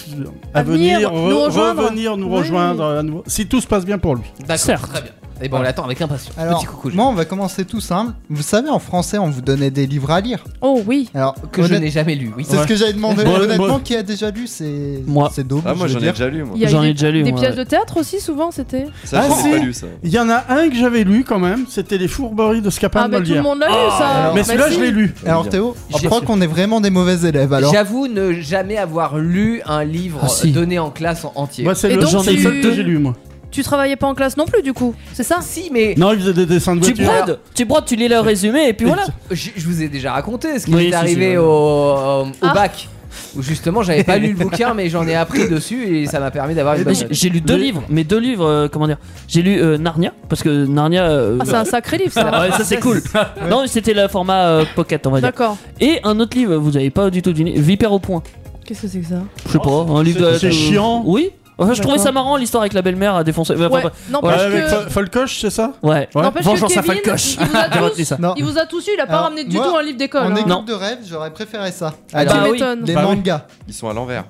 Speaker 3: à
Speaker 5: À venir,
Speaker 3: venir, re-
Speaker 5: nous rejoindre.
Speaker 3: revenir nous
Speaker 5: Oui.
Speaker 3: rejoindre à nouveau. Si tout se passe bien pour lui.
Speaker 4: D'accord.
Speaker 6: Certes.
Speaker 4: Très bien. Et bon, on l'attend avec impatience.
Speaker 7: Alors,
Speaker 4: Petit coucou.
Speaker 7: moi, on va commencer tout simple. Vous savez, en français, on vous donnait des livres à lire.
Speaker 5: Oh oui.
Speaker 7: Alors,
Speaker 4: que je
Speaker 7: honnête-
Speaker 4: n'ai jamais lu. Oui.
Speaker 7: C'est
Speaker 3: Ouais.
Speaker 7: ce que j'avais demandé.
Speaker 3: Bon,
Speaker 7: Honnêtement,
Speaker 3: bon.
Speaker 7: qui a déjà lu, c'est.
Speaker 6: Moi.
Speaker 7: C'est daube.
Speaker 8: Ah, moi
Speaker 7: je
Speaker 8: j'en
Speaker 7: veux
Speaker 8: ai
Speaker 7: dire.
Speaker 8: déjà lu, moi.
Speaker 5: Il y a
Speaker 6: J'en
Speaker 5: eu
Speaker 6: ai déjà lu,
Speaker 5: Des
Speaker 6: moi,
Speaker 5: pièces
Speaker 6: ouais.
Speaker 5: de théâtre aussi, souvent, c'était.
Speaker 8: Ça,
Speaker 3: Ah,
Speaker 8: je
Speaker 3: si.
Speaker 8: l'ai pas lu ça.
Speaker 3: Il y en a un que j'avais lu quand même, c'était Les fourberies de Scapin
Speaker 5: Ah,
Speaker 3: de
Speaker 5: mais tout
Speaker 3: Molière.
Speaker 5: le monde l'a lu, ça.
Speaker 7: alors,
Speaker 3: Ah, Mais
Speaker 5: Bah,
Speaker 3: celui-là,
Speaker 5: si.
Speaker 3: je l'ai lu.
Speaker 7: Alors, Théo, je
Speaker 4: J'ai-
Speaker 7: crois qu'on est vraiment des mauvais élèves alors.
Speaker 4: J'avoue ne jamais avoir lu un livre
Speaker 6: Ah, si.
Speaker 4: donné en classe en entier.
Speaker 3: Moi, c'est
Speaker 5: Et
Speaker 3: le
Speaker 5: donc,
Speaker 3: c'est le
Speaker 5: tu-
Speaker 3: seul que j'ai lu, moi.
Speaker 5: Tu travaillais pas en classe non plus, du coup, c'est ça
Speaker 4: si, mais
Speaker 3: Non, il faisait des dessins de
Speaker 6: tu
Speaker 3: voitures.
Speaker 6: brodes, tu brodes, tu lis le résumé et puis voilà.
Speaker 4: je je vous ai déjà raconté ce qui
Speaker 6: Oui,
Speaker 4: m'est
Speaker 6: si,
Speaker 4: arrivé
Speaker 6: si, ouais.
Speaker 4: au, au
Speaker 5: Ah.
Speaker 4: bac. Où justement, j'avais pas lu le bouquin, mais j'en ai appris dessus et ça m'a permis d'avoir une bonne
Speaker 6: Mais j'ai-
Speaker 4: note.
Speaker 6: J'ai lu deux
Speaker 3: Mais-
Speaker 6: livres, mais deux livres, euh, comment dire J'ai lu euh, Narnia, parce que Narnia. euh,
Speaker 5: Ah, c'est un sacré livre, ça.
Speaker 6: ouais, ça c'est cool. Non, c'était le format euh, pocket, on va dire.
Speaker 5: D'accord.
Speaker 6: Et un autre livre, vous avez pas du tout deviné, Vipère au point.
Speaker 5: Qu'est-ce que c'est que ça
Speaker 6: Je sais pas, un livre de.
Speaker 3: c'est- c'est
Speaker 6: de-
Speaker 3: chiant.
Speaker 6: Oui. Enfin, je
Speaker 5: D'accord.
Speaker 6: trouvais ça marrant l'histoire avec la belle-mère à défoncer. Enfin,
Speaker 5: Ouais,
Speaker 6: bref.
Speaker 3: Ouais,
Speaker 5: n'empêche
Speaker 3: avec
Speaker 5: que.
Speaker 3: Fol- Folcoche, c'est ça
Speaker 6: Ouais.
Speaker 3: Ouais.
Speaker 5: N'empêche
Speaker 6: Vengeance
Speaker 5: que
Speaker 6: à
Speaker 5: Kevin,
Speaker 6: Falcoche.
Speaker 5: il vous a
Speaker 6: J'ai
Speaker 5: tous-
Speaker 6: retenu ça.
Speaker 7: Non.
Speaker 5: Il vous a tous eu, il a pas
Speaker 7: Alors,
Speaker 5: ramené du
Speaker 7: moi,
Speaker 5: tout un livre d'école.
Speaker 7: En
Speaker 5: hein.
Speaker 7: équipe
Speaker 6: Non.
Speaker 7: de rêve, j'aurais préféré ça.
Speaker 4: Ah,
Speaker 6: Alors,
Speaker 5: Tu
Speaker 6: bah oui.
Speaker 5: m'étonnes.
Speaker 7: Les
Speaker 3: Bah oui.
Speaker 7: mangas.
Speaker 8: Ils sont à l'envers.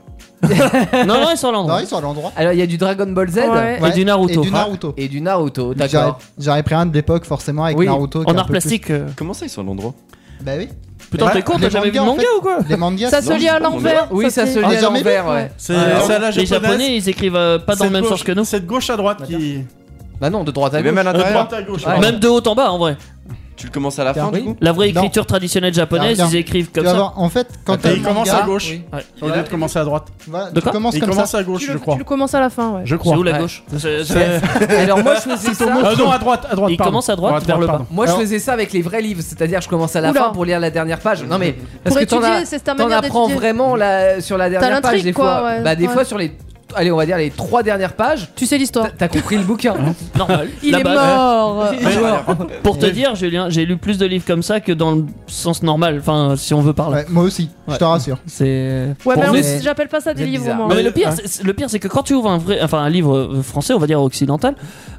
Speaker 6: Non, non, ils sont à l'endroit.
Speaker 7: Non, ils sont à l'endroit.
Speaker 4: Ah, Alors, il y a du Dragon Ball Z
Speaker 5: Ouais.
Speaker 6: Et du Naruto.
Speaker 7: Et du Naruto.
Speaker 4: et du Naruto,
Speaker 7: J'aurais-
Speaker 4: d'accord.
Speaker 7: J'aurais pris un de l'époque, forcément, avec
Speaker 4: Oui.
Speaker 7: Naruto. qui est
Speaker 6: En
Speaker 7: un
Speaker 6: art
Speaker 7: peu plus-
Speaker 6: plastique. euh,
Speaker 8: Comment ça, ils sont à l'endroit
Speaker 7: Bah oui.
Speaker 6: Putain,
Speaker 7: Ouais.
Speaker 6: t'es con,
Speaker 7: Les
Speaker 6: t'as jamais vu
Speaker 7: mangas,
Speaker 6: le
Speaker 7: en
Speaker 6: manga
Speaker 7: fait.
Speaker 6: ou quoi
Speaker 7: Les mangas,
Speaker 5: Ça
Speaker 7: c'est-
Speaker 5: se lit à l'envers.
Speaker 4: Oui, ça se
Speaker 5: c'est-
Speaker 4: lit à
Speaker 7: Ah, jamais
Speaker 4: l'envers, ouais.
Speaker 3: C'est
Speaker 6: Ouais.
Speaker 3: c'est à la
Speaker 6: euh, Les
Speaker 3: japonaise.
Speaker 6: japonais, ils écrivent euh, pas dans
Speaker 3: C'est
Speaker 6: le même
Speaker 3: de
Speaker 6: sens
Speaker 3: gauche-
Speaker 6: que nous.
Speaker 3: C'est de gauche à droite qui.
Speaker 4: Bah non, de droite à
Speaker 8: Et
Speaker 4: gauche.
Speaker 8: même à
Speaker 3: De
Speaker 8: l'intérieur.
Speaker 3: droite à gauche.
Speaker 4: Ouais.
Speaker 3: pardon.
Speaker 6: Même de haut en bas, en vrai.
Speaker 8: Tu le commences à la fin
Speaker 4: Oui.
Speaker 8: du coup
Speaker 6: La vraie
Speaker 7: Non.
Speaker 6: écriture traditionnelle japonaise,
Speaker 7: Non.
Speaker 6: ils écrivent
Speaker 7: Tu
Speaker 6: comme
Speaker 7: vas
Speaker 6: ça.
Speaker 7: voir, en fait, quand
Speaker 6: Attends,
Speaker 7: t'as
Speaker 3: Et
Speaker 7: le
Speaker 3: il commence
Speaker 7: manga,
Speaker 3: à gauche.
Speaker 4: Oui.
Speaker 3: Au lieu de commencer à droite.
Speaker 7: voilà,
Speaker 6: De
Speaker 7: tu
Speaker 6: quoi
Speaker 7: commences
Speaker 3: Il
Speaker 7: comme
Speaker 3: commence
Speaker 7: ça.
Speaker 3: à gauche,
Speaker 5: Tu
Speaker 3: je
Speaker 5: le,
Speaker 3: crois.
Speaker 5: tu le commences à la fin, ouais.
Speaker 3: Je
Speaker 6: C'est où
Speaker 3: crois.
Speaker 6: la
Speaker 4: Ouais.
Speaker 6: gauche C'est- c'est-
Speaker 4: Alors moi je faisais ça.
Speaker 3: Ah non, à droite, à droite.
Speaker 6: Il
Speaker 3: pardon.
Speaker 6: commence à droite,
Speaker 3: Ouais,
Speaker 6: vers le bas.
Speaker 3: pardon.
Speaker 4: Moi je
Speaker 7: Alors-
Speaker 4: faisais ça avec les vrais livres, c'est-à-dire je commence à la
Speaker 5: Oula.
Speaker 4: fin pour lire la dernière page. Non mais parce
Speaker 5: Pour
Speaker 4: que t'en
Speaker 5: étudier,
Speaker 4: as,
Speaker 5: c'est ta
Speaker 4: t'en
Speaker 5: manière
Speaker 4: apprends
Speaker 5: d'étudier.
Speaker 4: vraiment la, sur la dernière page
Speaker 5: l'intrigue,
Speaker 4: des
Speaker 5: quoi,
Speaker 4: fois.
Speaker 5: ouais.
Speaker 4: Bah des
Speaker 5: Ouais.
Speaker 4: fois sur les, allez on va dire les trois dernières pages,
Speaker 5: Tu sais l'histoire.
Speaker 4: t'as- t'as compris le bouquin.
Speaker 6: Normal.
Speaker 5: Il
Speaker 6: La
Speaker 5: est
Speaker 6: base.
Speaker 5: mort.
Speaker 4: Ouais.
Speaker 6: Pour te
Speaker 7: Ouais.
Speaker 6: dire, Julien, j'ai lu plus de livres comme ça que dans le sens normal. Enfin, si on veut par là.
Speaker 7: Ouais, moi aussi, je
Speaker 6: Ouais.
Speaker 7: te rassure.
Speaker 6: C'est.
Speaker 5: Ouais,
Speaker 6: Pour nous,
Speaker 5: mais alors,
Speaker 7: c'est-
Speaker 5: j'appelle pas ça des
Speaker 4: c'est
Speaker 5: livres,
Speaker 4: bizarre.
Speaker 5: moi.
Speaker 6: Non, mais
Speaker 3: Mais,
Speaker 6: le pire,
Speaker 3: hein.
Speaker 6: c'est- c'est- le pire, c'est que quand tu ouvres un vrai, enfin un livre euh, français, on va dire occidental,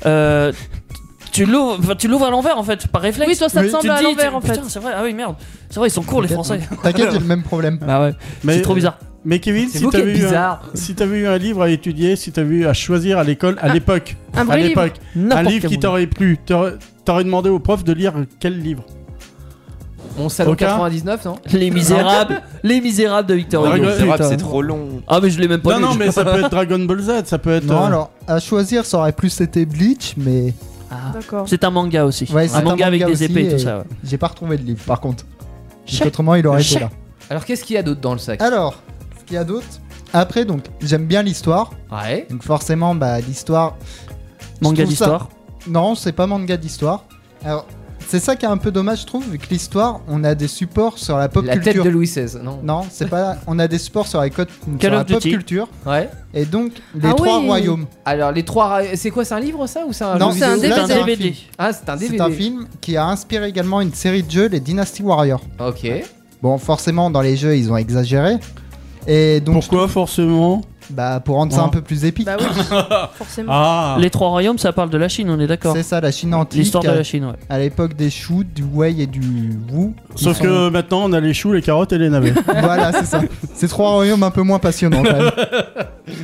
Speaker 6: euh, tu l'ouvres, enfin, tu l'ouvres à l'envers en fait, par réflexe.
Speaker 5: Oui, toi, ça te
Speaker 6: Tu
Speaker 5: semble
Speaker 6: dis,
Speaker 5: à l'envers,
Speaker 6: tu-
Speaker 5: en fait.
Speaker 6: Putain, c'est vrai. Ah oui, merde. C'est vrai, ils sont courts les Français.
Speaker 7: T'inquiète, j'ai le même problème.
Speaker 6: Bah ouais.
Speaker 3: Mais-
Speaker 6: C'est trop bizarre.
Speaker 3: Mais Kevin,
Speaker 4: C'est
Speaker 3: si
Speaker 4: vous qui
Speaker 3: t'avais
Speaker 4: êtes
Speaker 3: eu, un-
Speaker 4: bizarre.
Speaker 3: si t'avais eu un livre à étudier, si t'avais eu à choisir à l'école, à l'époque,
Speaker 5: Un
Speaker 3: à
Speaker 5: vrai livre.
Speaker 3: l'époque, un livre qui t'aurait plu, t'aurais t'aurais demandé au prof de lire quel livre
Speaker 4: Mon salon
Speaker 3: Aucun.
Speaker 4: 99 non
Speaker 6: Les Misérables, Les Misérables de Victor
Speaker 3: Ah,
Speaker 6: Hugo.
Speaker 3: rigole.
Speaker 8: C'est rap,
Speaker 6: Putain.
Speaker 8: c'est trop long.
Speaker 6: Ah mais je l'ai même pas
Speaker 3: Non,
Speaker 6: lu.
Speaker 3: non, mais ça peut être Dragon Ball Z, ça peut être.
Speaker 7: Non,
Speaker 3: euh,
Speaker 7: alors, à choisir, ça aurait plus été Bleach, mais
Speaker 6: Ah.
Speaker 5: D'accord.
Speaker 6: C'est un manga aussi.
Speaker 7: Ouais, c'est
Speaker 6: un,
Speaker 7: un
Speaker 6: manga avec
Speaker 7: manga
Speaker 6: des
Speaker 7: aussi,
Speaker 6: épées et
Speaker 7: et-
Speaker 6: tout ça. Ouais.
Speaker 7: j'ai pas retrouvé le livre par contre.
Speaker 6: Chat.
Speaker 7: Autrement, il aurait été
Speaker 6: Chat.
Speaker 7: là.
Speaker 4: Alors qu'est-ce qu'il y a d'autre dans le sac
Speaker 7: Alors, ce qu'il y a d'autre Après, donc, j'aime bien l'histoire.
Speaker 4: Ouais.
Speaker 7: Donc, forcément, bah, l'histoire. je
Speaker 6: Manga
Speaker 7: trouve ça-
Speaker 6: d'histoire.
Speaker 7: Non, c'est pas manga d'histoire. Alors, c'est ça qui est un peu dommage, je trouve, vu que l'histoire, on a des supports sur la pop
Speaker 4: La
Speaker 7: culture.
Speaker 4: tête de Louis XVI non
Speaker 7: Non, c'est pas. On a des supports sur les codes sur
Speaker 6: Call
Speaker 7: la
Speaker 6: of
Speaker 7: pop
Speaker 6: Duty.
Speaker 7: culture.
Speaker 4: Ouais.
Speaker 7: Et donc, les
Speaker 5: Ah
Speaker 7: trois
Speaker 5: oui.
Speaker 7: royaumes.
Speaker 4: Alors les trois, ra- c'est quoi c'est un livre ça ou c'est un
Speaker 7: Non,
Speaker 4: jeu
Speaker 5: c'est un
Speaker 4: vidéo
Speaker 5: DVD.
Speaker 6: C'est un
Speaker 7: Là, c'est un
Speaker 6: DVD.
Speaker 4: Ah c'est un
Speaker 7: C'est
Speaker 4: DVD.
Speaker 7: un film qui a inspiré également une série de jeux, les Dynasty Warriors.
Speaker 4: Ok.
Speaker 7: Bon, forcément, dans les jeux, ils ont exagéré. Et donc,
Speaker 3: Pourquoi forcément
Speaker 7: bah, pour rendre ça
Speaker 3: Ouais.
Speaker 7: un peu plus épique,
Speaker 5: Bah oui, forcément.
Speaker 3: Ah
Speaker 6: Les Trois Royaumes, ça parle de la Chine, on est d'accord.
Speaker 7: c'est ça, la Chine antique.
Speaker 6: L'histoire de la Chine, ouais.
Speaker 7: à l'époque des choux, du whey et du wu. Ils
Speaker 3: Sauf
Speaker 7: sont-
Speaker 3: que maintenant on a les choux, les carottes et les navets.
Speaker 7: Voilà, c'est ça. C'est trois royaumes un peu moins passionnants, quand même.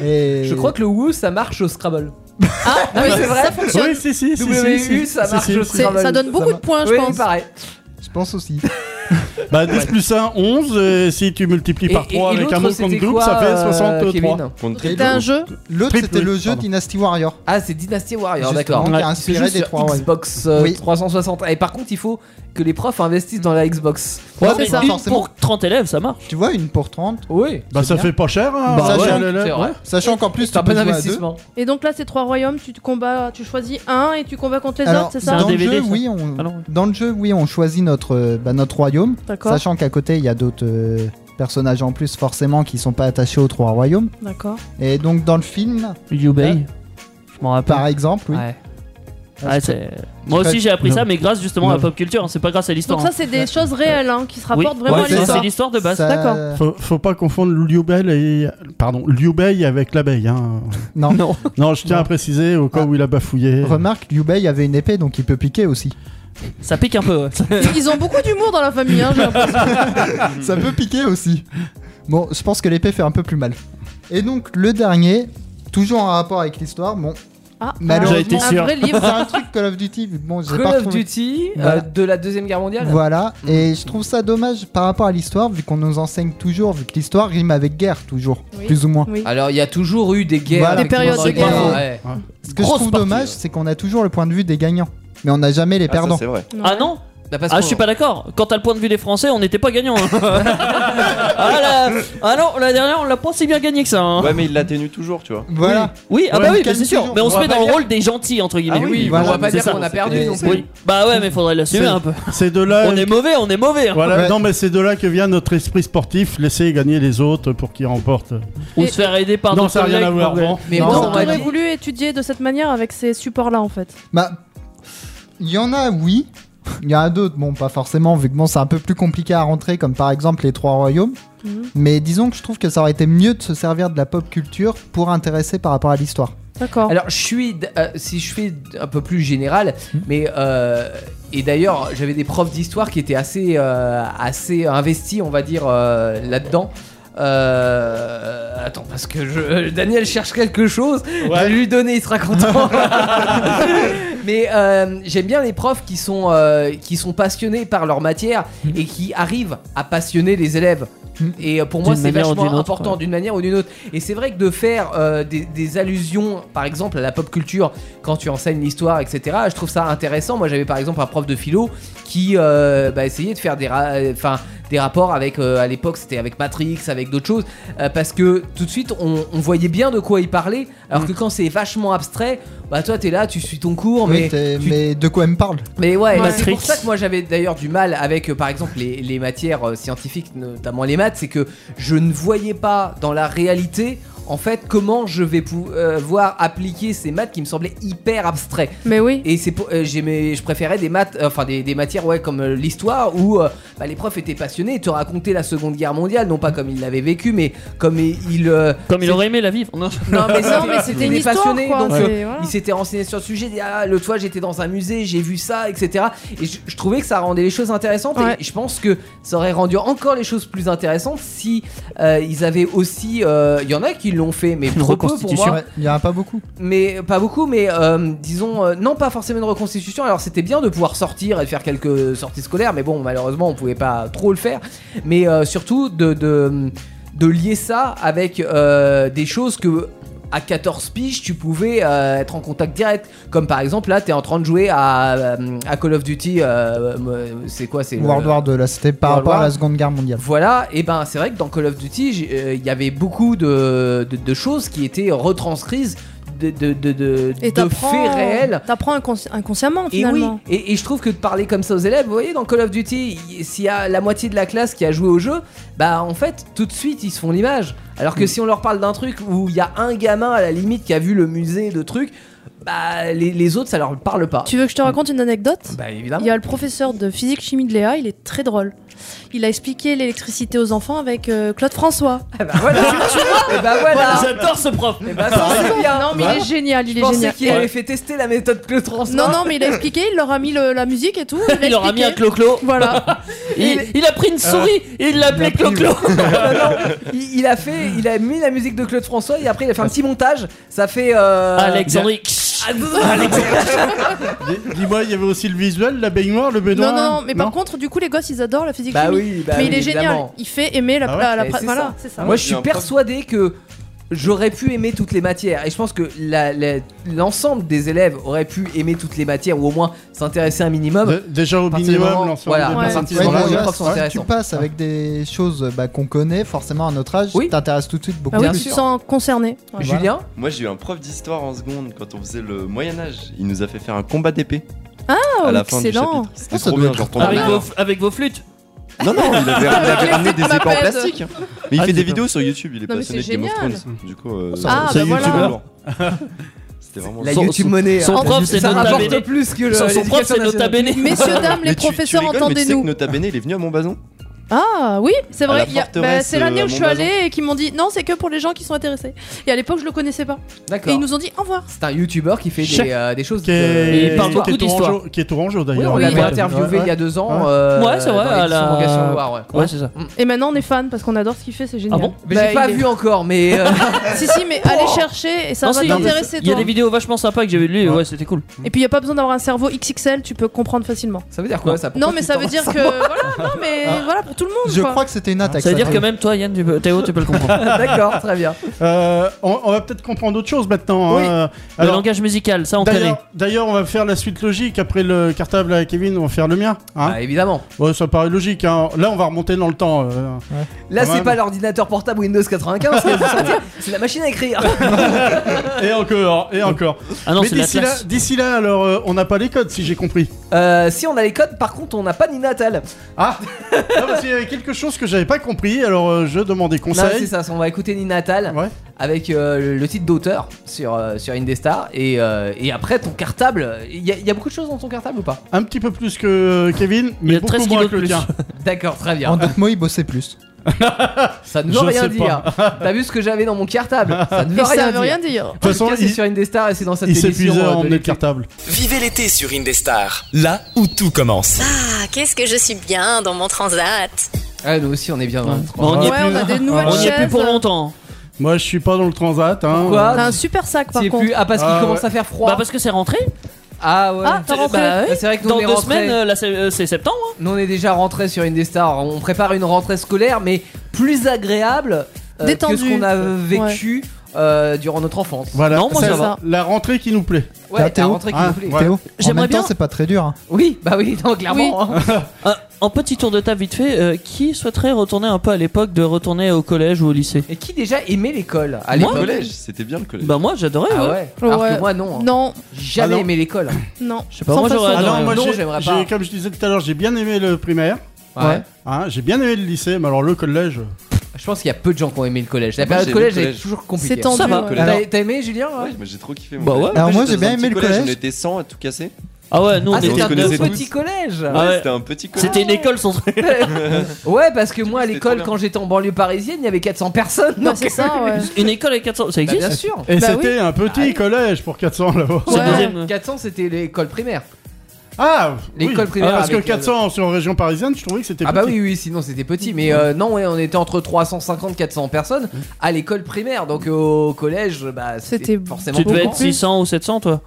Speaker 7: Et...
Speaker 4: Je crois que le woo ça marche au Scrabble.
Speaker 5: Ah, oui, c'est vrai.
Speaker 3: oui, si, si, si. si,
Speaker 4: WU,
Speaker 3: si,
Speaker 4: ça
Speaker 3: si,
Speaker 4: marche
Speaker 3: si,
Speaker 4: au
Speaker 3: si.
Speaker 5: C'est- Ça
Speaker 4: Scrabble.
Speaker 5: donne beaucoup
Speaker 7: Ça
Speaker 5: de points, je
Speaker 4: oui,
Speaker 5: pense.
Speaker 4: pareil.
Speaker 7: Je pense aussi.
Speaker 3: Bah 12 plus 1, 11. Et si tu multiplies par 3 avec un mot
Speaker 4: l'autre,
Speaker 3: compte
Speaker 4: c'était
Speaker 3: double,
Speaker 4: quoi,
Speaker 3: ça
Speaker 4: euh,
Speaker 3: fait 63.
Speaker 4: Kevin
Speaker 8: Contre
Speaker 7: Et
Speaker 8: triple.
Speaker 5: C'était un jeu
Speaker 7: L'autre,
Speaker 3: Triple,
Speaker 7: c'était le jeu
Speaker 3: pardon.
Speaker 7: Dynasty Warrior.
Speaker 4: Ah, c'est Dynasty Warrior,
Speaker 7: Justement,
Speaker 4: d'accord.
Speaker 7: Qui a
Speaker 4: C'est
Speaker 7: inspiré
Speaker 4: juste
Speaker 7: des
Speaker 4: sur
Speaker 7: trois. ouais.
Speaker 4: Xbox euh,
Speaker 7: Oui.
Speaker 4: 360. Et par contre, il faut que les profs investissent dans la Xbox.
Speaker 7: Ouais,
Speaker 6: mais
Speaker 7: mais pas
Speaker 6: une
Speaker 7: forcément.
Speaker 6: pour 30 élèves, ça marche.
Speaker 7: Tu vois, une pour 30.
Speaker 4: Oui.
Speaker 3: Bah
Speaker 7: C'est
Speaker 3: ça
Speaker 7: bien.
Speaker 3: fait pas cher. Hein,
Speaker 7: Bah
Speaker 3: ça,
Speaker 7: ouais,
Speaker 3: j'ai un élève.
Speaker 4: c'est vrai.
Speaker 7: Sachant qu'en plus,
Speaker 4: C'est
Speaker 7: tu
Speaker 4: un
Speaker 7: peux
Speaker 4: bon
Speaker 7: jouer à deux.
Speaker 4: investissement.
Speaker 5: Et donc là, ces trois royaumes, tu te combats, tu choisis un et tu combats contre les
Speaker 7: Alors,
Speaker 5: autres, c'est ça
Speaker 6: un
Speaker 7: dans, le
Speaker 6: DVD,
Speaker 7: jeu,
Speaker 6: ça
Speaker 7: oui, on,
Speaker 6: Ah non.
Speaker 7: dans le jeu, oui, on choisit notre, euh, bah, notre royaume.
Speaker 5: D'accord,
Speaker 7: Sachant qu'à côté, il y a d'autres euh, personnages en plus, forcément, qui sont pas attachés aux trois royaumes.
Speaker 5: d'accord.
Speaker 7: Et donc, dans le film,
Speaker 6: Liu Bei,
Speaker 7: Ouais.
Speaker 6: je m'en rappelle.
Speaker 7: par exemple, oui.
Speaker 6: Ouais.
Speaker 7: Ah,
Speaker 6: Ouais,
Speaker 7: c'est-
Speaker 6: c'est- Moi aussi j'ai appris
Speaker 7: Non.
Speaker 6: ça, mais grâce justement à
Speaker 7: Non.
Speaker 6: pop culture, hein, c'est pas grâce à l'histoire.
Speaker 5: Donc ça, c'est des choses réelles hein, qui se
Speaker 6: Oui,
Speaker 5: rapportent
Speaker 7: ouais,
Speaker 5: vraiment à
Speaker 7: c'est ça.
Speaker 5: l'histoire.
Speaker 6: c'est l'histoire de base.
Speaker 7: ça-
Speaker 5: D'accord.
Speaker 3: Faut, faut pas confondre Liu Bei et pardon Liu Bei avec l'abeille. Hein.
Speaker 7: Non.
Speaker 3: Non, je tiens à préciser au cas
Speaker 7: Ah.
Speaker 3: où il a bafouillé.
Speaker 7: Remarque, Liu Bei avait une épée, donc il peut piquer aussi.
Speaker 6: Ça pique un peu. ouais.
Speaker 5: Ils ont beaucoup d'humour dans la famille, hein, j'ai l'impression.
Speaker 7: Ça peut piquer aussi. Bon, je pense que l'épée fait un peu plus mal. Et donc, le dernier, toujours en rapport avec l'histoire, bon,
Speaker 5: Ah,
Speaker 7: Malheureusement,
Speaker 6: J'ai été
Speaker 5: un vrai
Speaker 7: c'est
Speaker 5: livre.
Speaker 7: un truc Call of Duty, vu que bon, j'ai
Speaker 4: Call
Speaker 7: pas
Speaker 4: of
Speaker 7: retrouvé.
Speaker 4: Duty euh,
Speaker 7: Voilà.
Speaker 4: de la Deuxième Guerre mondiale.
Speaker 7: Voilà,
Speaker 8: Mm.
Speaker 7: et je trouve ça dommage par rapport à l'histoire, vu qu'on nous enseigne toujours, vu que l'histoire rime avec guerre, toujours,
Speaker 5: Oui. Mm.
Speaker 7: plus ou moins.
Speaker 5: Oui.
Speaker 4: Alors, il y a toujours eu des guerres.
Speaker 7: Voilà. Des
Speaker 4: effectivement,
Speaker 5: périodes
Speaker 4: dans
Speaker 5: de
Speaker 4: les
Speaker 5: guerre.
Speaker 4: guerres,
Speaker 7: Ouais.
Speaker 4: ouais.
Speaker 7: Ce que
Speaker 6: Grosse
Speaker 7: je trouve
Speaker 6: partie,
Speaker 7: dommage,
Speaker 6: ouais.
Speaker 7: c'est qu'on a toujours le point de vue des gagnants, mais on n'a jamais les
Speaker 8: hein. Ah, ça,
Speaker 7: perdants.
Speaker 8: c'est vrai.
Speaker 6: Ah non
Speaker 4: Bah, parce
Speaker 6: Ah
Speaker 4: qu'on-
Speaker 6: je suis pas d'accord. Quant à le point de vue des Français, on n'était pas gagnants. hein. ah, la- ah non, la dernière on l'a pas si bien gagné que ça. hein.
Speaker 8: Ouais, mais il l'atténue toujours, tu vois.
Speaker 7: Voilà,
Speaker 6: Oui, ah
Speaker 7: Ouais,
Speaker 6: bah oui,
Speaker 7: on
Speaker 6: mais
Speaker 7: calme
Speaker 6: c'est sûr.
Speaker 7: toujours.
Speaker 6: Mais on,
Speaker 7: On
Speaker 6: se
Speaker 7: va
Speaker 6: met
Speaker 7: pas
Speaker 6: dans le
Speaker 7: dire-
Speaker 6: rôle des gentils entre
Speaker 4: Ah
Speaker 6: guillemets.
Speaker 4: oui,
Speaker 7: Oui,
Speaker 4: on
Speaker 7: voilà,
Speaker 4: va pas
Speaker 7: c'est
Speaker 4: dire
Speaker 6: ça.
Speaker 4: qu'on a perdu
Speaker 7: Et
Speaker 4: non
Speaker 7: c'est-
Speaker 4: plus.
Speaker 6: Bah ouais, mais faudrait l'assumer un peu.
Speaker 3: C'est Ah de là.
Speaker 6: On est mauvais, on est mauvais. hein.
Speaker 3: Voilà.
Speaker 7: Ouais.
Speaker 3: Non, mais c'est de là que vient notre esprit sportif, laisser gagner les autres pour qu'ils remportent.
Speaker 6: Ou
Speaker 5: Et-
Speaker 6: se faire aider par
Speaker 3: non,
Speaker 6: nos
Speaker 3: ça n'a rien
Speaker 6: collègues
Speaker 3: à voir.
Speaker 6: pour-
Speaker 3: bon.
Speaker 4: Mais
Speaker 7: Non,
Speaker 5: Moi,
Speaker 4: bon,
Speaker 7: non,
Speaker 4: on va
Speaker 5: j'aurais
Speaker 4: dire-
Speaker 5: voulu étudier de cette manière avec ces supports-là, en fait.
Speaker 7: bah, il y en a, oui, il y en a d'autres, bon, pas forcément, vu que bon, c'est un peu plus compliqué à rentrer, comme par exemple les trois royaumes,
Speaker 5: Mhm.
Speaker 7: mais disons que je trouve que ça aurait été mieux de se servir de la pop culture pour intéresser par rapport à l'histoire.
Speaker 5: D'accord.
Speaker 4: Alors, je suis, d- euh, si je fais d- un peu plus général, mais euh, et d'ailleurs, j'avais des profs d'histoire qui étaient assez, euh, assez investis, on va dire, euh, là-dedans. Euh, attends, parce que je, Daniel cherche quelque chose. Je vais lui donner, il sera content. mais euh, j'aime bien les profs qui sont, euh, qui sont passionnés par leur matière
Speaker 6: Mm.
Speaker 4: et qui arrivent à passionner les élèves.
Speaker 7: Mm.
Speaker 4: Et euh, pour moi,
Speaker 6: D'une
Speaker 4: c'est
Speaker 6: manière ou
Speaker 4: vachement
Speaker 6: d'une autre,
Speaker 4: important
Speaker 6: ouais.
Speaker 4: d'une manière ou d'une autre. Et c'est vrai que de faire euh, des, des allusions, par exemple, à la pop culture quand tu enseignes l'histoire, etc., je trouve ça intéressant. Moi, j'avais par exemple un prof de philo qui euh, bah, essayait de faire des, ra- euh, enfin, des rapports avec, euh, à l'époque, c'était avec Matrix, avec d'autres choses, euh, parce que tout de suite, on, on voyait bien de quoi il parlait. Alors
Speaker 7: Mm.
Speaker 4: que quand c'est vachement abstrait, bah toi, t'es là, tu suis ton cours,
Speaker 7: Oui,
Speaker 4: mais
Speaker 7: t'es-
Speaker 4: tu-
Speaker 7: mais de quoi elle me parle
Speaker 4: mais ouais, bah,
Speaker 5: Ouais.
Speaker 4: c'est
Speaker 6: Matrix.
Speaker 4: pour ça que moi j'avais d'ailleurs du mal avec euh, par exemple les, les matières euh, scientifiques, notamment les maths, c'est que je ne voyais pas dans la réalité en fait comment je vais pouvoir appliquer ces maths qui me semblaient hyper abstraits.
Speaker 5: Mais oui.
Speaker 4: Et c'est pour, euh, j'aimais- je préférais des maths, euh, enfin des, des matières ouais comme euh, l'histoire où euh, bah, les profs étaient passionnés et te racontaient la Seconde Guerre mondiale, non pas comme ils l'avaient vécu, mais comme ils... ils, euh,
Speaker 6: Comme il aurait aimé la vivre. Non.
Speaker 4: non, mais,
Speaker 5: Non, mais c'était une
Speaker 4: des
Speaker 5: histoire,
Speaker 4: passionnés,
Speaker 5: quoi,
Speaker 4: donc
Speaker 5: c'est-
Speaker 4: euh,
Speaker 5: voilà.
Speaker 4: ils s'étaient renseignés sur le sujet. Des, ah, le toit, j'étais dans un musée, j'ai vu ça, etc. Et je, je trouvais que ça rendait les choses intéressantes.
Speaker 5: Ouais.
Speaker 4: Et je pense que ça aurait rendu encore les choses plus intéressantes si euh, ils avaient aussi. euh, Il y en a qui l'ont fait, mais
Speaker 6: Une
Speaker 4: trop peu pour
Speaker 6: reconstitution.
Speaker 4: moi.
Speaker 7: Ouais, Il y en a pas beaucoup.
Speaker 4: Mais pas beaucoup, mais euh, disons, euh, non, pas forcément une reconstitution. Alors c'était bien de pouvoir sortir et de faire quelques sorties scolaires, mais bon, malheureusement, on pouvait pas trop le faire. Mais euh, surtout de, de, de lier ça avec euh, des choses que. À 14 piges, tu pouvais euh, être en contact direct. Comme par exemple, là, t'es en train de jouer à, à Call of Duty. euh, c'est quoi C'est le-
Speaker 7: World War 2, là, c'était par
Speaker 4: World
Speaker 7: rapport
Speaker 4: War.
Speaker 7: à la Seconde Guerre mondiale.
Speaker 4: voilà, et ben c'est vrai que dans Call of Duty, j'ai- euh, il y avait beaucoup de, de- de choses qui étaient retranscrites de, de, de, de-
Speaker 5: Et
Speaker 4: de
Speaker 5: t'apprends.
Speaker 4: faits réels.
Speaker 5: T'apprends inconsci- inconsciemment,
Speaker 4: Et oui,
Speaker 5: finalement.
Speaker 4: et, et je trouve que de parler comme ça aux élèves, vous voyez, dans Call of Duty, y- s'il y a la moitié de la classe qui a joué au jeu, bah en fait, tout de suite, ils se font l'image. Alors que si on leur parle d'un truc où il y a un gamin à la limite qui a vu le musée de trucs, bah les, les autres, ça leur parle pas.
Speaker 5: Tu veux que je te raconte une anecdote
Speaker 4: Bah
Speaker 5: Il
Speaker 4: évidemment.
Speaker 5: y a le professeur de physique chimie de Léa, il est très drôle. Il a expliqué l'électricité aux enfants avec euh, Claude François.
Speaker 4: Ah bah voilà, et bah voilà.
Speaker 6: J'adore ce prof.
Speaker 4: Et bah ça c'est bien.
Speaker 5: Non mais il est génial, il
Speaker 4: Je
Speaker 5: est
Speaker 4: pensais
Speaker 5: génial.
Speaker 4: qu'il avait fait tester la méthode que
Speaker 5: Non non mais il a expliqué, il leur a mis le- la musique et tout. Il, a
Speaker 6: Il aura mis
Speaker 5: expliqué.
Speaker 6: un clo-clo.
Speaker 5: Voilà.
Speaker 6: Il, il a pris une souris et il l'a appelé
Speaker 7: il a pris-
Speaker 6: Clo-Clo.
Speaker 4: Non, non, il, il a fait, il a mis la musique de Claude François et après il a fait un petit montage. Ça fait. euh,
Speaker 6: Alexandrie.
Speaker 3: Dis- Dis-moi, il y avait aussi le visuel, la baignoire, le
Speaker 5: Non,
Speaker 3: baignoire.
Speaker 5: non, mais par contre, du coup, les gosses, ils adorent la physique
Speaker 4: Bah
Speaker 5: chimie.
Speaker 4: oui, bah
Speaker 5: mais
Speaker 4: oui,
Speaker 5: il est génial.
Speaker 4: évidemment.
Speaker 5: Il fait aimer la,
Speaker 3: Ah ouais
Speaker 5: la- la-
Speaker 4: Mais c'est
Speaker 5: voilà,
Speaker 4: ça.
Speaker 5: c'est ça.
Speaker 4: Moi, je
Speaker 8: Il y a
Speaker 4: suis
Speaker 8: un prof-
Speaker 4: persuadé que j'aurais pu aimer toutes les matières. Et je pense que la- la- l'ensemble des élèves auraient pu aimer toutes les matières ou au moins s'intéresser un minimum.
Speaker 3: Dé- déjà au
Speaker 4: partir du moment-
Speaker 3: minimum, l'ensemble des
Speaker 4: voilà,
Speaker 5: à
Speaker 3: personnes
Speaker 5: partir
Speaker 3: qui
Speaker 4: du
Speaker 3: sont
Speaker 4: moment
Speaker 3: là,
Speaker 4: où il y a
Speaker 3: ouais.
Speaker 4: profs sont
Speaker 7: si tu
Speaker 4: intéressants.
Speaker 7: passes avec des choses bah, qu'on connaît forcément à notre âge,
Speaker 4: Oui.
Speaker 7: tu t'intéresses tout de suite beaucoup
Speaker 5: Ah oui,
Speaker 4: Bien
Speaker 5: tu
Speaker 7: plus.
Speaker 5: te
Speaker 4: sûr.
Speaker 5: sens concerné. Ouais.
Speaker 4: Julien
Speaker 8: Moi j'ai eu un prof d'histoire en seconde quand on faisait le Moyen Âge. Il nous a fait faire un combat d'épée.
Speaker 5: Ah,
Speaker 8: à la fin du
Speaker 5: excellent.
Speaker 8: chapitre. C'était
Speaker 7: Ah, ça
Speaker 8: trop
Speaker 7: doit
Speaker 8: bien,
Speaker 7: être
Speaker 8: je retombe
Speaker 6: Avec
Speaker 8: dedans.
Speaker 6: vos, avec vos flûtes.
Speaker 8: Non, non, il avait, il avait ramené des épées en
Speaker 2: m'appelle.
Speaker 8: plastique. Mais il
Speaker 3: Ah,
Speaker 8: fait
Speaker 3: c'est
Speaker 8: des vidéos sur YouTube, il est
Speaker 5: Non, mais
Speaker 8: passionné de
Speaker 5: c'est
Speaker 8: Game of
Speaker 5: génial.
Speaker 8: Thrones. Du coup, euh,
Speaker 5: Ah,
Speaker 3: C'est
Speaker 5: bah voilà.
Speaker 3: youtubeur.
Speaker 8: c'était vraiment
Speaker 4: La
Speaker 6: Son-
Speaker 4: YouTube
Speaker 6: son-
Speaker 4: monnaie.
Speaker 6: son
Speaker 4: hein.
Speaker 6: prof, c'est
Speaker 4: ça
Speaker 6: Nota
Speaker 4: rapporte
Speaker 6: Bene.
Speaker 4: plus que le.
Speaker 6: Son- Son prof,
Speaker 4: l'éducation
Speaker 6: c'est Nota
Speaker 4: nationale.
Speaker 6: Bene.
Speaker 5: Messieurs, dames, les
Speaker 8: Mais tu- tu
Speaker 5: professeurs,
Speaker 8: rigoles, mais Tu sais
Speaker 5: entendez-nous.
Speaker 8: que Nota Bene, il est venu à Montbazon.
Speaker 5: Ah oui, c'est
Speaker 8: À
Speaker 5: vrai.
Speaker 8: la
Speaker 5: il y a-
Speaker 8: forteresse,
Speaker 5: bah, c'est l'année où
Speaker 8: euh, à
Speaker 5: je suis
Speaker 8: Montbazon.
Speaker 5: allée et qui m'ont dit non, c'est que pour les gens qui sont intéressés. Et à l'époque, je le connaissais pas. Et ils
Speaker 4: D'accord.
Speaker 5: nous ont dit au revoir.
Speaker 4: C'est un YouTuber qui fait
Speaker 3: Chef.
Speaker 4: des, euh, des choses.
Speaker 3: Qui
Speaker 4: de-
Speaker 3: est,
Speaker 6: Il parle
Speaker 3: qui
Speaker 6: beaucoup
Speaker 3: est
Speaker 6: d'histoire.
Speaker 3: Tourangeau- Qui est Tourangeau
Speaker 4: Oui,
Speaker 3: d'ailleurs.
Speaker 4: on
Speaker 5: Oui,
Speaker 4: l'avait
Speaker 5: ouais.
Speaker 4: interviewé il y a deux ans.
Speaker 3: Ouais.
Speaker 4: euh,
Speaker 6: Ouais, Bah, c'est vrai,
Speaker 4: dans
Speaker 6: à
Speaker 4: l'édition
Speaker 6: la-
Speaker 4: Vocation à voir, ouais.
Speaker 6: Ouais, c'est ça.
Speaker 5: Et maintenant, on est fan parce qu'on adore ce qu'il fait, c'est génial.
Speaker 6: Ah bon
Speaker 4: Mais
Speaker 5: Bah,
Speaker 4: j'ai pas
Speaker 5: il est-
Speaker 4: vu encore, mais. euh,
Speaker 5: Si, si, mais allez chercher et ça
Speaker 6: Non,
Speaker 5: va
Speaker 6: si,
Speaker 5: t'intéresser,
Speaker 6: Il y a
Speaker 5: toi.
Speaker 6: des vidéos vachement sympas que j'avais lues et ouais, c'était cool.
Speaker 5: Et puis, il n'y a pas besoin d'avoir un cerveau XXL, tu peux comprendre facilement.
Speaker 4: Ça veut dire quoi ça
Speaker 5: Non, mais ça veut dire que. Voilà, non, mais
Speaker 6: Ah.
Speaker 5: voilà, pour tout le monde.
Speaker 7: Je
Speaker 5: quoi.
Speaker 7: crois que c'était une attaque.
Speaker 6: Ça veut dire que
Speaker 7: David.
Speaker 6: même toi, Yann, tu peux- Théo, tu peux le comprendre.
Speaker 4: D'accord, très bien.
Speaker 3: Euh, on, on va peut-être comprendre autre chose maintenant.
Speaker 4: Oui.
Speaker 3: hein.
Speaker 6: Le
Speaker 3: Alors,
Speaker 6: langage musical, ça on connaît.
Speaker 3: d'ailleurs, d'ailleurs, on va faire la suite logique. Après le cartable à Kevin, on va faire le mien. hein.
Speaker 4: Bah, évidemment.
Speaker 3: Ouais, ça paraît logique. hein. Là, on va remonter dans le temps. euh.
Speaker 4: Là,
Speaker 3: Quand
Speaker 4: c'est
Speaker 3: même.
Speaker 4: pas l'ordinateur portable Windows 95, c'est- Ah, c'est- c'est la machine à écrire.
Speaker 3: Et encore, et encore.
Speaker 6: Ah non,
Speaker 3: Mais
Speaker 6: c'est
Speaker 3: d'ici là,
Speaker 6: l'Atlas.
Speaker 3: d'ici là, alors, euh, on n'a pas les codes, si j'ai compris.
Speaker 4: Euh, si on a les codes, par contre, on n'a pas ni natal.
Speaker 3: Ah, non, parce qu'il y avait quelque chose que j'avais pas compris. Alors, euh, je demandais
Speaker 4: Non, c'est
Speaker 3: conseil.
Speaker 4: ça, on va écouter Nina Natal
Speaker 3: Ouais.
Speaker 4: avec euh, le titre d'auteur sur, euh, sur Indestar et, euh, et après ton cartable. Il y, a- il y a beaucoup de choses dans ton cartable ou pas
Speaker 3: Un petit peu plus que euh, Kevin,
Speaker 6: y
Speaker 3: mais
Speaker 6: a 13
Speaker 3: beaucoup moins
Speaker 6: kilos
Speaker 3: que le
Speaker 6: de
Speaker 3: tien.
Speaker 4: D'accord, très
Speaker 7: En
Speaker 4: bien.
Speaker 7: d'autres mots, il bossait plus.
Speaker 4: Ça ne
Speaker 3: je
Speaker 4: veut rien
Speaker 3: sais
Speaker 4: dire. T'as vu ce que j'avais dans mon cartable Ça ne veut
Speaker 5: Et ça
Speaker 4: rien
Speaker 5: veut
Speaker 4: dire.
Speaker 5: rien dire.
Speaker 3: De toute façon,
Speaker 4: En tout cas, c'est
Speaker 3: il,
Speaker 4: sur Indestar et c'est dans cette
Speaker 3: il
Speaker 4: émission.
Speaker 3: s'épuisait
Speaker 4: euh,
Speaker 3: à
Speaker 4: de
Speaker 3: emmener le
Speaker 4: l'été.
Speaker 3: cartable.
Speaker 1: Vivez l'été sur Indestar, là où tout commence.
Speaker 9: Ah, qu'est-ce que je suis bien dans mon transat.
Speaker 4: Ah, nous aussi, on est bien. dans le
Speaker 6: Ouais.
Speaker 4: transport.
Speaker 6: On y est
Speaker 5: ouais,
Speaker 6: plus. hein.
Speaker 5: on a des nouvelles
Speaker 6: On y est
Speaker 5: chaises.
Speaker 6: plus pour longtemps.
Speaker 3: Moi, je suis pas dans le transat. Hein.
Speaker 4: Pourquoi
Speaker 5: T'as un super sac par
Speaker 4: T'y es
Speaker 5: contre.
Speaker 4: plus- Ah, parce qu'il
Speaker 3: Ah,
Speaker 4: commence à faire froid.
Speaker 6: Bah parce que c'est rentré.
Speaker 4: Ah ouais.
Speaker 5: Ah, t'as rentré.
Speaker 4: Bah, c'est vrai que nous
Speaker 6: Dans
Speaker 4: on est
Speaker 6: deux
Speaker 4: rentrés-
Speaker 6: semaines, euh, là, c'est euh, c'est septembre. hein.
Speaker 4: nous, on est déjà rentré sur Indestar. On prépare une rentrée scolaire, mais plus agréable euh, que
Speaker 5: Détendue.
Speaker 4: ce qu'on a vécu euh, durant notre enfance.
Speaker 3: Voilà.
Speaker 6: Non, moi,
Speaker 3: C'est
Speaker 5: ça
Speaker 3: la-
Speaker 5: va.
Speaker 3: La rentrée qui nous plaît.
Speaker 4: Ouais,
Speaker 7: Là,
Speaker 4: t'as
Speaker 7: Théo
Speaker 4: rentré qui
Speaker 3: Ah,
Speaker 4: nous plaît.
Speaker 3: Ouais.
Speaker 7: Théo, en
Speaker 6: J'aimerais
Speaker 7: même temps,
Speaker 6: bien-
Speaker 7: c'est pas très dur. hein.
Speaker 4: Oui, bah oui, non, clairement. hein.
Speaker 6: Un, un petit tour de table vite fait. euh, qui souhaiterait retourner un peu à l'époque de retourner au collège ou au lycée
Speaker 4: Et qui déjà aimait l'école à
Speaker 6: Moi
Speaker 8: Le
Speaker 4: l'époque
Speaker 8: collège, c'était bien le collège.
Speaker 6: Bah moi j'adorais.
Speaker 4: Ah
Speaker 6: ouais.
Speaker 4: ouais. Alors
Speaker 5: Ouais.
Speaker 4: que moi non. hein.
Speaker 5: Non,
Speaker 4: J'ai Jamais
Speaker 3: Ah non.
Speaker 4: aimé l'école.
Speaker 5: non.
Speaker 6: Je sais pas,
Speaker 5: Sans
Speaker 6: moi, j'aurais
Speaker 5: façon.
Speaker 6: adoré.
Speaker 3: alors,
Speaker 4: non,
Speaker 3: moi,
Speaker 4: non,
Speaker 3: j'ai-
Speaker 4: j'aimerais
Speaker 3: j'ai-
Speaker 4: pas.
Speaker 3: comme je disais tout à l'heure, j'ai bien aimé le primaire.
Speaker 4: Ouais.
Speaker 3: hein, j'ai bien aimé le lycée, mais alors le collège.
Speaker 4: Je pense qu'il y a peu de gens qui ont aimé le collège. La
Speaker 8: Moi,
Speaker 4: période
Speaker 8: j'ai aimé
Speaker 4: collège
Speaker 8: le
Speaker 4: elle est
Speaker 8: collège.
Speaker 4: toujours
Speaker 5: C'est
Speaker 4: compliquée.
Speaker 5: tendu.
Speaker 6: Ça va.
Speaker 5: ouais.
Speaker 8: Que
Speaker 7: Euh,
Speaker 4: T'as
Speaker 8: Alors-
Speaker 4: t'as aimé Julien hein Ah, ouais
Speaker 8: Ouais, mais j'ai trop kiffé.
Speaker 6: Bah
Speaker 8: Moi.
Speaker 6: ouais.
Speaker 7: Alors, moi, j'ai bien aimé le
Speaker 8: On
Speaker 7: collège.
Speaker 8: était 100 à tout casser.
Speaker 6: Ah ouais, nous on
Speaker 4: Ah,
Speaker 6: était-
Speaker 4: c'était un
Speaker 8: on se connaissait
Speaker 4: tout petit
Speaker 8: tous.
Speaker 4: collège.
Speaker 6: Ah ouais.
Speaker 8: C'était un petit collège.
Speaker 6: C'était une école sans truc.
Speaker 4: Ouais, parce que moi à
Speaker 8: C'était
Speaker 4: l'école,
Speaker 8: trop bien.
Speaker 4: quand j'étais en banlieue parisienne, il y avait 400 personnes.
Speaker 5: Bah,
Speaker 4: donc-
Speaker 5: c'est ça, ouais.
Speaker 6: Une école avec 400. Ça
Speaker 4: Bah, Ah
Speaker 6: existe
Speaker 4: bien sûr.
Speaker 3: Et
Speaker 5: Bah
Speaker 3: c'était un petit collège pour 400 là-bas.
Speaker 6: C'est
Speaker 5: Ouais.
Speaker 6: deuxième.
Speaker 4: 400 c'était l'école primaire.
Speaker 3: Ah oui.
Speaker 4: L'école primaire
Speaker 3: Ah, Parce que
Speaker 6: euh,
Speaker 4: avec- euh,
Speaker 3: 400 sur région parisienne, je trouvais que c'était
Speaker 4: Ah bah
Speaker 3: petit.
Speaker 4: oui oui, sinon c'était petit mais euh, non, ouais, on était entre 350 400 personnes à l'école primaire donc euh, au collège bah c'était
Speaker 5: C'était
Speaker 4: forcément
Speaker 6: Tu devais
Speaker 4: beaucoup.
Speaker 6: être 600 ou 700 toi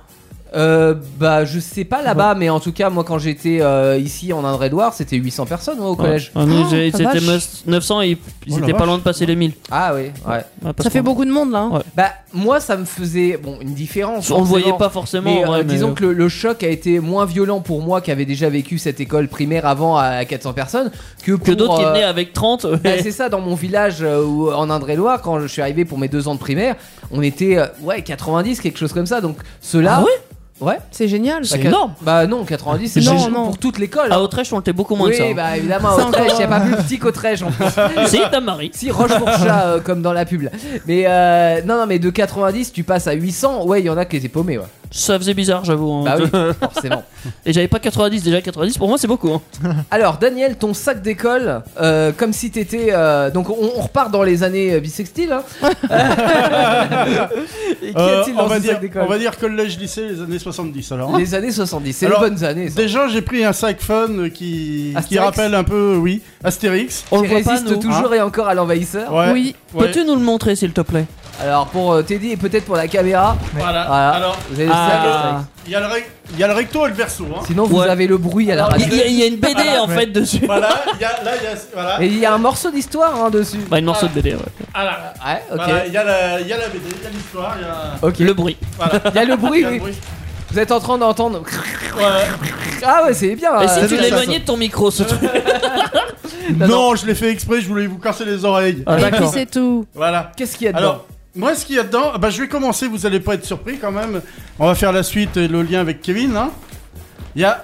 Speaker 4: Euh, bah je sais pas là-bas mais en tout cas moi quand j'étais euh, ici en Indre-et-Loire, c'était 800 personnes moi, au collège.
Speaker 6: Ouais. Nous,
Speaker 5: Oh,
Speaker 6: j'ai-
Speaker 5: la
Speaker 6: C'était
Speaker 5: vache.
Speaker 6: meus- 900 et ils- ils
Speaker 3: Oh, la
Speaker 6: étaient pas
Speaker 3: vache.
Speaker 6: loin de passer les 1000.
Speaker 4: Ah oui, ouais.
Speaker 6: Ouais, parce
Speaker 5: Ça fait
Speaker 6: qu'on-
Speaker 5: beaucoup de monde là. hein.
Speaker 6: Ouais.
Speaker 4: Bah moi ça me faisait bon une différence.
Speaker 6: On le voyait
Speaker 4: forcément.
Speaker 6: pas forcément.
Speaker 4: Mais, euh,
Speaker 6: ouais, mais-
Speaker 4: disons que le, le choc a été moins violent pour moi qui avait déjà vécu cette école primaire avant à 400 personnes que pour
Speaker 6: que d'autres qui
Speaker 4: euh,
Speaker 6: venaient avec euh, 30.
Speaker 4: bah, c'est ça, dans mon village euh, où- en Indre-et-Loire, quand je suis arrivé pour mes deux ans de primaire, on était euh, ouais 90, quelque chose comme ça. Donc ceux-là,
Speaker 6: Ah
Speaker 4: ouais, ouais,
Speaker 5: C'est génial.
Speaker 4: bah, quat- Bah non, 90, c'est
Speaker 5: Non,
Speaker 4: pour-
Speaker 5: non.
Speaker 4: pour toute l'école.
Speaker 6: À Autrèche, on était beaucoup Ah moins
Speaker 4: oui,
Speaker 6: que ça. hein.
Speaker 4: bah évidemment, à Autrèche, il a pas plus petit qu'Autrèche en plus.
Speaker 6: Si, t'as Marie.
Speaker 4: Si Roche-Fourchat, euh, comme dans la pub. là. Mais euh, non, non, mais de 90, tu passes à 800. Ouais, il y en a qui étaient paumés, ouais.
Speaker 6: Ça faisait bizarre, j'avoue. hein.
Speaker 4: Bah oui, forcément.
Speaker 6: Et j'avais pas 90 déjà. 90 pour moi, c'est beaucoup. hein.
Speaker 4: Alors Daniel, ton sac d'école, euh, comme si t'étais... euh, donc on, on repart dans les années euh, bisextiles. Hein. Et qu'y
Speaker 3: Euh,
Speaker 4: a-t-il
Speaker 3: on,
Speaker 4: dans
Speaker 3: va
Speaker 4: ce
Speaker 3: dire,
Speaker 4: sac d'école
Speaker 3: on va dire collège-lycée les années 70 alors. hein.
Speaker 4: Les années 70, c'est les
Speaker 3: Alors,
Speaker 4: bonnes années. Ça.
Speaker 3: Déjà, j'ai pris un sac fun qui,
Speaker 4: Astérix.
Speaker 3: qui rappelle un peu, oui, Astérix.
Speaker 6: On
Speaker 4: Qui
Speaker 6: le voit pas,
Speaker 4: résiste
Speaker 6: nous.
Speaker 3: hein.
Speaker 4: toujours et encore à l'envahisseur.
Speaker 3: Ouais,
Speaker 5: Oui.
Speaker 3: ouais.
Speaker 6: Peux-tu nous le montrer, s'il te plaît
Speaker 4: Alors pour euh, Teddy et peut-être pour la caméra.
Speaker 3: Voilà.
Speaker 4: Voilà.
Speaker 3: Alors,
Speaker 4: Vous avez le
Speaker 6: Ah.
Speaker 4: sac. hein.
Speaker 3: il y, a le rec- il y a le recto et le verso. Hein.
Speaker 4: Sinon vous
Speaker 6: Ouais.
Speaker 4: avez le bruit à la radio.
Speaker 6: Il y, a- il y a une BD en fait dessus.
Speaker 3: Voilà, il y a, là, il y a, voilà.
Speaker 4: Et il y a un morceau d'histoire hein, dessus.
Speaker 6: Bah, une morceau de BD, ouais.
Speaker 3: Voilà.
Speaker 4: Ouais, ok.
Speaker 3: Voilà, il y a la- il y a la BD, il y a l'histoire, il y a.
Speaker 4: Ok.
Speaker 6: Le bruit.
Speaker 3: Voilà.
Speaker 4: Il y a le
Speaker 3: Il
Speaker 4: bruit,
Speaker 3: y a le
Speaker 4: oui.
Speaker 3: bruit. Euh,
Speaker 4: Vous êtes en train d'entendre.
Speaker 3: Ouais.
Speaker 4: Ah ouais, c'est bien.
Speaker 6: Et
Speaker 4: euh,
Speaker 6: si tu
Speaker 7: ça,
Speaker 6: l'éloignais
Speaker 7: ça.
Speaker 6: de ton micro, ce truc.
Speaker 3: Non,
Speaker 4: Non, non.
Speaker 3: je l'ai fait exprès, je voulais vous casser les oreilles.
Speaker 6: Ah,
Speaker 5: Et puis
Speaker 6: d'accord.
Speaker 5: c'est tout.
Speaker 3: Voilà.
Speaker 4: Qu'est-ce qu'il y a dedans
Speaker 3: Alors, moi, ce qu'il y a dedans, bah, je vais commencer, vous allez pas être surpris quand même. On va faire la suite et le lien avec Kevin. hein. Il y a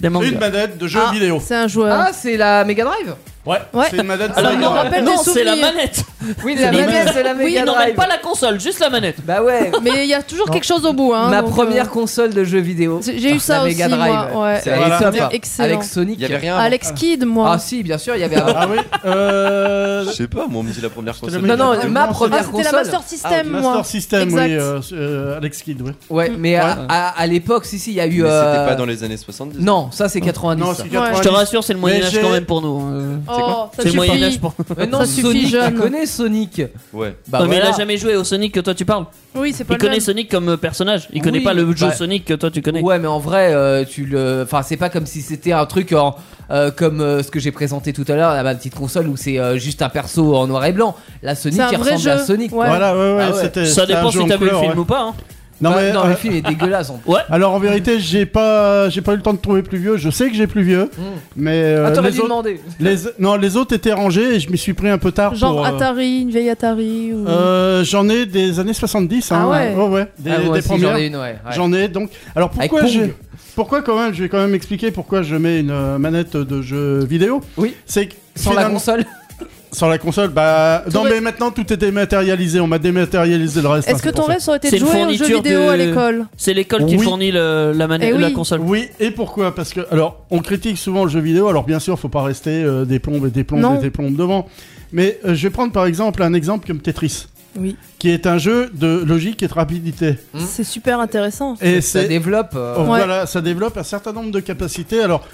Speaker 6: Des mangas.
Speaker 3: une manette de jeu
Speaker 4: Ah.
Speaker 3: vidéo.
Speaker 5: C'est un joueur.
Speaker 4: Ah, c'est la Mega Drive
Speaker 3: Ouais,
Speaker 5: Ouais.
Speaker 3: c'est une manette de
Speaker 5: Alors,
Speaker 3: jeu
Speaker 5: il me
Speaker 3: vidéo.
Speaker 5: rappelle
Speaker 6: non,
Speaker 5: des
Speaker 6: c'est la
Speaker 5: souvenirs.
Speaker 6: manette.
Speaker 4: Oui, la
Speaker 5: Mega-
Speaker 4: manette, c'est la
Speaker 5: Oui,
Speaker 4: Mega
Speaker 6: non,
Speaker 4: Drive.
Speaker 6: même pas la console, juste la manette.
Speaker 4: Bah ouais,
Speaker 5: Mais il y a toujours
Speaker 7: Non.
Speaker 5: quelque chose au bout. Hein,
Speaker 4: ma
Speaker 5: donc,
Speaker 4: première
Speaker 5: euh,
Speaker 4: console de jeux vidéo.
Speaker 5: c'est- J'ai eu ça
Speaker 4: la
Speaker 5: aussi,
Speaker 4: Mega Drive.
Speaker 5: moi. ouais.
Speaker 4: C'est
Speaker 3: Elle est
Speaker 4: top.
Speaker 5: Excellent.
Speaker 4: Avec Sonic.
Speaker 8: Il y avait rien. avant.
Speaker 5: Alex Kidd, moi.
Speaker 4: Ah si, bien sûr, il y avait un-
Speaker 3: Ah oui, euh.
Speaker 8: Je sais pas, moi on me dit la première
Speaker 3: te le
Speaker 8: console.
Speaker 3: mets.
Speaker 4: Non, non,
Speaker 3: Ah,
Speaker 4: ma
Speaker 3: c'était
Speaker 5: Ah,
Speaker 4: première
Speaker 5: c'était la
Speaker 4: console.
Speaker 5: Master System, moi.
Speaker 3: Master System,
Speaker 5: Exact.
Speaker 3: oui, euh, euh, Alex Kidd, oui.
Speaker 4: Ouais, mais à,
Speaker 6: Ouais.
Speaker 4: à- à l'époque, si, si, il y a eu.
Speaker 8: Mais
Speaker 4: euh,
Speaker 8: c'était pas dans les années 70.
Speaker 4: Non, ça Ah, c'est 90.
Speaker 3: Non,
Speaker 4: ça.
Speaker 3: c'est
Speaker 6: Je
Speaker 3: 90.
Speaker 6: te rassure, c'est le Moyen-Âge
Speaker 3: j'ai-
Speaker 6: quand même pour nous. euh.
Speaker 5: Oh, ça
Speaker 6: C'est le Moyen-Âge
Speaker 5: suffit.
Speaker 6: pour.
Speaker 4: Mais Euh, non,
Speaker 5: Ça suffit,
Speaker 4: Sonic,
Speaker 5: jeune.
Speaker 4: tu connais Sonic
Speaker 8: Ouais.
Speaker 4: Bah
Speaker 6: Non, mais il
Speaker 4: voilà.
Speaker 6: a jamais joué au Sonic que toi tu parles.
Speaker 5: Oui, c'est pas
Speaker 6: Il
Speaker 5: le
Speaker 6: connaît
Speaker 5: même.
Speaker 6: Sonic comme euh, personnage. Il connaît
Speaker 4: Oui,
Speaker 6: pas le jeu
Speaker 4: bah-
Speaker 6: Sonic que toi tu connais.
Speaker 4: Ouais, mais en vrai, euh, tu le. Enfin, c'est pas comme si c'était un truc en- euh, comme euh, ce que j'ai présenté tout à l'heure, la ma petite console où c'est euh, juste un perso en noir et blanc. La Sonic,
Speaker 5: C'est un
Speaker 4: qui
Speaker 5: vrai
Speaker 4: ressemble
Speaker 5: jeu.
Speaker 4: à Sonic.
Speaker 5: Ouais.
Speaker 3: Voilà, ouais, ouais,
Speaker 4: Ah ouais.
Speaker 3: c'était.
Speaker 6: Ça
Speaker 3: c'était un
Speaker 6: dépend
Speaker 3: jeu
Speaker 6: si
Speaker 3: en
Speaker 6: t'as vu le
Speaker 3: couleur,
Speaker 6: film
Speaker 3: ouais.
Speaker 6: ou pas. hein.
Speaker 3: Non,
Speaker 4: Bah,
Speaker 3: mais,
Speaker 4: non,
Speaker 3: euh,
Speaker 4: le film est dégueulasse. en-
Speaker 3: Alors en vérité, j'ai pas, j'ai pas eu le temps de trouver plus vieux. Je sais que j'ai plus vieux,
Speaker 4: Mm.
Speaker 3: mais euh,
Speaker 4: Ah, t'aurais
Speaker 3: les,
Speaker 4: dû
Speaker 3: autres,
Speaker 4: demander.
Speaker 3: les non, les autres étaient rangés et je m'y suis pris un peu tard.
Speaker 5: Genre
Speaker 3: pour, euh,
Speaker 5: Atari, une vieille Atari. Ou...
Speaker 3: euh, j'en ai des années 70. hein.
Speaker 5: Ah ouais.
Speaker 3: Oh, ouais, des,
Speaker 4: Ah, moi
Speaker 3: des
Speaker 4: aussi,
Speaker 3: premières.
Speaker 4: J'en ai une, ouais. ouais.
Speaker 3: J'en ai donc. Alors
Speaker 4: Avec
Speaker 3: pourquoi
Speaker 4: Pong.
Speaker 3: j'ai pourquoi quand même, je vais quand même expliquer pourquoi je mets une euh, manette de jeu vidéo.
Speaker 4: Oui.
Speaker 3: C'est que
Speaker 4: Sans la
Speaker 3: finalement-
Speaker 4: console.
Speaker 3: sans la console, bah non
Speaker 5: est-
Speaker 3: mais maintenant tout est dématérialisé, on m'a dématérialisé le reste. hein,
Speaker 5: Est-ce que
Speaker 3: c'est
Speaker 5: ton
Speaker 3: pour ça.
Speaker 5: rêve, ça aurait été
Speaker 6: C'est
Speaker 5: de
Speaker 6: une
Speaker 5: jouer aux jeux
Speaker 6: fourniture
Speaker 5: vidéo
Speaker 6: de-
Speaker 5: à l'école
Speaker 6: C'est l'école qui
Speaker 3: Oui.
Speaker 6: fournit le- la manette,
Speaker 5: Eh oui.
Speaker 6: la console.
Speaker 3: Oui, et pourquoi Parce que, alors, on critique souvent le jeu vidéo, alors bien sûr, faut pas rester euh, des plombes et des plombes
Speaker 5: Non.
Speaker 3: et des plombes devant. Mais euh, je vais prendre par exemple un exemple comme Tetris,
Speaker 5: Oui.
Speaker 3: qui est un jeu de logique et de rapidité.
Speaker 4: Hmm.
Speaker 5: C'est super intéressant.
Speaker 3: Et
Speaker 4: Ça
Speaker 3: c'est.
Speaker 4: développe. euh,
Speaker 3: oh, Voilà, ça développe un certain nombre de capacités. Alors,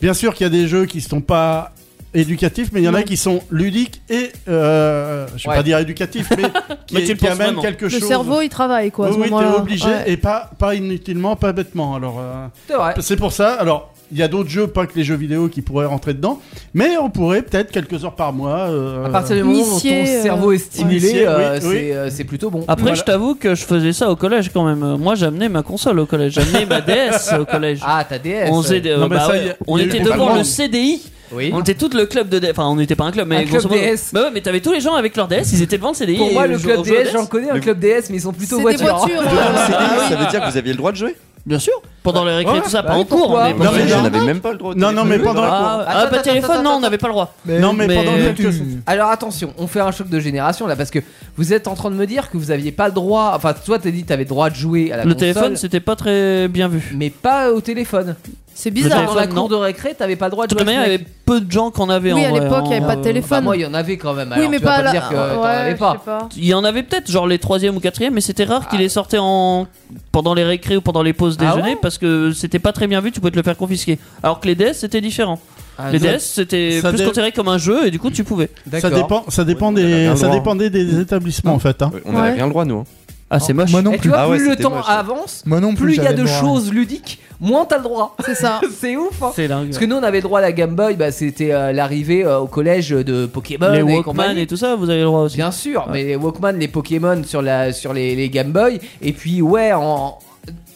Speaker 3: bien sûr qu'il y a des jeux qui sont pas éducatifs, mais il y en a
Speaker 5: Non.
Speaker 3: qui sont ludiques et. euh, je vais
Speaker 4: Ouais.
Speaker 3: pas dire éducatifs, mais qui,
Speaker 6: Mais tu
Speaker 3: qui
Speaker 6: le penses
Speaker 3: amènent
Speaker 6: vraiment.
Speaker 3: quelque
Speaker 5: Le
Speaker 3: chose.
Speaker 5: cerveau, il travaille, quoi. à
Speaker 3: oui,
Speaker 5: ce
Speaker 3: oui, t'es
Speaker 5: moment-là.
Speaker 3: obligé
Speaker 5: Ouais.
Speaker 3: et pas, pas inutilement, pas bêtement. Alors. euh,
Speaker 4: C'est vrai.
Speaker 3: c'est pour ça, alors, il y a d'autres jeux, pas que les jeux vidéo, qui pourraient rentrer dedans, mais on pourrait peut-être quelques heures par mois. euh,
Speaker 4: À partir du moment où ton
Speaker 5: Initié, euh,
Speaker 4: cerveau est stimulé,
Speaker 3: Initié,
Speaker 4: euh,
Speaker 3: oui,
Speaker 4: c'est
Speaker 3: oui.
Speaker 4: euh, c'est plutôt bon.
Speaker 6: Après,
Speaker 3: Voilà.
Speaker 6: je t'avoue que je faisais ça au collège quand même. Euh, Moi, j'amenais ma console au collège. J'amenais ma DS au collège.
Speaker 4: Ah, ta DS.
Speaker 6: on faisait des-
Speaker 3: Non,
Speaker 6: euh,
Speaker 3: mais
Speaker 6: bah
Speaker 3: ça,
Speaker 6: ouais,
Speaker 3: y a-
Speaker 6: on
Speaker 3: y a eu
Speaker 6: était
Speaker 3: beaucoup de
Speaker 6: devant le
Speaker 3: monde.
Speaker 6: CDI.
Speaker 4: Oui.
Speaker 6: On était tout le club de DS. Enfin, on n'était pas un club, mais
Speaker 4: Un club
Speaker 6: grosso modo-
Speaker 4: DS.
Speaker 6: Bah ouais, mais t'avais tous les gens avec leur DS. Ils étaient devant le CDI.
Speaker 4: Pour
Speaker 6: et
Speaker 4: moi,
Speaker 6: ils
Speaker 4: le
Speaker 6: jouaient
Speaker 4: club
Speaker 6: aux jeux
Speaker 4: DS, j'en connais un
Speaker 8: Mais-
Speaker 4: club DS, mais ils sont plutôt
Speaker 5: C'est des
Speaker 4: voitures.
Speaker 5: voitures.
Speaker 8: Devant le
Speaker 5: euh,
Speaker 8: CDI,
Speaker 5: ah oui.
Speaker 8: ça veut dire que vous aviez le droit de jouer
Speaker 6: Bien sûr. Pendant les récré,
Speaker 3: Ouais.
Speaker 6: tout ça,
Speaker 4: Bah
Speaker 6: pas
Speaker 4: oui,
Speaker 6: en cours.
Speaker 4: pourquoi
Speaker 3: Non,
Speaker 6: mais
Speaker 8: Non,
Speaker 3: mais
Speaker 8: mais
Speaker 3: non.
Speaker 8: j'en avais même pas le droit. au
Speaker 3: Non, non, mais
Speaker 8: téléphone.
Speaker 3: pendant.
Speaker 6: Ah,
Speaker 4: Attends,
Speaker 6: ah, pas
Speaker 4: attends,
Speaker 6: téléphone,
Speaker 4: attends,
Speaker 6: non, on
Speaker 4: attends.
Speaker 6: n'avait pas le droit.
Speaker 3: Non, mais,
Speaker 6: mais-
Speaker 3: pendant
Speaker 6: mais
Speaker 3: quelques.
Speaker 4: Alors attention, on fait un choc de génération là parce que vous êtes en train de me dire que vous aviez pas le droit. Enfin, toi t'as dit que t'avais le droit de jouer à la
Speaker 6: Le
Speaker 4: console,
Speaker 6: téléphone, c'était pas très bien vu.
Speaker 4: mais pas au téléphone.
Speaker 5: C'est
Speaker 6: Le
Speaker 5: bizarre.
Speaker 4: Dans la
Speaker 6: téléphone,
Speaker 4: cour de récré, t'avais pas le droit
Speaker 6: De
Speaker 4: de
Speaker 6: toute
Speaker 4: jouer.
Speaker 6: manière, il y
Speaker 4: à ce
Speaker 6: avait
Speaker 4: mec.
Speaker 6: peu de gens qu'on avait.
Speaker 5: Oui,
Speaker 6: en
Speaker 5: à
Speaker 6: vrai,
Speaker 5: l'époque, il y
Speaker 6: en-
Speaker 5: avait pas de
Speaker 6: euh,
Speaker 5: téléphone.
Speaker 4: Enfin, bah, moi, il y en avait quand même.
Speaker 5: Oui,
Speaker 4: alors
Speaker 5: mais
Speaker 4: tu vas
Speaker 5: pas
Speaker 4: me
Speaker 5: là.
Speaker 4: dire que t'en avais
Speaker 5: Ouais, je
Speaker 4: pas.
Speaker 5: sais pas.
Speaker 6: Il y en avait peut-être, genre les troisième ou quatrième, mais c'était rare qu'il
Speaker 4: Ah.
Speaker 6: les sortait en... pendant les récré ou pendant les pauses
Speaker 4: Ah
Speaker 6: déjeuner
Speaker 4: ouais
Speaker 6: parce que c'était pas très bien vu, tu pouvais te le faire confisquer. Alors que les DS c'était différent.
Speaker 4: Ah,
Speaker 6: les
Speaker 4: non,
Speaker 6: DS c'était
Speaker 3: ça
Speaker 6: plus
Speaker 3: dé-
Speaker 6: considéré comme un jeu et du coup tu pouvais.
Speaker 3: Ça
Speaker 4: d'accord.
Speaker 3: dépend, ça dépend
Speaker 8: Ouais, on avait
Speaker 3: des,
Speaker 8: rien
Speaker 3: ça
Speaker 8: droit.
Speaker 3: dépendait des établissements en fait. hein.
Speaker 8: Ouais, On avait
Speaker 5: Ouais.
Speaker 8: rien le droit, nous. hein.
Speaker 6: Ah c'est moche.
Speaker 7: Moi non
Speaker 4: Et tu
Speaker 7: plus.
Speaker 4: vois,
Speaker 8: Ah ouais,
Speaker 4: plus le
Speaker 8: c'était
Speaker 4: temps
Speaker 8: moche, ça.
Speaker 4: avance,
Speaker 7: Moi non plus.
Speaker 4: plus il y a
Speaker 7: j'avais hein.
Speaker 4: de
Speaker 7: le droit.
Speaker 4: choses ludiques, moins t'as le droit.
Speaker 5: Ah. C'est ça.
Speaker 4: C'est ouf. hein.
Speaker 6: C'est dingue.
Speaker 4: Parce que nous, on avait le droit à la Game Boy, bah, c'était euh, l'arrivée euh, au collège de Pokémon
Speaker 6: les
Speaker 4: et
Speaker 6: Walkman
Speaker 4: compagnie.
Speaker 6: et tout ça, vous avez le droit aussi.
Speaker 4: Bien sûr, mais les Walkman, les Pokémon sur, la, sur les, les Game Boy. Et puis, ouais, en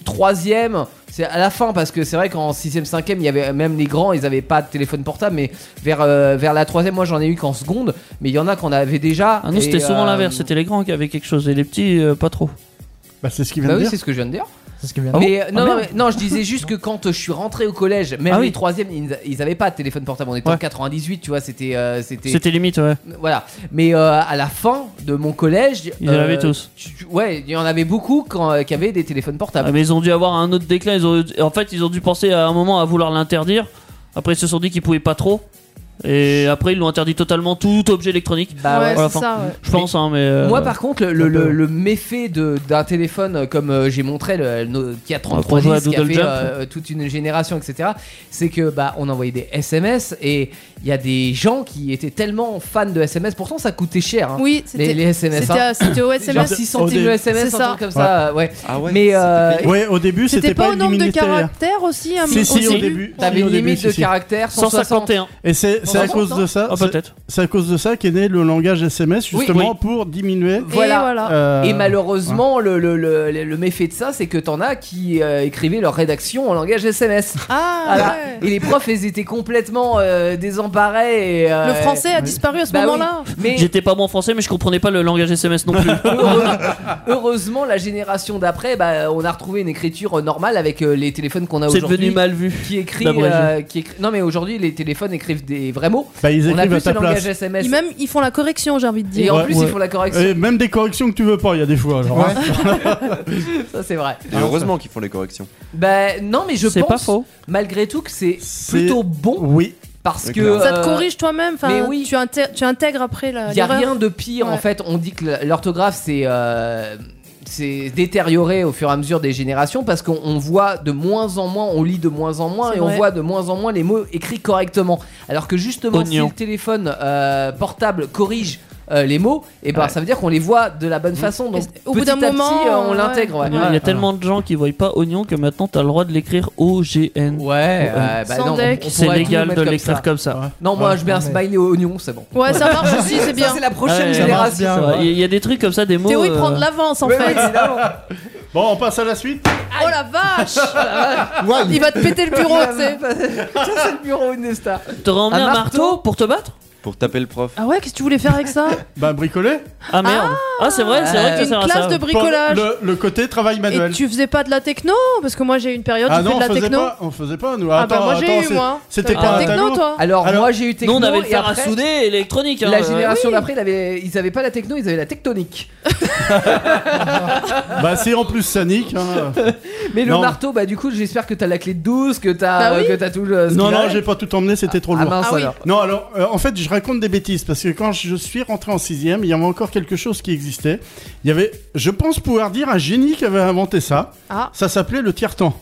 Speaker 4: troisième, c'est à la fin, parce que c'est vrai qu'en sixième, cinquième, il y avait même les grands, ils avaient pas de téléphone portable, mais vers, euh, vers la troisième, moi j'en ai eu qu'en seconde, mais il y en a qu'on avait déjà.
Speaker 6: Ah non,
Speaker 4: et,
Speaker 6: c'était souvent
Speaker 4: euh,
Speaker 6: l'inverse, c'était les grands qui avaient quelque chose et les petits euh, pas trop.
Speaker 3: Bah, c'est ce qu'il vient
Speaker 4: Bah
Speaker 3: de
Speaker 4: oui,
Speaker 3: dire.
Speaker 4: c'est ce que je viens de dire.
Speaker 7: C'est ce qui vient.
Speaker 4: mais, euh, non, non,
Speaker 6: Ah merde.
Speaker 4: mais- non, je disais juste que quand euh, je suis rentré au collège, même
Speaker 6: Ah oui.
Speaker 4: les troisièmes, ils, ils avaient pas de téléphone portable. On était en 98, tu vois, c'était. euh, c'était
Speaker 6: C'était limite, ouais.
Speaker 4: Voilà. Mais euh, à la fin de mon collège.
Speaker 6: Ils en
Speaker 4: euh,
Speaker 6: avaient tous.
Speaker 4: tu- tu- ouais, il y en avait beaucoup quand, euh, qui avaient des téléphones
Speaker 6: Ah,
Speaker 4: portables.
Speaker 6: mais ils ont dû avoir un autre déclin. Ils ont... En fait, ils ont dû penser à un moment à vouloir l'interdire. Après, ils se sont dit qu'ils pouvaient pas trop. Et après, ils l'ont interdit totalement tout objet électronique.
Speaker 4: Bah ouais.
Speaker 5: ouais,
Speaker 6: voilà,
Speaker 5: c'est ça, ouais.
Speaker 6: Je pense, hein, mais. euh,
Speaker 4: Moi, par contre, le, le, le- le méfait de- d'un téléphone comme euh, j'ai montré, le, le Nokia
Speaker 6: On va
Speaker 4: 3310 qui a
Speaker 6: Doodle
Speaker 4: fait
Speaker 6: Jump.
Speaker 4: euh, toute une génération, etc., c'est que bah on envoyait des SMS et il y a des gens qui étaient tellement fans de SMS. Pourtant, ça coûtait cher. hein,
Speaker 5: Oui,
Speaker 4: les, les
Speaker 5: c'était
Speaker 4: SMS,
Speaker 5: c'était
Speaker 4: hein.
Speaker 5: à- c'était au
Speaker 4: Genre
Speaker 5: SMS.
Speaker 4: 6 centimes le SMS,
Speaker 5: C'est
Speaker 4: un
Speaker 5: ça.
Speaker 4: truc comme ça. Ouais.
Speaker 8: Ah ouais
Speaker 4: Mais euh,
Speaker 3: Ouais, au début,
Speaker 5: C'était pas au nombre de
Speaker 3: caractères.
Speaker 5: caractères aussi hein,
Speaker 3: Si, si,
Speaker 5: au
Speaker 3: au
Speaker 5: début
Speaker 3: début.
Speaker 4: t'avais
Speaker 3: si,
Speaker 4: une
Speaker 3: au début,
Speaker 4: limite
Speaker 3: si,
Speaker 4: de
Speaker 3: si.
Speaker 4: caractères 160.
Speaker 6: 151.
Speaker 3: Et c'est c'est à cause de ça.
Speaker 6: Ah,
Speaker 3: c'est-
Speaker 6: peut-être.
Speaker 3: C'est à cause de ça qu'est né le langage SMS,
Speaker 4: Oui,
Speaker 3: justement,
Speaker 6: oui.
Speaker 3: pour diminuer.
Speaker 5: Ah, Et
Speaker 4: Voilà.
Speaker 5: voilà.
Speaker 3: euh,
Speaker 4: Et malheureusement, le, le, le, le- le méfait de ça, c'est que t'en as qui euh, écrivaient leur rédaction en langage SMS.
Speaker 5: Ah
Speaker 4: Voilà.
Speaker 5: ouais.
Speaker 4: Et les profs, ils étaient complètement euh, désemparés. Et, euh,
Speaker 5: Le français a disparu à ce
Speaker 4: bah oui.
Speaker 5: moment-là.
Speaker 4: Mais
Speaker 6: J'étais pas bon en français, mais je comprenais pas le langage SMS non plus.
Speaker 4: heureux- heureusement, la génération d'après, bah, on a retrouvé une écriture euh, normale avec euh, les téléphones qu'on a
Speaker 6: C'est
Speaker 4: aujourd'hui.
Speaker 6: devenu mal vu.
Speaker 4: Qui écrit,
Speaker 6: d'abrégé.
Speaker 4: euh, qui écrit- Non, mais aujourd'hui, les téléphones écrivent des vrais mots.
Speaker 3: bah, ils
Speaker 4: On
Speaker 3: écrivent
Speaker 4: a
Speaker 3: à
Speaker 4: plus ce
Speaker 3: ta place.
Speaker 4: langage SMS.
Speaker 5: Ils, même, ils font la correction, j'ai envie de
Speaker 4: Et
Speaker 5: dire.
Speaker 4: en
Speaker 3: Ouais,
Speaker 4: plus, ils
Speaker 3: ouais.
Speaker 4: font la correction.
Speaker 3: Et même des corrections que tu veux pas, il y a des fois. alors, hein.
Speaker 7: Ouais.
Speaker 4: Ça, c'est vrai.
Speaker 8: Et heureusement qu'ils font les corrections.
Speaker 4: Bah, non, mais je
Speaker 6: C'est pas
Speaker 4: pense,
Speaker 6: faux.
Speaker 4: malgré tout, que c'est
Speaker 3: C'est-
Speaker 4: plutôt bon
Speaker 3: Oui.
Speaker 4: parce
Speaker 8: Oui,
Speaker 4: que.
Speaker 8: clairement.
Speaker 5: Ça te
Speaker 4: euh,
Speaker 5: corrige toi-même.
Speaker 4: mais
Speaker 5: Enfin,
Speaker 4: oui.
Speaker 5: tu, inté- tu intègres après la.
Speaker 4: Il n'y a
Speaker 5: Euh, l'erreur.
Speaker 4: rien de pire en
Speaker 5: Ouais.
Speaker 4: fait. On dit que l'orthographe c'est euh, c'est détérioré au fur et à mesure des générations parce qu'on on voit de moins en moins, on lit de moins en moins
Speaker 5: C'est
Speaker 4: et on
Speaker 5: vrai.
Speaker 4: voit de moins en moins les mots écrits correctement. Alors que justement,
Speaker 6: Oignon.
Speaker 4: si le téléphone euh, portable corrige euh, les mots, et ben ça veut dire qu'on les voit de la bonne
Speaker 6: Mmh.
Speaker 4: façon. Donc
Speaker 5: Et au bout
Speaker 4: petit
Speaker 5: d'un
Speaker 4: à petit,
Speaker 5: moment,
Speaker 4: euh, on
Speaker 5: ouais.
Speaker 4: l'intègre. Ouais,
Speaker 6: Il y
Speaker 4: ouais,
Speaker 6: a tellement de gens qui voient pas oignon que maintenant t'as le droit de l'écrire O-G-N.
Speaker 4: Ouais, euh, bah
Speaker 5: Sans
Speaker 4: non, on-
Speaker 5: deck.
Speaker 4: on
Speaker 6: C'est
Speaker 4: pourrait tout
Speaker 6: légal
Speaker 4: mettre
Speaker 6: de
Speaker 4: comme
Speaker 6: l'écrire
Speaker 4: ça.
Speaker 6: comme ça.
Speaker 4: Non, moi
Speaker 7: Ouais.
Speaker 4: je mets un
Speaker 7: Non, mais-
Speaker 4: smiley au oignon, c'est bon.
Speaker 5: Ouais, ça marche aussi, c'est
Speaker 4: Ça,
Speaker 5: bien.
Speaker 4: c'est la
Speaker 3: Ah,
Speaker 6: Ouais,
Speaker 4: prochaine
Speaker 6: ouais,
Speaker 4: génération.
Speaker 7: ça
Speaker 6: Ça va. Il y a- il y a des trucs comme ça, des mots.
Speaker 5: Théo, il
Speaker 6: euh,
Speaker 5: prend de l'avance en
Speaker 4: Ouais,
Speaker 5: fait.
Speaker 4: ouais, évidemment.
Speaker 3: Bon, on passe à la suite.
Speaker 5: Oh la vache
Speaker 7: Ouais,
Speaker 5: Il va te péter le bureau, tu sais.
Speaker 4: Ça, c'est le bureau Indestar.
Speaker 6: T'aurais emmené
Speaker 4: Un
Speaker 6: un
Speaker 4: marteau
Speaker 6: marteau pour te battre
Speaker 8: Pour taper le prof.
Speaker 5: Ah ouais, qu'est-ce que tu voulais faire avec ça
Speaker 3: Bah, bricoler.
Speaker 6: Ah merde. Ah, c'est vrai, c'est vrai que ça
Speaker 5: Une
Speaker 6: sert à
Speaker 5: classe
Speaker 6: ça.
Speaker 5: de bricolage.
Speaker 3: Le, le côté travail
Speaker 5: Et
Speaker 3: manuel.
Speaker 5: tu faisais pas de la techno Parce que moi j'ai eu une période où
Speaker 3: Ah
Speaker 5: je fais
Speaker 3: non,
Speaker 5: de
Speaker 3: on
Speaker 5: la
Speaker 3: faisait
Speaker 5: techno.
Speaker 3: pas, on faisait pas, nous.
Speaker 5: Ah bah
Speaker 3: attends,
Speaker 5: moi j'ai
Speaker 3: attends,
Speaker 5: eu
Speaker 3: c'est-
Speaker 5: moi.
Speaker 3: C'était
Speaker 5: T'avais de
Speaker 3: pas
Speaker 5: la
Speaker 3: un
Speaker 5: techno
Speaker 3: tableau
Speaker 5: toi
Speaker 4: Alors,
Speaker 3: Alors-
Speaker 4: moi j'ai eu techno
Speaker 6: Nous, on avait le
Speaker 4: et
Speaker 6: fer
Speaker 4: après,
Speaker 6: à souder et l'électronique. hein,
Speaker 4: La
Speaker 6: euh,
Speaker 4: génération
Speaker 5: oui.
Speaker 4: d'après, il avait- ils avaient pas la techno, ils avaient la tectonique.
Speaker 3: Bah, si en plus ça nique. hein.
Speaker 4: Mais le
Speaker 3: Non.
Speaker 4: marteau, bah du coup, j'espère que t'as la clé de 12, que t'as
Speaker 5: Bah oui.
Speaker 4: euh, que t'as tout le. ce
Speaker 3: non,
Speaker 4: qu'il
Speaker 3: non,
Speaker 4: a.
Speaker 3: j'ai pas tout emmené, c'était trop
Speaker 4: Ah
Speaker 3: lourd.
Speaker 4: mince
Speaker 5: Ah oui.
Speaker 4: alors.
Speaker 3: Non, alors, euh, en fait, je raconte des bêtises parce que quand je suis rentré en sixième, il y avait encore quelque chose qui existait. Il y avait, je pense pouvoir dire, un génie qui avait inventé ça.
Speaker 5: Ah.
Speaker 3: Ça s'appelait le tiers-temps.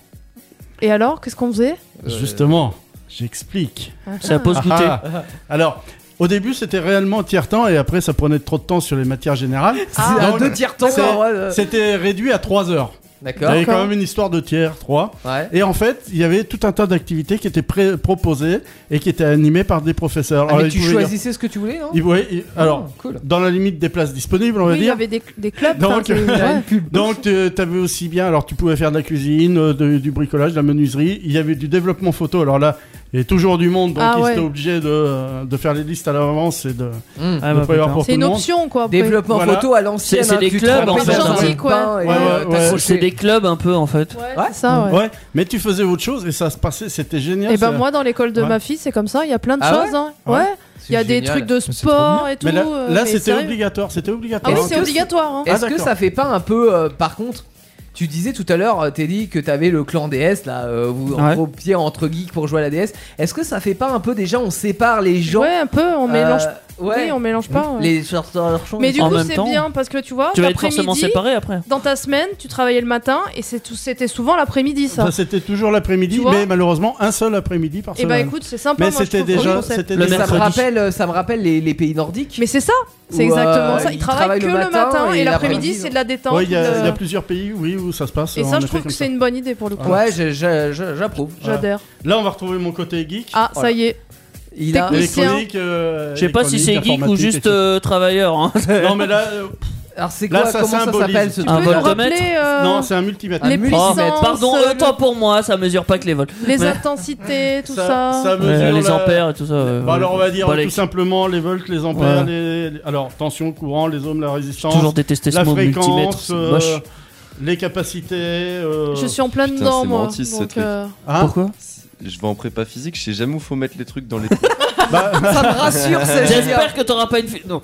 Speaker 5: Et alors, qu'est-ce qu'on faisait
Speaker 3: Justement, j'explique.
Speaker 6: C'est la pause goûter.
Speaker 3: Ah, ah. Alors, au début, c'était réellement tiers-temps et après, ça prenait trop de temps sur les matières générales.
Speaker 5: Ah.
Speaker 4: C'est un
Speaker 3: Donc,
Speaker 4: Ah, deux tiers temps.
Speaker 3: c'est-
Speaker 4: quoi, ouais, euh,
Speaker 3: C'était réduit à 3 heures. Il y
Speaker 4: D'accord.
Speaker 3: avait quand
Speaker 5: D'accord.
Speaker 3: même une histoire de tiers, 3.
Speaker 4: Ouais.
Speaker 3: Et en fait, il y avait tout un tas d'activités qui étaient pré- proposées et qui étaient animées par des professeurs.
Speaker 4: Ah,
Speaker 3: Alors,
Speaker 4: mais
Speaker 3: ils
Speaker 4: tu
Speaker 3: pouvaient
Speaker 4: choisissais ce que tu voulais,
Speaker 3: dire-
Speaker 4: non
Speaker 3: ils- ouais, ils- alors,
Speaker 4: Oh, cool.
Speaker 3: dans la limite des places disponibles, on va
Speaker 5: Oui, il y
Speaker 3: dire.
Speaker 5: avait des, des clubs.
Speaker 3: Donc-
Speaker 5: enfin, c'est-
Speaker 7: Il y a
Speaker 5: ouais.
Speaker 7: une pub.
Speaker 3: Donc, tu avais aussi bien, alors tu pouvais faire de la cuisine, euh, de- du bricolage, de la menuiserie. Il y avait du développement photo. Alors là, il y avait toujours du monde, donc
Speaker 5: Ah
Speaker 3: ils
Speaker 5: ouais.
Speaker 3: étaient obligés de, de faire les listes à l'avance et de,
Speaker 4: Hum.
Speaker 6: Ah,
Speaker 3: de
Speaker 6: bah,
Speaker 3: prévoir
Speaker 6: putain.
Speaker 3: pour tout
Speaker 5: C'est une
Speaker 3: le monde.
Speaker 5: option quoi. après.
Speaker 4: Développement
Speaker 3: Voilà.
Speaker 4: photo à l'ancienne.
Speaker 6: C'est- c'est
Speaker 4: hein,
Speaker 6: des
Speaker 4: tu te
Speaker 6: clubs,
Speaker 4: tapais
Speaker 6: en
Speaker 5: fait,
Speaker 4: dans un
Speaker 5: hein.
Speaker 4: coin et,
Speaker 3: Ouais,
Speaker 4: euh,
Speaker 3: ouais,
Speaker 4: t'as
Speaker 3: ouais.
Speaker 4: couché.
Speaker 6: C'est des clubs un peu en fait.
Speaker 5: Ouais,
Speaker 4: Ouais.
Speaker 5: c'est ça, ouais.
Speaker 3: Ouais, mais tu faisais autre chose et ça se passait, c'était génial.
Speaker 5: Et
Speaker 3: ça.
Speaker 5: ben moi, dans l'école de
Speaker 3: Ouais.
Speaker 5: ma fille, c'est comme ça. Il y a plein de
Speaker 4: Ah ouais
Speaker 5: choses. hein.
Speaker 3: Ouais.
Speaker 5: Ouais. Il y a des
Speaker 4: génial.
Speaker 5: trucs de
Speaker 7: Mais c'est trop
Speaker 5: sport et tout.
Speaker 3: mais là,
Speaker 5: euh,
Speaker 3: là,
Speaker 5: mais
Speaker 3: c'était
Speaker 5: sérieux.
Speaker 3: obligatoire, c'était
Speaker 5: Ah
Speaker 3: obligatoire.
Speaker 5: oui,
Speaker 4: Est-ce
Speaker 5: c'est
Speaker 4: que
Speaker 5: obligatoire. hein.
Speaker 3: Ah,
Speaker 4: Est-ce que
Speaker 3: d'accord.
Speaker 4: ça fait pas un peu, euh, par contre, tu disais tout à l'heure, euh, Teddy, que t'avais le clan DS, là, euh, vous
Speaker 6: Ouais.
Speaker 4: vos pieds entre geeks pour jouer à la DS. Est-ce que ça fait pas un peu déjà, on sépare les gens
Speaker 5: Ouais, un peu. On
Speaker 4: euh,
Speaker 5: mélange.
Speaker 4: ouais,
Speaker 5: Oui, on mélange pas. ouais.
Speaker 4: les sorteurs
Speaker 5: Mais du
Speaker 6: En
Speaker 5: coup,
Speaker 6: même
Speaker 5: c'est
Speaker 6: temps,
Speaker 5: bien parce que tu vois,
Speaker 6: Tu vas être forcément
Speaker 5: l'après-midi,
Speaker 6: séparé après.
Speaker 5: dans ta semaine, tu travaillais le matin et c'est tout- c'était souvent l'après-midi ça.
Speaker 3: Ça, c'était toujours l'après-midi,
Speaker 5: Tu vois
Speaker 3: mais malheureusement un seul après-midi par
Speaker 5: Et
Speaker 3: semaine.
Speaker 5: bah écoute, c'est sympa.
Speaker 3: mais
Speaker 5: moi, je
Speaker 3: c'était
Speaker 5: trouve, comme
Speaker 3: déjà,
Speaker 5: concept.
Speaker 3: c'était
Speaker 6: Le
Speaker 3: déjà-
Speaker 4: ça me
Speaker 6: mercredi.
Speaker 4: rappelle, euh, ça me rappelle les, les pays nordiques.
Speaker 5: Mais c'est ça,
Speaker 4: Ou,
Speaker 5: c'est exactement
Speaker 4: euh,
Speaker 5: ça. Ils,
Speaker 4: ils
Speaker 5: travaillent que le matin, et, l'après-midi,
Speaker 4: l'après-midi,
Speaker 5: c'est de la détente.
Speaker 3: Ouais, il y, a-
Speaker 5: de-
Speaker 3: il y a plusieurs pays, oui, où ça se passe.
Speaker 5: Euh, Et
Speaker 3: en
Speaker 5: ça, je
Speaker 3: effet,
Speaker 5: trouve
Speaker 3: comme
Speaker 5: que c'est une bonne idée pour le coup.
Speaker 4: Ouais, je- je- je- j'approuve.
Speaker 5: J'adhère.
Speaker 3: Là, on va retrouver mon côté geek.
Speaker 5: Ah, ça y est.
Speaker 4: Il a.
Speaker 5: Technique.
Speaker 3: Électronique. euh,
Speaker 6: Je sais pas si c'est
Speaker 3: électronique,
Speaker 6: geek ou
Speaker 3: informatique,
Speaker 6: juste
Speaker 3: etc.
Speaker 6: euh, travailleur. hein.
Speaker 3: Non, mais là, euh,
Speaker 4: Alors c'est
Speaker 3: Là,
Speaker 4: quoi
Speaker 3: ça
Speaker 4: Comment ça
Speaker 3: symbolise.
Speaker 4: s'appelle ce
Speaker 5: Tu
Speaker 6: Un
Speaker 5: peux nous
Speaker 6: voltomètre
Speaker 5: rappeler euh,
Speaker 3: non, c'est un multimètre.
Speaker 5: les
Speaker 6: Oh,
Speaker 5: puissances,
Speaker 6: mais pardon,
Speaker 5: euh,
Speaker 6: autant pour moi, ça mesure pas que les volts.
Speaker 5: les
Speaker 6: Mais-
Speaker 5: intensités, tout ça.
Speaker 3: mesure
Speaker 6: Ouais, les
Speaker 3: la-
Speaker 6: ampères et tout ça. ouais.
Speaker 3: Bah, alors, on va dire
Speaker 6: Bah,
Speaker 3: tout
Speaker 6: les-
Speaker 3: simplement les volts, les ampères,
Speaker 6: Ouais.
Speaker 3: les, les- alors tension, courant, les ohms, la
Speaker 6: J'ai
Speaker 3: résistance,
Speaker 6: toujours détesté ce
Speaker 3: la
Speaker 6: mot multimètre.
Speaker 3: fréquence,
Speaker 6: c'est
Speaker 3: euh,
Speaker 6: moche.
Speaker 3: les capacités. euh,
Speaker 5: Je suis en plein
Speaker 8: Putain,
Speaker 5: dedans,
Speaker 8: c'est
Speaker 5: moi.
Speaker 8: mentis, ce
Speaker 5: donc,
Speaker 8: truc.
Speaker 5: euh,
Speaker 3: hein
Speaker 6: Pourquoi
Speaker 8: Je vais en prépa physique, je sais jamais où faut mettre les trucs dans les.
Speaker 3: Bah,
Speaker 4: Ça me rassure, c'est génial.
Speaker 6: J'espère que t'auras pas une. fi- Non.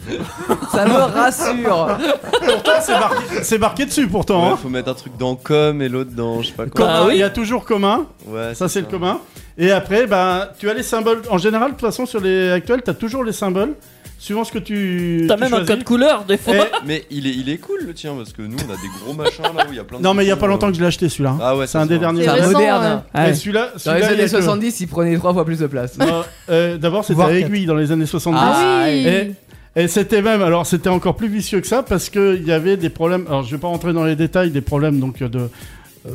Speaker 4: Ça me rassure.
Speaker 3: pourtant, c'est marqué, c'est marqué dessus pourtant.
Speaker 8: Ouais,
Speaker 3: hein.
Speaker 8: faut mettre un truc dans com et l'autre dans je sais pas quoi.
Speaker 6: Bah
Speaker 3: Commun,
Speaker 6: oui.
Speaker 3: Il y a toujours commun.
Speaker 8: Ouais,
Speaker 3: Ça, Bah, c'est le
Speaker 8: com.
Speaker 3: commun. Et après, ben, tu as les symboles. En général, de toute façon, sur les actuels, tu as toujours les symboles. Suivant ce que tu.
Speaker 6: T'as
Speaker 3: tu
Speaker 6: même un
Speaker 3: choisis.
Speaker 6: code couleur des fois.
Speaker 3: Eh,
Speaker 8: Mais il est, il est cool le tien parce que nous on a des gros machins là où il y a plein de.
Speaker 3: Non, mais il y a
Speaker 8: boutons,
Speaker 3: pas longtemps
Speaker 8: euh.
Speaker 3: que je l'ai acheté celui-là. hein.
Speaker 8: Ah ouais,
Speaker 3: C'est
Speaker 8: ça
Speaker 3: un
Speaker 8: se
Speaker 3: des
Speaker 8: voit.
Speaker 3: derniers.
Speaker 5: C'est
Speaker 3: symboles.
Speaker 5: récent,
Speaker 4: moderne.
Speaker 5: euh.
Speaker 4: Ah ouais.
Speaker 3: Et celui-là,
Speaker 4: Dans les
Speaker 3: celui-là, il est
Speaker 4: années
Speaker 3: que-
Speaker 4: 70, ils prenaient trois fois plus de place.
Speaker 3: Non, euh, D'abord, c'était
Speaker 7: Voire
Speaker 3: à
Speaker 7: quatre.
Speaker 3: aiguille dans les années 70.
Speaker 5: Ah oui.
Speaker 3: Et, et c'était même, alors c'était encore plus vicieux que ça parce qu'il y avait des problèmes. Alors je vais pas rentrer dans les détails des problèmes donc de euh,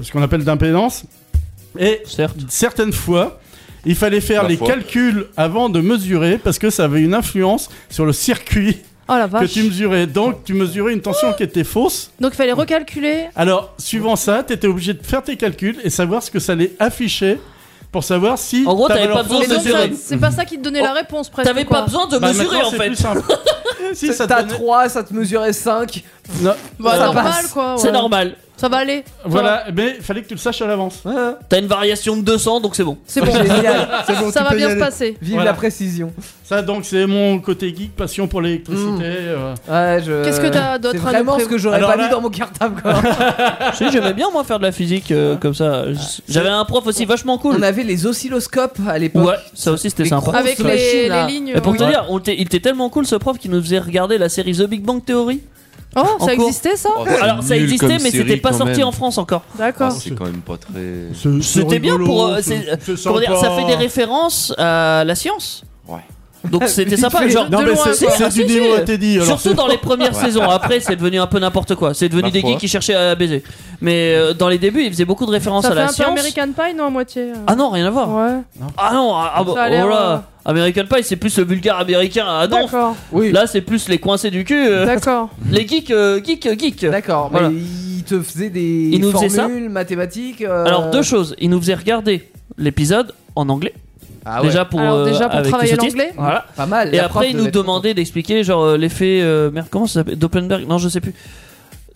Speaker 3: ce qu'on appelle d'impédance. Et
Speaker 6: Certes.
Speaker 3: certaines fois, il fallait faire
Speaker 8: La
Speaker 3: les
Speaker 8: foi.
Speaker 3: calculs avant de mesurer parce que ça avait une influence sur le circuit
Speaker 5: Oh la
Speaker 3: que
Speaker 5: vache.
Speaker 3: tu mesurais. Donc tu mesurais une tension qui était fausse.
Speaker 5: Donc il fallait recalculer.
Speaker 3: Alors suivant ça, tu étais obligé de faire tes calculs et savoir ce que ça allait afficher pour savoir si.
Speaker 6: En gros,
Speaker 3: ta
Speaker 6: t'avais
Speaker 3: valeur
Speaker 6: pas besoin
Speaker 5: Mais
Speaker 3: fausse
Speaker 6: de
Speaker 5: donc,
Speaker 3: était
Speaker 6: mesurer.
Speaker 5: ça- c'est pas ça qui te donnait la réponse presque.
Speaker 6: T'avais
Speaker 5: quoi.
Speaker 6: pas besoin de
Speaker 3: Bah,
Speaker 6: mesurer
Speaker 3: maintenant,
Speaker 6: en
Speaker 3: c'est
Speaker 6: fait.
Speaker 3: plus simple. Eh, si ça te
Speaker 4: T'as
Speaker 3: donnait-
Speaker 4: 3, ça te mesurait 5.
Speaker 3: Non,
Speaker 5: Bah,
Speaker 4: Ça
Speaker 5: normal
Speaker 4: passe.
Speaker 5: quoi. ouais.
Speaker 6: C'est normal.
Speaker 5: Ça va aller. Ça va.
Speaker 3: Voilà, mais fallait que tu le saches à l'avance.
Speaker 6: T'as une variation de 200 donc c'est bon.
Speaker 5: C'est bon.
Speaker 4: Génial.
Speaker 7: C'est bon,
Speaker 5: Ça
Speaker 7: tu
Speaker 5: va
Speaker 7: peux y
Speaker 5: bien se
Speaker 7: aller.
Speaker 5: passer.
Speaker 4: Vive
Speaker 3: Voilà.
Speaker 4: la précision.
Speaker 3: Ça, donc, c'est mon côté geek, passion pour l'électricité.
Speaker 4: Mm.
Speaker 3: euh.
Speaker 4: Ouais, je-
Speaker 5: Qu'est-ce que t'as d'autre
Speaker 4: C'est
Speaker 5: à
Speaker 4: vraiment
Speaker 5: nous
Speaker 4: ce que j'aurais
Speaker 3: Alors
Speaker 4: pas
Speaker 3: là-
Speaker 4: mis dans mon cartable. quoi.
Speaker 6: Je sais, j'aimais bien moi faire de la physique euh, comme ça. J- J'avais un prof aussi vachement
Speaker 4: On
Speaker 6: cool.
Speaker 4: avait les oscilloscopes à l'époque.
Speaker 6: Ouais, ça aussi c'était
Speaker 4: Les
Speaker 6: sympa.
Speaker 4: grosses
Speaker 5: Avec
Speaker 4: machines,
Speaker 5: les, les
Speaker 4: là.
Speaker 5: lignes.
Speaker 6: Mais pour
Speaker 5: oui.
Speaker 6: te dire, on était- il était tellement cool ce prof qui nous faisait regarder la série The Big Bang Theory.
Speaker 5: Oh,
Speaker 6: en
Speaker 5: ça
Speaker 6: cours.
Speaker 5: existait ça
Speaker 8: Oh, c'est
Speaker 6: Alors ça
Speaker 8: nul comme
Speaker 6: existait mais
Speaker 8: série,
Speaker 6: c'était pas
Speaker 8: quand
Speaker 6: sorti
Speaker 8: même.
Speaker 6: en France encore.
Speaker 8: Ah,
Speaker 5: D'accord.
Speaker 8: c'est quand même pas très.
Speaker 6: C'était bien
Speaker 3: rigolo,
Speaker 6: pour euh,
Speaker 3: c'est-
Speaker 6: c'est-
Speaker 3: c'est
Speaker 6: comment dire, ça
Speaker 3: sympa.
Speaker 6: fait des références à la science.
Speaker 8: Ouais.
Speaker 6: Donc c'était
Speaker 4: Il
Speaker 6: sympa
Speaker 4: fait-
Speaker 6: genre
Speaker 3: Non,
Speaker 5: de
Speaker 3: mais
Speaker 5: loin,
Speaker 3: c'est-
Speaker 5: quoi.
Speaker 3: c'est
Speaker 6: Ah, si,
Speaker 3: du néo
Speaker 6: si.
Speaker 3: à Teddy. alors
Speaker 6: Surtout
Speaker 3: c'est-
Speaker 6: dans les premières saisons. Après, c'est devenu un peu n'importe quoi. C'est devenu des
Speaker 8: Parfois.
Speaker 6: geeks qui cherchaient à baiser. Mais euh, dans les débuts, ils faisaient beaucoup de références
Speaker 5: Ça
Speaker 6: à
Speaker 5: fait
Speaker 6: la
Speaker 5: un peu
Speaker 6: science.
Speaker 5: American Pie, non, à moitié euh.
Speaker 6: Ah non, rien à voir.
Speaker 5: Ouais.
Speaker 6: Ah non, ah, ah bah,
Speaker 5: Ça a l'air,
Speaker 6: oh là.
Speaker 5: euh,
Speaker 6: American Pie, c'est plus le vulgaire américain à Adam.
Speaker 5: D'accord.
Speaker 4: Oui.
Speaker 6: Là, c'est plus les coincés du cul. euh,
Speaker 5: D'accord.
Speaker 6: les geeks, euh, geeks, euh, geeks.
Speaker 4: D'accord,
Speaker 6: Voilà.
Speaker 4: mais il te faisait des
Speaker 6: Il nous faisait
Speaker 4: formules
Speaker 6: ça
Speaker 4: mathématiques. euh,
Speaker 6: Alors, deux choses. Ils nous faisaient regarder l'épisode en anglais.
Speaker 4: Ah ouais,
Speaker 6: Déjà pour,
Speaker 5: Alors,
Speaker 6: euh,
Speaker 5: déjà pour
Speaker 6: avec les
Speaker 5: travailler
Speaker 6: sous-titres.
Speaker 5: l'anglais.
Speaker 6: Voilà.
Speaker 4: pas mal.
Speaker 6: Et
Speaker 4: la prof
Speaker 6: après, ils
Speaker 4: devait
Speaker 6: nous
Speaker 4: être
Speaker 6: demandaient d'expliquer genre euh, l'effet euh, merde comment ça s'appelle Doppelberg Non, je sais plus.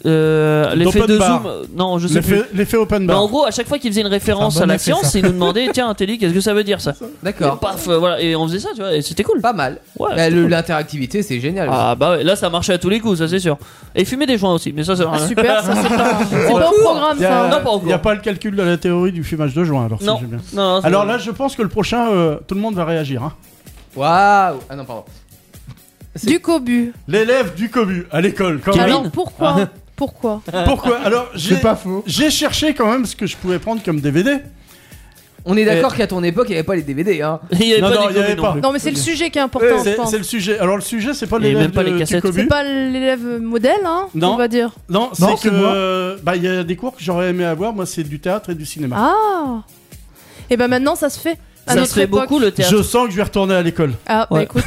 Speaker 6: Euh, l'effet de
Speaker 3: Doppelbar.
Speaker 6: zoom. euh, Non, je sais plus.
Speaker 3: L'effet l'effet open
Speaker 6: Mais en
Speaker 3: bar.
Speaker 6: gros, à chaque fois qu'ils faisaient une référence
Speaker 7: C'est un bon
Speaker 6: à la
Speaker 7: effet,
Speaker 6: science,
Speaker 7: ça.
Speaker 6: ils nous demandaient tiens, Telly, qu'est-ce que ça veut dire ça
Speaker 4: contente.
Speaker 6: Et
Speaker 4: D'accord,
Speaker 6: paf, euh, voilà, et on faisait ça, tu vois, et c'était
Speaker 5: Bah,
Speaker 6: cool.
Speaker 4: pas mal.
Speaker 6: Ouais,
Speaker 4: Mais
Speaker 6: Ah, c'était
Speaker 4: le-
Speaker 6: cool.
Speaker 4: L'interactivité, c'est génial.
Speaker 6: Ah bah ouais, là ça marchait à tous les coups, ça c'est sûr. Et fumer des joints aussi, mais ça c'est
Speaker 5: Ah, super, ça c'est pas, c'est
Speaker 6: En
Speaker 5: pas au
Speaker 6: cours.
Speaker 5: programme
Speaker 3: Il y a-
Speaker 5: ça.
Speaker 6: Non, pas encore.
Speaker 3: Il n'y a pas le calcul de la théorie du fumage de joint, alors si
Speaker 6: Non.
Speaker 3: j'ai bien-
Speaker 6: Non, non, c'est-
Speaker 3: Alors là, je pense que le prochain, euh, tout le monde va réagir. hein.
Speaker 4: Waouh Ah non, pardon.
Speaker 5: Du cobu.
Speaker 3: L'élève du commu à l'école, quand
Speaker 6: Kevin. Ah.
Speaker 5: Alors pourquoi Pourquoi
Speaker 3: même. Pourquoi Alors, j'ai
Speaker 7: C'est pas faux.
Speaker 3: j'ai cherché quand même ce que je pouvais prendre comme DVD.
Speaker 4: On est d'accord qu'à ton époque, il n'y avait pas les DVD. Hein.
Speaker 6: il y avait
Speaker 3: Non,
Speaker 6: pas
Speaker 3: non,
Speaker 6: des
Speaker 3: il y avait
Speaker 6: communes
Speaker 3: pas.
Speaker 6: plus.
Speaker 5: Non, mais c'est le sujet qui est
Speaker 3: C'est
Speaker 5: important, je pense.
Speaker 3: c'est le sujet. Alors, le sujet, c'est pas
Speaker 6: Il y avait
Speaker 3: l'élève
Speaker 6: même pas les
Speaker 3: de- du
Speaker 6: cassettes.
Speaker 3: commu.
Speaker 5: C'est pas l'élève modèle, hein,
Speaker 3: Non.
Speaker 5: on va dire.
Speaker 3: Non,
Speaker 7: Non,
Speaker 3: c'est
Speaker 7: c'est moi.
Speaker 3: que. Bah, il y a des cours que j'aurais aimé avoir. Moi, c'est du théâtre et du cinéma.
Speaker 5: Ah Et ben maintenant, ça se fait. À
Speaker 6: Ça
Speaker 5: notre
Speaker 6: se fait
Speaker 5: époque.
Speaker 6: beaucoup le théâtre.
Speaker 3: Je sens que je vais retourner à l'école.
Speaker 5: Ah, bah
Speaker 6: Ouais.
Speaker 5: écoute.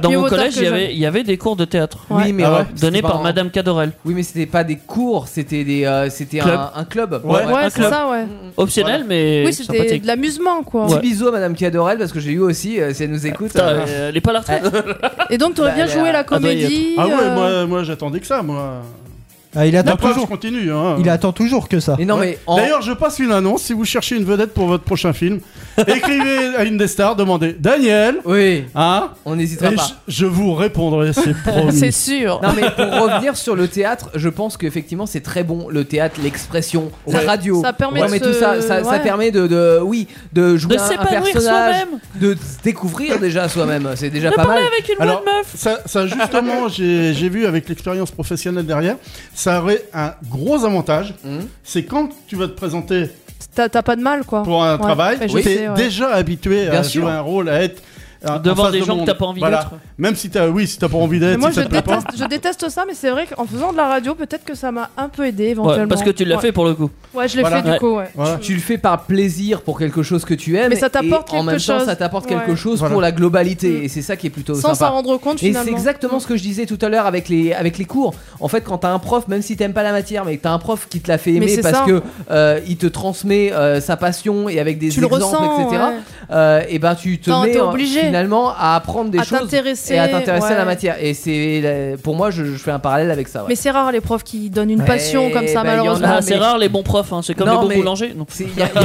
Speaker 6: Dans
Speaker 5: Mieux
Speaker 6: mon
Speaker 5: vaut tard
Speaker 6: collège,
Speaker 5: que
Speaker 6: il y
Speaker 5: jamais.
Speaker 6: avait, il y avait des cours de théâtre
Speaker 5: Ouais.
Speaker 4: Oui, mais
Speaker 3: Ah ouais.
Speaker 4: ouais,
Speaker 6: donnés
Speaker 4: c'était
Speaker 6: par
Speaker 4: pas-
Speaker 6: Madame Cadorel.
Speaker 4: Oui, mais c'était pas des cours, c'était des, euh, c'était
Speaker 6: Club.
Speaker 4: un, un club.
Speaker 3: Ouais.
Speaker 5: Ouais,
Speaker 6: un
Speaker 5: c'est
Speaker 6: club.
Speaker 5: ça, ouais.
Speaker 6: Optionnel, mais
Speaker 5: Oui, c'était
Speaker 6: sympathique.
Speaker 5: de l'amusement, quoi.
Speaker 4: Petit
Speaker 6: Ouais.
Speaker 4: bisou à Madame Cadorel parce que j'ai eu aussi, euh, si elle nous écoute.
Speaker 6: Putain,
Speaker 4: euh,
Speaker 6: euh, elle est pas à la retraite.
Speaker 5: Et donc, t'aurais
Speaker 4: Bah,
Speaker 5: bien
Speaker 4: elle
Speaker 5: joué
Speaker 4: a-
Speaker 5: la
Speaker 6: elle doit y être.
Speaker 5: comédie.
Speaker 3: Ah ouais, moi,
Speaker 5: euh,
Speaker 3: moi j'attendais que ça, moi.
Speaker 7: Ah, il
Speaker 3: La
Speaker 7: attend
Speaker 3: preuve, je
Speaker 7: toujours.
Speaker 3: continue. hein.
Speaker 7: Il attend toujours que ça.
Speaker 4: Mais non, mais en-
Speaker 3: D'ailleurs, je passe une annonce. Si vous cherchez une vedette pour votre prochain film, écrivez à une des stars, demandez Daniel,
Speaker 4: Oui,
Speaker 3: hein,
Speaker 4: on n'hésitera
Speaker 3: et
Speaker 4: pas.
Speaker 3: je, je vous répondrai, c'est
Speaker 5: C'est
Speaker 6: Ah
Speaker 3: promis.
Speaker 5: sûr.
Speaker 4: Non mais pour revenir sur le théâtre, je pense qu'effectivement c'est très bon le théâtre, l'expression, la
Speaker 5: Ouais.
Speaker 4: radio.
Speaker 5: Ça permet
Speaker 4: Non,
Speaker 5: de
Speaker 4: mais
Speaker 5: se-
Speaker 4: tout ça, ça, ça
Speaker 5: ouais.
Speaker 4: permet de, de- oui, de jouer
Speaker 6: De
Speaker 4: un- un,
Speaker 6: s'épanouir
Speaker 4: personnage,
Speaker 6: soi-même.
Speaker 4: de se découvrir déjà soi-même. C'est déjà
Speaker 6: De
Speaker 4: pas
Speaker 6: parler
Speaker 4: mal.
Speaker 6: avec une
Speaker 3: Alors,
Speaker 6: bonne meuf.
Speaker 3: ça, ça, justement, j'ai j'ai vu avec l'expérience professionnelle derrière, ça aurait un gros avantage.
Speaker 4: Mhm.
Speaker 3: C'est quand tu vas te présenter
Speaker 5: T'as t'as pas de mal, quoi.
Speaker 3: pour un
Speaker 5: Ouais,
Speaker 3: travail,
Speaker 5: bah, je
Speaker 3: t'es
Speaker 5: sais, ouais.
Speaker 3: déjà habitué
Speaker 4: Bien
Speaker 3: à
Speaker 4: sûr.
Speaker 3: jouer un rôle, à être euh, en
Speaker 6: Devant
Speaker 3: face
Speaker 6: des
Speaker 3: de
Speaker 6: gens que
Speaker 3: monde.
Speaker 6: t'as pas envie
Speaker 3: Voilà.
Speaker 6: d'être.
Speaker 3: Même si t'as, oui, si t'as pas envie
Speaker 5: Mais
Speaker 3: d'être,
Speaker 5: moi,
Speaker 3: si
Speaker 5: je
Speaker 3: ça te plaît pas.
Speaker 5: déteste, je déteste ça, mais c'est vrai qu'en faisant de la radio, peut-être que ça m'a un peu aidé éventuellement.
Speaker 6: Ouais, parce que tu l'as
Speaker 5: Ouais.
Speaker 6: fait pour le coup.
Speaker 5: Ouais, je l'ai
Speaker 3: Voilà.
Speaker 5: fait
Speaker 6: Ouais.
Speaker 5: du coup, ouais.
Speaker 3: Voilà.
Speaker 4: Tu le fais par plaisir pour quelque chose que tu aimes.
Speaker 5: Mais ça t'apporte
Speaker 4: et En
Speaker 5: quelque
Speaker 4: même temps,
Speaker 5: chose.
Speaker 4: ça t'apporte quelque
Speaker 5: Ouais.
Speaker 4: chose
Speaker 3: Voilà.
Speaker 4: pour la globalité
Speaker 5: Mm.
Speaker 4: et c'est ça qui est plutôt
Speaker 5: Sans s'en
Speaker 4: sympa.
Speaker 5: rendre compte
Speaker 4: Et
Speaker 5: finalement.
Speaker 4: c'est exactement ce que je disais tout à l'heure avec les, avec les cours. En fait, quand t'as un prof, même si t'aimes pas la matière, mais que t'as un prof qui te l'a fait
Speaker 5: Mais
Speaker 4: aimer
Speaker 5: c'est
Speaker 4: parce
Speaker 5: ça.
Speaker 4: que euh, il te transmet euh, sa passion et avec des
Speaker 5: tu le
Speaker 4: exemples,
Speaker 5: ressens,
Speaker 4: etc.
Speaker 5: ouais.
Speaker 4: euh, et ben tu te
Speaker 5: T'en-
Speaker 4: mets
Speaker 5: t'es
Speaker 4: euh,
Speaker 5: obligé
Speaker 4: finalement à apprendre des
Speaker 5: à
Speaker 4: choses et à t'intéresser à
Speaker 5: ouais.
Speaker 4: la matière. Et c'est la- pour moi, je, je fais un parallèle avec ça. ouais.
Speaker 5: Mais c'est rare les profs qui donnent une
Speaker 4: Ouais,
Speaker 5: passion comme
Speaker 4: bah, y
Speaker 5: ça,
Speaker 4: en a-
Speaker 5: malheureusement.
Speaker 6: Ah, c'est
Speaker 4: mais-
Speaker 6: rare les bons profs, hein, c'est comme
Speaker 4: Non,
Speaker 6: les bons
Speaker 4: mais-
Speaker 6: boulangers. Non.
Speaker 4: C'est- y a- y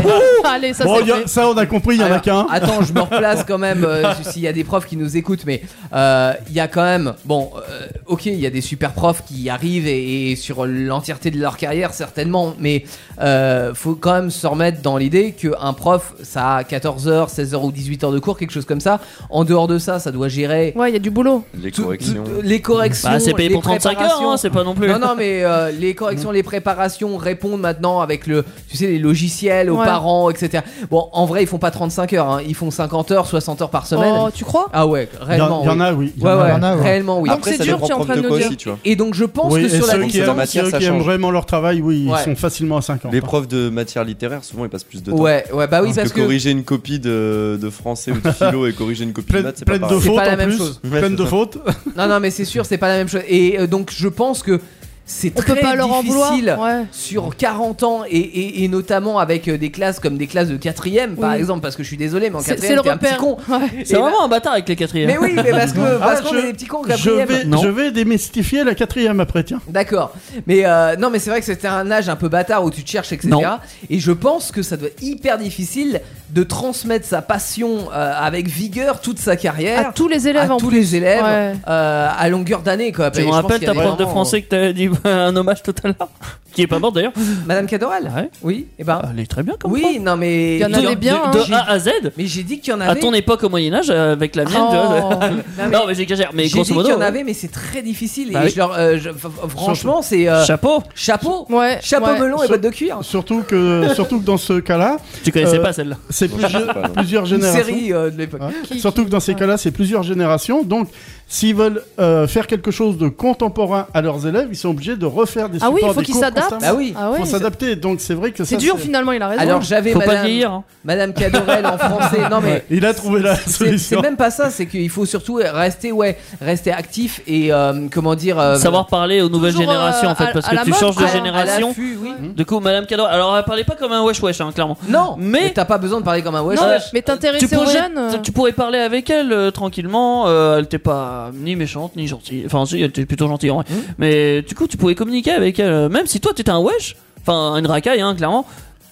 Speaker 4: a-
Speaker 5: Allez, ça
Speaker 3: bon,
Speaker 5: c'est
Speaker 3: y a-
Speaker 5: fait.
Speaker 3: ça, on a compris, il y en a
Speaker 4: Alors,
Speaker 3: qu'un.
Speaker 4: Attends, je me replace quand même euh, s'il y a des profs qui nous écoutent, mais euh, il y a quand même. Bon, euh, ok, il y a des super profs qui arrivent et, et sur l'entièreté de leur carrière, certainement, mais euh, faut quand même se remettre dans l'idée qu'un prof, ça a 14h, 16h ou 18h de cours, quelque chose comme ça. En dehors de ça, ça doit gérer.
Speaker 5: Ouais, il y a du boulot.
Speaker 8: Les
Speaker 4: tout-
Speaker 8: corrections.
Speaker 4: tout- les corrections,
Speaker 6: Bah, c'est payé
Speaker 4: les
Speaker 6: pour 35 heures,
Speaker 4: préparations.
Speaker 6: hein, c'est pas non plus.
Speaker 4: Non, non, mais euh, les corrections, les préparations répondent maintenant avec le, tu sais, les logiciels aux
Speaker 5: Ouais.
Speaker 4: parents, etc. Bon, en vrai, ils font pas 35 heures, hein. ils font 50 heures, 60 heures par semaine.
Speaker 5: Oh, tu crois
Speaker 4: Ah ouais,
Speaker 3: Il y,
Speaker 4: réellement.
Speaker 3: en- y en
Speaker 4: oui.
Speaker 3: a, oui.
Speaker 4: Ouais, ouais,
Speaker 7: y en a, ouais.
Speaker 4: réellement, oui.
Speaker 5: Donc
Speaker 8: Après,
Speaker 5: c'est
Speaker 8: ça
Speaker 5: dur,
Speaker 8: dépend
Speaker 5: tu es en
Speaker 8: prof
Speaker 5: train
Speaker 8: de
Speaker 5: de
Speaker 8: quoi
Speaker 5: nous dire.
Speaker 8: aussi, tu vois.
Speaker 4: Et donc, je pense
Speaker 3: Oui,
Speaker 4: que
Speaker 3: et
Speaker 4: sur
Speaker 3: ceux qui,
Speaker 4: la
Speaker 8: la
Speaker 3: aiment,
Speaker 4: distance-
Speaker 8: matière,
Speaker 3: ceux
Speaker 8: ça
Speaker 3: qui aiment
Speaker 8: change.
Speaker 3: vraiment leur travail, oui,
Speaker 4: Ouais.
Speaker 3: ils sont facilement à 50.
Speaker 8: Les
Speaker 3: hein.
Speaker 8: profs de matière littéraire, souvent, ils passent plus de temps.
Speaker 4: Ouais, ouais, bah oui,
Speaker 8: Parce
Speaker 4: parce
Speaker 8: que,
Speaker 4: que.
Speaker 8: corriger une copie de, de français ou de philo et corriger une copie de
Speaker 3: Pleine,
Speaker 8: maths, c'est pas
Speaker 3: pleine de
Speaker 8: pareil.
Speaker 4: C'est
Speaker 3: fautes
Speaker 4: pas la
Speaker 3: en
Speaker 4: même
Speaker 3: plus.
Speaker 4: chose.
Speaker 8: Ouais,
Speaker 3: Pleine
Speaker 8: c'est
Speaker 3: de
Speaker 8: ça.
Speaker 3: fautes.
Speaker 4: Non, non, mais c'est sûr, c'est pas la même chose. Et euh, donc, je pense que c'est
Speaker 5: On
Speaker 4: très
Speaker 5: peut pas leur en vouloir.
Speaker 4: difficile.
Speaker 5: Ouais.
Speaker 4: sur 40 ans et, et- et notamment avec euh, des classes comme des classes de quatrième par
Speaker 5: Oui.
Speaker 4: exemple parce que je suis désolé mais en
Speaker 5: C'est c'est
Speaker 4: quatrième
Speaker 5: le
Speaker 4: t'es un petit
Speaker 5: repère.
Speaker 4: con
Speaker 5: Ouais.
Speaker 6: C'est
Speaker 4: Et
Speaker 6: vraiment un bâtard avec les quatrièmes.
Speaker 4: Mais oui, mais parce que parce qu'on
Speaker 3: Ah, je-
Speaker 4: est des petits cons
Speaker 3: Je
Speaker 4: quatrième.
Speaker 3: vais,
Speaker 6: Non.
Speaker 3: je vais démystifier la quatrième après, tiens.
Speaker 4: D'accord. Mais euh, non, mais c'est vrai que c'était un âge un peu bâtard où tu te cherches, etc.
Speaker 6: Non.
Speaker 4: Et je pense que ça doit être hyper difficile de transmettre sa passion euh, avec vigueur toute sa
Speaker 5: À
Speaker 6: Ah,
Speaker 4: carrière
Speaker 5: tous les élèves
Speaker 4: à
Speaker 5: en
Speaker 4: tous
Speaker 5: plus.
Speaker 4: les élèves
Speaker 5: Ouais.
Speaker 4: euh, à longueur d'année. quoi.
Speaker 6: Tu
Speaker 4: Et
Speaker 6: me
Speaker 4: je pense
Speaker 6: rappelles
Speaker 4: qu'il y a
Speaker 6: ta prof de
Speaker 4: vraiment-
Speaker 6: français que t'avais dit un hommage tout à l'heure Qui est pas morte d'ailleurs
Speaker 4: euh, Madame Cadoral
Speaker 6: Ouais. Ah.
Speaker 4: Oui. Et ben.
Speaker 6: Elle est très bien comme
Speaker 4: oui, non mais.
Speaker 5: Il y en a
Speaker 6: prof.
Speaker 5: des bien, hein.
Speaker 6: De, de
Speaker 4: J'ai- Ah
Speaker 6: A à Z
Speaker 4: Mais j'ai dit qu'il y en
Speaker 6: À
Speaker 4: avait.
Speaker 6: ton époque au Moyen-Âge, avec la mienne, tu vois,
Speaker 5: Oh.
Speaker 4: Non, mais-
Speaker 6: Non, mais j'exagère,
Speaker 4: bah
Speaker 6: mais
Speaker 4: J'ai dit
Speaker 6: grosso
Speaker 4: qu'il
Speaker 6: modo. euh,
Speaker 4: y en avait, mais c'est très difficile.
Speaker 6: Bah
Speaker 4: et
Speaker 6: oui.
Speaker 4: je leur, euh, je- f- f- franchement, c'est euh,
Speaker 6: euh, Chapeau
Speaker 4: chapeau,
Speaker 5: Ouais,
Speaker 4: chapeau
Speaker 5: ouais.
Speaker 4: melon et
Speaker 3: Sur-
Speaker 4: botte de cuir.
Speaker 3: Surtout que, surtout que dans ce cas-là,
Speaker 6: Tu connaissais
Speaker 3: Euh,
Speaker 6: pas celle-là.
Speaker 3: c'est
Speaker 8: Non, je sais
Speaker 3: plusieurs,
Speaker 8: pas, non.
Speaker 3: plusieurs
Speaker 4: Une
Speaker 3: générations.
Speaker 4: série euh, de l'époque.
Speaker 3: Hein
Speaker 5: Qui-
Speaker 3: Surtout que dans ces
Speaker 5: ouais.
Speaker 3: cas-là, c'est plusieurs générations. Donc, s'ils veulent euh, faire quelque chose de contemporain à leurs élèves, ils sont obligés de refaire des
Speaker 5: Ah oui,
Speaker 3: supports,
Speaker 5: il faut
Speaker 3: des
Speaker 5: qu'ils
Speaker 3: cours
Speaker 5: s'adaptent.
Speaker 3: constamment.
Speaker 4: Bah oui.
Speaker 5: Ah
Speaker 3: Il
Speaker 5: ouais,
Speaker 3: faut
Speaker 5: c'est-
Speaker 3: s'adapter. Donc, c'est vrai que
Speaker 5: C'est
Speaker 3: ça,
Speaker 5: dur finalement, il a raison.
Speaker 4: Alors j'avais
Speaker 6: Faut pas
Speaker 4: Madame,
Speaker 6: vieillir. hein.
Speaker 4: Madame Cadorel en français. Non mais.
Speaker 3: Il a trouvé la
Speaker 4: C'est c'est
Speaker 3: solution.
Speaker 4: même pas ça, c'est qu'il faut surtout rester, ouais, rester actif et euh, comment dire, euh,
Speaker 6: Savoir parler aux nouvelles
Speaker 5: toujours, euh,
Speaker 6: générations en fait,
Speaker 5: à-
Speaker 6: parce
Speaker 5: à
Speaker 6: que
Speaker 5: la
Speaker 6: tu
Speaker 5: mode,
Speaker 6: changes de
Speaker 5: quoi.
Speaker 4: à- à
Speaker 6: génération.
Speaker 4: l'affût, oui.
Speaker 6: Du coup, Madame Cador, alors elle parlait pas comme un wesh wesh, hein, clairement.
Speaker 4: Non,
Speaker 6: Mais-
Speaker 4: mais t'as pas besoin de parler comme un wesh.
Speaker 5: Non,
Speaker 6: Euh,
Speaker 5: mais
Speaker 6: Tu
Speaker 5: t'intéresser aux
Speaker 6: pourrais,
Speaker 5: jeunes. euh,
Speaker 6: tu pourrais parler avec elle euh, tranquillement. euh, elle était pas ni méchante ni gentille. Enfin, si, elle était plutôt gentille en vrai. Mais du coup, tu pouvais communiquer avec elle. euh, Même si toi, t'étais un wesh, enfin une racaille, hein, clairement.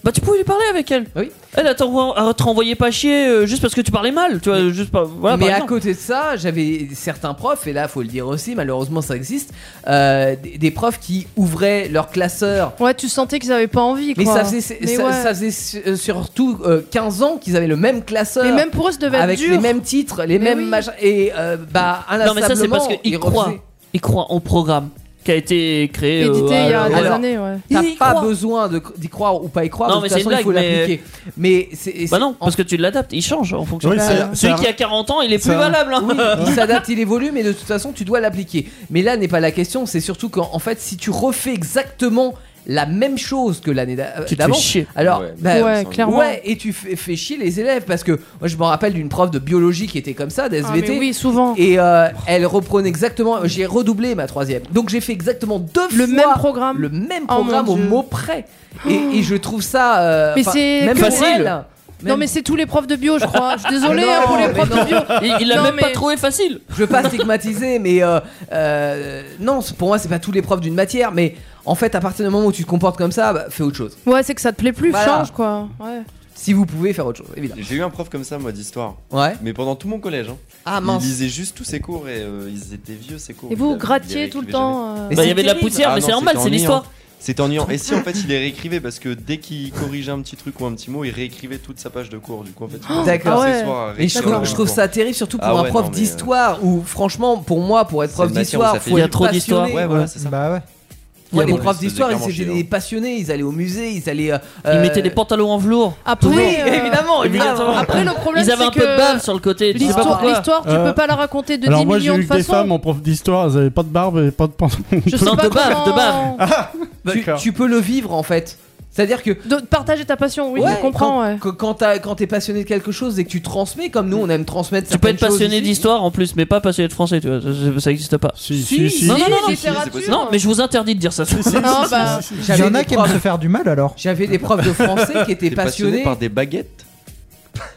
Speaker 6: Bah, tu pouvais lui parler avec elle.
Speaker 4: Oui.
Speaker 6: Elle, elle t'envo- elle te renvoyait pas chier euh, juste parce que tu parlais mal. Tu vois, juste pas. Voilà,
Speaker 4: mais
Speaker 6: par
Speaker 4: à
Speaker 6: exemple.
Speaker 4: côté de ça, j'avais certains profs, et là faut le dire aussi, malheureusement ça existe, euh, des, des profs qui ouvraient leur classeur
Speaker 5: Ouais, tu sentais qu'ils avaient pas envie.
Speaker 4: Mais
Speaker 5: quoi.
Speaker 4: ça faisait,
Speaker 5: Mais
Speaker 4: ça,
Speaker 5: ouais.
Speaker 4: ça faisait su- euh, surtout euh, 15 ans qu'ils avaient le même classeur.
Speaker 5: Mais même pour eux, ça devait
Speaker 4: avec
Speaker 5: être dur.
Speaker 4: les mêmes titres, les mêmes
Speaker 5: oui.
Speaker 4: machins. Et euh, bah,
Speaker 6: Non, mais ça, c'est parce
Speaker 4: inlassablement,
Speaker 6: qu'ils
Speaker 4: ils
Speaker 6: croient.
Speaker 4: refusaient.
Speaker 6: Ils croient au programme qui a été créé. euh,
Speaker 5: Édité il y a
Speaker 6: à-
Speaker 5: des
Speaker 4: alors-
Speaker 5: années, ouais.
Speaker 4: T'as
Speaker 6: Ils y
Speaker 4: pas
Speaker 6: croient.
Speaker 4: besoin de cr- d'y croire ou pas y croire,
Speaker 6: Non,
Speaker 4: de
Speaker 6: mais
Speaker 4: toute façon,
Speaker 6: c'est une
Speaker 4: il faut
Speaker 6: blague, mais-
Speaker 4: l'appliquer. Mais c'est. et
Speaker 6: Bah
Speaker 4: c'est-
Speaker 6: non, parce que tu l'adaptes, il change en fonction.
Speaker 3: Oui,
Speaker 6: de-
Speaker 3: c'est- c'est
Speaker 6: Celui
Speaker 3: un-
Speaker 6: qui a 40 ans, il est plus
Speaker 3: ça-
Speaker 6: valable. hein.
Speaker 4: Oui, il s'adapte, il évolue, mais de toute façon, tu dois l'appliquer. Mais là n'est pas la question, c'est surtout qu'en en fait, si tu refais exactement la même chose que l'année d'a- euh,
Speaker 6: Tu te fais
Speaker 4: d'avant.
Speaker 6: chier.
Speaker 4: Alors,
Speaker 8: Ouais,
Speaker 4: bah,
Speaker 5: ouais, clairement.
Speaker 4: Ouais, et tu fais, fais chier les élèves parce que moi je me rappelle d'une prof de biologie qui était comme ça,
Speaker 5: Ah, mais
Speaker 4: d'SVT.
Speaker 5: oui, souvent.
Speaker 4: Et euh, elle reprenait exactement. J'ai redoublé ma troisième. Donc j'ai fait exactement deux
Speaker 5: Le
Speaker 4: fois
Speaker 5: même programme.
Speaker 4: le même
Speaker 5: Oh mon
Speaker 4: programme au
Speaker 5: Dieu.
Speaker 4: mot près. Et, et je trouve ça. euh,
Speaker 5: Mais
Speaker 4: enfin,
Speaker 5: c'est
Speaker 4: même
Speaker 5: que
Speaker 4: pour
Speaker 6: facile.
Speaker 4: elle.
Speaker 5: Non,
Speaker 4: Même-
Speaker 5: mais c'est tous les profs de bio, je crois. Je suis désolée
Speaker 4: Non,
Speaker 5: hein, pour les
Speaker 4: mais
Speaker 5: profs de
Speaker 4: non.
Speaker 5: bio.
Speaker 6: Il, il l'a
Speaker 5: Non,
Speaker 6: même pas
Speaker 5: mais-
Speaker 6: trouvé facile.
Speaker 4: je veux pas stigmatiser, mais euh, euh, non, c'est- pour moi c'est pas tous les profs d'une matière, mais en fait à partir du moment où tu te comportes comme ça, bah, fais autre chose.
Speaker 5: Ouais, c'est que ça te plaît plus,
Speaker 4: Voilà.
Speaker 5: change quoi. Ouais.
Speaker 4: Si vous pouvez faire autre chose, évidemment.
Speaker 8: J'ai eu un prof comme ça, moi, d'histoire.
Speaker 4: Ouais.
Speaker 8: Mais pendant tout mon collège. Hein.
Speaker 4: Ah
Speaker 8: Ils
Speaker 4: mince.
Speaker 8: lisaient juste tous ses cours et euh, ils étaient vieux, ces cours.
Speaker 5: Et
Speaker 8: Ils
Speaker 5: vous,
Speaker 8: les-
Speaker 5: vous
Speaker 8: ils les
Speaker 5: grattiez tout le
Speaker 8: réécrivaient jamais.
Speaker 5: temps. euh,
Speaker 4: Mais
Speaker 6: Bah, il y
Speaker 4: c'est
Speaker 6: avait de la
Speaker 4: terrible.
Speaker 6: poussière,
Speaker 8: Ah
Speaker 6: mais
Speaker 8: non,
Speaker 6: c'est normal,
Speaker 8: c'était
Speaker 6: c'est
Speaker 8: ennuyant.
Speaker 6: l'histoire.
Speaker 8: C'était ennuyant. Et si en fait il les réécrivait parce que dès qu'il corrigeait un petit truc ou un petit mot, il réécrivait toute sa page de cours. Du coup, en fait, il
Speaker 4: D'accord.
Speaker 8: passait
Speaker 5: Ah ouais.
Speaker 8: le soir à
Speaker 4: Et je
Speaker 8: réécrire
Speaker 4: trouve,
Speaker 8: le
Speaker 4: je trouve
Speaker 8: cours.
Speaker 4: ça terrible, surtout pour
Speaker 8: Ah
Speaker 4: un
Speaker 8: ouais,
Speaker 4: prof
Speaker 8: non, mais, euh,
Speaker 4: d'histoire, où franchement, pour moi, pour être
Speaker 8: c'est
Speaker 4: prof
Speaker 8: une matière où
Speaker 4: d'histoire,
Speaker 8: ça fait-
Speaker 4: faut
Speaker 6: Il y a
Speaker 4: être
Speaker 6: trop d'histoire.
Speaker 4: passionné.
Speaker 8: Ouais, voilà, c'est ça.
Speaker 7: Bah ouais.
Speaker 4: Moi,
Speaker 6: Il y
Speaker 4: les
Speaker 6: a des-
Speaker 4: profs
Speaker 8: profs qui se
Speaker 4: d'histoire,
Speaker 8: faisaient
Speaker 4: ils étaient
Speaker 8: clairement chier,
Speaker 4: des passionnés, ils allaient au musée, ils allaient. euh,
Speaker 6: Ils
Speaker 4: euh,
Speaker 6: mettaient des pantalons en velours.
Speaker 5: Après,
Speaker 4: Oui,
Speaker 5: euh,
Speaker 4: évidemment, évidemment. Ah,
Speaker 5: Après, le problème,
Speaker 6: Ils
Speaker 5: c'est
Speaker 6: avaient un
Speaker 5: que
Speaker 6: peu de bave sur le côté. tu sais pas
Speaker 5: l'histoire,
Speaker 6: pourquoi.
Speaker 5: l'histoire, tu
Speaker 3: Euh,
Speaker 5: peux pas la raconter de 10
Speaker 3: Alors moi j'ai
Speaker 5: millions de
Speaker 3: eu que des femmes
Speaker 5: façons.
Speaker 3: en prof d'histoire, elles avaient pas de barbe et pas de pantalon.
Speaker 5: Je sais
Speaker 6: Non,
Speaker 5: pas
Speaker 6: de bave,
Speaker 5: comment-
Speaker 6: de bave.
Speaker 4: Tu, tu peux le vivre en fait. C'est-à-dire que.
Speaker 5: De partager ta passion, oui,
Speaker 4: Ouais,
Speaker 5: je
Speaker 4: quand-
Speaker 5: comprends. ouais.
Speaker 4: que- Quand, t'as- quand t'es passionné de quelque chose et que tu transmets, comme nous on aime transmettre.
Speaker 6: Tu peux
Speaker 4: certaines
Speaker 6: être passionné
Speaker 4: choses ici.
Speaker 6: d'histoire en plus, mais pas passionné de français, tu vois. Ça- ça- Ça existe pas.
Speaker 3: Si,
Speaker 5: Si,
Speaker 3: si,
Speaker 5: si,
Speaker 3: si.
Speaker 6: Non, non, non,
Speaker 5: les
Speaker 6: si,
Speaker 8: c'est
Speaker 5: littératures.
Speaker 8: possible.
Speaker 6: Non, mais je vous interdis de dire ça.
Speaker 5: Non, bah,
Speaker 7: Il y
Speaker 4: J'avais
Speaker 7: en a
Speaker 4: des
Speaker 7: qui aiment
Speaker 4: profs-
Speaker 7: se faire du mal alors.
Speaker 4: J'avais des profs de français qui étaient
Speaker 8: T'es passionné
Speaker 4: passionnés.
Speaker 8: par des baguettes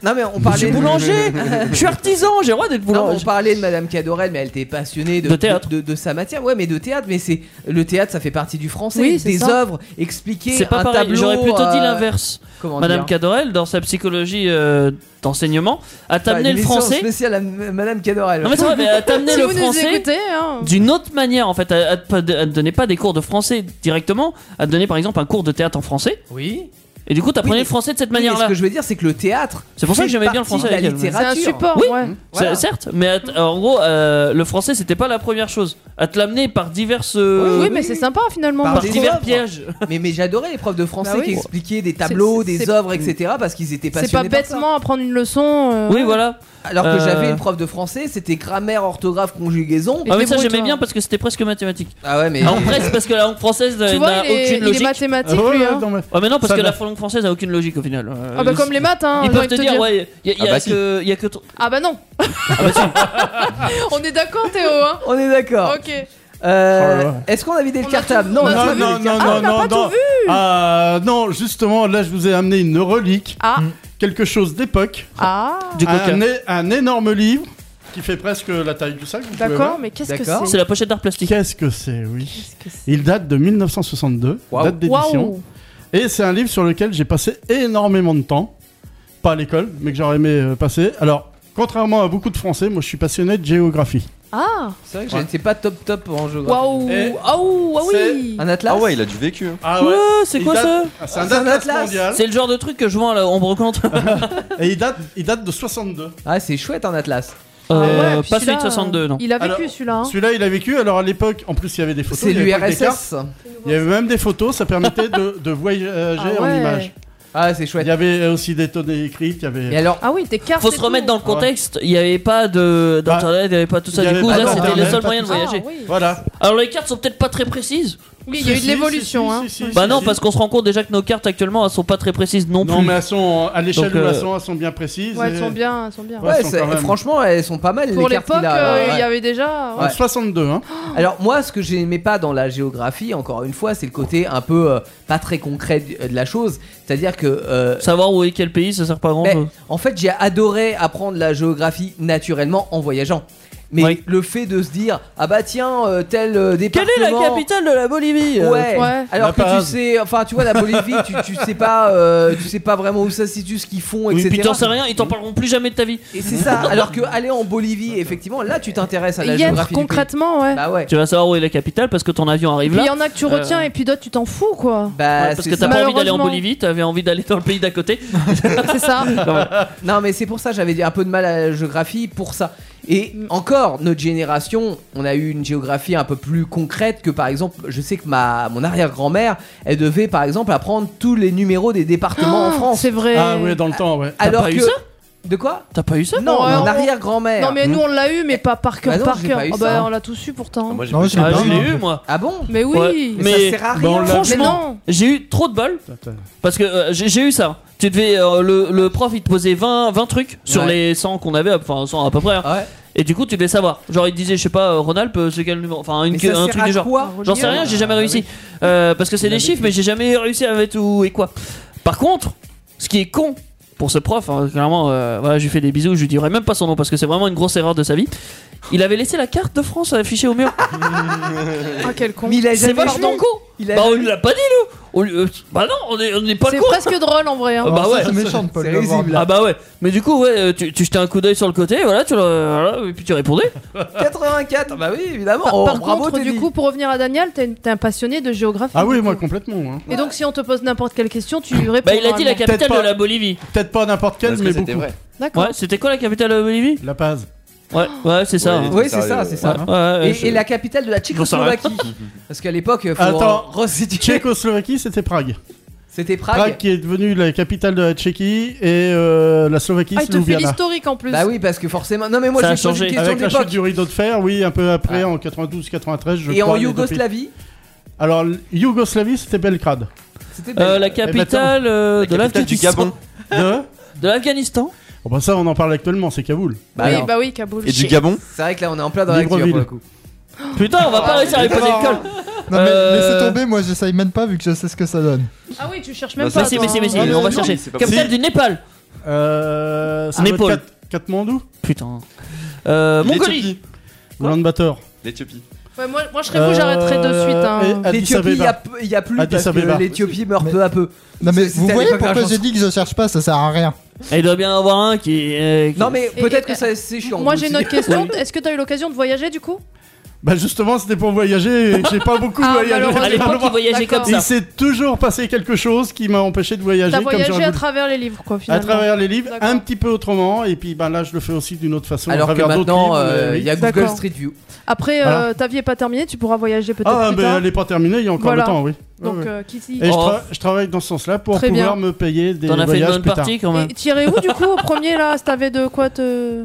Speaker 4: Non, mais on
Speaker 6: Je suis
Speaker 4: parlait.
Speaker 6: boulanger Je suis artisan, j'ai le droit d'être
Speaker 4: Non, mais on
Speaker 6: boulanger.
Speaker 4: parlait de Madame Cadorel, mais elle était passionnée de,
Speaker 6: De théâtre.
Speaker 4: de, de sa matière. Ouais, mais de théâtre, mais c'est le théâtre, ça fait partie du français.
Speaker 5: Oui, c'est
Speaker 4: des
Speaker 5: ça.
Speaker 4: œuvres, expliquer.
Speaker 6: C'est pas
Speaker 4: un
Speaker 6: pareil,
Speaker 4: tableau,
Speaker 6: j'aurais plutôt dit
Speaker 4: euh,
Speaker 6: l'inverse.
Speaker 4: Comment
Speaker 6: Madame
Speaker 4: dire
Speaker 6: Cadorel, dans sa psychologie euh, d'enseignement, a
Speaker 4: Enfin,
Speaker 6: t'amené
Speaker 4: une
Speaker 6: le
Speaker 4: émission
Speaker 6: français.
Speaker 4: spéciale à M- Madame Cadorel.
Speaker 6: Non mais c'est vrai, mais a t'amené
Speaker 5: Si
Speaker 6: le
Speaker 5: vous nous
Speaker 6: français
Speaker 5: écoutez, hein.
Speaker 6: d'une autre manière en fait, à, à te pas- à te donner pas des cours de français directement, à te donner par exemple un cours de théâtre en français,
Speaker 4: Oui.
Speaker 6: et du coup t'apprenais
Speaker 4: Oui,
Speaker 6: le français de cette
Speaker 4: Oui, mais
Speaker 6: manière-là.
Speaker 4: Ce que je veux dire, c'est que le théâtre.
Speaker 6: C'est pour ça que
Speaker 4: fait
Speaker 6: j'aimais bien le
Speaker 4: partie
Speaker 6: français
Speaker 4: de La
Speaker 6: avec elle, mais-
Speaker 5: c'est un
Speaker 4: littérature.
Speaker 5: support,
Speaker 6: Oui.
Speaker 5: ouais.
Speaker 4: Voilà.
Speaker 6: C'est- Certes, mais à t- en gros, euh, le français c'était pas la première chose. À te l'amener par diverses, euh,
Speaker 5: oui, mais c'est sympa finalement.
Speaker 4: Par
Speaker 6: par
Speaker 4: des
Speaker 6: divers
Speaker 4: œuvres.
Speaker 6: pièges.
Speaker 4: Mais, mais j'adorais les profs de français
Speaker 5: Bah oui.
Speaker 4: qui expliquaient des tableaux,
Speaker 5: c'est-
Speaker 4: des
Speaker 5: c'est-
Speaker 4: œuvres, etc. parce qu'ils étaient passionnés.
Speaker 5: C'est pas
Speaker 4: par ça.
Speaker 5: bêtement à prendre une leçon. euh,
Speaker 6: Oui, voilà.
Speaker 4: Alors que
Speaker 6: Euh,
Speaker 4: j'avais une prof de français, c'était grammaire, orthographe, conjugaison.
Speaker 5: Et
Speaker 6: Ah mais ça
Speaker 5: débrouille-toi.
Speaker 6: j'aimais bien parce que c'était presque mathématique.
Speaker 4: Ah ouais, mais.
Speaker 6: En presse parce que la langue française euh,
Speaker 5: Tu vois,
Speaker 6: n'a
Speaker 5: il est,
Speaker 6: aucune
Speaker 5: il est
Speaker 6: logique.
Speaker 5: mathématique
Speaker 3: Ah ouais,
Speaker 5: lui.
Speaker 3: ouais,
Speaker 5: hein.
Speaker 3: non, mais-
Speaker 6: Ah mais non parce
Speaker 3: Ça
Speaker 6: que
Speaker 3: va.
Speaker 6: la langue française a aucune logique au final. Euh,
Speaker 5: Ah bah comme les maths, hein.
Speaker 6: Ils
Speaker 5: j'ai
Speaker 6: peuvent
Speaker 5: envie
Speaker 6: te
Speaker 5: de
Speaker 6: dire, ouais, il y a, y a
Speaker 8: Ah bah
Speaker 6: que,
Speaker 8: si.
Speaker 6: y a que ton-
Speaker 5: Ah bah non. On est d'accord Théo, hein.
Speaker 4: On est d'accord.
Speaker 5: Ok.
Speaker 4: Euh,
Speaker 3: Oh là là.
Speaker 4: Est-ce qu'on a vidé le
Speaker 5: On a
Speaker 4: cartable
Speaker 5: tout-
Speaker 4: Non,
Speaker 5: on
Speaker 4: on
Speaker 5: a
Speaker 4: a pas
Speaker 3: Non,
Speaker 5: tout
Speaker 4: vidé
Speaker 3: non, non,
Speaker 4: le cartable.
Speaker 5: Ah,
Speaker 3: non,
Speaker 5: on n'a
Speaker 3: non,
Speaker 5: pas
Speaker 3: non.
Speaker 5: tout
Speaker 3: Ah, non, justement, là, je vous ai amené une relique,
Speaker 5: Ah
Speaker 3: quelque chose d'époque,
Speaker 5: ah.
Speaker 6: du coca.
Speaker 3: un, é- un énorme livre qui fait presque la taille du sac. vous pouvez
Speaker 5: D'accord,
Speaker 3: voir.
Speaker 5: mais qu'est-ce que
Speaker 4: D'accord.
Speaker 6: C'est
Speaker 5: c'est
Speaker 6: la pochette d'art plastique.
Speaker 3: Qu'est-ce que c'est, oui.
Speaker 5: Qu'est-ce que c'est
Speaker 3: Il date de 1962,
Speaker 4: Waouh.
Speaker 3: date d'édition.
Speaker 5: Waouh.
Speaker 3: Et c'est un livre sur lequel j'ai passé énormément de temps. Pas à l'école, mais que j'aurais aimé euh, passer. Alors, contrairement à beaucoup de Français, moi je suis passionné de géographie.
Speaker 5: Ah.
Speaker 4: C'est vrai que j'étais pas top top en géographie.
Speaker 5: Waouh.
Speaker 3: Et
Speaker 5: Waouh. Ah oui.
Speaker 4: Un atlas
Speaker 8: Ah ouais, il a du vécu. hein.
Speaker 3: Ah
Speaker 6: Ouais, c'est quoi ça
Speaker 3: C'est un
Speaker 4: C'est un
Speaker 3: atlas
Speaker 4: atlas.
Speaker 3: mondial.
Speaker 6: C'est le genre de truc que je vends là, on me recommande.
Speaker 3: Et il date, il date de 62.
Speaker 4: Ah, c'est chouette un atlas.
Speaker 5: Ah ouais,
Speaker 6: Euh,
Speaker 5: puis
Speaker 6: pas celui
Speaker 5: celui-là,
Speaker 6: de 62, non.
Speaker 5: Il a
Speaker 3: Alors,
Speaker 5: vécu celui-là. hein.
Speaker 3: Celui-là, il a vécu. Alors à l'époque, en plus, il y avait des photos.
Speaker 4: C'est
Speaker 3: il y avait pas que des cartes.
Speaker 4: l'URSS.
Speaker 3: Il y avait même des photos, ça permettait de, de voyager
Speaker 5: Ah
Speaker 3: en
Speaker 5: ouais.
Speaker 3: images.
Speaker 4: Ah, c'est
Speaker 3: Il y
Speaker 4: chouette.
Speaker 3: avait aussi des données écrites. Il y
Speaker 4: Et
Speaker 3: avait.
Speaker 4: alors,
Speaker 5: Ah oui, t'es cartes.
Speaker 6: Faut se
Speaker 5: et
Speaker 6: remettre
Speaker 5: tout.
Speaker 6: dans le contexte, il n'y avait pas de- d'internet, il n'y avait pas tout ça,
Speaker 3: Bah, Il y
Speaker 6: du
Speaker 3: avait
Speaker 6: coup
Speaker 3: pas
Speaker 6: là c'était le
Speaker 3: d'internet,
Speaker 6: seul
Speaker 3: pas
Speaker 6: moyen de
Speaker 3: tout ça.
Speaker 5: Ah,
Speaker 6: voyager.
Speaker 5: oui.
Speaker 3: Voilà.
Speaker 6: Alors les cartes sont peut-être pas très précises.
Speaker 5: Oui, il y a eu
Speaker 3: Si,
Speaker 5: de
Speaker 3: si, si,
Speaker 5: l'évolution. hein.
Speaker 3: si, si, si,
Speaker 6: Bah
Speaker 3: si,
Speaker 6: non,
Speaker 3: si.
Speaker 6: parce qu'on se rend compte déjà que nos cartes actuellement elles sont pas très précises non plus.
Speaker 3: Non, mais elles sont à l'échelle
Speaker 6: Donc,
Speaker 3: où
Speaker 6: euh,
Speaker 3: elles sont, elles sont bien précises.
Speaker 5: Ouais,
Speaker 3: et-
Speaker 5: elles sont bien, elles sont bien.
Speaker 3: Ouais,
Speaker 4: ouais,
Speaker 3: sont
Speaker 4: c'est-
Speaker 3: quand même-
Speaker 4: franchement, elles sont pas mal
Speaker 5: Pour
Speaker 4: les cartes
Speaker 5: l'époque,
Speaker 4: qu'il a.
Speaker 5: euh,
Speaker 4: Ouais.
Speaker 5: il y avait déjà.
Speaker 3: En 62, hein.
Speaker 4: Alors moi, ce que j'aimais pas dans la géographie, encore une fois, c'est le côté un peu euh, pas très concret du- euh, de la chose. C'est-à-dire que euh,
Speaker 6: Savoir où est quel pays, ça sert pas à grand
Speaker 4: Mais
Speaker 6: chose.
Speaker 4: en fait, j'ai adoré apprendre la géographie naturellement en voyageant. Mais
Speaker 6: Ouais.
Speaker 4: le fait de se dire ah bah tiens euh, tel euh,
Speaker 6: Quelle
Speaker 4: département.
Speaker 6: est la capitale de la Bolivie euh,
Speaker 4: Ouais.
Speaker 5: Ouais.
Speaker 4: Alors
Speaker 3: La
Speaker 4: que tu
Speaker 3: Paz.
Speaker 4: sais, enfin tu vois la Bolivie, tu, tu sais pas, euh, tu sais pas vraiment où ça se situe, ce qu'ils font,
Speaker 6: Oui,
Speaker 4: etc.
Speaker 6: puis t'en sais rien, ils t'en parleront plus jamais de ta vie.
Speaker 4: Et c'est ça. Alors que aller en Bolivie, effectivement, là tu t'intéresses à la
Speaker 5: Y être
Speaker 4: géographie. du pays.
Speaker 5: concrètement, ouais.
Speaker 4: Bah ouais.
Speaker 6: Tu vas savoir où est la capitale parce que ton avion arrive
Speaker 5: Puis il y
Speaker 6: là. Euh.
Speaker 5: en a que tu retiens et puis d'autres tu t'en fous quoi.
Speaker 4: Bah,
Speaker 6: Ouais, parce
Speaker 4: c'est
Speaker 6: que
Speaker 4: ça.
Speaker 6: t'as pas envie d'aller en
Speaker 5: Malheureusement.
Speaker 6: Bolivie, t'avais envie d'aller dans le pays d'à côté.
Speaker 5: C'est ça.
Speaker 4: Non, mais c'est pour ça, j'avais un peu de mal à la géographie pour ça. Et encore, notre génération, on a eu une géographie un peu plus concrète que par exemple, je sais que ma mon arrière-grand-mère, elle devait par exemple apprendre tous les numéros des départements en France.
Speaker 5: C'est vrai.
Speaker 3: Ah ouais, dans le temps, ouais.
Speaker 4: Alors
Speaker 6: pas
Speaker 4: que
Speaker 6: eu ça
Speaker 4: de quoi
Speaker 6: T'as pas eu ça
Speaker 4: Non,
Speaker 5: Ouais,
Speaker 4: mon
Speaker 5: on-
Speaker 4: arrière-grand-mère.
Speaker 5: Non mais nous on l'a eu mais pas par
Speaker 4: Bah
Speaker 5: cœur
Speaker 4: non,
Speaker 5: par
Speaker 4: j'ai
Speaker 5: cœur.
Speaker 4: pas eu
Speaker 5: Ah bah
Speaker 4: ça.
Speaker 5: on l'a tous eu pourtant.
Speaker 4: Oh.
Speaker 8: Ah, Moi, j'ai
Speaker 7: Non,
Speaker 8: pas-
Speaker 7: je l'ai
Speaker 6: Ah,
Speaker 7: pas.
Speaker 6: je
Speaker 7: non.
Speaker 6: l'ai eu moi.
Speaker 4: Ah bon
Speaker 5: Mais oui.
Speaker 6: Ouais,
Speaker 4: Mais, ça
Speaker 6: Mais- bah,
Speaker 4: sert à
Speaker 3: Bon,
Speaker 4: rien.
Speaker 3: là-
Speaker 5: Mais non.
Speaker 6: J'ai eu trop de bol
Speaker 3: Attends.
Speaker 6: parce que euh, j'ai j'ai eu ça. Tu devais euh, le, le prof il te posait 20 20 trucs sur
Speaker 4: Ouais.
Speaker 6: les 100 qu'on avait enfin 100 à peu près. hein.
Speaker 4: Ouais.
Speaker 6: Et du coup, tu devais savoir. Genre il te disait je sais pas euh, Ronalp euh, c'est quel numéro enfin une-
Speaker 4: Mais ça
Speaker 6: un
Speaker 4: sert
Speaker 6: truc
Speaker 4: à
Speaker 6: du genre.
Speaker 4: quoi
Speaker 6: J'en sais rien, j'ai jamais
Speaker 4: Ah,
Speaker 6: réussi.
Speaker 4: oui.
Speaker 6: Euh, parce que c'est
Speaker 4: Il
Speaker 6: des
Speaker 4: avait
Speaker 6: chiffres, mais j'ai jamais réussi à mettre où et quoi. Par contre, ce qui est con pour ce prof, hein, clairement, euh, voilà, je lui fais des bisous, je lui dirai même pas son nom parce que c'est vraiment une grosse erreur de sa vie. Il avait laissé la carte de France affichée au mur.
Speaker 5: Ah quel con.
Speaker 4: Mais il a
Speaker 6: c'est
Speaker 4: jamais
Speaker 6: vachement
Speaker 4: vu.
Speaker 6: con.
Speaker 4: Il a
Speaker 6: Bah, on
Speaker 4: jamais-
Speaker 6: lui l'a pas dit, nous. On lui- euh, bah non, on est, on est pas
Speaker 5: C'est
Speaker 6: con.
Speaker 5: presque drôle en vrai. hein.
Speaker 4: Oh,
Speaker 6: Ah bah
Speaker 7: Alors, ça,
Speaker 6: ouais.
Speaker 7: c'est méchant de pas
Speaker 4: C'est
Speaker 7: lui avoir
Speaker 4: risible.
Speaker 7: dit.
Speaker 6: Ah bah ouais, mais du coup, ouais, euh, tu, tu jetais un coup d'œil sur le côté, voilà, tu le- voilà, et puis tu répondais.
Speaker 4: 84. Bah oui, évidemment.
Speaker 5: Par,
Speaker 4: Oh,
Speaker 5: par
Speaker 4: bravo,
Speaker 5: contre, du
Speaker 4: Teddy.
Speaker 5: coup, pour revenir à Daniel, t'es une- t'es un passionné de géographie.
Speaker 3: Ah oui,
Speaker 5: du
Speaker 3: moi
Speaker 5: coup.
Speaker 3: complètement. hein.
Speaker 5: Et donc, si on te pose n'importe quelle question, tu lui réponds.
Speaker 6: Bah il a dit la
Speaker 5: normalement.
Speaker 6: capitale
Speaker 3: Peut-être
Speaker 6: de
Speaker 3: pas.
Speaker 6: la Bolivie.
Speaker 3: Peut-être pas n'importe quel,
Speaker 8: Parce que
Speaker 3: mais
Speaker 8: c'était
Speaker 3: beaucoup.
Speaker 8: vrai.
Speaker 5: D'accord.
Speaker 6: Ouais, c'était quoi la capitale de la Bolivie
Speaker 3: La Paz.
Speaker 6: Ouais, ouais, c'est ça.
Speaker 8: Ouais,
Speaker 6: hein.
Speaker 4: Oui, c'est ça, c'est ça.
Speaker 6: Ouais, ouais,
Speaker 4: Et,
Speaker 6: je-
Speaker 4: et la capitale de la
Speaker 6: J'en sais rien.
Speaker 4: Tchécoslovaquie. Parce qu'à l'époque, faut
Speaker 3: Attends.
Speaker 4: en resituer.
Speaker 3: Tchécoslovaquie, c'était Prague.
Speaker 4: C'était Prague.
Speaker 3: Prague qui est devenue la capitale de la Tchéquie et euh, la Slovaquie,
Speaker 5: Ah, il
Speaker 3: c'est
Speaker 5: te fait
Speaker 3: Ljubljana.
Speaker 5: l'historique en plus.
Speaker 4: Bah oui, parce que forcément. Non, mais moi,
Speaker 6: Ça a
Speaker 4: je pose
Speaker 6: changé.
Speaker 4: une question
Speaker 3: Avec la chute
Speaker 4: d'époque.
Speaker 3: du rideau de fer, oui, un peu après,
Speaker 6: Ah.
Speaker 3: en 92-93, je
Speaker 4: Et en
Speaker 3: crois, les deux pays.
Speaker 4: Yougoslavie,
Speaker 3: Alors, l- Yougoslavie, c'était Belgrade.
Speaker 4: c'était
Speaker 6: Euh,
Speaker 4: Belgrade.
Speaker 6: la capitale euh,
Speaker 8: La
Speaker 6: de
Speaker 8: capitale du
Speaker 6: l'Afghanistan.
Speaker 8: Gabon.
Speaker 3: De
Speaker 6: De l'afghanistan
Speaker 3: Bon, bah ça, on en parle actuellement, c'est Kaboul.
Speaker 4: Bah
Speaker 5: Oui,
Speaker 4: alors,
Speaker 5: bah oui, Kaboul.
Speaker 8: Et du Gabon
Speaker 4: C'est vrai que là, on est en plein dans l'actu
Speaker 3: Libreville.
Speaker 4: pour le coup.
Speaker 6: Putain, on va pas réussir à répondre à l'école.
Speaker 7: Non, mais
Speaker 6: Euh,
Speaker 7: laissez tomber, moi j'essaye même pas vu que je sais ce que ça donne.
Speaker 5: Ah oui, tu cherches même
Speaker 8: Bah,
Speaker 5: pas.
Speaker 6: Mais si,
Speaker 5: toi,
Speaker 6: mais si, mais
Speaker 5: hein.
Speaker 6: si,
Speaker 3: Ah, mais
Speaker 6: on va
Speaker 3: non,
Speaker 6: chercher.
Speaker 8: c'est pas
Speaker 6: Capitale
Speaker 3: possible.
Speaker 6: du Népal.
Speaker 3: Euh, euh, ça
Speaker 6: Un
Speaker 3: doit être
Speaker 6: épaule.
Speaker 3: Kat- Katmandou
Speaker 6: Putain. Euh, Mongolie.
Speaker 8: L'Éthiopie.
Speaker 3: Ulaanbaatar.
Speaker 8: L'Éthiopie.
Speaker 5: Ouais, moi, moi, je serais vous, j'arrêterais de suite. hein.
Speaker 3: Euh, et Addis
Speaker 4: L'Éthiopie, il y a
Speaker 3: Abeba.
Speaker 4: peu- il y a plus
Speaker 3: Addis
Speaker 4: parce
Speaker 3: Abeba.
Speaker 4: que l'Éthiopie meurt
Speaker 7: Mais-
Speaker 4: peu à peu.
Speaker 7: Non mais
Speaker 4: C'était
Speaker 7: vous
Speaker 4: à
Speaker 7: voyez
Speaker 4: l'époque de la
Speaker 7: pourquoi j'ai
Speaker 4: chanson.
Speaker 7: dit que je cherche pas, ça sert à rien.
Speaker 6: Et il doit bien y en avoir un qui. euh, qui-
Speaker 4: Non mais
Speaker 5: Et-
Speaker 4: peut-être
Speaker 5: et-
Speaker 4: que ça c'est chiant.
Speaker 5: Moi j'ai une
Speaker 4: aussi.
Speaker 5: autre question. Est-ce que t'as eu l'occasion de voyager du coup
Speaker 3: Bah justement, c'était pour voyager et j'ai pas beaucoup
Speaker 5: Ah,
Speaker 6: À
Speaker 3: voyagé.
Speaker 5: malheureusement.
Speaker 6: l'époque, il voyageait
Speaker 5: D'accord.
Speaker 6: comme
Speaker 3: Il
Speaker 6: ça.
Speaker 3: s'est toujours passé quelque chose qui m'a empêché de voyager
Speaker 5: T'as
Speaker 3: comme j'aurais
Speaker 5: voyagé
Speaker 3: voulu.
Speaker 5: à travers les livres quoi
Speaker 3: à
Speaker 5: finalement.
Speaker 3: travers les livres,
Speaker 5: D'accord.
Speaker 3: un petit peu autrement, et puis ben là je le fais aussi d'une autre façon, à
Speaker 4: Alors que
Speaker 3: travers d'autres
Speaker 4: maintenant,
Speaker 3: livres.
Speaker 4: euh,
Speaker 3: mais
Speaker 4: il y a
Speaker 3: oui.
Speaker 4: Google
Speaker 5: D'accord.
Speaker 4: Street View.
Speaker 5: Après euh,
Speaker 3: Voilà.
Speaker 5: ta vie est pas terminée, tu pourras voyager peut-être
Speaker 3: Ah,
Speaker 5: plus
Speaker 3: mais
Speaker 5: tard.
Speaker 3: elle est pas terminée, il y a encore
Speaker 5: Voilà.
Speaker 3: le temps, oui. Oui,
Speaker 5: Donc
Speaker 3: oui.
Speaker 5: euh, qui s'y-
Speaker 3: Et je,
Speaker 6: Oh.
Speaker 3: tra- je travaille dans ce sens-là pour
Speaker 5: Très
Speaker 3: pouvoir
Speaker 5: bien.
Speaker 3: me payer des
Speaker 6: T'en as fait une
Speaker 3: voyages
Speaker 6: bonne
Speaker 3: plus tard.
Speaker 6: partie quand même.
Speaker 5: Et tirer où du coup au premier là Si T'avais de quoi te.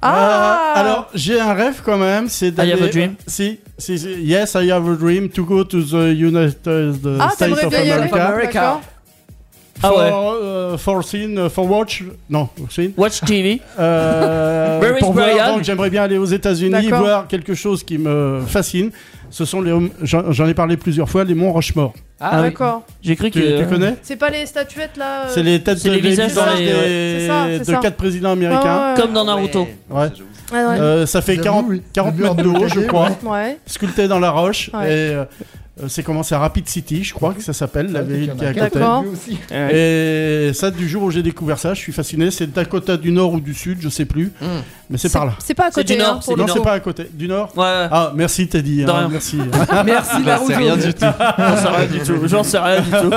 Speaker 5: Ah
Speaker 3: Euh, alors j'ai un rêve quand même, c'est d'aller.
Speaker 6: have a dream.
Speaker 3: Si, si, si, yes, I have a dream to go to the United
Speaker 5: Ah,
Speaker 3: States
Speaker 5: t'aimerais
Speaker 3: of
Speaker 5: bien y aller
Speaker 3: America.
Speaker 4: America.
Speaker 5: D'accord.
Speaker 6: Ah
Speaker 3: for,
Speaker 6: ouais.
Speaker 3: euh, for scene, euh, for watch, non, for scene.
Speaker 6: Watch TV.
Speaker 3: Euh,
Speaker 6: Where is
Speaker 3: pour voir,
Speaker 6: Brian
Speaker 3: donc j'aimerais bien aller aux États-Unis
Speaker 5: D'accord.
Speaker 3: voir quelque chose qui me fascine. Ce sont les, j'en j'en ai parlé plusieurs fois, les monts Rochemort.
Speaker 4: Ah, oui.
Speaker 5: D'accord.
Speaker 6: J'ai cru que. euh,
Speaker 3: Tu, tu connais
Speaker 5: C'est pas les statuettes là euh,
Speaker 3: C'est les têtes
Speaker 6: c'est
Speaker 3: de
Speaker 6: les visages dans les- Ah
Speaker 3: des-
Speaker 5: ouais. C'est ça, c'est
Speaker 3: de
Speaker 5: ça.
Speaker 3: quatre présidents
Speaker 5: ouais,
Speaker 3: américains.
Speaker 5: Ah ouais,
Speaker 6: Comme dans Naruto.
Speaker 3: Ouais.
Speaker 8: Ça, j'avoue.
Speaker 5: ouais. Ouais, ouais.
Speaker 3: Euh, ça fait
Speaker 7: J'avoue,
Speaker 3: 40,
Speaker 7: oui.
Speaker 3: 40
Speaker 7: Le mur
Speaker 3: mètres de haut, je
Speaker 7: bloqué,
Speaker 3: crois,
Speaker 5: Ouais.
Speaker 3: sculpté dans la roche.
Speaker 5: Ouais.
Speaker 3: Et euh, c'est commencé à Rapid City, je crois que ça s'appelle, la ville qui est à
Speaker 5: quatre.
Speaker 3: côté.
Speaker 5: D'accord.
Speaker 3: Et ça, du jour où j'ai découvert ça, je suis fasciné. C'est Dakota du Nord ou du Sud, je sais plus,
Speaker 4: Mm.
Speaker 3: mais c'est par là.
Speaker 5: C'est pas à
Speaker 6: C'est
Speaker 5: côté.
Speaker 6: du Nord,
Speaker 5: hein,
Speaker 6: c'est
Speaker 5: pour
Speaker 6: du
Speaker 5: le
Speaker 3: Non,
Speaker 6: Nord.
Speaker 5: coup.
Speaker 3: c'est pas à côté. Du Nord
Speaker 6: Ouais, ouais.
Speaker 3: Ah, merci Teddy.
Speaker 6: De
Speaker 3: hein,
Speaker 6: rien.
Speaker 3: merci.
Speaker 4: Merci
Speaker 8: J'en sais rien
Speaker 4: Naruto.
Speaker 8: du tout.
Speaker 6: J'en sais Ah, rien du tout. J'en sais rien du tout.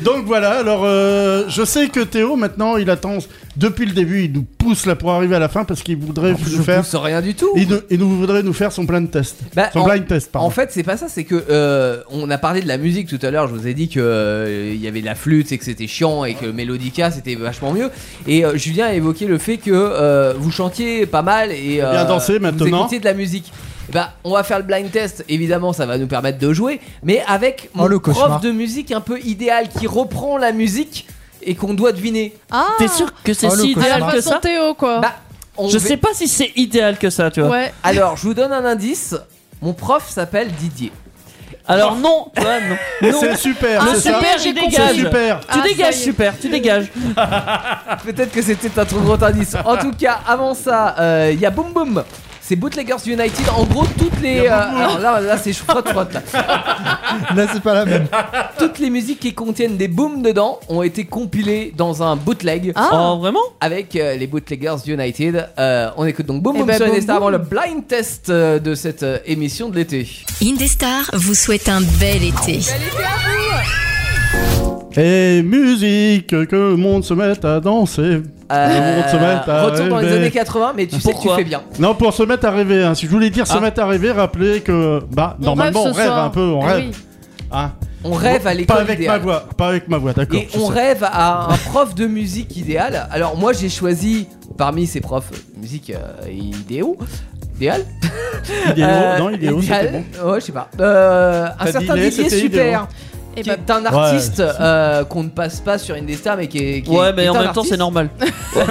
Speaker 3: Donc voilà, alors euh, je sais que Théo, maintenant, il attend. Depuis le début, il nous pousse là pour arriver à la fin parce qu'il voudrait
Speaker 4: Je
Speaker 3: nous faire.
Speaker 4: pousse rien du tout.
Speaker 3: Il nous, il nous voudrait nous faire son plein de tests.
Speaker 4: Bah,
Speaker 3: Son
Speaker 4: en-
Speaker 3: blind test, pardon.
Speaker 4: En fait, c'est pas ça, c'est que euh, on a parlé de la musique tout à l'heure. Je vous ai dit que euh, il y avait de la flûte et que c'était chiant et que Melodica c'était vachement mieux. Et euh, Julien a évoqué le fait que euh, vous chantiez pas mal et euh,
Speaker 3: Bien danser maintenant.
Speaker 4: Vous écoutiez de la musique. Bah, on va faire le blind test. Évidemment, ça va nous permettre de jouer, mais avec
Speaker 7: Oh,
Speaker 4: mon
Speaker 7: le
Speaker 4: prof
Speaker 7: cauchemar.
Speaker 4: de musique un peu idéal qui reprend la musique et qu'on doit deviner.
Speaker 5: Ah
Speaker 6: T'es sûr que c'est
Speaker 7: Oh, le
Speaker 6: si
Speaker 5: À la
Speaker 6: idéal que
Speaker 5: façon
Speaker 6: ça
Speaker 5: Théo quoi.
Speaker 4: Bah, on
Speaker 6: Je
Speaker 4: va-
Speaker 6: sais pas si c'est idéal que ça, tu vois.
Speaker 5: Ouais.
Speaker 4: Alors, je vous donne un indice. Mon prof s'appelle Didier.
Speaker 6: Alors non, tu vois, non. non.
Speaker 3: C'est super,
Speaker 5: Ah,
Speaker 3: c'est ça.
Speaker 5: super,
Speaker 6: j'ai
Speaker 5: j'ai
Speaker 6: compris.
Speaker 3: C'est
Speaker 6: gage.
Speaker 3: super.
Speaker 6: Tu
Speaker 5: Ah,
Speaker 6: dégages,
Speaker 5: ça y est.
Speaker 6: super, tu dégages.
Speaker 4: Peut-être que c'était un trop gros indice. En tout cas, avant ça, euh, il y a Boom Boom. C'est Bootleggers United. En gros, toutes les. euh, alors là, là c'est frotte frotte. Là.
Speaker 7: Là c'est pas la même.
Speaker 4: Toutes les musiques qui contiennent des booms dedans ont été compilées dans un bootleg
Speaker 5: Ah.
Speaker 6: Oh vraiment
Speaker 4: avec euh, les Bootleggers United. Euh, on écoute donc Boom
Speaker 5: Eh
Speaker 4: Boom
Speaker 5: ben,
Speaker 4: sur
Speaker 5: Boom
Speaker 4: Indestar avant
Speaker 5: Boom.
Speaker 4: le blind test euh, de cette euh, émission de l'été.
Speaker 9: Indestar vous souhaite un bel été.
Speaker 3: Et musique, que le monde se mette à danser. Le monde se met à
Speaker 4: Euh, retour dans les
Speaker 3: rêver.
Speaker 4: années 80, mais tu sais que tu
Speaker 6: Pourquoi
Speaker 4: fais bien.
Speaker 3: Non, pour se mettre à rêver. hein. Si je voulais dire se
Speaker 6: Ah.
Speaker 3: mettre à rêver, rappelez que bah
Speaker 5: On
Speaker 3: normalement
Speaker 5: rêve
Speaker 3: on
Speaker 5: ce
Speaker 3: rêve
Speaker 5: soir.
Speaker 3: un peu, on
Speaker 5: Eh
Speaker 3: rêve.
Speaker 5: oui.
Speaker 3: hein.
Speaker 4: On rêve à l'école
Speaker 3: Pas avec
Speaker 4: idéale.
Speaker 3: ma voix, pas avec ma voix, d'accord.
Speaker 4: Et
Speaker 3: je
Speaker 4: on
Speaker 3: sais.
Speaker 4: rêve à un prof de musique idéal. Alors moi j'ai choisi parmi ces profs de musique euh, idéaux. Idéal
Speaker 3: Il est
Speaker 4: Euh,
Speaker 3: haut, non, il est haut, c'était bon.
Speaker 4: Ouais, je sais pas. Euh, un
Speaker 3: T'as
Speaker 4: certain
Speaker 3: dit les,
Speaker 4: Didier
Speaker 3: c'était
Speaker 4: Super,
Speaker 6: Eh
Speaker 5: Et
Speaker 4: qui
Speaker 6: ben,
Speaker 5: bah,
Speaker 4: est un artiste euh, qu'on ne passe pas sur Indestar, mais qui est. qui est-
Speaker 6: Ouais,
Speaker 4: qui
Speaker 6: mais
Speaker 4: est
Speaker 6: en
Speaker 4: un
Speaker 6: même temps,
Speaker 4: artiste
Speaker 6: c'est normal. Quoi,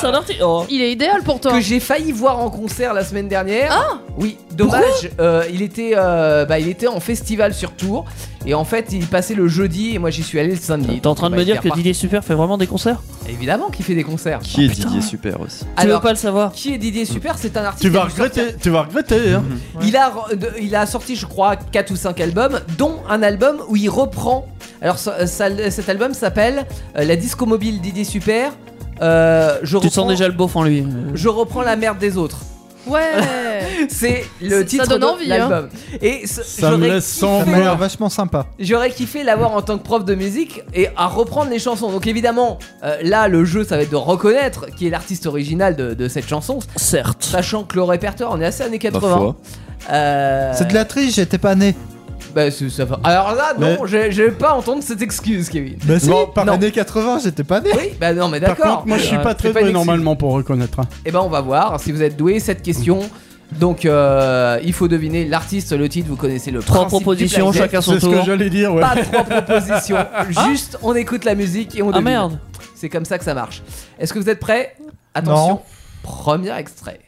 Speaker 6: c'est un artiste Oh.
Speaker 5: Il est idéal pour toi.
Speaker 4: Que j'ai failli voir en concert la semaine dernière.
Speaker 6: Ah
Speaker 4: Oui, dommage. euh, il était, euh, bah, il était en festival sur Tour, et en fait, il passait le jeudi, et moi j'y suis allé le samedi.
Speaker 6: T'es en train de
Speaker 4: Donc, bah,
Speaker 6: me
Speaker 4: il
Speaker 6: dire que
Speaker 4: part-
Speaker 6: Didier Super fait vraiment des concerts
Speaker 4: Évidemment qu'il fait des concerts.
Speaker 8: Qui est Didier Super aussi
Speaker 6: Tu veux
Speaker 4: Alors,
Speaker 6: pas le savoir
Speaker 4: Qui est Didier Super C'est un artiste.
Speaker 3: Tu vas
Speaker 4: qui a dû sortir- Mhm.
Speaker 3: regretter, tu vas regretter. Hein.
Speaker 4: Il a, re- de- il a sorti, je crois, 4 ou 5 albums, dont un album où il reprend. Alors, ce- ça- cet album s'appelle euh, La Disco Mobile Didier Super. Euh, je,
Speaker 6: Tu
Speaker 4: reprends,
Speaker 6: sens déjà le beauf en lui.
Speaker 4: je reprends la merde des autres.
Speaker 5: Ouais.
Speaker 4: C'est
Speaker 5: Ça-
Speaker 4: le
Speaker 5: ça
Speaker 4: titre
Speaker 5: donne
Speaker 4: de
Speaker 5: envie, hein.
Speaker 4: l'album. Et ce-
Speaker 3: Ça me
Speaker 4: j'aurais
Speaker 3: laisse
Speaker 4: kiffé-
Speaker 3: sans
Speaker 7: Ça m'a l'air vachement sympa.
Speaker 4: J'aurais kiffé l'avoir en tant que prof de musique et à reprendre les chansons. Donc évidemment, euh, là, le jeu, ça va être de reconnaître qui est l'artiste original de, de cette chanson,
Speaker 6: Certes.
Speaker 4: sachant que le répertoire, on est assez
Speaker 6: Bah,
Speaker 4: années
Speaker 8: Ma
Speaker 4: 80.
Speaker 8: foi.
Speaker 4: Euh,
Speaker 7: C'est de la triche, j'étais pas né.
Speaker 4: Bah, c'est- ça va. Alors là, non,
Speaker 3: Mais-
Speaker 4: j'ai- je vais pas entendre cette excuse, Kevin.
Speaker 7: Bah si,
Speaker 3: Bon,
Speaker 7: par
Speaker 4: non.
Speaker 7: années 80, j'étais pas né.
Speaker 4: Oui, bah non, mais
Speaker 3: Par
Speaker 4: d'accord.
Speaker 3: contre, moi je suis
Speaker 4: Euh,
Speaker 3: pas très
Speaker 4: c'est une
Speaker 3: doué
Speaker 4: excuse.
Speaker 3: normalement pour reconnaître. hein.
Speaker 4: Eh ben, on va voir si vous êtes doué cette question. Donc, euh, il faut deviner l'artiste, le titre, vous connaissez le
Speaker 6: Trois
Speaker 4: principe du
Speaker 6: propositions,
Speaker 4: blind
Speaker 6: chacun
Speaker 4: test.
Speaker 6: son
Speaker 3: C'est ce que
Speaker 6: tour.
Speaker 3: j'allais dire, ouais. Ah.
Speaker 4: Pas trois propositions, juste on écoute la musique et on
Speaker 6: Ah
Speaker 4: devine.
Speaker 6: merde.
Speaker 4: C'est comme ça que ça marche. Est-ce que vous êtes prêts Attention.
Speaker 7: Non.
Speaker 4: Premier extrait.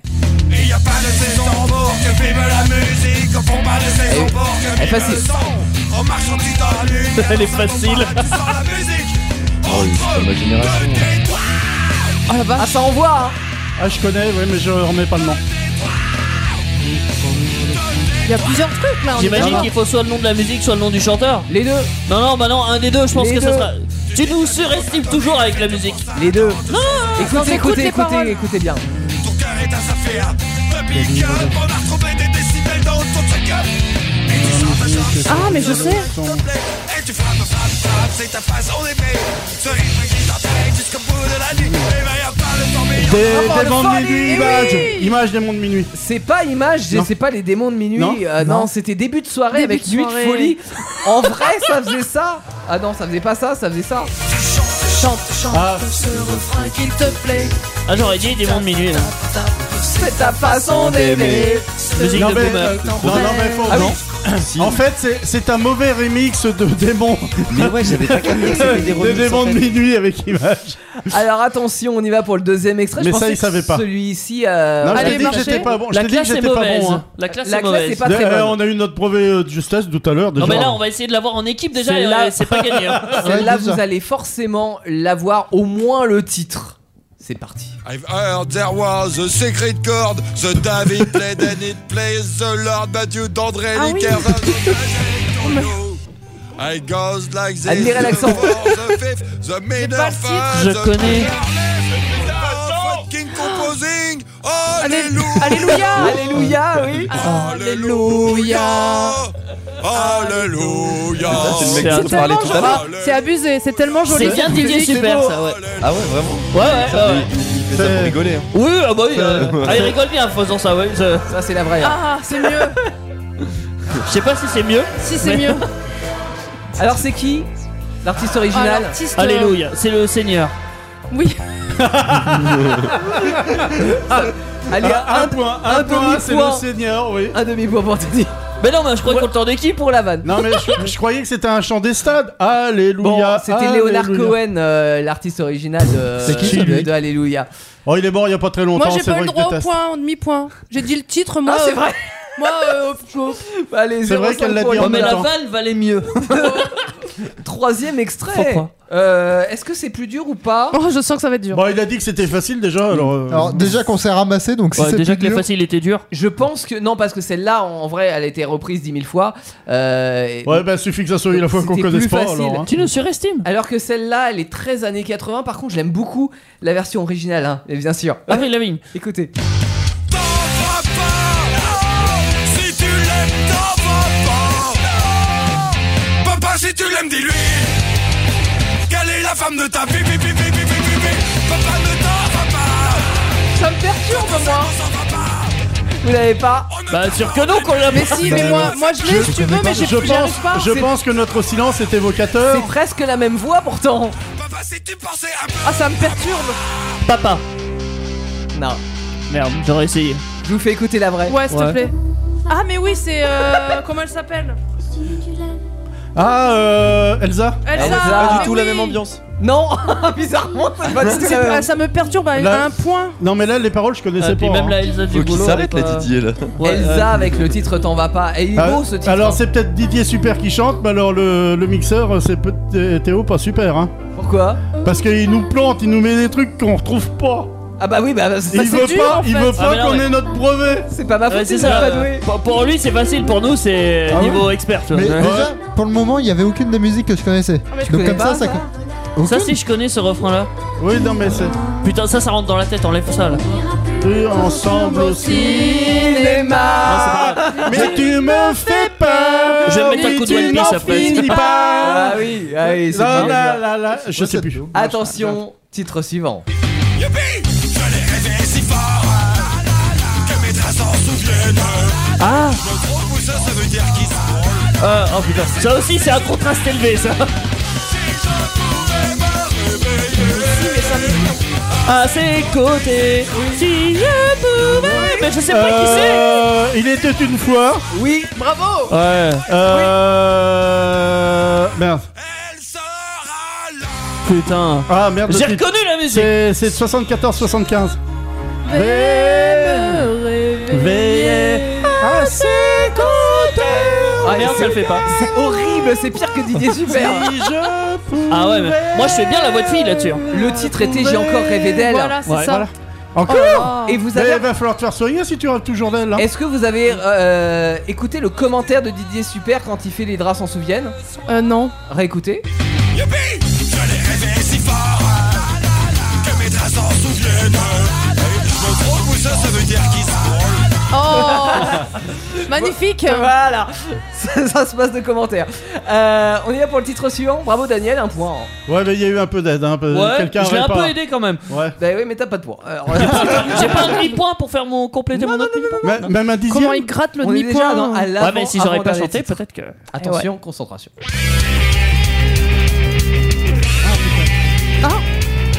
Speaker 10: Il y a pas de saison pour que vive la
Speaker 4: Eh,
Speaker 10: musique, au combat de saison pour que
Speaker 4: Elle est
Speaker 10: vive
Speaker 4: facile.
Speaker 10: le son. En marchant tu dans la lumière,
Speaker 6: Elle
Speaker 10: dans
Speaker 6: est
Speaker 10: un combat,
Speaker 6: facile.
Speaker 10: tu sens la musique.
Speaker 8: Oh,
Speaker 10: Entre
Speaker 8: c'est ma génération.
Speaker 10: deux étoiles,
Speaker 4: Ah, ça envoie hein.
Speaker 3: Ah, je connais, oui, mais je remets pas le nom.
Speaker 5: Il y a plusieurs trucs là. on est
Speaker 6: J'imagine
Speaker 5: d'accord.
Speaker 6: qu'il faut soit le nom de la musique, soit le nom du chanteur.
Speaker 4: hein. Les deux,
Speaker 6: Non, non, bah non, un des deux, je pense
Speaker 4: Les
Speaker 6: que ça
Speaker 4: deux.
Speaker 6: sera. Tu nous surestimes toujours avec la musique.
Speaker 4: les deux.
Speaker 5: non,
Speaker 4: Écoutez,
Speaker 5: mais écoute
Speaker 4: écoutez,
Speaker 5: les paroles.
Speaker 4: écoutez, écoutez bien.
Speaker 10: Ton cœur est un saphéa Depuis que on a retrouvé des décibels dans ton check-up Et tu sors ta jambe, s'il
Speaker 5: Ah, mais je sais.
Speaker 10: te plaît Et tu frappes, frappes, frappes C'est ta phase, on est fait Ce rythme qui t'attaque jusqu'au bout de la nuit Éveillé par le temps meilleur
Speaker 3: Des,
Speaker 4: Ah,
Speaker 3: des
Speaker 4: le
Speaker 3: mondes
Speaker 4: folie,
Speaker 3: minuit,
Speaker 4: eh
Speaker 3: images
Speaker 4: oui
Speaker 3: Images des mondes minuit.
Speaker 4: C'est pas image,
Speaker 3: Non.
Speaker 4: c'est pas les démons de minuit.
Speaker 3: Non.
Speaker 4: euh, non, c'était début de soirée
Speaker 5: Début
Speaker 4: avec
Speaker 5: de
Speaker 4: nuit
Speaker 5: soirée.
Speaker 4: de folie. En vrai, ça faisait ça. Ah non, ça faisait pas ça, ça faisait ça.
Speaker 5: Chante, chante
Speaker 3: Ah.
Speaker 5: ce refrain qu'il te plaît.
Speaker 6: Ah, j'aurais dit des mondes hein. de minuit. là.
Speaker 4: C'est ta façon d'aimer.
Speaker 6: Musique
Speaker 3: Non,
Speaker 6: de
Speaker 3: mais,
Speaker 6: boomer.
Speaker 3: euh, non, non, mais faut.
Speaker 4: Ah oui.
Speaker 3: non. En fait, c'est- c'est un mauvais remix de démon.
Speaker 8: Ah
Speaker 11: Mais ouais, j'avais pas capté que c'était des
Speaker 3: De
Speaker 11: remixes, en
Speaker 3: démon de
Speaker 11: fait.
Speaker 3: minuit avec images.
Speaker 4: Alors attention, on y va pour le deuxième extrait.
Speaker 3: Mais
Speaker 4: Je
Speaker 3: ça,
Speaker 4: pensais
Speaker 3: il savait
Speaker 4: que
Speaker 3: pas.
Speaker 4: Celui-ci. euh,
Speaker 3: Non, je
Speaker 5: allez,
Speaker 3: t'ai dit que
Speaker 5: marcher.
Speaker 3: j'étais pas bon. Je
Speaker 6: La
Speaker 3: t'ai dit que
Speaker 6: classe est
Speaker 3: j'étais pas
Speaker 6: mauvaise.
Speaker 3: bon. hein.
Speaker 6: La classe
Speaker 4: La
Speaker 6: est
Speaker 4: classe est
Speaker 6: mauvaise.
Speaker 4: pas très
Speaker 3: Euh, on
Speaker 4: bonne.
Speaker 3: a eu notre brevet euh, de justesse tout à l'heure déjà.
Speaker 6: Non, mais là, on va essayer de l'avoir en équipe déjà.
Speaker 4: C'est
Speaker 6: et, euh,
Speaker 4: là-
Speaker 6: C'est pas gagné. hein.
Speaker 4: Celle-là,
Speaker 7: Ouais, déjà.
Speaker 4: vous allez forcément l'avoir au moins le titre. C'est parti.
Speaker 10: I've heard there was a secret chord The David played and it plays The Lord Matthew d'André
Speaker 5: Ah oui.
Speaker 10: Licker I goes like this
Speaker 4: Admirez
Speaker 10: the
Speaker 4: l'accent.
Speaker 10: fourth, the fifth, the minor
Speaker 5: pas le titre.
Speaker 10: third,
Speaker 6: Je
Speaker 10: the
Speaker 6: connais.
Speaker 10: Fucking composing Alléluia
Speaker 5: Alléluia.
Speaker 4: Alléluia, oui.
Speaker 10: Alléluia Oh, Alléluia
Speaker 8: C'est le mec
Speaker 6: C'est
Speaker 8: dont on parlait
Speaker 5: tellement
Speaker 8: tout à l'heure.
Speaker 5: joli. C'est abusé, c'est tellement joli.
Speaker 6: C'est bien Didier Super, ça, ouais.
Speaker 11: Ah ouais, vraiment
Speaker 6: Ouais, ouais,
Speaker 8: Ça,
Speaker 6: ouais.
Speaker 8: il- Il fait ça pour rigoler. hein.
Speaker 6: Oui, ah bah oui. euh, Ah, il rigole bien en faisant ça, ouais. Je
Speaker 4: Ça, c'est la vraie. hein.
Speaker 5: Ah, c'est mieux.
Speaker 6: je sais pas si c'est mieux.
Speaker 5: Si, c'est
Speaker 6: Mais-
Speaker 5: mieux.
Speaker 6: Ah.
Speaker 4: Alors, c'est qui L'artiste
Speaker 5: Ah,
Speaker 4: original
Speaker 5: l'artiste, euh,
Speaker 6: Alléluia, c'est le Seigneur.
Speaker 5: Oui.
Speaker 4: Allez,
Speaker 3: Ah, un point, un,
Speaker 4: un
Speaker 3: point, c'est le
Speaker 4: demi-point.
Speaker 3: Seigneur, oui.
Speaker 4: un demi-point pour Teddy.
Speaker 6: Mais non, mais je crois qu'on le temps d'équipe.
Speaker 4: Pour la vanne.
Speaker 3: Non mais je, je croyais que c'était un chant des stades.
Speaker 4: Bon,
Speaker 3: Alléluia.
Speaker 4: c'était Leonard
Speaker 3: Alléluia.
Speaker 4: Cohen, euh, l'artiste original de,
Speaker 7: C'est qui,
Speaker 4: de-
Speaker 7: lui
Speaker 4: de Alléluia.
Speaker 3: Oh il est mort il y a pas très longtemps.
Speaker 5: Moi, j'ai
Speaker 3: c'est
Speaker 5: pas
Speaker 3: vrai
Speaker 5: eu le
Speaker 3: que je
Speaker 5: droit au
Speaker 3: déteste.
Speaker 5: point, au demi-point. J'ai dit le titre, moi.
Speaker 4: Ah, c'est
Speaker 5: euh,
Speaker 4: vrai
Speaker 5: Moi, euh, au-
Speaker 4: Allez,
Speaker 3: C'est vrai
Speaker 4: 0,5
Speaker 3: qu'elle l'a
Speaker 4: pour
Speaker 3: dit
Speaker 4: lui.
Speaker 6: Oh,
Speaker 3: en
Speaker 6: mais
Speaker 3: même
Speaker 6: la
Speaker 3: temps.
Speaker 6: vanne valait mieux.
Speaker 4: Troisième extrait.
Speaker 6: Pourquoi
Speaker 4: Euh, Est-ce que c'est plus dur ou pas
Speaker 5: Oh, je sens que ça va être dur.
Speaker 3: Bon il a dit que c'était facile déjà alors. euh,
Speaker 7: Alors déjà qu'on s'est ramassé, donc si
Speaker 6: Ouais,
Speaker 7: c'est
Speaker 6: déjà
Speaker 7: plus
Speaker 6: que les
Speaker 7: dur-
Speaker 6: faciles étaient durs.
Speaker 4: Je pense que non, parce que celle-là, en vrai, elle a été reprise dix mille fois. Euh, et-
Speaker 3: Ouais bah suffit que ça soit la fois qu'on
Speaker 4: C'était
Speaker 3: connaisse
Speaker 4: plus
Speaker 3: pas
Speaker 4: facile.
Speaker 3: alors. hein.
Speaker 6: Tu nous surestimes.
Speaker 4: Alors que celle-là, elle est très années 80. Par contre, je l'aime beaucoup la version originale, hein, et bien sûr.
Speaker 3: Ah.
Speaker 6: Avril Lavigne.
Speaker 4: Écoutez.
Speaker 10: T'en vas pas Si tu l'aimes, t'en vas pas Papa, si tu l'aimes, dis-lui Quelle est la femme de ta vie vie, vie, vie, vie, vie, vie, vie Papa, ne t'en va pas
Speaker 4: Ça me perturbe, moi.
Speaker 10: On s'en va pas
Speaker 4: Vous l'avez pas
Speaker 10: On ne
Speaker 6: Bah,
Speaker 10: t'en
Speaker 6: sûr
Speaker 10: va
Speaker 6: que non qu'on l'a
Speaker 5: Mais si, mais moi, moi je l'ai si tu veux, mais j'ai
Speaker 3: Je
Speaker 5: j'y
Speaker 3: pense,
Speaker 5: arrive pas.
Speaker 3: je
Speaker 4: c'est-
Speaker 3: pense que notre silence est évocateur.
Speaker 4: C'est presque la même voix pourtant.
Speaker 10: pas. Papa, si tu pensais un peu
Speaker 4: Ah, ça me perturbe.
Speaker 6: Papa.
Speaker 4: Non.
Speaker 6: Merde, j'aurais essayé.
Speaker 4: Je vous fais écouter la vraie.
Speaker 5: Ouais, s'il
Speaker 6: Ouais.
Speaker 5: te plaît. Ah, mais oui, c'est. euh, comment elle s'appelle
Speaker 3: Ah euh, Elsa.
Speaker 5: Elsa Ah,
Speaker 4: Elsa.
Speaker 8: Pas
Speaker 6: Ah,
Speaker 5: mais
Speaker 8: du tout la
Speaker 5: oui.
Speaker 8: même ambiance.
Speaker 4: Non, bizarrement, c'est pas du tout
Speaker 5: C'est-
Speaker 4: la même.
Speaker 5: ah, ça me perturbe à,
Speaker 3: La-
Speaker 5: à un point.
Speaker 3: Non mais là les paroles je connaissais
Speaker 6: Ah, Et
Speaker 3: pas.
Speaker 6: puis même
Speaker 3: hein.
Speaker 6: la Elsa du
Speaker 8: Faut qu'il
Speaker 6: boulot.
Speaker 8: s'arrête
Speaker 6: elle est
Speaker 8: là,
Speaker 6: pas-
Speaker 8: Didier. là.
Speaker 6: Ouais,
Speaker 4: Elsa
Speaker 6: euh,
Speaker 4: avec le titre T'en vas pas. Et il est
Speaker 3: Ah,
Speaker 4: beau ce titre.
Speaker 3: alors
Speaker 4: hein.
Speaker 3: c'est peut-être Didier Super qui chante, mais alors le, le mixeur euh, c'est peut- Théo pas super hein.
Speaker 4: Pourquoi
Speaker 3: Parce qu'il nous plante, il nous met des trucs qu'on retrouve pas.
Speaker 4: Ah bah oui, bah ça,
Speaker 3: il
Speaker 4: c'est
Speaker 3: veut
Speaker 5: dur,
Speaker 3: pas,
Speaker 5: en
Speaker 3: il
Speaker 5: fait.
Speaker 3: veut
Speaker 6: Ah,
Speaker 3: pas
Speaker 6: mais non,
Speaker 3: qu'on
Speaker 6: mais-
Speaker 3: ait notre brevet.
Speaker 4: c'est pas ma faute.
Speaker 6: Ouais, c'est
Speaker 4: ils sont
Speaker 6: ça.
Speaker 4: pas
Speaker 6: euh,
Speaker 4: doués.
Speaker 6: Pour, pour lui, c'est facile. Pour nous, c'est
Speaker 7: Ah ouais
Speaker 6: niveau expert. tu vois.
Speaker 7: Mais
Speaker 6: Ouais.
Speaker 7: déjà, pour le moment, il y avait aucune des musiques que je connaissais.
Speaker 4: mais tu
Speaker 7: donc
Speaker 4: connais
Speaker 7: comme
Speaker 4: pas,
Speaker 7: ça, ça.
Speaker 4: toi
Speaker 7: Aucune
Speaker 6: Ça, si je connais ce refrain-là.
Speaker 3: Oui, non mais c'est.
Speaker 6: Putain, ça, ça rentre dans la tête. Enlève ça là.
Speaker 3: Oui, ensemble aussi.
Speaker 6: Ah,
Speaker 3: Mais tu me fais peur.
Speaker 6: Je vais mettre un
Speaker 3: oui,
Speaker 6: coup de
Speaker 3: tu
Speaker 6: One Piece
Speaker 3: n'en
Speaker 6: après.
Speaker 3: finis
Speaker 4: Ah
Speaker 3: pas.
Speaker 4: oui, ah oui, c'est
Speaker 3: Là,
Speaker 4: bien,
Speaker 3: là,
Speaker 4: ça.
Speaker 3: là, là, je
Speaker 7: Ouais,
Speaker 3: sais
Speaker 7: c'est
Speaker 3: plus.
Speaker 7: bon.
Speaker 6: Ah,
Speaker 4: Attention, titre suivant.
Speaker 10: Youpi Je l'ai rêvé si fort Que mes traces en souviennent
Speaker 4: Ah
Speaker 10: Le gros bousin, ça veut dire qu'il se
Speaker 6: Euh, oh putain. Ça aussi, c'est un contraste élevé, ça. À ses côtés, si je pouvais. Mais je sais pas qui c'est.
Speaker 3: Euh, il était une fois.
Speaker 4: Oui, bravo
Speaker 6: Ouais.
Speaker 3: Euh. Merde.
Speaker 10: Elle sera là
Speaker 6: Putain.
Speaker 3: Ah merde. le
Speaker 6: J'ai
Speaker 3: titre.
Speaker 6: reconnu la musique.
Speaker 3: C'est c'est 74-75.
Speaker 5: Euh,
Speaker 3: Veillez à ses côtés.
Speaker 4: Ah
Speaker 6: Ah, merde, ça le fait pas.
Speaker 4: C'est horrible, c'est pire que Didier Super
Speaker 3: Si je
Speaker 6: Ah ouais, mais moi je fais bien la voix de fille là-dessus. hein.
Speaker 4: Le titre était J'ai encore rêvé d'elle. Voilà, c'est ça.
Speaker 5: Oh
Speaker 3: Encore
Speaker 4: Et vous
Speaker 3: Mais
Speaker 4: avez-
Speaker 3: il va falloir te faire soigner si tu rêves toujours d'elle. hein.
Speaker 4: Est-ce que vous avez euh, écouté le commentaire de Didier Super quand il fait les draps s'en souviennent
Speaker 5: Euh, non.
Speaker 4: Réécoutez.
Speaker 10: Youpi Je l'ai rêvé si fort Que mes traces s'en souviennent Et Je me trompe ou ça, ça veut dire qu'ils se branlent
Speaker 5: Oh Magnifique
Speaker 4: Voilà ça, ça se passe de commentaires. Euh, on est là pour le titre suivant. Bravo Daniel, un point.
Speaker 3: Ouais, mais il y a eu un peu d'aide. Hein, parce que
Speaker 6: Ouais,
Speaker 3: quelqu'un
Speaker 6: je l'ai
Speaker 3: rêve
Speaker 6: un
Speaker 3: pas.
Speaker 6: peu aidé quand même.
Speaker 3: Ouais.
Speaker 4: Bah oui, mais t'as pas de point. Alors,
Speaker 6: J'ai pas un demi-point pour faire mon compléter mon autre demi-point.
Speaker 3: Mais- Même un dixième.
Speaker 5: Comment il gratte le
Speaker 4: On est déjà
Speaker 5: demi-point
Speaker 4: dans- à
Speaker 6: Ouais, mais si j'aurais pas
Speaker 4: l'avant-avant-dernier
Speaker 6: chanté,
Speaker 4: titre.
Speaker 6: peut-être que.
Speaker 4: Attention,
Speaker 6: Eh ouais.
Speaker 4: concentration.
Speaker 10: Et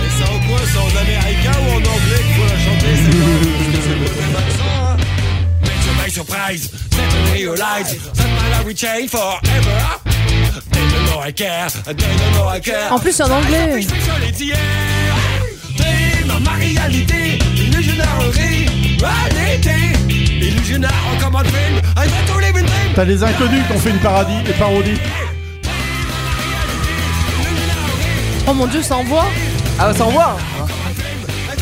Speaker 10: ça au coin, c'est en américain ou en anglais qu'il faut la chanter C'est pas parce que c'est le même accent hein. Makes you by surprise Never realize That my life will change forever They don't know I care They don't know I care
Speaker 5: En plus, c'est en anglais.
Speaker 10: Je fais sur les d'hier T'es ma réalité Illusionnaire rire À l'été Illusionnaire en commande film I want to live in dream
Speaker 3: T'as les inconnus qui ont fait une parodie. Des parodies.
Speaker 5: Oh mon dieu, ça envoie
Speaker 4: Ah, ça envoie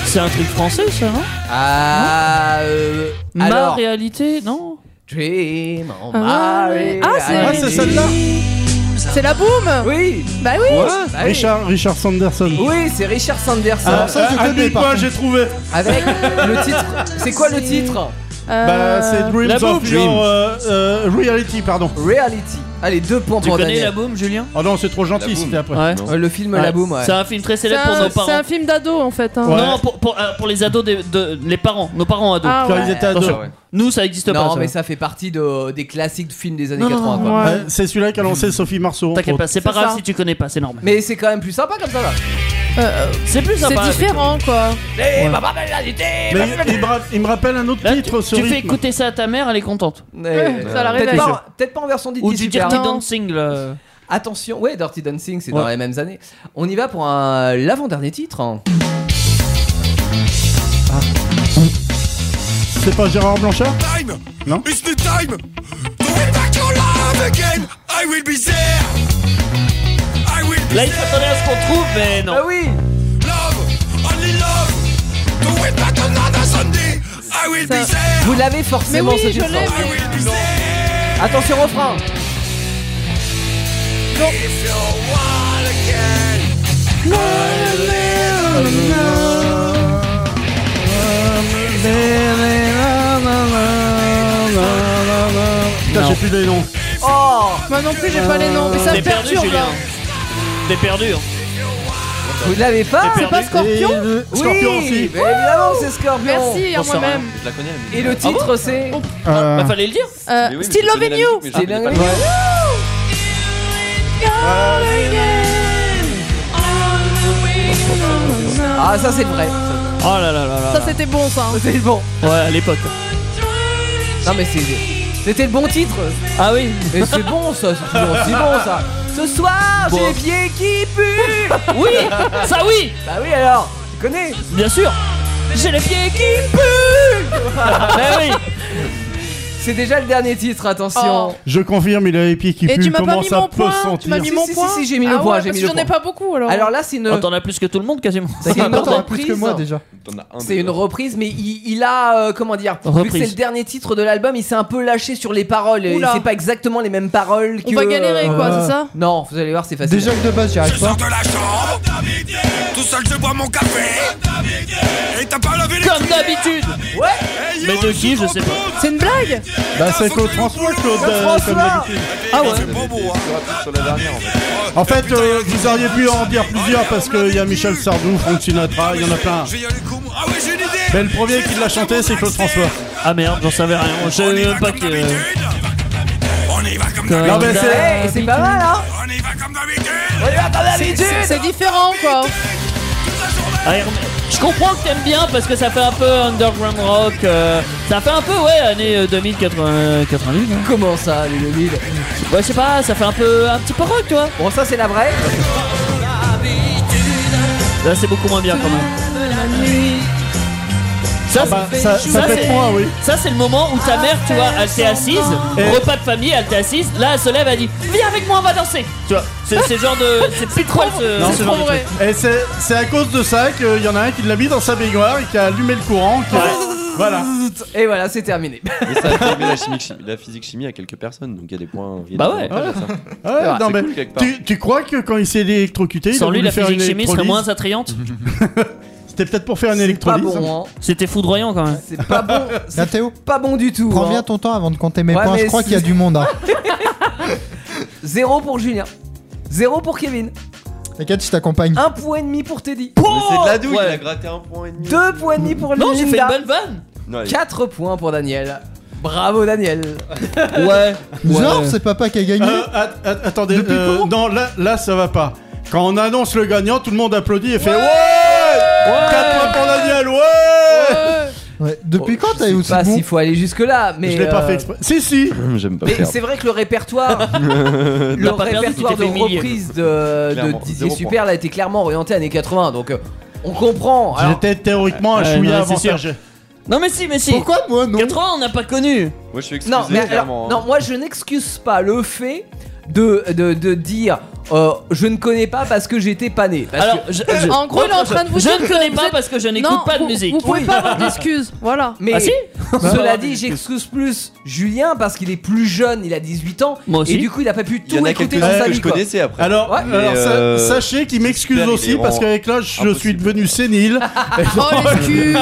Speaker 6: C'est un truc français ça, non
Speaker 4: Ah, euh,
Speaker 6: Ma
Speaker 4: alors.
Speaker 6: réalité, non
Speaker 4: Dream on
Speaker 5: Ah,
Speaker 4: my
Speaker 5: ouais. Ah, c'est-
Speaker 4: reality.
Speaker 5: Ah, c'est celle-là C'est la boum
Speaker 4: Oui
Speaker 5: Bah oui
Speaker 4: Bah oui.
Speaker 3: Richard, Richard Sanderson.
Speaker 4: Oui, c'est Richard Sanderson.
Speaker 3: Ah, ah, ah, des points, j'ai trouvé.
Speaker 4: Avec le titre. C'est quoi le titre
Speaker 5: Euh,
Speaker 3: Bah, c'est
Speaker 6: la
Speaker 3: Dreams of
Speaker 6: boucle.
Speaker 3: Your euh, euh, Reality, pardon.
Speaker 4: Reality. Allez, deux points
Speaker 6: Tu
Speaker 4: pour
Speaker 6: connais la
Speaker 4: Daniel.
Speaker 6: boum, Julien
Speaker 3: Oh non, c'est trop gentil, c'était après.
Speaker 6: Ouais.
Speaker 4: Euh, le film La Boum, ouais.
Speaker 6: C'est un film très
Speaker 5: C'est
Speaker 6: célèbre pour
Speaker 5: un,
Speaker 6: nos
Speaker 5: c'est
Speaker 6: parents.
Speaker 5: un film d'ado en fait. hein.
Speaker 3: Ouais.
Speaker 6: Non, pour, pour, euh, pour les ados, des- de, les parents, nos parents ados.
Speaker 5: Ah
Speaker 3: Quand
Speaker 5: ouais.
Speaker 3: ils étaient à deux.
Speaker 6: Attention. Nous, ça existe pas.
Speaker 4: Non,
Speaker 6: ça.
Speaker 4: mais ça fait partie de, des classiques de films des années
Speaker 6: Non, non,
Speaker 4: 80. quoi.
Speaker 5: Ouais.
Speaker 3: Ouais, C'est celui-là qui a lancé Sophie Marceau. entre
Speaker 6: T'inquiète pas,
Speaker 3: autres.
Speaker 6: c'est pas
Speaker 5: C'est
Speaker 6: grave
Speaker 5: ça.
Speaker 6: si tu connais pas, c'est normal.
Speaker 4: Mais c'est quand même plus sympa comme ça là.
Speaker 5: Euh, euh,
Speaker 6: C'est plus
Speaker 5: c'est
Speaker 6: sympa. avec-
Speaker 5: différent quoi.
Speaker 4: Eh, ma belle réalité, ma
Speaker 3: Mais il- il, me ra- il me rappelle un autre
Speaker 6: Là, tu,
Speaker 3: titre, ce
Speaker 6: tu fais
Speaker 3: rythme.
Speaker 6: écouter ça à ta mère, elle est contente.
Speaker 4: Eh,
Speaker 5: Ça
Speaker 4: Peut-être
Speaker 5: la réveille.
Speaker 4: pas, en- peut-être pas en version
Speaker 6: Ou
Speaker 4: Dirty
Speaker 6: du
Speaker 4: Super.
Speaker 6: Dirty
Speaker 5: Non.
Speaker 6: Dancing, là.
Speaker 4: Attention, ouais, Dirty Dancing, c'est dans
Speaker 6: Ouais.
Speaker 4: les mêmes années. On y va pour un l'avant-dernier titre. hein.
Speaker 3: C'est pas Gérard Blanchard
Speaker 10: time.
Speaker 3: Non.
Speaker 10: It's the time to win back your love again. I will be there. I will be
Speaker 6: Là, il
Speaker 10: there.
Speaker 6: s'attendait à ce qu'on trouve, mais non.
Speaker 4: Ah oui
Speaker 10: Love, only love. To win back another Sunday. I will be there.
Speaker 4: Vous l'avez
Speaker 5: Mais
Speaker 4: forcément
Speaker 5: oui,
Speaker 4: ce
Speaker 5: je
Speaker 4: titre. hein.
Speaker 5: l'ai.
Speaker 10: I will be there.
Speaker 4: Attention refrain.
Speaker 10: If you want again.
Speaker 3: Putain, j'ai plus les noms.
Speaker 4: Oh
Speaker 5: Moi non plus, j'ai pas les noms, mais ça me
Speaker 6: T'es perdu,
Speaker 5: perturbe.
Speaker 6: Julien.
Speaker 5: hein.
Speaker 6: T'es perdu. hein.
Speaker 4: Vous l'avez pas
Speaker 5: C'est pas
Speaker 3: Et
Speaker 5: Scorpion
Speaker 3: le-
Speaker 4: Oui,
Speaker 3: Scorpion aussi.
Speaker 4: mais Évidemment, c'est Scorpion.
Speaker 5: Merci Ah Oh. à
Speaker 6: On sort,
Speaker 5: moi-même.
Speaker 8: Je la connais la musique.
Speaker 4: Et le titre c'est
Speaker 3: Euh,
Speaker 6: Bah, fallait le dire.
Speaker 5: Euh,
Speaker 8: Mais oui, mais
Speaker 5: Still
Speaker 8: je connais
Speaker 5: loving
Speaker 8: la
Speaker 5: you
Speaker 8: musique, mais je
Speaker 4: C'est
Speaker 8: connais
Speaker 4: la-
Speaker 8: pas le nom.
Speaker 4: Ah ça c'est vrai.
Speaker 6: Oh là là là là.
Speaker 5: Ça c'était bon ça. hein.
Speaker 4: C'est bon.
Speaker 6: Ouais, à l'époque.
Speaker 4: Non mais c'est c'était le bon titre.
Speaker 6: Ah oui.
Speaker 4: Et c'est bon ça, c'est toujours aussi bon ça. Ce soir, j'ai les pieds qui puent.
Speaker 6: Oui, ça oui,
Speaker 4: Bah oui alors, tu connais
Speaker 6: bien sûr.
Speaker 4: J'ai les pieds qui puent.
Speaker 6: Bah oui.
Speaker 4: C'est déjà le dernier titre, attention.
Speaker 5: Oh.
Speaker 3: Je confirme, il a les pieds qui
Speaker 5: Et
Speaker 3: puent,
Speaker 5: tu m'as pas
Speaker 3: comment
Speaker 5: mis
Speaker 3: ça
Speaker 5: mon
Speaker 3: peut
Speaker 5: point. hein. Tu m'as
Speaker 3: sentir
Speaker 5: mis
Speaker 4: Si,
Speaker 5: mon
Speaker 4: si,
Speaker 5: point.
Speaker 4: si, si, j'ai mis le
Speaker 5: Ah
Speaker 4: point,
Speaker 5: ouais,
Speaker 4: j'ai
Speaker 5: parce
Speaker 4: mis
Speaker 5: que
Speaker 4: le
Speaker 5: J'en ai
Speaker 4: point.
Speaker 5: pas beaucoup alors.
Speaker 4: Alors là, c'est une
Speaker 6: Oh, T'en as plus que tout le monde quasiment.
Speaker 4: c'est une
Speaker 7: Attends,
Speaker 4: reprise.
Speaker 7: plus que moi déjà.
Speaker 8: T'en as un
Speaker 4: C'est une
Speaker 8: déjà.
Speaker 4: reprise, mais il, il a, euh, comment dire, vu que
Speaker 6: Reprise.
Speaker 4: c'est le dernier titre de l'album, il s'est un peu lâché sur les paroles. Et
Speaker 5: Oula.
Speaker 4: C'est pas exactement les mêmes paroles que.
Speaker 5: On va galérer
Speaker 4: euh,
Speaker 5: quoi,
Speaker 7: euh,
Speaker 5: c'est ça
Speaker 4: Non, vous allez voir, c'est facile.
Speaker 7: Déjà que de base, j'y
Speaker 10: Je
Speaker 7: arrive pas.
Speaker 10: sors de la chambre. Tout seul, je bois mon café. Et t'as pas levé les
Speaker 6: Comme
Speaker 10: cuillères.
Speaker 6: d'habitude.
Speaker 10: Hey,
Speaker 6: Mais
Speaker 10: yo,
Speaker 6: de qui, je sais pas.
Speaker 5: C'est une blague
Speaker 3: Bah, c'est Claude François, Claude,
Speaker 4: Claude
Speaker 3: euh, comme
Speaker 4: François.
Speaker 3: d'habitude.
Speaker 4: Ah ouais.
Speaker 10: C'est pas beau, hein.
Speaker 8: Tu auras plus sur la dernière en fait.
Speaker 3: En fait, euh, vous auriez pu en dire plusieurs parce qu'il y a Michel Sardou, Franck Sinatra, il y en a plein.
Speaker 10: Je vais y aller comme- Ah ouais, j'ai une idée.
Speaker 3: Mais le premier qui l'a chanté, c'est Claude François.
Speaker 6: Ah merde, j'en savais rien. Je
Speaker 10: On y
Speaker 6: savais
Speaker 10: va
Speaker 6: même pas
Speaker 10: comme
Speaker 6: que.
Speaker 10: d'habitude. On y va comme d'habitude.
Speaker 3: Non, mais c'est.
Speaker 4: Eh, c'est pas mal, hein
Speaker 10: On y va comme d'habitude.
Speaker 5: C'est différent quoi.
Speaker 6: Ah, il remet- Je comprends que t'aimes bien parce que ça fait un peu underground rock. euh, ça fait un peu, ouais, euh, année 2080. 90, hein.
Speaker 4: Comment ça, les 2000
Speaker 6: Ouais, je sais pas, ça fait un peu, un petit peu rock, tu vois.
Speaker 4: Bon, ça, c'est la vraie.
Speaker 6: Là, c'est beaucoup moins bien quand même. Ça,
Speaker 3: bah,
Speaker 6: c'est-
Speaker 3: ça- ça peut être
Speaker 6: c'est-
Speaker 3: moi, oui.
Speaker 6: ça, c'est le moment où ta mère, tu vois, elle s'est assise, repas de famille, elle t'est assise, là elle se lève, elle dit Viens avec moi, on va danser Tu vois,
Speaker 3: Ah.
Speaker 6: c'est c'est le genre de. C'est plus trop ce.
Speaker 3: Non,
Speaker 6: ce
Speaker 3: c'est
Speaker 6: genre de
Speaker 3: vrai.
Speaker 6: truc.
Speaker 3: Et c'est c'est à cause de ça qu'il y en a un qui l'a mis dans sa baignoire et qui a allumé le courant. qui a- Voilà.
Speaker 4: Et voilà, c'est terminé.
Speaker 8: Mais ça a permis la, chimie- chi- la physique chimie à quelques personnes, donc il y a des points. il y a
Speaker 3: Bah
Speaker 8: des
Speaker 3: ouais.
Speaker 8: points à faire.
Speaker 3: Ah ouais,
Speaker 8: C'est
Speaker 3: non, mais
Speaker 8: cool, quelque part.
Speaker 3: tu, tu crois que quand il s'est électrocuté, il
Speaker 6: Sans
Speaker 3: a
Speaker 6: lui,
Speaker 3: voulu
Speaker 6: la
Speaker 3: faire
Speaker 6: physique
Speaker 3: une
Speaker 6: chimie serait
Speaker 3: électrolyse Mhm.
Speaker 6: moins attrayante.
Speaker 3: C'était peut-être pour faire une électrolyse.
Speaker 4: bon, hein.
Speaker 6: C'était foudroyant quand même.
Speaker 4: C'est pas bon.
Speaker 7: Là, Théo,
Speaker 4: pas bon du tout.
Speaker 7: prends
Speaker 4: hein.
Speaker 7: bien ton temps avant de compter mes
Speaker 4: Ouais,
Speaker 7: points.
Speaker 4: mais
Speaker 7: Je crois
Speaker 4: si-
Speaker 7: qu'il y a du monde. hein.
Speaker 4: Zéro pour Julien. Zéro pour Kevin.
Speaker 7: T'inquiète, je t'accompagne.
Speaker 4: Un point et demi pour Teddy.
Speaker 8: Mais c'est de la douille,
Speaker 4: Ouais.
Speaker 8: il a gratté un point et demi.
Speaker 4: Deux points et demi pour
Speaker 6: Non, j'ai fait une
Speaker 4: Linda.
Speaker 6: bonne vanne
Speaker 8: Non, allez.
Speaker 4: Quatre points pour Daniel. Bravo Daniel.
Speaker 6: Ouais.
Speaker 7: Genre, c'est papa qui a gagné.
Speaker 4: Ah.
Speaker 3: Euh, att- att- attendez,
Speaker 7: Depuis
Speaker 3: euh, non, là, là, ça va pas. Quand on annonce le gagnant, tout le monde applaudit et fait Ouais, Quatre points pour Daniel, ouais,
Speaker 7: Ouais. Depuis quand t'as eu
Speaker 4: Je
Speaker 7: aussi
Speaker 4: sais pas
Speaker 7: bon
Speaker 4: s'il faut aller jusque là, mais.
Speaker 3: Je l'ai pas
Speaker 4: euh,
Speaker 3: fait exprès. Si, si
Speaker 8: J'aime pas
Speaker 4: Mais
Speaker 8: faire.
Speaker 4: c'est vrai que le répertoire, le
Speaker 6: T'as pas perdu,
Speaker 4: répertoire de
Speaker 6: tu t'es fait humilier.
Speaker 4: reprise de, de
Speaker 8: Clairement,
Speaker 4: Didier
Speaker 8: zéro point.
Speaker 4: Super là était clairement orienté années 80, donc euh, on comprend. Alors,
Speaker 3: J'étais théoriquement un
Speaker 6: Ouais,
Speaker 3: chouïa
Speaker 6: non, c'est sûr.
Speaker 3: avantagé.
Speaker 6: Non, mais si, mais si
Speaker 7: Pourquoi moi non
Speaker 6: 80, on n'a pas connu
Speaker 8: Moi, je suis excusé,
Speaker 4: non, mais alors-
Speaker 6: hein.
Speaker 8: clairement. hein.
Speaker 4: non, moi je n'excuse pas le fait de, de, de dire euh, je ne connais pas parce que j'étais pas né. Parce
Speaker 6: Alors,
Speaker 4: que-
Speaker 6: je, je-
Speaker 5: En gros, il est en train de vous
Speaker 6: je
Speaker 5: dire
Speaker 6: ne
Speaker 5: que
Speaker 6: connais
Speaker 5: vous
Speaker 6: pas
Speaker 5: êtes-
Speaker 6: parce que je
Speaker 5: Non,
Speaker 6: n'écoute pas de
Speaker 5: vous-
Speaker 6: musique.
Speaker 5: Vous pouvez pas avoir d'excuses, voilà.
Speaker 4: mais
Speaker 6: Ah si
Speaker 4: cela dit, j'excuse plus Julien parce qu'il est plus jeune, il a 18 ans,
Speaker 6: Moi aussi.
Speaker 4: et du coup il a pas pu
Speaker 8: Il y
Speaker 4: tout
Speaker 8: en a
Speaker 4: écouter
Speaker 8: quelques
Speaker 4: dans
Speaker 8: uns
Speaker 4: sa
Speaker 8: que
Speaker 4: vie.
Speaker 8: je
Speaker 4: quoi.
Speaker 8: connaissais après.
Speaker 3: Alors,
Speaker 4: Ouais.
Speaker 8: Mais,
Speaker 3: alors, sa-
Speaker 8: euh,
Speaker 3: sachez qu'il m'excuse
Speaker 8: super, il est
Speaker 3: aussi parce
Speaker 8: rond.
Speaker 3: qu'avec l'âge, je
Speaker 8: Impossible.
Speaker 3: suis devenu sénile.
Speaker 5: Oh, l'excuse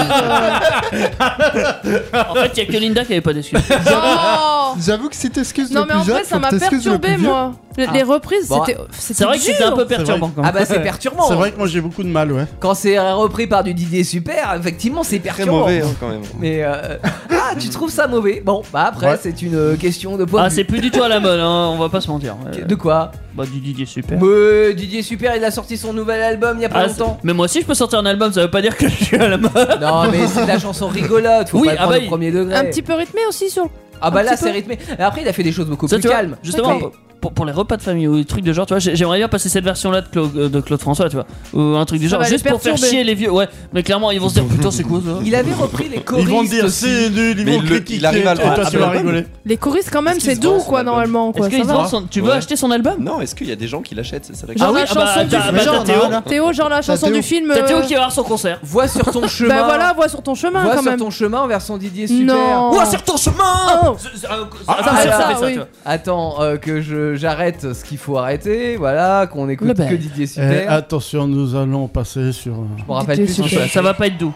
Speaker 6: En fait, il y a que Linda qui avait pas d'excuses.
Speaker 5: Non
Speaker 7: J'avoue que si t'excuses
Speaker 5: Non,
Speaker 7: le
Speaker 5: mais
Speaker 7: plus
Speaker 5: en
Speaker 7: jeune,
Speaker 5: fait, ça
Speaker 7: faut
Speaker 5: m'a
Speaker 7: que t'excuses le
Speaker 5: perturbé,
Speaker 7: plus vieux.
Speaker 5: moi. Les, les reprises,
Speaker 4: Bon,
Speaker 5: c'était. c'était
Speaker 6: C'est vrai que c'était
Speaker 5: dur.
Speaker 6: un peu perturbant quand
Speaker 4: Ah
Speaker 6: même.
Speaker 4: bah c'est perturbant.
Speaker 3: C'est vrai que moi j'ai beaucoup de mal, ouais.
Speaker 4: Quand c'est repris par du Didier Super, effectivement c'est
Speaker 8: Très
Speaker 4: perturbant.
Speaker 8: mauvais hein, quand même.
Speaker 4: Mais euh, ah, tu trouves ça mauvais Bon, bah après,
Speaker 3: Ouais.
Speaker 4: c'est une euh, question de point
Speaker 6: Ah,
Speaker 4: de
Speaker 6: c'est
Speaker 4: vue.
Speaker 6: plus du tout à la mode, hein, on va pas se mentir. Euh,
Speaker 4: De quoi
Speaker 6: Bah, du Didier Super.
Speaker 4: Mais Didier Super, il a sorti son nouvel album il y a pas
Speaker 6: Ah,
Speaker 4: longtemps.
Speaker 6: c'est- mais moi aussi, je peux sortir un album, ça veut pas dire que je suis à la mode.
Speaker 4: Non, mais c'est de la chanson rigolote, faut
Speaker 6: Oui,
Speaker 4: pas le
Speaker 6: ah
Speaker 4: prendre
Speaker 6: bah,
Speaker 4: au premier degré.
Speaker 5: Un petit peu rythmé aussi sur.
Speaker 4: ah bah
Speaker 5: un
Speaker 4: là,
Speaker 5: petit peu.
Speaker 4: c'est rythmé. Et après, il a fait des choses beaucoup
Speaker 6: Ça,
Speaker 4: plus
Speaker 6: tu vois,
Speaker 4: calmes.
Speaker 6: justement,
Speaker 4: Mais-
Speaker 6: pour, pour les repas de famille ou des trucs de genre, tu vois, j'ai- j'aimerais bien passer cette version-là de Claude, euh, de Claude François, tu vois, ou un truc du
Speaker 5: Ça
Speaker 6: genre,
Speaker 5: va les
Speaker 6: juste pour faire
Speaker 5: perturber.
Speaker 6: chier les vieux. Ouais, mais clairement, ils vont se dire putain, c'est quoi ça
Speaker 4: Il avait repris les choristes.
Speaker 3: Ils vont te dire
Speaker 4: aussi.
Speaker 3: c'est nul, ils
Speaker 8: Mais
Speaker 3: vont
Speaker 8: il le-
Speaker 3: critiquer.
Speaker 8: il arrive à
Speaker 3: et
Speaker 8: le-
Speaker 3: toi,
Speaker 8: à
Speaker 3: tu
Speaker 8: le-
Speaker 3: vas rigoler.
Speaker 5: Les choristes, quand même,
Speaker 8: Est-ce qu'il
Speaker 5: c'est
Speaker 8: se vend
Speaker 5: doux,
Speaker 8: son
Speaker 5: quoi,
Speaker 8: album
Speaker 5: normalement.
Speaker 6: Est-ce
Speaker 5: quoi,
Speaker 6: qu'ils
Speaker 5: ça
Speaker 6: vendent
Speaker 5: va.
Speaker 6: son- Tu veux
Speaker 8: Ouais.
Speaker 6: acheter son album
Speaker 8: Non, est-ce qu'il y a des gens qui l'achètent C'est ça la
Speaker 5: Genre
Speaker 8: question.
Speaker 6: oui,
Speaker 5: la
Speaker 6: ah bah,
Speaker 5: chanson du
Speaker 6: t'as- bah,
Speaker 5: genre-
Speaker 6: t'as Théo.
Speaker 7: Voilà.
Speaker 5: Théo, genre la chanson
Speaker 7: Théo.
Speaker 5: du film.
Speaker 6: T'as Théo
Speaker 5: euh,
Speaker 6: qui va voir son concert.
Speaker 4: Vois sur ton chemin.
Speaker 5: Bah voilà, vois sur ton chemin
Speaker 4: vois
Speaker 5: quand
Speaker 4: sur
Speaker 5: même.
Speaker 4: ton chemin vers son Didier Super.
Speaker 5: Non.
Speaker 6: Ouah, sur ton chemin
Speaker 5: Oh.
Speaker 6: C'est- c'est un- c'est
Speaker 5: Ah,
Speaker 6: un
Speaker 5: ça,
Speaker 6: concert,
Speaker 5: ça,
Speaker 6: Ah, ça fait ça,
Speaker 5: oui.
Speaker 6: tu vois.
Speaker 4: Attends, euh, que je j'arrête ce qu'il faut arrêter. Voilà, qu'on
Speaker 6: Le
Speaker 4: écoute
Speaker 6: bel.
Speaker 4: que Didier
Speaker 3: Eh,
Speaker 4: Super.
Speaker 3: attention, nous allons passer sur. euh,
Speaker 4: Je me rappelle plus. son
Speaker 5: Didier Super.
Speaker 4: choix.
Speaker 6: Ça- Ça va pas être doux.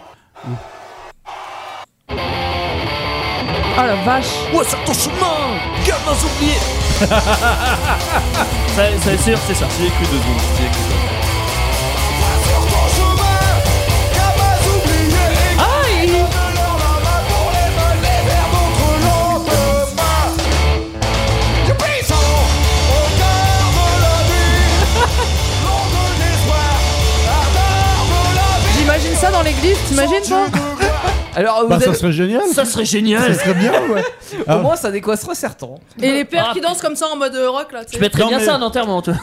Speaker 5: Ah la vache.
Speaker 6: Ouais, Oh, sur ton chemin Garde un souvenir Ça- C'est sûr, c'est ça.
Speaker 8: J'y ai cru deux secondes. j'y ai cru deux secondes.
Speaker 5: J'imagine ça dans l'église, t'imagines toi
Speaker 4: Alors, vous
Speaker 3: Bah, ça ah.
Speaker 4: avez-
Speaker 3: serait génial.
Speaker 6: Ça serait génial
Speaker 7: Très bien, ouais.
Speaker 4: au moins, ça décoissera certains.
Speaker 5: Et les pères
Speaker 6: Ah.
Speaker 5: qui dansent comme ça en mode euh, rock là. tu sais.
Speaker 6: Je mettrais
Speaker 3: Non,
Speaker 6: bien
Speaker 3: mais-
Speaker 6: ça à un enterrement, tu vois.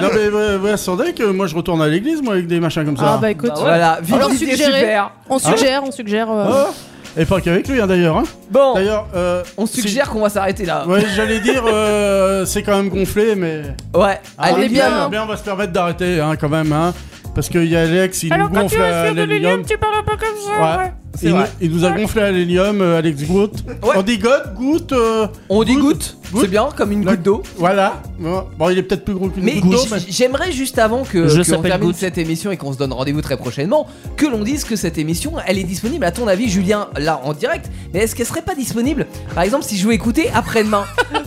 Speaker 3: Non mais vous, vous attendez que euh, moi je retourne à l'église moi avec des machins comme ça.
Speaker 5: Ah bah écoute,
Speaker 4: Voilà, vive
Speaker 5: Alors,
Speaker 4: Didier
Speaker 5: suggéré.
Speaker 4: Super.
Speaker 5: on suggère, on suggère. euh,
Speaker 3: Ah. Et pas qu'avec lui hein, d'ailleurs. hein.
Speaker 4: Bon,
Speaker 3: D'ailleurs, euh,
Speaker 4: on suggère qu'on va s'arrêter là.
Speaker 3: si- Ouais, j'allais dire, euh, c'est quand même gonflé, mais.
Speaker 4: Ouais,
Speaker 3: Ah,
Speaker 4: allez
Speaker 5: est
Speaker 4: bien.
Speaker 5: bien.
Speaker 3: on va se permettre d'arrester hein, quand même, hein, parce qu'il y a Alex, il nous gonfle à l'hélium.
Speaker 5: tu parles un peu comme ça.
Speaker 3: Ouais.
Speaker 4: C'est
Speaker 3: Il, nous-
Speaker 4: vrai.
Speaker 3: il nous a gonflé à l'hélium, euh, Alex Goutte.
Speaker 4: Ouais.
Speaker 3: On dit God, Goutte. euh,
Speaker 4: On dit
Speaker 3: Good.
Speaker 4: goutte,
Speaker 3: Good.
Speaker 4: c'est bien, comme une
Speaker 3: La-
Speaker 4: goutte d'eau.
Speaker 3: voilà. Bon, bon, il est peut-être plus gros qu'une
Speaker 4: Mais
Speaker 3: goutte d'eau,
Speaker 4: j-
Speaker 3: mais.
Speaker 4: j'aimerais juste avant que
Speaker 6: Je
Speaker 4: qu'on
Speaker 6: s'appelle
Speaker 4: termine
Speaker 6: Goutte.
Speaker 4: cette émission et qu'on se donne rendez-vous très prochainement, que l'on dise que cette émission, elle est disponible à ton avis, Julien, là en direct. Mais est-ce qu'elle serait pas disponible, par exemple, si je veux écouter après-demain
Speaker 6: Ah,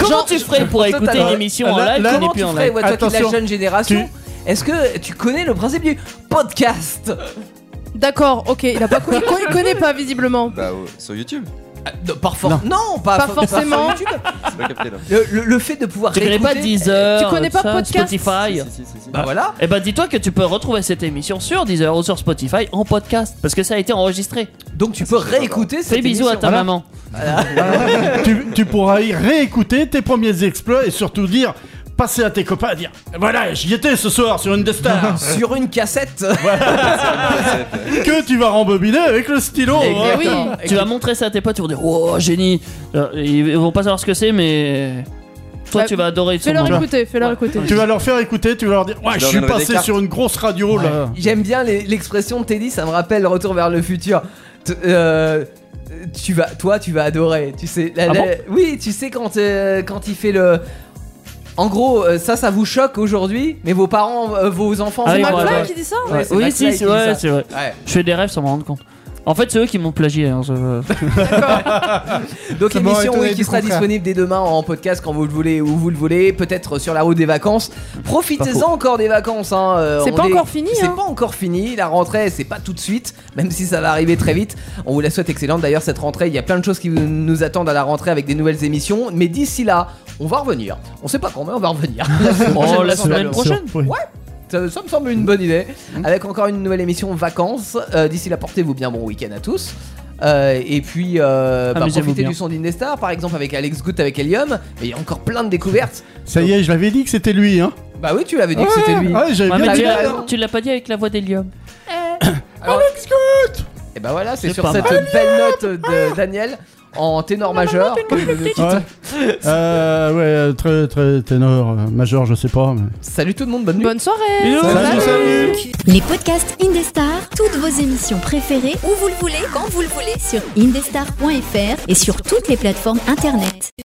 Speaker 6: Comment tu ferais pour écouter
Speaker 4: Totalement.
Speaker 6: une émission en
Speaker 3: Là-
Speaker 6: live
Speaker 3: là-
Speaker 6: qui n'est
Speaker 4: Comment tu
Speaker 6: plus en
Speaker 4: ferais,
Speaker 6: live
Speaker 4: ouais, toi qui es de la
Speaker 3: Attention.
Speaker 4: jeune génération Est-ce que tu connais le principe du podcast
Speaker 6: Euh,
Speaker 5: D'accord, ok, il a pas con- il con- il connaît pas visiblement.
Speaker 8: Bah, euh, sur YouTube.
Speaker 4: Ah, non, par for- non. pas,
Speaker 5: Pas
Speaker 4: for- sur
Speaker 5: forcément.
Speaker 4: YouTube.
Speaker 8: C'est pas capté là.
Speaker 4: Le, le- le fait de pouvoir
Speaker 6: Tu connais pas
Speaker 4: réécouter-
Speaker 6: Deezer
Speaker 5: Tu connais pas
Speaker 6: ça,
Speaker 5: podcast
Speaker 6: Spotify
Speaker 8: Si, si, si, si.
Speaker 4: Bah voilà.
Speaker 6: Eh ben dis-toi que tu peux retrouver cette émission sur Deezer ou sur Spotify en podcast parce que ça a été enregistré.
Speaker 4: Donc tu peux réécouter cette
Speaker 6: Fais bisous à ta
Speaker 4: émission.
Speaker 6: maman.
Speaker 3: tu, tu pourras y réécouter tes premiers exploits et surtout dire passer à tes copains à dire Voilà, j'y étais ce soir sur une Indestar
Speaker 4: Sur une cassette
Speaker 3: Que tu vas rembobiner avec le stylo
Speaker 6: Et-
Speaker 3: hein.
Speaker 6: et oui, tu vas montrer ça à tes potes, ils vont dire Oh, génie Alors, Ils vont pas savoir ce que c'est, mais. Toi,
Speaker 5: Bah,
Speaker 6: tu vas adorer.
Speaker 5: Fais-leur
Speaker 6: sûrement.
Speaker 5: écouter, fais-leur écouter.
Speaker 3: Tu vas leur faire écouter, tu vas leur dire Ouais, je suis passé sur une grosse radio là
Speaker 4: J'aime bien les- l'expression de Teddy, ça me rappelle Retour vers le futur. T- euh, tu vas, toi, tu vas adorer. Tu sais, la- la-
Speaker 6: Ah bon
Speaker 4: oui, tu sais quand euh, quand il fait le. En gros, euh, ça, ça vous choque aujourd'hui, mais vos parents, euh, vos enfants.
Speaker 6: Ah
Speaker 4: vont
Speaker 6: oui,
Speaker 4: adorer.
Speaker 6: voilà. Ouais,
Speaker 4: Ouais, c'est
Speaker 6: Oui,
Speaker 4: Max
Speaker 6: si,
Speaker 4: Light
Speaker 6: si,
Speaker 4: qui dit
Speaker 6: ouais,
Speaker 4: ça.
Speaker 6: c'est vrai.
Speaker 4: Ouais.
Speaker 6: Je fais des rêves sans m'en rendre compte. En fait, c'est eux qui m'ont plagié. hein, ça-
Speaker 4: Donc
Speaker 6: Ça m'aurait
Speaker 4: l'émission
Speaker 6: étonné
Speaker 4: oui, qui
Speaker 6: du
Speaker 4: sera
Speaker 6: contraire.
Speaker 4: disponible dès demain en podcast quand vous le voulez où vous le voulez, peut-être sur la route des vacances.
Speaker 6: Pas
Speaker 4: Profitez-en
Speaker 6: faux.
Speaker 4: encore des vacances. hein, euh,
Speaker 5: C'est
Speaker 4: on
Speaker 5: pas
Speaker 4: est-
Speaker 5: encore fini,
Speaker 4: C'est
Speaker 5: hein.
Speaker 4: pas encore fini. La rentrée, c'est pas tout de suite, même si ça va arriver très vite. On vous la souhaite excellente. D'ailleurs, cette rentrée, il y a plein de choses qui nous attendent à la rentrée avec des nouvelles émissions. Mais d'ici là, on va revenir. On sait pas quand, mais on va revenir.
Speaker 6: Oh, la
Speaker 4: Vraisemblablement.
Speaker 6: semaine prochaine
Speaker 4: Ouais. Ça, ça me semble une bonne idée.
Speaker 6: Mmh.
Speaker 4: Avec encore une nouvelle émission vacances. Euh, D'ici là, portez-vous bien. Bon week-end à tous. Euh, et puis, euh, bah,
Speaker 6: Amusez-vous
Speaker 4: profitez
Speaker 6: bien.
Speaker 4: du son d'Indestar, par exemple, avec Alex Good, avec Helium. Mais il y a encore plein de découvertes.
Speaker 3: Ça y est, je l'avais dit que c'était lui hein
Speaker 4: Bah oui, tu l'avais dit que
Speaker 3: Ouais, Ah.
Speaker 4: c'était lui.
Speaker 3: ouais, j'avais
Speaker 6: Mm. Ouais,
Speaker 3: bien
Speaker 6: mais
Speaker 3: dit
Speaker 6: tu l'as-
Speaker 4: raison.
Speaker 6: tu l'as pas dit avec la voix d'Elium.
Speaker 4: Alex Good Et bah voilà, c'est
Speaker 6: C'est
Speaker 4: sur
Speaker 6: pas
Speaker 4: cette
Speaker 6: mal.
Speaker 4: belle note de Daniel en ténor majeur. que je vous ai quitté.
Speaker 3: Ouais, Euh, ouais euh, très très ténor, euh, majeur, je sais pas. mais-
Speaker 4: Salut tout le monde, bonne nuit.
Speaker 5: Bonne soirée
Speaker 3: Salut, salut.
Speaker 9: Les podcasts Indestar, toutes vos émissions préférées, où vous le voulez, quand vous le voulez, sur indestar.fr et sur toutes les plateformes internet.